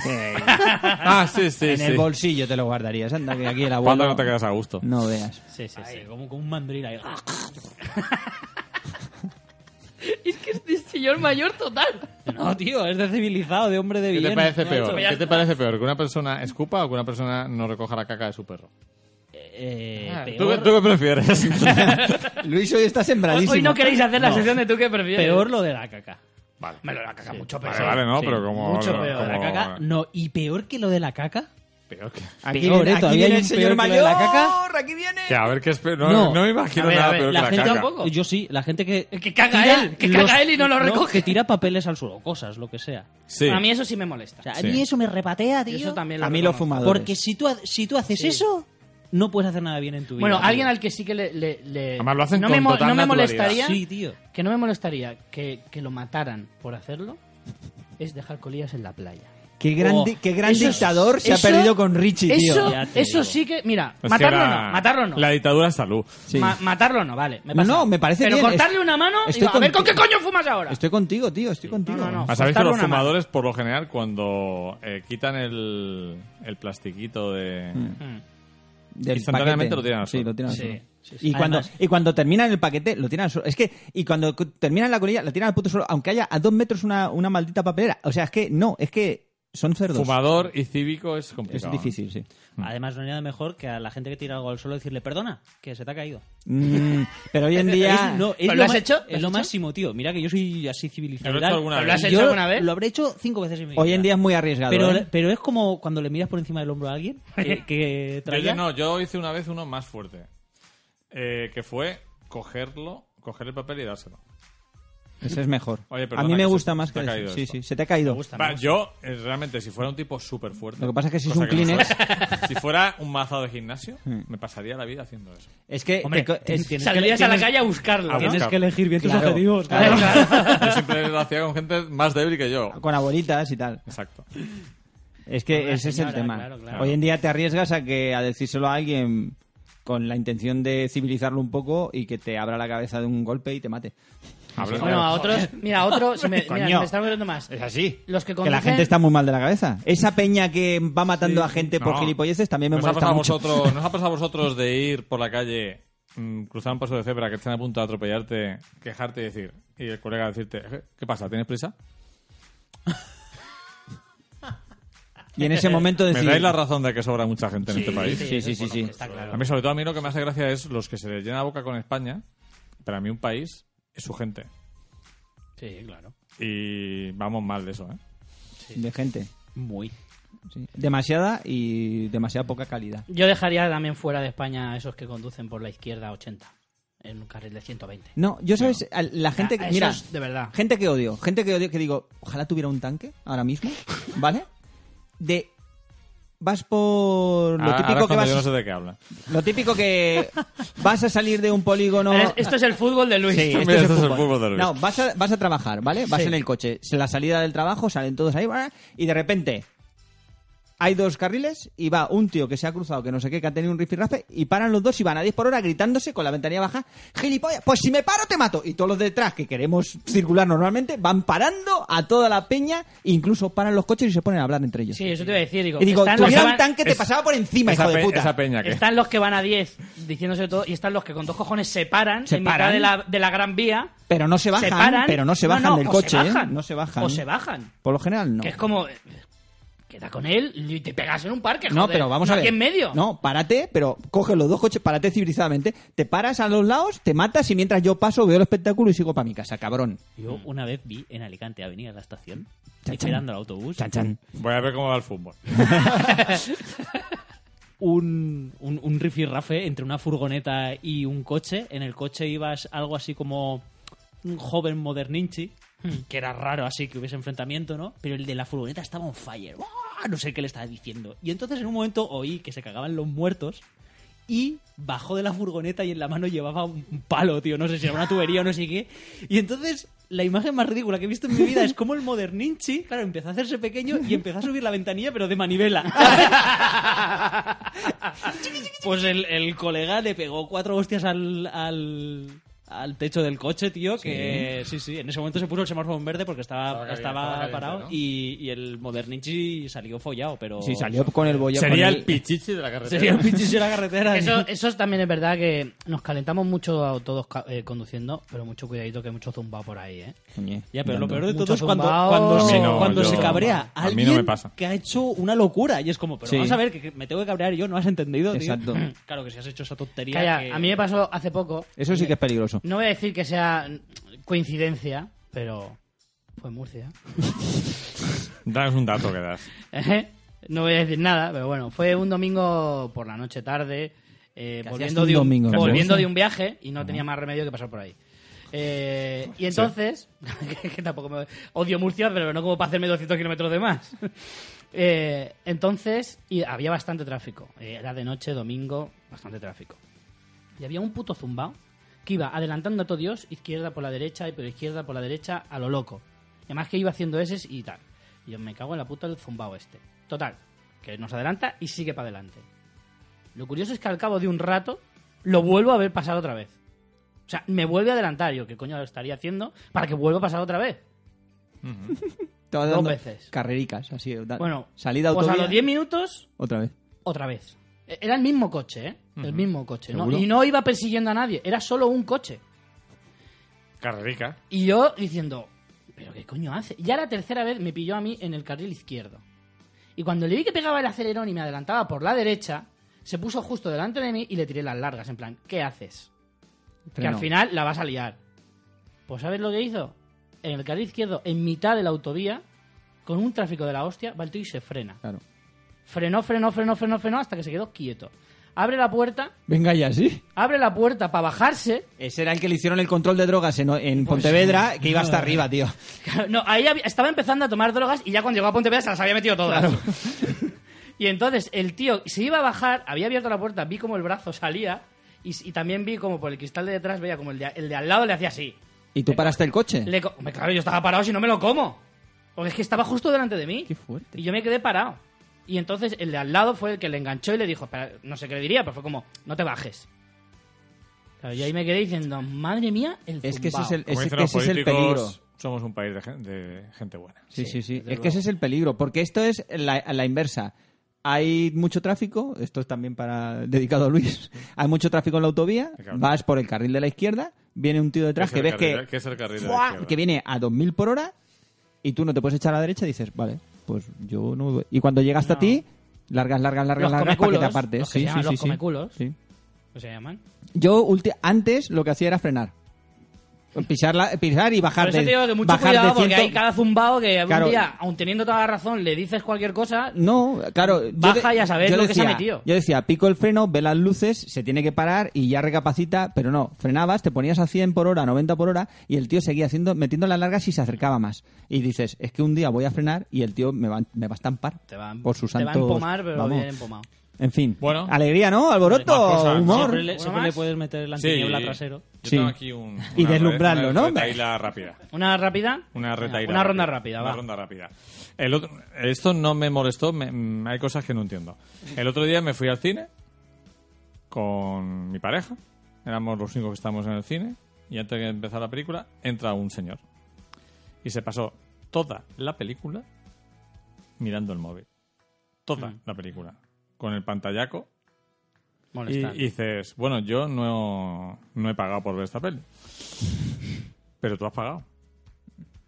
Speaker 3: Ah, sí, sí,
Speaker 2: en
Speaker 3: sí.
Speaker 2: el bolsillo te lo guardarías. Anda, que aquí el abuelo.
Speaker 3: ¿Cuándo no te quedas a gusto?
Speaker 2: No veas.
Speaker 1: Sí, sí, sí.
Speaker 4: Ay, como con un mandril [LAUGHS] ahí.
Speaker 1: Es que es de señor mayor total.
Speaker 4: No, tío, es de civilizado, de hombre de
Speaker 3: ¿Qué
Speaker 4: bien.
Speaker 3: te parece
Speaker 4: macho.
Speaker 3: peor? ¿Qué te parece peor? ¿Que una persona escupa o que una persona no recoja la caca de su perro?
Speaker 4: Eh,
Speaker 3: Ah, ¿tú,
Speaker 4: peor,
Speaker 3: qué- tú
Speaker 1: [LAUGHS]
Speaker 3: qué prefieres?
Speaker 2: Luis hoy está sembradísimo.
Speaker 1: Hoy no queréis hacer la
Speaker 4: No.
Speaker 1: sesión de tú que prefieres.
Speaker 4: peor lo de la caca.
Speaker 3: vale.
Speaker 1: Me lo la caca mucho peor.
Speaker 3: Vale, vale, no,
Speaker 4: Sí,
Speaker 3: pero como...
Speaker 1: mucho peor.
Speaker 3: como-
Speaker 4: La caca, no. Y peor que lo de la caca.
Speaker 3: eh. Peor que...
Speaker 2: Aquí,
Speaker 4: Peor,
Speaker 2: viene-
Speaker 4: ¿eh?
Speaker 2: aquí
Speaker 4: Todavía
Speaker 2: viene
Speaker 4: hay
Speaker 2: el
Speaker 4: un
Speaker 2: señor
Speaker 4: peor que lo
Speaker 2: mayor.
Speaker 4: de la caca.
Speaker 2: Aquí viene.
Speaker 3: Que, a ver, que es peor. No,
Speaker 4: No.
Speaker 3: no me imagino
Speaker 1: A ver, a
Speaker 3: nada
Speaker 1: ver,
Speaker 3: peor
Speaker 1: la
Speaker 3: que la
Speaker 1: gente
Speaker 3: caca.
Speaker 1: tampoco.
Speaker 4: Yo sí, la gente que.
Speaker 1: Que caga
Speaker 4: tira
Speaker 1: él, que caga
Speaker 4: los-
Speaker 1: él y no lo recoge.
Speaker 4: que tira papeles al suelo, cosas, lo que sea.
Speaker 3: Sí.
Speaker 1: A mí eso sí me molesta.
Speaker 4: O sea,
Speaker 3: Sí.
Speaker 4: a mí eso me repatea, tío.
Speaker 1: eso también lo
Speaker 2: A mí los
Speaker 1: reconozco.
Speaker 2: fumadores.
Speaker 4: Porque si tú, ha- si tú haces eso, no puedes hacer nada bien en tu vida.
Speaker 1: Bueno,
Speaker 4: tío.
Speaker 1: alguien al que sí que le... le- le-
Speaker 3: Además, lo hacen
Speaker 1: no
Speaker 3: con
Speaker 1: me, mo-
Speaker 3: total
Speaker 1: no me
Speaker 3: naturalidad.
Speaker 1: molestaría
Speaker 4: Sí, tío.
Speaker 1: Que no me molestaría que, que lo mataran por hacerlo es dejar colillas en la playa.
Speaker 2: Qué gran,
Speaker 4: Oh,
Speaker 2: di- qué gran
Speaker 1: eso-
Speaker 2: dictador se
Speaker 1: eso-
Speaker 2: ha perdido con Richie, tío.
Speaker 1: Eso,
Speaker 4: Ya te
Speaker 1: eso
Speaker 4: digo.
Speaker 1: sí que... Mira,
Speaker 3: Es que
Speaker 1: matarlo
Speaker 3: la-
Speaker 1: no, matarlo no.
Speaker 3: La dictadura es salud.
Speaker 2: Sí.
Speaker 1: Ma- matarlo no, vale. Me pasa.
Speaker 2: No, me parece
Speaker 1: Pero
Speaker 2: bien,
Speaker 1: cortarle
Speaker 2: es-
Speaker 1: una mano y
Speaker 2: estoy
Speaker 1: digo, a ver, ¿con
Speaker 2: contigo.
Speaker 1: qué coño fumas ahora?
Speaker 2: Estoy contigo, tío. Estoy contigo.
Speaker 1: No, no, no.
Speaker 3: Ah, ¿Sabéis que
Speaker 1: Cortarle
Speaker 3: los
Speaker 1: una mano.
Speaker 3: fumadores, por lo general, cuando eh, quitan el, el plastiquito de...
Speaker 1: Mm.
Speaker 2: Del
Speaker 3: Instantáneamente
Speaker 2: paquete.
Speaker 3: lo tiran al
Speaker 2: Sí,
Speaker 3: suelo.
Speaker 2: lo tiran al
Speaker 1: Sí,
Speaker 2: suelo.
Speaker 1: sí, sí.
Speaker 2: Y, cuando,
Speaker 1: Además-
Speaker 2: y cuando terminan el paquete, lo tiran al suelo. Es que, y cuando cu- terminan la colilla, la tiran al puto suelo, aunque haya a dos metros una, una maldita papelera. O sea, es que no, es que son cerdos.
Speaker 3: Fumador y cívico es
Speaker 2: Es
Speaker 3: complicado.
Speaker 2: difícil, sí.
Speaker 4: Además, no hay nada mejor que a la gente que tira algo al suelo decirle, perdona, que se te ha caído.
Speaker 2: Mm, pero hoy en día.
Speaker 4: Es- no, es
Speaker 1: ¿Pero lo has
Speaker 4: ma-
Speaker 1: hecho? ¿Lo
Speaker 4: Es
Speaker 1: has
Speaker 4: lo
Speaker 1: hecho?
Speaker 4: máximo, tío. Mira que yo soy así civilizado.
Speaker 3: ¿Pero lo
Speaker 4: y
Speaker 3: has
Speaker 4: tal.
Speaker 3: hecho alguna
Speaker 4: Y
Speaker 3: vez? ¿Lo has
Speaker 4: yo
Speaker 1: hecho alguna vez?
Speaker 4: Lo habré hecho cinco veces en mi vida.
Speaker 2: hoy en día es muy arriesgado.
Speaker 4: Pero,
Speaker 2: ¿eh?
Speaker 4: pero es como cuando le miras por encima del hombro a alguien que, que
Speaker 3: Yo,
Speaker 4: traía.
Speaker 3: yo no, yo hice una vez uno más fuerte. eh, que fue cogerlo, coger el papel y dárselo.
Speaker 2: Ese es mejor.
Speaker 3: Oye,
Speaker 2: a
Speaker 3: perdona,
Speaker 2: mí me
Speaker 3: que se-
Speaker 2: gusta
Speaker 3: se
Speaker 2: más
Speaker 3: te
Speaker 2: que
Speaker 3: ha
Speaker 2: eso.
Speaker 3: caído
Speaker 2: Sí,
Speaker 3: esto.
Speaker 2: sí, se te ha caído.
Speaker 3: Va, yo, eh, realmente, si fuera un tipo súper fuerte.
Speaker 2: Lo que pasa es que si es
Speaker 3: cosa
Speaker 2: un Hmm.
Speaker 3: no
Speaker 2: Kleenex-
Speaker 3: soy, si fuera un mazado de gimnasio, me pasaría la vida haciendo eso.
Speaker 2: Es que.
Speaker 4: Hombre,
Speaker 2: te co-
Speaker 4: tienes-
Speaker 2: es-
Speaker 4: tienes
Speaker 1: Saldrías
Speaker 4: que-
Speaker 1: a la
Speaker 4: tienes-
Speaker 1: calle a buscarlo,
Speaker 3: Ah,
Speaker 1: ¿no?
Speaker 4: Tienes
Speaker 3: Claro.
Speaker 4: que elegir bien tus
Speaker 2: Claro,
Speaker 4: objetivos.
Speaker 2: claro.
Speaker 4: claro.
Speaker 3: Yo siempre lo hacía con gente más débil que yo.
Speaker 2: con abuelitas y tal.
Speaker 3: Exacto.
Speaker 2: Es que ese es
Speaker 4: señora,
Speaker 2: el tema.
Speaker 4: claro, claro.
Speaker 2: Hoy en día te arriesgas a que a decírselo a alguien con la intención de civilizarlo un poco y que te abra la cabeza de un golpe y te mate.
Speaker 3: Habla-
Speaker 1: Bueno, a otros, mira, a otros se me, mira,
Speaker 2: [LAUGHS] Coño.
Speaker 1: me están volviendo más.
Speaker 5: Es así.
Speaker 1: Los que
Speaker 2: Que la
Speaker 1: conducen,
Speaker 2: gente está muy mal de la cabeza. Esa peña que va matando a gente por
Speaker 3: No.
Speaker 2: gilipolleces también me
Speaker 3: ¿Nos ha
Speaker 2: molesta
Speaker 3: pasado a
Speaker 2: mucho.
Speaker 3: vosotros, ¿Nos ha pasado a
Speaker 2: [LAUGHS]
Speaker 3: vosotros de ir por la calle, mm, cruzar un paso de cebra, que estén a punto de atropellarte, quejarte y decir, y el colega decirte, "Eh, ¿qué pasa? ¿Tienes prisa?
Speaker 2: Y en ese momento
Speaker 3: [LAUGHS] Me
Speaker 2: decir...
Speaker 3: dais la razón de que sobra mucha gente en este país.
Speaker 2: Sí, sí, sí, sí.
Speaker 5: Está claro.
Speaker 3: A mí, sobre todo, a mí lo que me hace gracia es los que se les llena la boca con España. Para mí, un país es su gente.
Speaker 5: Sí, claro.
Speaker 3: Y vamos mal de eso, ¿eh?
Speaker 2: De gente.
Speaker 4: Muy.
Speaker 2: sí. Demasiada y demasiada poca calidad.
Speaker 1: yo dejaría también fuera de España a esos que conducen por la izquierda a 80 en un carril de 120.
Speaker 2: No, yo sabes, al- la gente...
Speaker 1: A- a
Speaker 2: que mira,
Speaker 1: esos, de verdad.
Speaker 2: gente que odio. Gente que odio que digo, ojalá tuviera un tanque ahora mismo, ¿vale? De... Vas por... Lo
Speaker 3: Ahora- Ah, ahora
Speaker 2: típico
Speaker 3: es
Speaker 2: que
Speaker 3: cuando
Speaker 2: vas...
Speaker 3: Yo no sé de qué habla.
Speaker 2: Lo típico que vas a salir de un polígono...
Speaker 1: Es- Esto es el fútbol de Luis.
Speaker 2: Sí, esto
Speaker 3: Mira,
Speaker 2: es el
Speaker 3: esto es el
Speaker 2: fútbol.
Speaker 3: fútbol de Luis.
Speaker 2: No, vas a, vas a trabajar, ¿vale? Vas
Speaker 1: Sí.
Speaker 2: en el coche. Es la salida del trabajo, salen todos ahí, ¡bra! y de repente hay dos carriles y va un tío que se ha cruzado, que no sé qué, que ha tenido un rifirrafe, y paran los dos y van a 10 por hora gritándose con la ventanilla baja, gilipollas, pues si me paro te mato. Y todos los de detrás que queremos circular normalmente van parando a toda la peña, e incluso paran los coches y se ponen a hablar entre ellos.
Speaker 1: Sí, eso te iba a decir. Digo,
Speaker 2: y digo,
Speaker 1: están,
Speaker 2: tú
Speaker 1: los que
Speaker 2: eras un
Speaker 1: van,
Speaker 2: tanque, te
Speaker 3: es-
Speaker 2: pasaba por encima,
Speaker 3: esa,
Speaker 2: hijo de
Speaker 3: pe-
Speaker 2: puta.
Speaker 3: esa peña que.
Speaker 1: están los que van a 10 diciéndose todo y están los que con dos cojones se paran
Speaker 2: Se
Speaker 1: en mitad
Speaker 2: paran.
Speaker 1: de la, de la gran vía.
Speaker 2: Pero no se bajan,
Speaker 1: se paran,
Speaker 2: pero no se bajan del
Speaker 1: o
Speaker 2: coche,
Speaker 1: se
Speaker 2: ¿eh?
Speaker 1: bajan,
Speaker 2: No se bajan.
Speaker 1: O se bajan.
Speaker 2: Por lo general, no.
Speaker 1: Que es como. eh, Queda con él y te pegas en un parque,
Speaker 2: No,
Speaker 1: joder.
Speaker 2: pero vamos
Speaker 1: No
Speaker 2: a ver.
Speaker 1: Aquí en medio.
Speaker 2: No, párate, pero coge los dos coches, párate civilizadamente. Te paras a los lados, te matas y mientras yo paso veo el espectáculo y sigo para mi casa, cabrón.
Speaker 4: Yo una vez vi en Alicante a venir a la estación,
Speaker 2: Chan, chan.
Speaker 4: esperando al autobús,
Speaker 2: Chan, chan.
Speaker 3: Voy a ver cómo va el fútbol.
Speaker 4: un, un, un rifirrafe entre una furgoneta y un coche. En el coche ibas algo así como un joven moderninchi, que era raro así que hubiese enfrentamiento, ¿no? Pero el de la furgoneta estaba on fire. ¡Buah! No sé qué le estaba diciendo. Y entonces en un momento oí que se cagaban los muertos y bajó de la furgoneta y en la mano llevaba un un palo, tío. No sé si era una tubería o no sé qué. Y entonces la imagen más ridícula que he visto en mi vida es como el moderninchi, claro, empezó a hacerse pequeño y empezó a subir la ventanilla, pero de manivela.
Speaker 3: [LAUGHS]
Speaker 4: Pues el, el colega le pegó cuatro hostias al, al, al techo del coche, tío, que sí, sí, en ese momento se puso el semáforo en verde porque estaba,
Speaker 3: Estaba
Speaker 4: estaba,
Speaker 3: caliente, estaba caliente,
Speaker 4: parado
Speaker 3: ¿no?
Speaker 4: y, y el Moderninchi salió follado, pero...
Speaker 2: Sí,
Speaker 4: [LAUGHS]
Speaker 2: salió con el bollón.
Speaker 3: Sería el pichichi de la carretera.
Speaker 4: Sería el pinche de la carretera.
Speaker 1: Eso,
Speaker 4: tío.
Speaker 1: eso también es verdad que nos calentamos mucho todos ca- eh, conduciendo, pero mucho cuidadito que hay mucho zumbado por ahí, ¿eh?
Speaker 4: Ya, pero lo peor de
Speaker 1: Mucho
Speaker 4: todo es cuando,
Speaker 1: zumbao.
Speaker 4: cuando,
Speaker 1: A
Speaker 4: se,
Speaker 1: mí no,
Speaker 4: cuando
Speaker 1: yo-
Speaker 4: se cabrea
Speaker 3: a mí no
Speaker 4: alguien
Speaker 3: me pasa.
Speaker 4: que ha hecho una locura. Y es como, pero
Speaker 2: Sí.
Speaker 4: vamos a ver, que que me tengo que cabrear yo, ¿no has entendido? tío?
Speaker 2: Exacto.
Speaker 4: [LAUGHS] Claro que si has hecho esa tontería...
Speaker 1: Calla,
Speaker 4: que-
Speaker 1: a mí me pasó hace poco.
Speaker 2: Eso sí que es peligroso.
Speaker 1: No voy a decir que sea coincidencia, pero fue en Murcia.
Speaker 3: Danos un dato que das.
Speaker 1: Ejé, ¿Eh? no voy a decir nada, pero bueno, fue un domingo por la noche tarde, eh,
Speaker 2: ¿Qué
Speaker 1: volviendo,
Speaker 2: hacías tú un
Speaker 1: de un,
Speaker 2: domingo?
Speaker 3: ¿Qué
Speaker 1: volviendo
Speaker 3: hacías?
Speaker 1: de un viaje y no tenía más remedio que pasar por ahí. Eh, y entonces, [LAUGHS] que, que tampoco me, odio Murcia, pero no como para hacerme 200 kilómetros de más. [LAUGHS] Eh, entonces, y había bastante tráfico. Eh, Era de noche, domingo, bastante tráfico. Y había un puto zumbao que iba adelantando a todo Dios, izquierda por la derecha y por izquierda por la derecha, a lo loco. Y además que iba haciendo eses y tal. Y yo me cago en la puta el zumbao este. Total, que nos adelanta y sigue para adelante. Lo curioso es que al cabo de un rato lo vuelvo a ver pasar otra vez. O sea, me vuelve a adelantar. Yo, ¿qué coño lo estaría haciendo para que vuelva a pasar otra vez?
Speaker 2: Te va
Speaker 1: Dos
Speaker 2: dando
Speaker 1: veces.
Speaker 2: Carrericas, así. da-
Speaker 1: Bueno,
Speaker 2: Ah, salida
Speaker 1: pues a
Speaker 2: autovía,
Speaker 1: los 10 minutos,
Speaker 2: Otra vez.
Speaker 1: otra vez. E- Era el mismo coche, ¿eh? El mismo coche. ¿no?
Speaker 2: ¿Seguro?
Speaker 1: Y no iba persiguiendo a nadie. Era solo un coche.
Speaker 3: Carrerica.
Speaker 1: Y yo diciendo, ¿pero qué coño hace? Ya la tercera vez me pilló a mí en el carril izquierdo. Y cuando le vi que pegaba el acelerón y me adelantaba por la derecha, se puso justo delante de mí y le tiré las largas, en plan, ¿qué haces? Que
Speaker 2: Freno.
Speaker 1: al final la vas a liar. Pues ¿sabes lo que hizo? En el carril izquierdo, en mitad de la autovía, con un tráfico de la hostia, va el tío y se frena.
Speaker 2: Claro.
Speaker 1: Frenó, frenó, frenó, frenó, frenó, hasta que se quedó quieto. Abre la puerta,
Speaker 2: Venga ya, sí.
Speaker 1: abre la puerta para bajarse. [LAUGHS]
Speaker 2: Ese era el que le hicieron el control de drogas en, en Pontevedra, que iba hasta arriba, tío.
Speaker 1: Claro, No, ahí había- estaba empezando a tomar drogas y ya cuando llegó a Pontevedra se las había metido todas. [LAUGHS] y entonces el tío se iba a bajar, había abierto la puerta, vi como el brazo salía y, s- y también vi como por el cristal de detrás veía como el de, a- el de al lado le hacía así.
Speaker 2: ¿Y tú paraste el coche?
Speaker 1: Le co- Hombre, claro, yo estaba parado si no me lo como. Porque es que estaba justo delante de mí.
Speaker 2: Qué fuerte.
Speaker 1: Y yo me quedé parado. Y entonces el de al lado fue el que le enganchó y le dijo, espera, no sé qué le diría, pero fue como, no te bajes. Claro, yo ahí me quedé diciendo, madre mía, el
Speaker 2: Es que ese es
Speaker 1: zumbao".
Speaker 2: el,
Speaker 3: Como
Speaker 2: ese-
Speaker 3: dicen los
Speaker 2: ese es el
Speaker 3: políticos,
Speaker 2: peligro.
Speaker 3: Somos un país de, gen- de gente buena.
Speaker 2: Sí, sí, sí. Es
Speaker 1: desde
Speaker 2: que ese
Speaker 1: luego.
Speaker 2: es el peligro, porque esto es la, la inversa. Hay mucho tráfico, esto es también para [LAUGHS] dedicado a Luis. Hay mucho tráfico en la autovía,
Speaker 3: Claro.
Speaker 2: vas por el carril de la izquierda, viene un tío detrás
Speaker 3: ¿Qué
Speaker 2: que ves
Speaker 3: es el
Speaker 2: que,
Speaker 3: carril- qué es el carril de la
Speaker 2: ¡fua!
Speaker 3: izquierda?
Speaker 2: que viene a 2000 por hora y tú no te puedes echar a la derecha y dices, vale, pues yo no. voy". Y cuando llega hasta ti, largas, largas, largas,
Speaker 1: Los
Speaker 2: largas para que te
Speaker 1: comeculos,
Speaker 2: apartes.
Speaker 1: los que
Speaker 2: sí,
Speaker 1: se
Speaker 2: sí,
Speaker 1: llaman
Speaker 2: sí,
Speaker 1: los
Speaker 2: sí.
Speaker 1: comeculos.
Speaker 2: Sí.
Speaker 1: ¿Cómo Pues se llaman?
Speaker 2: Yo ulti- antes lo que hacía era frenar. Pisar, la- pisar y bajar
Speaker 1: Por eso
Speaker 2: de-
Speaker 1: te digo que mucho
Speaker 2: bajar de
Speaker 1: cuidado porque
Speaker 2: 100.
Speaker 1: hay cada zumbao que algún
Speaker 2: Claro.
Speaker 1: día, aun teniendo toda la razón, le dices cualquier cosa.
Speaker 2: No, claro. yo
Speaker 1: Baja
Speaker 2: de-
Speaker 1: y a saber
Speaker 2: yo
Speaker 1: lo que se ha metido.
Speaker 2: Yo decía, pico el freno, ve las luces, se tiene que parar y ya recapacita, pero no, frenabas, te ponías a 100 por hora, 90 por hora y el tío seguía haciendo, metiendo las largas y se acercaba más. Y dices, es que un día voy a frenar y el tío me va, me va a estampar.
Speaker 1: Te va,
Speaker 2: por sus
Speaker 1: te va a
Speaker 2: santos-
Speaker 1: empomar, pero
Speaker 2: vamos.
Speaker 1: bien empomado.
Speaker 2: En fin.
Speaker 3: Bueno.
Speaker 2: Alegría, ¿no?
Speaker 3: Más
Speaker 2: Alboroto,
Speaker 3: cosas.
Speaker 2: humor.
Speaker 4: Siempre, le,
Speaker 1: ¿Uno
Speaker 4: siempre
Speaker 1: más?
Speaker 4: le puedes meter el
Speaker 3: Sí.
Speaker 4: antiniebla trasero.
Speaker 3: Yo
Speaker 2: Sí.
Speaker 3: tengo aquí un,
Speaker 2: Y
Speaker 3: una
Speaker 2: deslumbrarlo,
Speaker 3: re-
Speaker 2: ¿no?
Speaker 3: Una retaíla rápida.
Speaker 1: ¿Una rápida?
Speaker 3: Una retaíla
Speaker 1: Una ronda rápida,
Speaker 3: Una
Speaker 1: va.
Speaker 3: ronda rápida. El otro, esto no me molestó, me- mm, hay cosas que no entiendo. El otro día me fui al cine con mi pareja, éramos los únicos que estábamos en el cine, y antes de empezar la película entra un señor. Y se pasó toda la película mirando el móvil. Toda
Speaker 1: Mm.
Speaker 3: la película. Con el pantallaco y,
Speaker 1: Molestar.
Speaker 3: y dices, bueno, yo no, no he pagado por ver esta peli. Pero tú has pagado.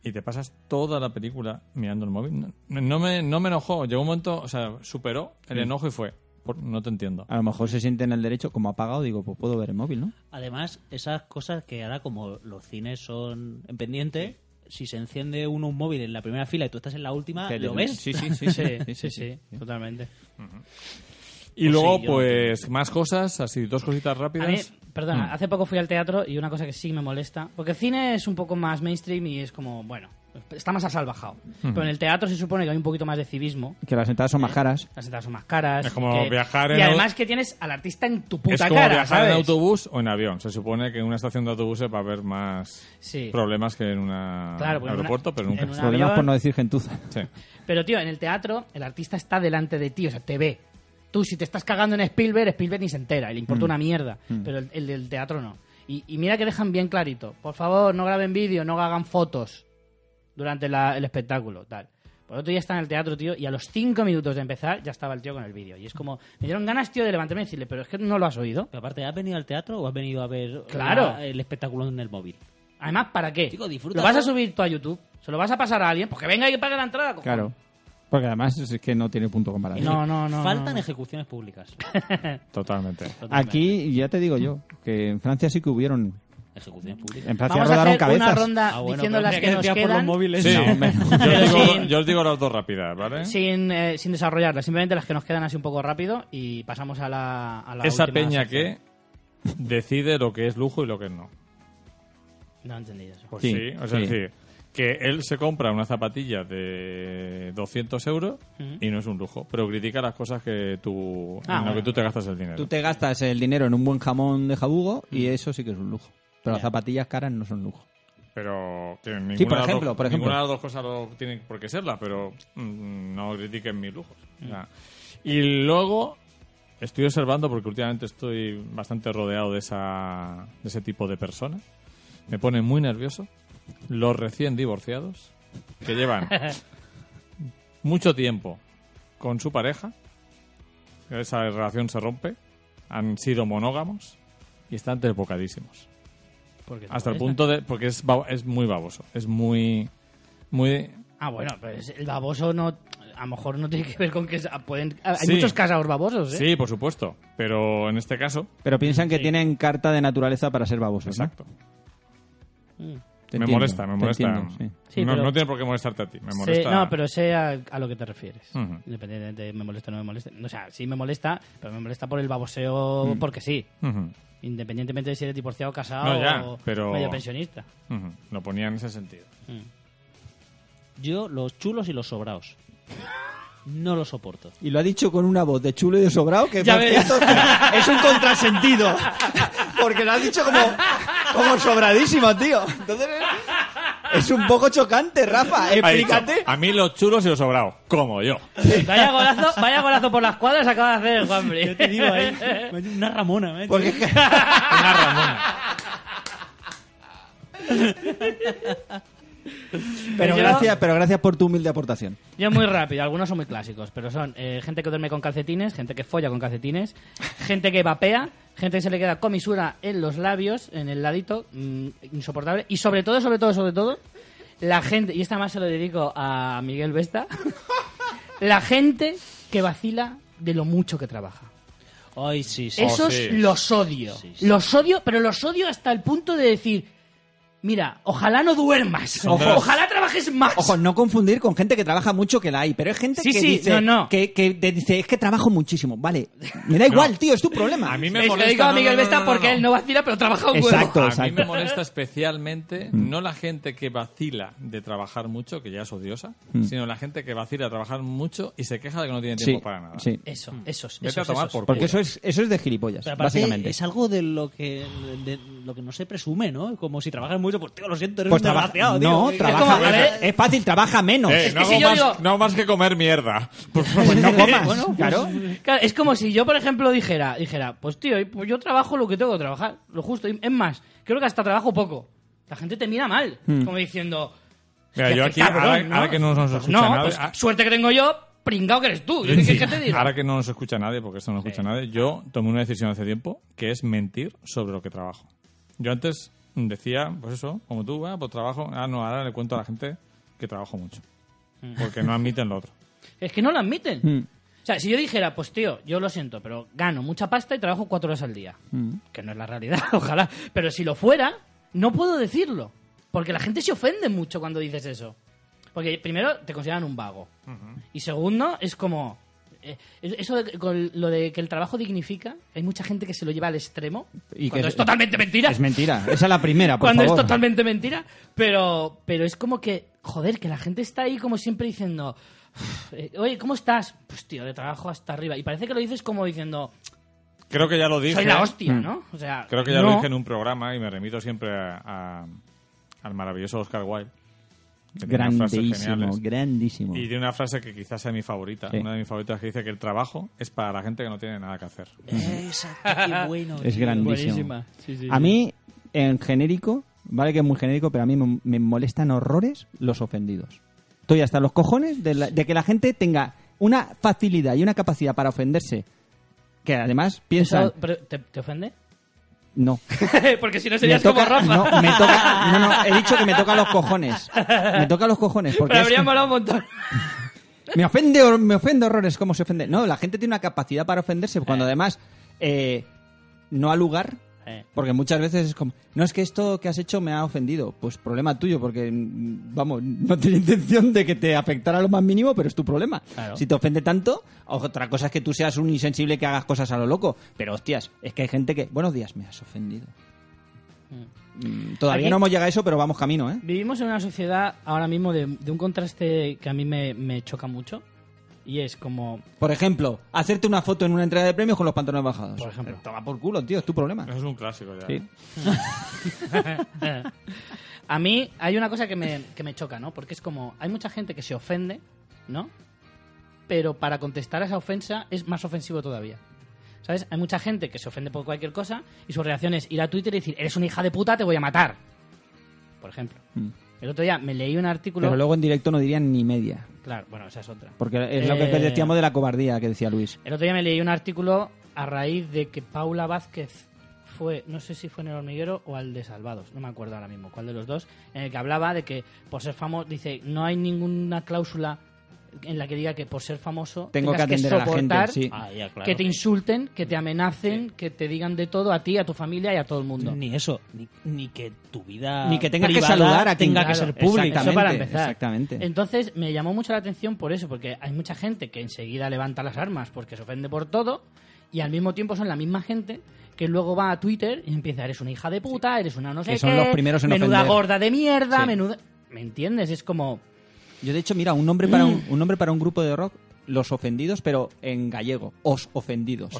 Speaker 3: Y te pasas toda la película mirando el móvil. No, no me, no me enojó. Llegó un momento, o sea, superó el enojo y fue. "Por- no te entiendo.
Speaker 2: A lo mejor se siente en el derecho, como ha pagado, digo, pues puedo ver el móvil, ¿no?
Speaker 4: Además, esas cosas que ahora como los cines son en pendiente, si se enciende uno un móvil en la primera fila y tú estás en la última,
Speaker 2: Te-
Speaker 4: ¿lo ves?
Speaker 2: Sí, sí,
Speaker 1: [LAUGHS] Ah,
Speaker 2: [LAUGHS] sí.
Speaker 1: Sí, sí, sí,
Speaker 2: sí, sí,
Speaker 1: totalmente.
Speaker 3: Y
Speaker 4: Pues
Speaker 3: luego,
Speaker 4: sí, yo-
Speaker 3: pues, más cosas, así, dos cositas
Speaker 1: A mí,
Speaker 3: rápidas. Mm.
Speaker 1: perdona, hace poco fui al teatro y una cosa que sí me molesta, porque el cine es un poco más mainstream y es como, bueno, está más asalvajado.
Speaker 3: Mm.
Speaker 1: Pero en el teatro se supone que hay un poquito más de civismo,
Speaker 2: Que las entradas
Speaker 1: Eh,
Speaker 2: son más caras.
Speaker 1: las entradas son más caras.
Speaker 3: Es como
Speaker 1: que-
Speaker 3: viajar en
Speaker 1: Y
Speaker 3: au-
Speaker 1: además que tienes al artista en tu puta
Speaker 3: es como
Speaker 1: cara,
Speaker 3: viajar
Speaker 1: ¿sabes?
Speaker 3: en autobús o en avión. Se supone que en una estación de autobuses va a haber más
Speaker 1: Sí.
Speaker 3: problemas que en un
Speaker 1: Claro, porque en una-
Speaker 3: aeropuerto, pero nunca.
Speaker 1: en una-
Speaker 2: Problemas
Speaker 1: avión.
Speaker 2: por no decir gentuza.
Speaker 3: Sí.
Speaker 1: Pero, tío, en el teatro el artista está delante de ti, o sea, te ve. Tú, si te estás cagando en Spielberg, Spielberg ni se entera, y le
Speaker 2: Mm.
Speaker 1: importa una mierda. Pero el, el del teatro no. Y, y mira que dejan bien clarito. Por favor, no graben vídeo, no hagan fotos durante la- el espectáculo, tal. Por otro día está en el teatro, tío, y a los cinco minutos de empezar ya estaba el tío con el vídeo. Y es como, me dieron ganas, tío, de levantarme y decirle, pero es que no lo has oído.
Speaker 4: Pero aparte, ¿has venido al teatro o has venido a ver
Speaker 1: Claro.
Speaker 4: la- el espectáculo en el móvil?
Speaker 1: Además, ¿para qué?
Speaker 4: Chico, disfruta,
Speaker 1: ¿Lo vas a
Speaker 4: ¿no?
Speaker 1: subir tú a YouTube? ¿Se lo vas a pasar a alguien? Porque venga y que pague la entrada, cojones.
Speaker 2: Claro. Porque además es que no tiene punto comparable.
Speaker 1: No, no, no.
Speaker 4: Faltan
Speaker 1: no, no.
Speaker 4: ejecuciones públicas.
Speaker 3: Totalmente.
Speaker 2: Aquí ya te digo yo que en Francia sí que hubieron.
Speaker 4: ejecuciones públicas.
Speaker 2: En Francia
Speaker 1: Vamos a
Speaker 2: rodaron
Speaker 1: hacer
Speaker 2: cabezas.
Speaker 1: una ronda
Speaker 4: Ah, bueno,
Speaker 1: diciendo
Speaker 4: pero
Speaker 1: las [LAUGHS]
Speaker 4: mira,
Speaker 1: que nos
Speaker 4: decías por los
Speaker 1: quedan.
Speaker 4: móviles.
Speaker 3: Sí, yo,
Speaker 1: Pero
Speaker 3: os digo,
Speaker 1: sin-
Speaker 3: yo os digo las dos rápidas, ¿vale?
Speaker 1: sin, eh, sin desarrollarlas, simplemente las que nos quedan así un poco rápido y pasamos a la, a la
Speaker 3: Esa
Speaker 1: última
Speaker 3: peña
Speaker 1: sección.
Speaker 3: que decide lo que es lujo y lo que no.
Speaker 1: No entendí eso.
Speaker 3: Pues
Speaker 2: Sí,
Speaker 3: sí, o sea,
Speaker 2: sí.
Speaker 3: es decir, que él se compra una zapatilla de 200 euros y no es un lujo, pero critica las cosas que tú,
Speaker 1: Ah,
Speaker 3: en lo
Speaker 1: bueno.
Speaker 3: que tú te gastas el dinero.
Speaker 2: Tú te gastas el dinero en un buen jamón de jabugo y eso sí que es un lujo. Pero las zapatillas caras no son lujo.
Speaker 3: Pero que ninguna,
Speaker 2: por
Speaker 3: de las
Speaker 2: ejemplo,
Speaker 3: dos,
Speaker 2: por ejemplo.
Speaker 3: ninguna de las dos cosas lo tienen por qué serla, pero mm, no critiquen mis lujos. O
Speaker 2: Mm.
Speaker 3: sea, Y luego estoy observando, porque últimamente estoy bastante rodeado de, esa, de ese tipo de personas, me pone muy nervioso los recién divorciados
Speaker 2: [LAUGHS]
Speaker 3: que llevan mucho tiempo con su pareja, esa relación se rompe, han sido monógamos y están desbocadísimos.
Speaker 1: Porque te
Speaker 3: Hasta el
Speaker 1: molesta.
Speaker 3: punto de. Porque es, bab- es muy baboso. Es muy. Muy.
Speaker 1: Ah, bueno, pues el baboso no. A lo mejor no tiene que ver con que. se- Pueden, hay
Speaker 3: Sí.
Speaker 1: muchos casados
Speaker 2: ¿Ah,
Speaker 1: babosos, ¿eh?
Speaker 3: Sí, por supuesto. Pero en este caso.
Speaker 2: Pero piensan que tienen carta de naturaleza para ser babosos. ¿no?
Speaker 3: Exacto.
Speaker 2: Te
Speaker 3: me
Speaker 2: entiendo,
Speaker 3: molesta, me
Speaker 2: te
Speaker 3: molesta.
Speaker 2: entiendo, sí.
Speaker 1: Sí,
Speaker 3: no,
Speaker 1: pero-
Speaker 3: no tiene por qué molestarte a ti. Me
Speaker 1: Sé-
Speaker 3: molesta.
Speaker 1: no, pero sé a, a lo que te refieres.
Speaker 3: Ujú.
Speaker 1: Independientemente de me molesta o no me molesta. O sea, sí me molesta, pero me molesta por el baboseo
Speaker 3: Mm.
Speaker 1: porque sí.
Speaker 3: Ujú,
Speaker 1: Independientemente de si eres divorciado, casado
Speaker 3: No, ya,
Speaker 1: o
Speaker 3: pero-
Speaker 1: medio pensionista.
Speaker 3: ujú. Lo ponía en ese sentido.
Speaker 4: Yo, los chulos y los sobraos. No los soporto.
Speaker 2: Y lo ha dicho con una voz de chulo y de sobrado
Speaker 1: [LAUGHS]
Speaker 2: que
Speaker 1: Ya
Speaker 2: por
Speaker 1: ves.
Speaker 2: cierto, es un contrasentido. [LAUGHS] Porque lo ha dicho como, como sobradísimo, tío. Entonces, Es un poco chocante, Rafa.
Speaker 3: Ha dicho,
Speaker 2: Explícate.
Speaker 3: a mí los chulos y los sobrados, como yo.
Speaker 1: Vaya golazo, vaya golazo por las cuadras acaba de hacer el Juanfri.
Speaker 4: Yo te digo, ¿eh? ahí,
Speaker 1: [LAUGHS]
Speaker 4: una Ramona, macho.
Speaker 2: Porque [LAUGHS] es que-
Speaker 3: Una Ramona.
Speaker 2: pero,
Speaker 1: Yo-
Speaker 2: gracias, pero gracias por tu humilde aportación.
Speaker 1: Yo muy rápido, algunos son muy clásicos, pero son eh, gente que duerme con calcetines, gente que folla con calcetines, gente que vapea, gente que se le queda comisura en los labios, en el ladito, mm, insoportable, y sobre todo, sobre todo, sobre todo, la gente, y esta más se lo dedico a Miguel Vesta, la gente que vacila de lo mucho que trabaja.
Speaker 4: Ay, sí, sí.
Speaker 1: Esos
Speaker 3: sí.
Speaker 1: los odio.
Speaker 4: Sí, sí.
Speaker 1: Los odio, pero los odio hasta el punto de decir, mira, ojalá no duermas,
Speaker 3: de los-
Speaker 1: ojalá trabajes más.
Speaker 2: Ojo, no confundir con gente que trabaja mucho que la hay, pero es gente
Speaker 1: Sí,
Speaker 2: que
Speaker 1: sí,
Speaker 2: dice
Speaker 1: no, no.
Speaker 2: que, que te dice es que trabajo muchísimo, vale. Me
Speaker 3: [LAUGHS]
Speaker 2: da igual, tío, es tu problema.
Speaker 3: A mí me
Speaker 1: Me lo
Speaker 3: molesta.
Speaker 1: digo a
Speaker 3: no, no,
Speaker 1: Miguel
Speaker 3: no,
Speaker 1: Vesta
Speaker 3: no,
Speaker 1: porque
Speaker 3: no.
Speaker 1: él no vacila, pero trabaja un huevo.
Speaker 2: Exacto,
Speaker 3: A mí me
Speaker 2: exacto. Mm. [LAUGHS]
Speaker 3: molesta especialmente no la gente que vacila de trabajar mucho, que ya es odiosa, sino la gente que vacila de trabajar mucho y se queja de que no tiene tiempo para nada.
Speaker 2: Mm. sí.
Speaker 1: Eso, esos,
Speaker 3: Vete a
Speaker 1: esos,
Speaker 3: tomar
Speaker 1: esos.
Speaker 3: por culo.
Speaker 2: Porque eso es eso es de gilipollas,
Speaker 4: Pero aparte
Speaker 2: básicamente.
Speaker 4: es algo de lo que de lo que no se presume, ¿no? Como si trabajas mucho, pues tío, lo siento, eres
Speaker 2: Pues
Speaker 4: un
Speaker 2: traba-
Speaker 4: desgraciado, tío.
Speaker 2: no,
Speaker 4: Es
Speaker 2: trabaja
Speaker 1: como, a ver-
Speaker 2: Es fácil, trabaja menos.
Speaker 3: Eh,
Speaker 1: Es
Speaker 3: no,
Speaker 1: que
Speaker 3: hago
Speaker 1: si yo
Speaker 3: más,
Speaker 1: digo-
Speaker 3: no hago más que comer mierda.
Speaker 2: [LAUGHS] Pues
Speaker 1: [LAUGHS]
Speaker 2: no comas, claro.
Speaker 1: Claro, es como si yo, por ejemplo, dijera, dijera, pues tío, pues yo trabajo lo que tengo que trabajar, lo justo. y Es más, creo que hasta trabajo poco. La gente te mira mal, como diciendo...
Speaker 3: Mira,
Speaker 1: "Hostia,
Speaker 3: yo
Speaker 1: qué
Speaker 3: aquí,
Speaker 1: cabrón,
Speaker 3: ahora, ahora que no nos
Speaker 1: Pues
Speaker 3: escucha
Speaker 1: no,
Speaker 3: nadie,
Speaker 1: pues
Speaker 3: ah,
Speaker 1: suerte que tengo yo, pringao que eres tú. Yo qué-
Speaker 3: Sí,
Speaker 1: ¿Qué te digo?
Speaker 3: Ahora que no nos escucha nadie, porque esto no escucha nadie, yo tomé una decisión hace tiempo que es mentir sobre lo que trabajo. Yo antes decía, pues eso, como tú, ah, pues trabajo, ah, no, ahora le cuento a la gente que trabajo mucho.
Speaker 1: Mm.
Speaker 3: Porque no admiten lo otro.
Speaker 1: Es que no lo admiten.
Speaker 2: Mm.
Speaker 1: O sea, si yo dijera, pues tío, yo lo siento, pero gano mucha pasta y trabajo cuatro horas al día.
Speaker 2: Mm.
Speaker 1: Que no es la realidad, [LAUGHS] ojalá. Pero si lo fuera, no puedo decirlo. Porque la gente se ofende mucho cuando dices eso. Porque primero te consideran un vago. Y segundo, es como... eh, Eso de- con lo de que el trabajo dignifica, hay mucha gente que se lo lleva al extremo.
Speaker 2: Y
Speaker 1: cuando
Speaker 2: que
Speaker 1: es,
Speaker 2: es-
Speaker 1: totalmente mentira.
Speaker 2: Es mentira. Esa es la primera,
Speaker 3: Ah,
Speaker 2: por
Speaker 1: cuando
Speaker 2: favor.
Speaker 1: es totalmente mentira. Pero, pero es como que, joder, que la gente está ahí como siempre diciendo, "Uf, eh, oye, ¿cómo estás? Pues tío, de trabajo hasta arriba. Y parece que lo dices como diciendo,
Speaker 3: Creo que ya lo dije.
Speaker 1: soy la hostia, ¿no? O sea,
Speaker 3: Mm. Creo que ya
Speaker 1: no.
Speaker 3: lo dije en un programa y me remito siempre a- a- al maravilloso Oscar Wilde. que tiene unas frases
Speaker 2: Grandísimo,
Speaker 3: geniales.
Speaker 2: grandísimo.
Speaker 3: Y tiene una frase que quizás sea mi favorita,
Speaker 2: Sí.
Speaker 3: una de mis favoritas, que dice que el trabajo es para la gente que no tiene nada que hacer.
Speaker 4: Exacto, qué bueno.
Speaker 2: Es
Speaker 4: tío.
Speaker 2: grandísimo. A mí, en genérico, vale que es muy genérico, pero a mí me, me molestan horrores los ofendidos. Estoy hasta los cojones de, la- de que la gente tenga una facilidad y una capacidad para ofenderse. Que además piensan,
Speaker 1: Eso- pero, ¿te, te ofende? [LAUGHS]
Speaker 2: no,
Speaker 1: Porque si no
Speaker 2: me
Speaker 1: serías
Speaker 2: toca,
Speaker 1: como Rafa.
Speaker 2: no,
Speaker 1: [LAUGHS]
Speaker 2: me toca, no, no, he dicho que me toca los cojones, me toca los cojones, porque
Speaker 1: Pero
Speaker 2: es-
Speaker 1: habría molado un
Speaker 2: [LAUGHS]
Speaker 1: montón.
Speaker 2: me ofende, hor- me ofende horrores cómo se ofende. No, la gente tiene una capacidad para ofenderse cuando además eh, no ha lugar
Speaker 4: Eh.
Speaker 2: Porque muchas veces es como, no es que esto que has hecho me ha ofendido. Pues problema tuyo, porque, mm, vamos, no tenía [LAUGHS] intención de que te afectara lo más mínimo, pero es tu problema.
Speaker 4: Claro.
Speaker 2: Si te ofende tanto, otra cosa es que tú seas un insensible que hagas cosas a lo loco. Pero hostias, es que hay gente que, buenos días, me has ofendido. Mm, Todavía
Speaker 1: Aquí-
Speaker 2: no hemos llegado a eso, pero vamos camino, ¿eh?
Speaker 1: Vivimos en una sociedad ahora mismo de, de un contraste que a mí me, me choca mucho. Y es como,
Speaker 2: Por ejemplo, hacerte una foto en una entrega de premios con los pantalones bajados.
Speaker 1: Por ejemplo.
Speaker 2: Toma por culo, tío, es tu problema.
Speaker 3: Eso es un clásico ya.
Speaker 2: Sí.
Speaker 1: A mí hay una cosa que me, que me choca, ¿no? Porque es como, hay mucha gente que se ofende, ¿no? Pero para contestar a esa ofensa es más ofensivo todavía. ¿Sabes? Hay mucha gente que se ofende por cualquier cosa y su reacción es ir a Twitter y decir, eres una hija de puta, te voy a matar. Por ejemplo.
Speaker 2: Mm.
Speaker 1: El otro día me leí un artículo...
Speaker 2: Pero luego en directo no dirían ni media.
Speaker 1: Claro, bueno, esa es otra.
Speaker 2: Porque es lo que
Speaker 1: Eh.
Speaker 2: decíamos de la cobardía que decía Luis.
Speaker 1: El otro día me leí un artículo a raíz de que Paula Vázquez fue, no sé si fue en el hormiguero o al de Salvados, no me acuerdo ahora mismo cuál de los dos, en el que hablaba de que por ser famoso, dice, no hay ninguna cláusula en la que diga que por ser famoso
Speaker 2: Tengo que
Speaker 1: tengas
Speaker 2: atender a la gente,
Speaker 1: soportar
Speaker 2: sí.
Speaker 4: Ah, ya, claro.
Speaker 1: que te insulten, que te amenacen, que te digan de todo a ti, a tu familia y a todo el mundo.
Speaker 4: Ni eso, ni, ni que tu vida.
Speaker 2: Ni que tengas que
Speaker 4: privada
Speaker 2: saludar a quien-
Speaker 4: tenga que
Speaker 2: Claro,
Speaker 4: ser pública.
Speaker 1: Eso
Speaker 2: Exactamente,
Speaker 1: para empezar.
Speaker 2: exactamente.
Speaker 1: Entonces me llamó mucho la atención por eso, porque hay mucha gente que enseguida levanta las armas porque se ofende por todo y al mismo tiempo son la misma gente que luego va a Twitter y empieza, eres una hija de puta, eres una no sé
Speaker 2: Que son
Speaker 1: qué,
Speaker 2: los primeros en
Speaker 1: menuda
Speaker 2: ofender".
Speaker 1: gorda de mierda,
Speaker 2: Sí.
Speaker 1: menuda... ¿Me entiendes? Es como...
Speaker 2: Yo, de hecho, mira, un nombre para
Speaker 1: Mm.
Speaker 2: un, un nombre para un grupo de rock, Los Ofendidos, pero en gallego, Os Ofendidos.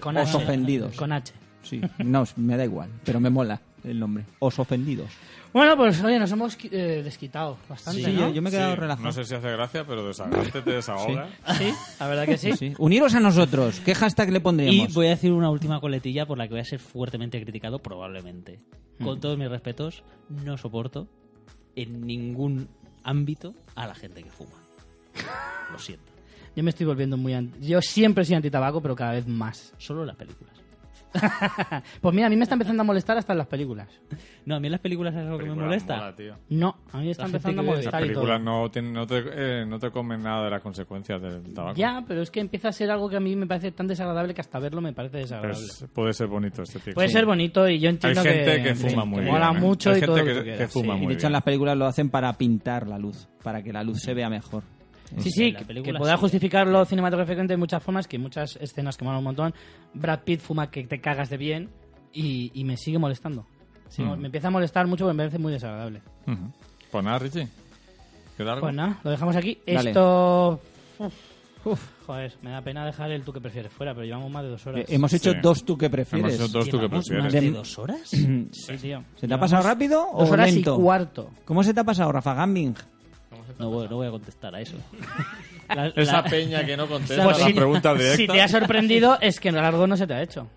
Speaker 1: Con
Speaker 2: Os
Speaker 1: H,
Speaker 2: Ofendidos.
Speaker 1: Con H.
Speaker 2: Sí, no, me da igual, pero me mola. el nombre. Os ofendidos.
Speaker 1: Bueno, pues oye, nos hemos eh, desquitado bastante,
Speaker 2: Sí,
Speaker 1: ¿no?
Speaker 2: yo, yo me he quedado
Speaker 3: Sí,
Speaker 2: relajado.
Speaker 3: No sé si hace gracia, pero desahogarte te desahoga.
Speaker 1: Sí, la verdad que sí.
Speaker 2: Sí. Uniros a nosotros. ¿Qué hashtag le
Speaker 4: Y
Speaker 2: pondríamos?
Speaker 4: voy a decir una última coletilla por la que voy a ser fuertemente criticado, probablemente. Con todos mis respetos, no soporto en ningún ámbito a la gente que fuma. Lo siento.
Speaker 1: Yo me estoy volviendo muy... anti- Yo siempre soy antitabaco, pero cada vez más. [LAUGHS]
Speaker 4: Solo en las películas.
Speaker 1: Pues mira, a mí me está empezando a molestar hasta en las películas.
Speaker 4: No, a mí en las películas es algo que me
Speaker 3: Película
Speaker 4: molesta.
Speaker 3: mola, tío.
Speaker 1: No, a mí me está
Speaker 4: La gente
Speaker 1: empezando a
Speaker 4: que-
Speaker 3: Las
Speaker 1: molestar y todo.
Speaker 3: películas no, tienen- no, te, eh, no te comen nada de las consecuencias del tabaco.
Speaker 1: Ya, pero es que empieza a ser algo que a mí me parece tan desagradable que hasta verlo me parece
Speaker 3: Pero
Speaker 1: desagradable.
Speaker 3: es- puede ser bonito este tipo.
Speaker 1: Puede ser bonito y yo
Speaker 3: Hay
Speaker 1: entiendo
Speaker 3: gente
Speaker 1: que,
Speaker 3: que fuma
Speaker 1: sí,
Speaker 3: muy
Speaker 1: que
Speaker 3: bien.
Speaker 1: mola
Speaker 3: ¿eh?
Speaker 1: mucho
Speaker 3: Hay
Speaker 1: y todo lo que,
Speaker 3: gente que,
Speaker 1: tú quieras,
Speaker 3: que fuma
Speaker 1: sí.
Speaker 2: Y de
Speaker 3: muy
Speaker 2: hecho, en
Speaker 3: bien.
Speaker 2: las películas lo hacen para pintar la luz, para que la luz se vea mejor.
Speaker 1: Sí,
Speaker 4: En
Speaker 1: sí,
Speaker 4: la
Speaker 1: que,
Speaker 4: película
Speaker 1: que podrá
Speaker 4: sí.
Speaker 1: justificarlo cinematográficamente de muchas formas, que muchas escenas que molan un montón. Brad Pitt fuma que te cagas de bien y, y me sigue molestando. Sí,
Speaker 3: Mm.
Speaker 1: Me empieza a molestar mucho porque me parece muy desagradable.
Speaker 3: Ujú. Pues nada, Richie. ¿Qué largo?
Speaker 1: Pues nada, lo dejamos aquí.
Speaker 2: Dale.
Speaker 1: Esto... Uf, joder, me da pena dejar el tú que prefieres fuera, pero llevamos más de dos horas.
Speaker 2: Eh, hemos hecho
Speaker 3: Sí.
Speaker 2: dos tú que
Speaker 3: Hemos
Speaker 2: prefieres.
Speaker 3: hecho dos tú que
Speaker 4: ¿Llevamos más
Speaker 3: prefieres.
Speaker 4: de
Speaker 2: De-
Speaker 3: [CLEARS THROAT]
Speaker 4: dos horas?
Speaker 1: Sí, tío.
Speaker 2: ¿Se te ha pasado rápido o
Speaker 1: Dos horas
Speaker 2: lento?
Speaker 1: y cuarto.
Speaker 2: ¿Cómo se te ha pasado, Rafa Gambing?
Speaker 4: No voy, no voy a contestar
Speaker 3: [LAUGHS]
Speaker 4: a eso. La-
Speaker 3: Esa
Speaker 4: la- [LAUGHS]
Speaker 3: peña que no contesta
Speaker 1: Pues
Speaker 3: las
Speaker 1: si-
Speaker 3: preguntas
Speaker 1: Si te ha
Speaker 3: directas.
Speaker 1: sorprendido es que en largo no se te ha hecho.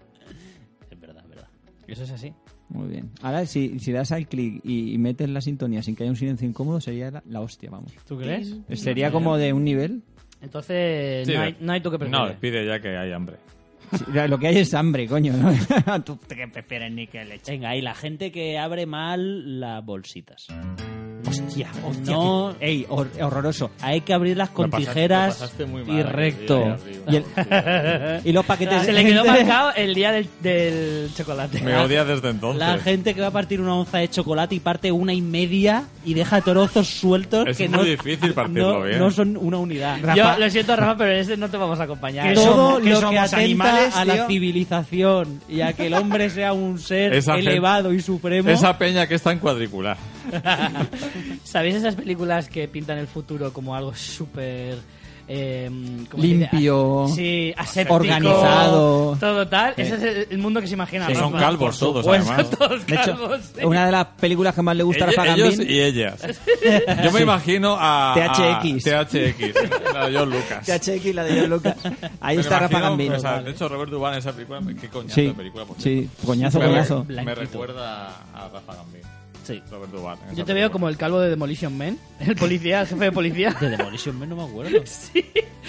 Speaker 4: Es verdad, es verdad.
Speaker 1: Eso es así.
Speaker 2: Muy bien. Ahora, si, si das al clic y, y metes la sintonía sin que haya un silencio incómodo, sería la, la hostia, vamos.
Speaker 1: ¿Tú crees?
Speaker 2: Pues Sería como de un nivel.
Speaker 1: Entonces,
Speaker 3: Sí, eh.
Speaker 1: no,
Speaker 3: de-
Speaker 1: hay, no hay tú que
Speaker 3: No,
Speaker 1: prefieres.
Speaker 3: despide ya que hay hambre.
Speaker 2: Sí, lo que hay es hambre, coño. ¿no? [LAUGHS] Tú-
Speaker 4: Venga, y la gente que abre mal las
Speaker 1: [LAUGHS]
Speaker 4: bolsitas.
Speaker 2: hostia, hostia.
Speaker 4: No,
Speaker 2: Ey, hor- horroroso.
Speaker 4: hay que abrirlas con
Speaker 3: Lo pasaste-
Speaker 4: tijeras
Speaker 3: lo pasaste muy mal eh,
Speaker 4: y
Speaker 3: aquel día
Speaker 4: recto.
Speaker 3: de abril,
Speaker 2: Y el-
Speaker 3: porque-
Speaker 2: Y los paquetes.
Speaker 1: Se le quedó
Speaker 4: [LAUGHS]
Speaker 1: marcado el día del, del chocolate.
Speaker 3: [LAUGHS] Me odia desde entonces.
Speaker 4: La gente que va a partir una onza de chocolate y parte una y media y deja trozos sueltos
Speaker 3: Es
Speaker 4: que
Speaker 3: muy
Speaker 4: no,
Speaker 3: difícil partirlo
Speaker 4: no-
Speaker 3: bien.
Speaker 4: no son una
Speaker 1: [LAUGHS]
Speaker 4: unidad.
Speaker 1: Yo lo siento, Rafa, pero en este no te vamos a acompañar.
Speaker 4: Todo
Speaker 2: somos- que
Speaker 4: lo que
Speaker 2: somos
Speaker 4: atenta
Speaker 2: animales,
Speaker 4: a la
Speaker 2: tío.
Speaker 4: civilización y a que el hombre sea un ser
Speaker 3: Esa gente-
Speaker 4: elevado y supremo.
Speaker 3: Esa peña que está en cuadricular.
Speaker 1: ¿Sabéis esas películas que pintan el futuro como algo súper... em, ¿cómo se dice? Ah,
Speaker 2: Limpio.
Speaker 1: Sí, aséptico,
Speaker 2: Organizado.
Speaker 1: Todo tal. Ese es el- el mundo que se imagina.
Speaker 3: Que son
Speaker 1: Rafa.
Speaker 3: calvos
Speaker 1: Por
Speaker 3: todos,
Speaker 1: supuesto,
Speaker 3: además.
Speaker 1: [LAUGHS] todos
Speaker 2: De hecho,
Speaker 1: calvos, sí.
Speaker 2: una de las películas que más le gusta a Rafa
Speaker 3: Ella- ellos
Speaker 2: Gambín.
Speaker 3: y ellas. Yo me imagino a
Speaker 2: THX.
Speaker 3: a THX, la de John Lucas.
Speaker 2: THX, la de John Lucas.
Speaker 3: [LAUGHS]
Speaker 2: Ahí
Speaker 3: Me
Speaker 2: está
Speaker 3: imagino,
Speaker 2: Rafa Gambín.
Speaker 3: o sea, de hecho, Robert Duvall en esa película, qué coñazo de
Speaker 2: Sí,
Speaker 3: película. pues, por cierto.
Speaker 2: sí, coñazo,
Speaker 3: Me-
Speaker 2: coñazo.
Speaker 3: Me,
Speaker 4: Blanquito.
Speaker 3: recuerda a Rafa Gambín.
Speaker 4: Sí.
Speaker 3: Robert Duvall.
Speaker 1: Yo te
Speaker 3: en esa
Speaker 1: veo
Speaker 3: película.
Speaker 1: como el calvo de Demolition Man, [LAUGHS] el policía, el jefe de policía.
Speaker 4: pues [LAUGHS] De Demolition Man no me acuerdo.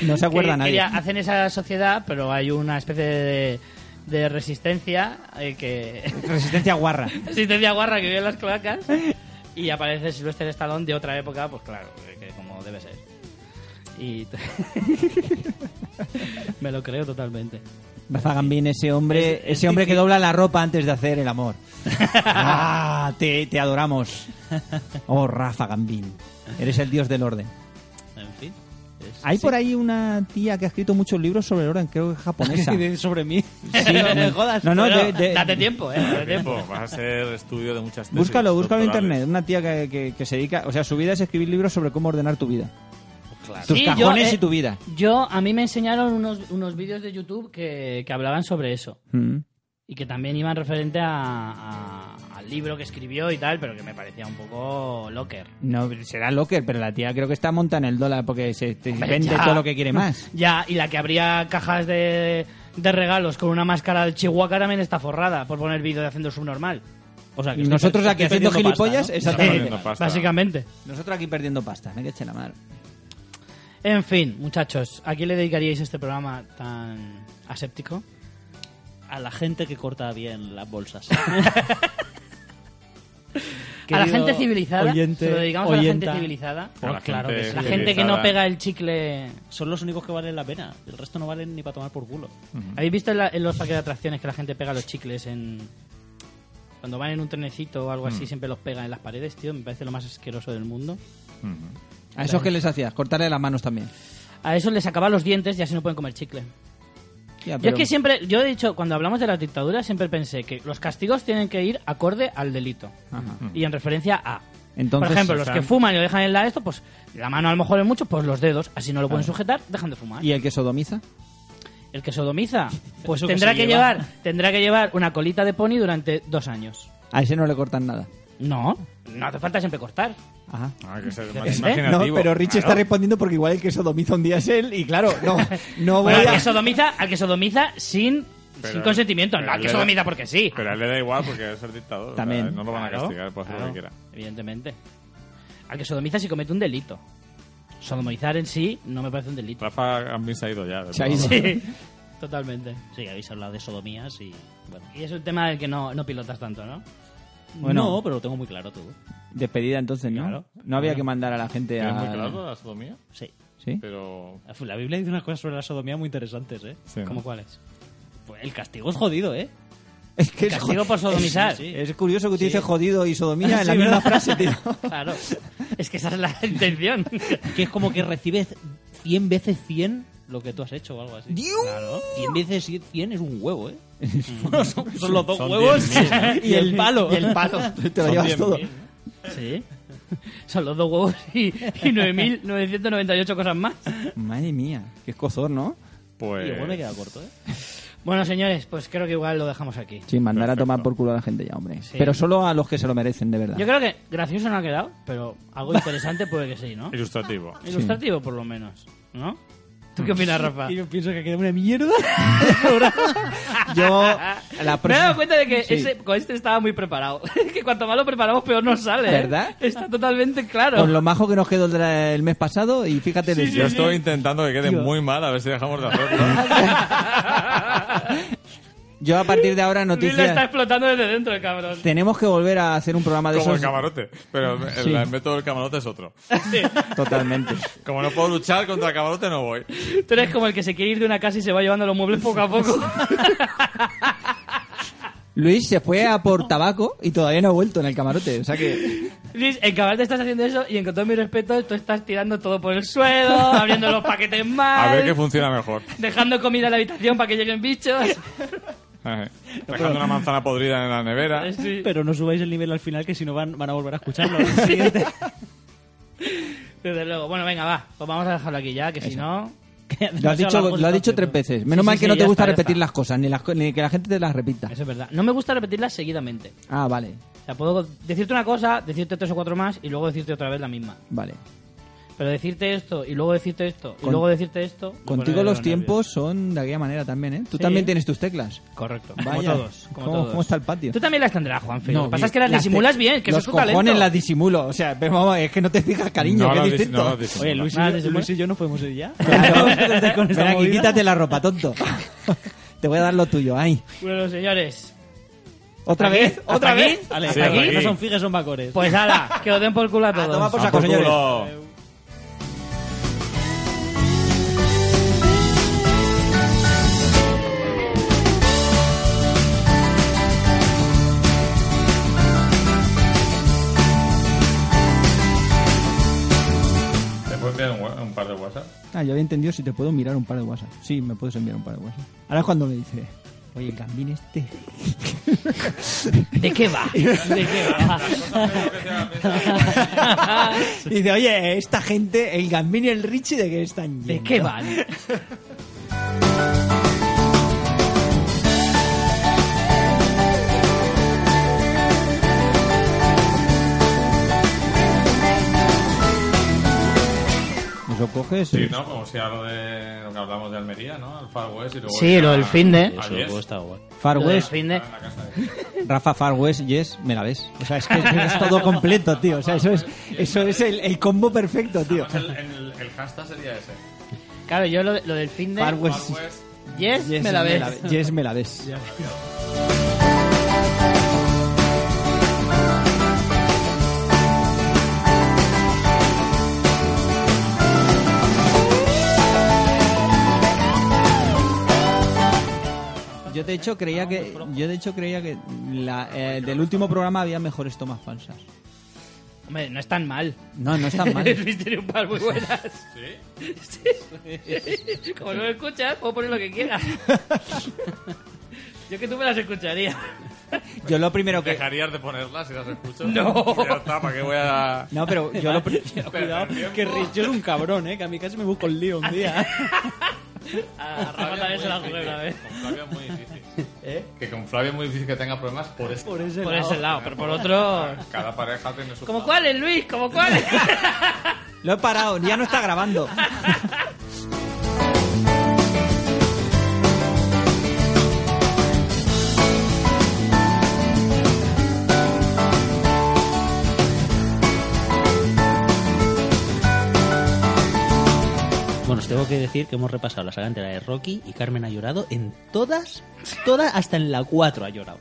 Speaker 2: No se acuerda
Speaker 1: que- que
Speaker 2: nadie.
Speaker 1: ya hacen esa sociedad, pero hay una especie de, de resistencia eh, que [LAUGHS]
Speaker 2: Resistencia guarra.
Speaker 1: resistencia guarra que vive en las cloacas y aparece Sylvester Stallone de otra época, pues claro, eh, que como debe ser. Y [LAUGHS] me lo creo totalmente.
Speaker 2: Rafa Gambín, ese hombre, ese hombre que dobla la ropa antes de hacer el
Speaker 3: [LAUGHS]
Speaker 2: amor. Ah, te, te adoramos. Oh, Rafa Gambín. Eres el dios del orden.
Speaker 4: En fin. es-
Speaker 2: Hay por ahí una tía que ha escrito muchos libros sobre el orden, creo que
Speaker 1: [LAUGHS]
Speaker 2: es japonesa.
Speaker 4: sobre mí.
Speaker 2: Sí,
Speaker 1: no me jodas.
Speaker 2: No, no,
Speaker 1: pero
Speaker 2: de- de-
Speaker 1: date tiempo, eh.
Speaker 2: [LAUGHS]
Speaker 1: Date tiempo.
Speaker 3: Tiempo, pues, vas a ser estudio de muchas tesis
Speaker 2: Búscalo, búscalo en
Speaker 3: doctorales.
Speaker 2: internet. Una tía que, que- que se dedica. O sea, su vida es escribir libros sobre cómo ordenar tu vida. Tus
Speaker 1: Sí, yo,
Speaker 2: cajones
Speaker 1: eh,
Speaker 2: y tu vida.
Speaker 1: Yo, a mí me enseñaron unos, unos vídeos de YouTube que, que hablaban sobre eso.
Speaker 2: Mm.
Speaker 1: y que también iban referente a- a- al libro que escribió y tal, pero que me parecía un poco locker.
Speaker 2: No, será Locker, pero la tía creo que está monta en el dólar porque se te
Speaker 1: Hombre,
Speaker 2: vende
Speaker 1: ya.
Speaker 2: todo lo que quiere más.
Speaker 1: Ya, y la [LAUGHS] que abría cajas de, de regalos con una máscara de chihuahua también está forrada por poner vídeo de haciendo subnormal.
Speaker 4: O sea,
Speaker 2: Y
Speaker 4: que estoy-
Speaker 2: nosotros
Speaker 4: estoy
Speaker 2: aquí haciendo
Speaker 4: perdiendo pasta,
Speaker 2: gilipollas,
Speaker 4: ¿no?
Speaker 2: exactamente.
Speaker 3: Está poniendo pasta.
Speaker 1: Básicamente.
Speaker 2: Nosotros aquí perdiendo pasta, me que eche la madre.
Speaker 1: En fin, muchachos, ¿a quién le dedicaríais este programa tan aséptico?
Speaker 4: A la gente que corta bien las [LAUGHS] bolsas.
Speaker 1: A la
Speaker 4: Querido
Speaker 1: gente civilizada.
Speaker 4: oyente,
Speaker 1: se lo dedicamos a la gente
Speaker 4: oyenta.
Speaker 1: civilizada.
Speaker 3: A la
Speaker 4: Claro
Speaker 3: gente
Speaker 4: que sí.
Speaker 1: La gente que no pega el chicle.
Speaker 4: Son los únicos que valen la pena. El resto no valen ni para tomar por culo.
Speaker 1: ¿Habéis visto en, la- en los parques de atracciones que la gente pega los chicles en. Cuando van en un trenecito o algo
Speaker 2: Mm.
Speaker 1: así, siempre los pegan en las paredes, tío. Me parece lo más asqueroso del mundo.
Speaker 3: Ujú.
Speaker 2: A esos que les hacías, cortarle las manos también.
Speaker 1: A eso les acaban los dientes y así no pueden comer chicle.
Speaker 2: Tía,
Speaker 1: Yo
Speaker 2: pero-
Speaker 1: es que siempre, yo he dicho, cuando hablamos de las dictaduras, siempre pensé que los castigos tienen que ir acorde al delito.
Speaker 2: Ajá.
Speaker 1: Y en referencia a.
Speaker 2: Entonces,
Speaker 1: Por ejemplo, los
Speaker 2: Fran-
Speaker 1: que fuman y lo dejan en la esto, pues la mano a lo mejor en muchos, pues los dedos. Así no lo pueden
Speaker 2: Claro.
Speaker 1: sujetar, dejan de fumar.
Speaker 2: ¿Y el que sodomiza?
Speaker 1: El que sodomiza, pues
Speaker 4: Eso que
Speaker 2: [LAUGHS]
Speaker 1: tendrá
Speaker 4: se
Speaker 1: que,
Speaker 4: lleva.
Speaker 1: llevar, tendrá que llevar una colita de pony durante dos años.
Speaker 2: A ese no le cortan nada.
Speaker 1: No, no hace falta siempre cortar.
Speaker 2: Ajá.
Speaker 3: Ah, que ser
Speaker 1: ¿Eh?
Speaker 3: más
Speaker 2: No,
Speaker 3: imaginativo.
Speaker 2: pero Rich está respondiendo porque igual el que sodomiza un día es él y claro,
Speaker 1: [LAUGHS]
Speaker 2: no, no voy
Speaker 1: Bueno, al que
Speaker 2: a...
Speaker 1: sodomiza, al que sodomiza sin,
Speaker 3: Pero-
Speaker 1: sin consentimiento,
Speaker 3: pero
Speaker 1: no al que
Speaker 3: le da-
Speaker 1: sodomiza porque sí.
Speaker 3: Pero a él le da igual porque es el dictador.
Speaker 2: También.
Speaker 3: o sea, no lo van a
Speaker 1: Claro,
Speaker 3: castigar por hacer lo
Speaker 1: claro,
Speaker 3: que quiera.
Speaker 1: Evidentemente. Al que sodomiza si comete un delito. Sodomizar en sí no me parece un
Speaker 3: [LAUGHS]
Speaker 1: delito.
Speaker 3: Rafa Gambin se ha ido ya. del
Speaker 2: Se ha ido.
Speaker 3: programa.
Speaker 1: Sí, totalmente.
Speaker 4: Sí, habéis hablado de sodomías y. Bueno.
Speaker 1: Y es un tema del que no, no pilotas tanto, ¿no?
Speaker 2: Bueno.
Speaker 4: No, pero lo tengo muy claro todo.
Speaker 2: Despedida entonces, ¿no?
Speaker 4: Claro.
Speaker 2: No había que mandar a la gente a...
Speaker 3: Tienes muy claro la sodomía,
Speaker 4: Sí.
Speaker 2: ¿Sí?
Speaker 3: pero...
Speaker 4: La Biblia dice unas cosas sobre la sodomía muy interesantes, ¿eh?
Speaker 3: Sí, ¿no?
Speaker 1: ¿Cómo cuáles?
Speaker 4: Pues el castigo es jodido, ¿eh?
Speaker 2: Es que es,
Speaker 1: Castigo
Speaker 2: jo-
Speaker 1: por sodomizar.
Speaker 4: Sí, sí.
Speaker 2: es curioso que utilice jodido y sodomía en la
Speaker 4: Sí,
Speaker 2: misma
Speaker 4: ¿verdad?
Speaker 1: [LAUGHS]
Speaker 2: frase, tío.
Speaker 1: Claro. Es que esa es la [LAUGHS] intención.
Speaker 4: Que es como que recibes 100 veces 100 lo que tú has hecho o algo así. Claro. 100 veces 100 es un huevo, ¿eh? Bueno, [LAUGHS] son, son los dos
Speaker 3: Son
Speaker 4: huevos
Speaker 3: 10.000,
Speaker 4: [LAUGHS] y el palo.
Speaker 2: Y el
Speaker 4: [LAUGHS]
Speaker 2: palo. Te lo
Speaker 3: Son
Speaker 2: llevas todo.
Speaker 3: 10.000.
Speaker 1: Sí. [LAUGHS] Son los dos huevos y, y 9.998 cosas más.
Speaker 2: Madre mía, qué escozor, ¿no?
Speaker 3: Pues...
Speaker 4: Y el huevo me queda corto, ¿eh?
Speaker 1: Bueno, señores, pues creo que igual lo dejamos aquí.
Speaker 2: Sí, mandar a
Speaker 3: Perfecto.
Speaker 2: tomar por culo a la gente ya, hombre. Pero solo a los que se lo merecen, de verdad.
Speaker 1: Yo creo que gracioso no ha quedado, pero algo interesante puede que sí, ¿no?
Speaker 3: Ilustrativo.
Speaker 1: Ilustrativo, por lo menos, ¿no? ¿Tú qué opinas, Rafa?
Speaker 4: yo pienso que queda una mierda.
Speaker 1: [LAUGHS]
Speaker 2: Yo, la
Speaker 1: Me he
Speaker 2: próxima-
Speaker 1: dado cuenta de que
Speaker 2: Sí.
Speaker 1: ese, con este estaba muy preparado. [LAUGHS] que cuanto más lo preparamos, peor nos sale. ¿eh?
Speaker 2: ¿Verdad?
Speaker 1: Está totalmente claro.
Speaker 2: Con lo majo que nos quedó el, de la- el mes pasado y fíjate... de-
Speaker 3: Yo estoy intentando que quede muy mal, a ver si dejamos
Speaker 2: [LAUGHS]
Speaker 3: de hacerlo.
Speaker 2: Yo a partir de ahora
Speaker 1: Neil la está
Speaker 2: noticias...
Speaker 1: explotando desde dentro, el cabrón.
Speaker 2: Tenemos que volver a hacer un programa de
Speaker 3: Como el
Speaker 2: esos...
Speaker 3: camarote. Pero el,
Speaker 2: Sí.
Speaker 3: el método del camarote es otro.
Speaker 2: Totalmente.
Speaker 3: Como no puedo luchar contra el camarote, no voy.
Speaker 1: Tú eres como el que se quiere ir de una casa y se va llevando los muebles poco a
Speaker 2: [LAUGHS]
Speaker 1: poco.
Speaker 2: Luis se fue a por tabaco y todavía no ha vuelto en el camarote. O sea
Speaker 1: [LAUGHS]
Speaker 2: que...
Speaker 1: Luis, en cabal te estás haciendo eso y en con todo mi respeto, tú estás tirando todo por el suelo, [LAUGHS] abriendo los paquetes mal.
Speaker 3: A ver qué funciona mejor.
Speaker 1: Dejando comida en la habitación para que lleguen
Speaker 3: [LAUGHS]
Speaker 1: bichos. [LAUGHS]
Speaker 3: Ajá. Dejando una manzana podrida en la nevera.
Speaker 1: Sí.
Speaker 4: Pero no subáis el nivel al final, que si no van, van a volver a escucharlo. [LAUGHS] al siguiente.
Speaker 1: Desde luego. Bueno, venga, va. Pues vamos a dejarlo aquí ya, que si
Speaker 2: [LAUGHS]
Speaker 1: no...
Speaker 2: Lo has dicho,
Speaker 4: Hablamos
Speaker 2: lo has
Speaker 4: entonces,
Speaker 2: dicho tres
Speaker 4: ¿no?
Speaker 2: veces. Menos
Speaker 1: Sí,
Speaker 2: mal
Speaker 1: sí,
Speaker 2: que
Speaker 1: sí,
Speaker 2: no te
Speaker 1: ya
Speaker 2: gusta
Speaker 1: está, ya
Speaker 2: repetir
Speaker 1: está.
Speaker 2: las cosas, ni, las co- ni que la gente te las repita.
Speaker 1: Eso es verdad. No me gusta repetirlas seguidamente.
Speaker 2: Ah, vale,
Speaker 1: O sea, puedo decirte una cosa, decirte tres o cuatro más y luego decirte otra vez la misma.
Speaker 2: vale.
Speaker 1: Pero decirte esto y luego decirte esto y
Speaker 2: Con-
Speaker 1: luego decirte esto... me pone
Speaker 2: Contigo los
Speaker 1: nervioso.
Speaker 2: tiempos son de aquella manera también, ¿eh? Tú
Speaker 1: Sí.
Speaker 2: también tienes tus teclas.
Speaker 1: Correcto. Como
Speaker 2: Vaya.
Speaker 1: todos. Como
Speaker 2: ¿Cómo-
Speaker 1: todos.
Speaker 2: cómo está el patio?
Speaker 1: Tú también las tendrás, Juanfe. lo que pasa es que las,
Speaker 2: te-
Speaker 1: disimulas bien, que eso
Speaker 2: los
Speaker 1: es tu
Speaker 2: cojones
Speaker 1: talento.
Speaker 2: las disimulo. O sea, pero vamos, es que no te fijas, cariño,
Speaker 3: no
Speaker 2: que
Speaker 3: lo
Speaker 2: es
Speaker 3: dis-
Speaker 2: distinto.
Speaker 3: no lo disimula.
Speaker 4: Oye, Luis y,
Speaker 1: Nada,
Speaker 4: yo,
Speaker 1: disimula.
Speaker 4: Luis y yo no podemos ir ya.
Speaker 2: [LAUGHS] Claro.
Speaker 1: [LAUGHS]
Speaker 4: Con esta
Speaker 2: Ven aquí,
Speaker 4: movida.
Speaker 2: quítate la ropa, tonto. [LAUGHS] te voy a dar lo tuyo, ay.
Speaker 1: Bueno, señores.
Speaker 2: ¿Otra
Speaker 1: ¿Hasta
Speaker 2: vez?
Speaker 1: aquí?
Speaker 2: ¿Otra
Speaker 1: ¿Hasta
Speaker 2: vez?
Speaker 1: aquí?
Speaker 4: Vale,
Speaker 3: Sí,
Speaker 4: aquí
Speaker 3: aquí.
Speaker 4: no son figas, son bacores.
Speaker 1: Pues nada, que os den por culo a todos.
Speaker 2: tomar por
Speaker 3: Ah,
Speaker 2: saco,
Speaker 3: por
Speaker 2: señores.
Speaker 3: culo. ¿Te puedo enviar un, wa- un par de
Speaker 1: [LAUGHS]
Speaker 3: WhatsApp?
Speaker 2: Ah, yo había entendido si te puedo mirar un par de WhatsApp. Sí, me puedes enviar un par de WhatsApp. Ahora es cuando me dice, oye, el
Speaker 1: [LAUGHS]
Speaker 2: gambín este.
Speaker 1: ¿De qué va? ¿De qué va?
Speaker 2: [LAUGHS] Y dice, oye, esta gente, el gambín y el Richie, ¿de qué están
Speaker 1: ¿De
Speaker 2: yendo?
Speaker 1: qué van?
Speaker 2: Eso coges.
Speaker 3: Sí, ¿no? Como si hablo de lo que hablamos de Almería, ¿no? Al Far West y luego...
Speaker 1: Sí, lo del fin de...
Speaker 3: Ah,
Speaker 4: Eso
Speaker 3: yes.
Speaker 4: luego está guay.
Speaker 2: Far
Speaker 1: Lo del
Speaker 2: West,
Speaker 1: fin de...
Speaker 2: Rafa Far West, yes, me la ves. O sea, es que es todo completo, tío. O sea, eso es, eso es el, el combo perfecto, tío.
Speaker 3: Además, el, el, el hashtag sería ese.
Speaker 1: Claro, yo lo, de- lo del fin de...
Speaker 2: Far
Speaker 3: Far
Speaker 2: West,
Speaker 3: West.
Speaker 1: Yes,
Speaker 2: yes,
Speaker 1: me la ves.
Speaker 2: yes, me la ves. Yo de hecho creía que yo de hecho creía que la, eh, del último programa había mejores tomas falsas.
Speaker 1: Hombre, no es tan mal.
Speaker 2: No, no están
Speaker 1: [LAUGHS]
Speaker 2: mal.
Speaker 1: Luis tiene un par muy buenas. ¿Sí? [LAUGHS] Como no me escuchas, puedo poner lo que
Speaker 2: [LAUGHS]
Speaker 1: quieras. Yo que tú me las escucharía.
Speaker 2: Yo lo primero que
Speaker 3: ¿Dejarías de ponerlas si las escuchas?
Speaker 1: No.
Speaker 3: Ya está, ¿para qué voy a...?
Speaker 2: no, pero yo lo pri-
Speaker 3: Cuidado,
Speaker 4: Que Rich es un cabrón, eh, que a mí casi me busco el lío un día.
Speaker 5: A Rafa [LAUGHS] también se la jugué una
Speaker 3: [LAUGHS]
Speaker 5: vez.
Speaker 3: Con Flavia es muy difícil.
Speaker 5: ¿Eh?
Speaker 3: Que con Flavia es muy difícil que tenga problemas por esto.
Speaker 4: Por ese
Speaker 5: Por
Speaker 4: lado.
Speaker 5: ese lado, pero por otro...
Speaker 3: Cada pareja tiene su...
Speaker 5: ¿Como cuáles, Luis? ¿Como cuáles?
Speaker 2: Lo he parado, ya no está grabando.
Speaker 4: Bueno, os tengo que decir que hemos repasado la saga entera de Rocky y Carmen ha llorado en todas, todas, hasta en la 4 ha llorado.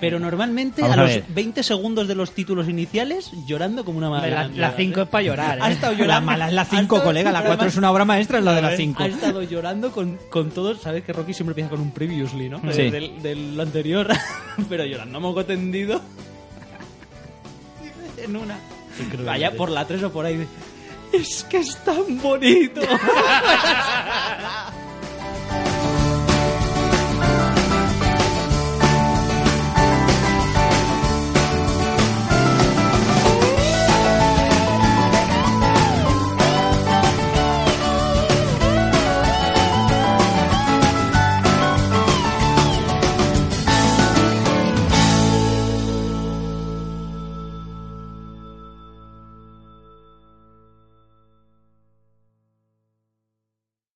Speaker 4: Pero normalmente
Speaker 2: Vamos
Speaker 4: a
Speaker 2: a
Speaker 4: los
Speaker 2: ver.
Speaker 4: 20 segundos de los títulos iniciales llorando como una mala.
Speaker 5: La 5 es para llorar,
Speaker 4: Ha
Speaker 5: ¿eh?
Speaker 4: estado
Speaker 2: La
Speaker 4: llorando.
Speaker 2: mala es la 5, colega. La 4 es una obra maestra, es la de la 5.
Speaker 4: Ha estado llorando con, con todos. Sabes que Rocky siempre empieza con un previously, ¿no?
Speaker 2: Sí.
Speaker 4: Del, del anterior. [LAUGHS] Pero llorando moco tendido. [LAUGHS] en una. Vaya por la 3 o por ahí. Es que es tan bonito.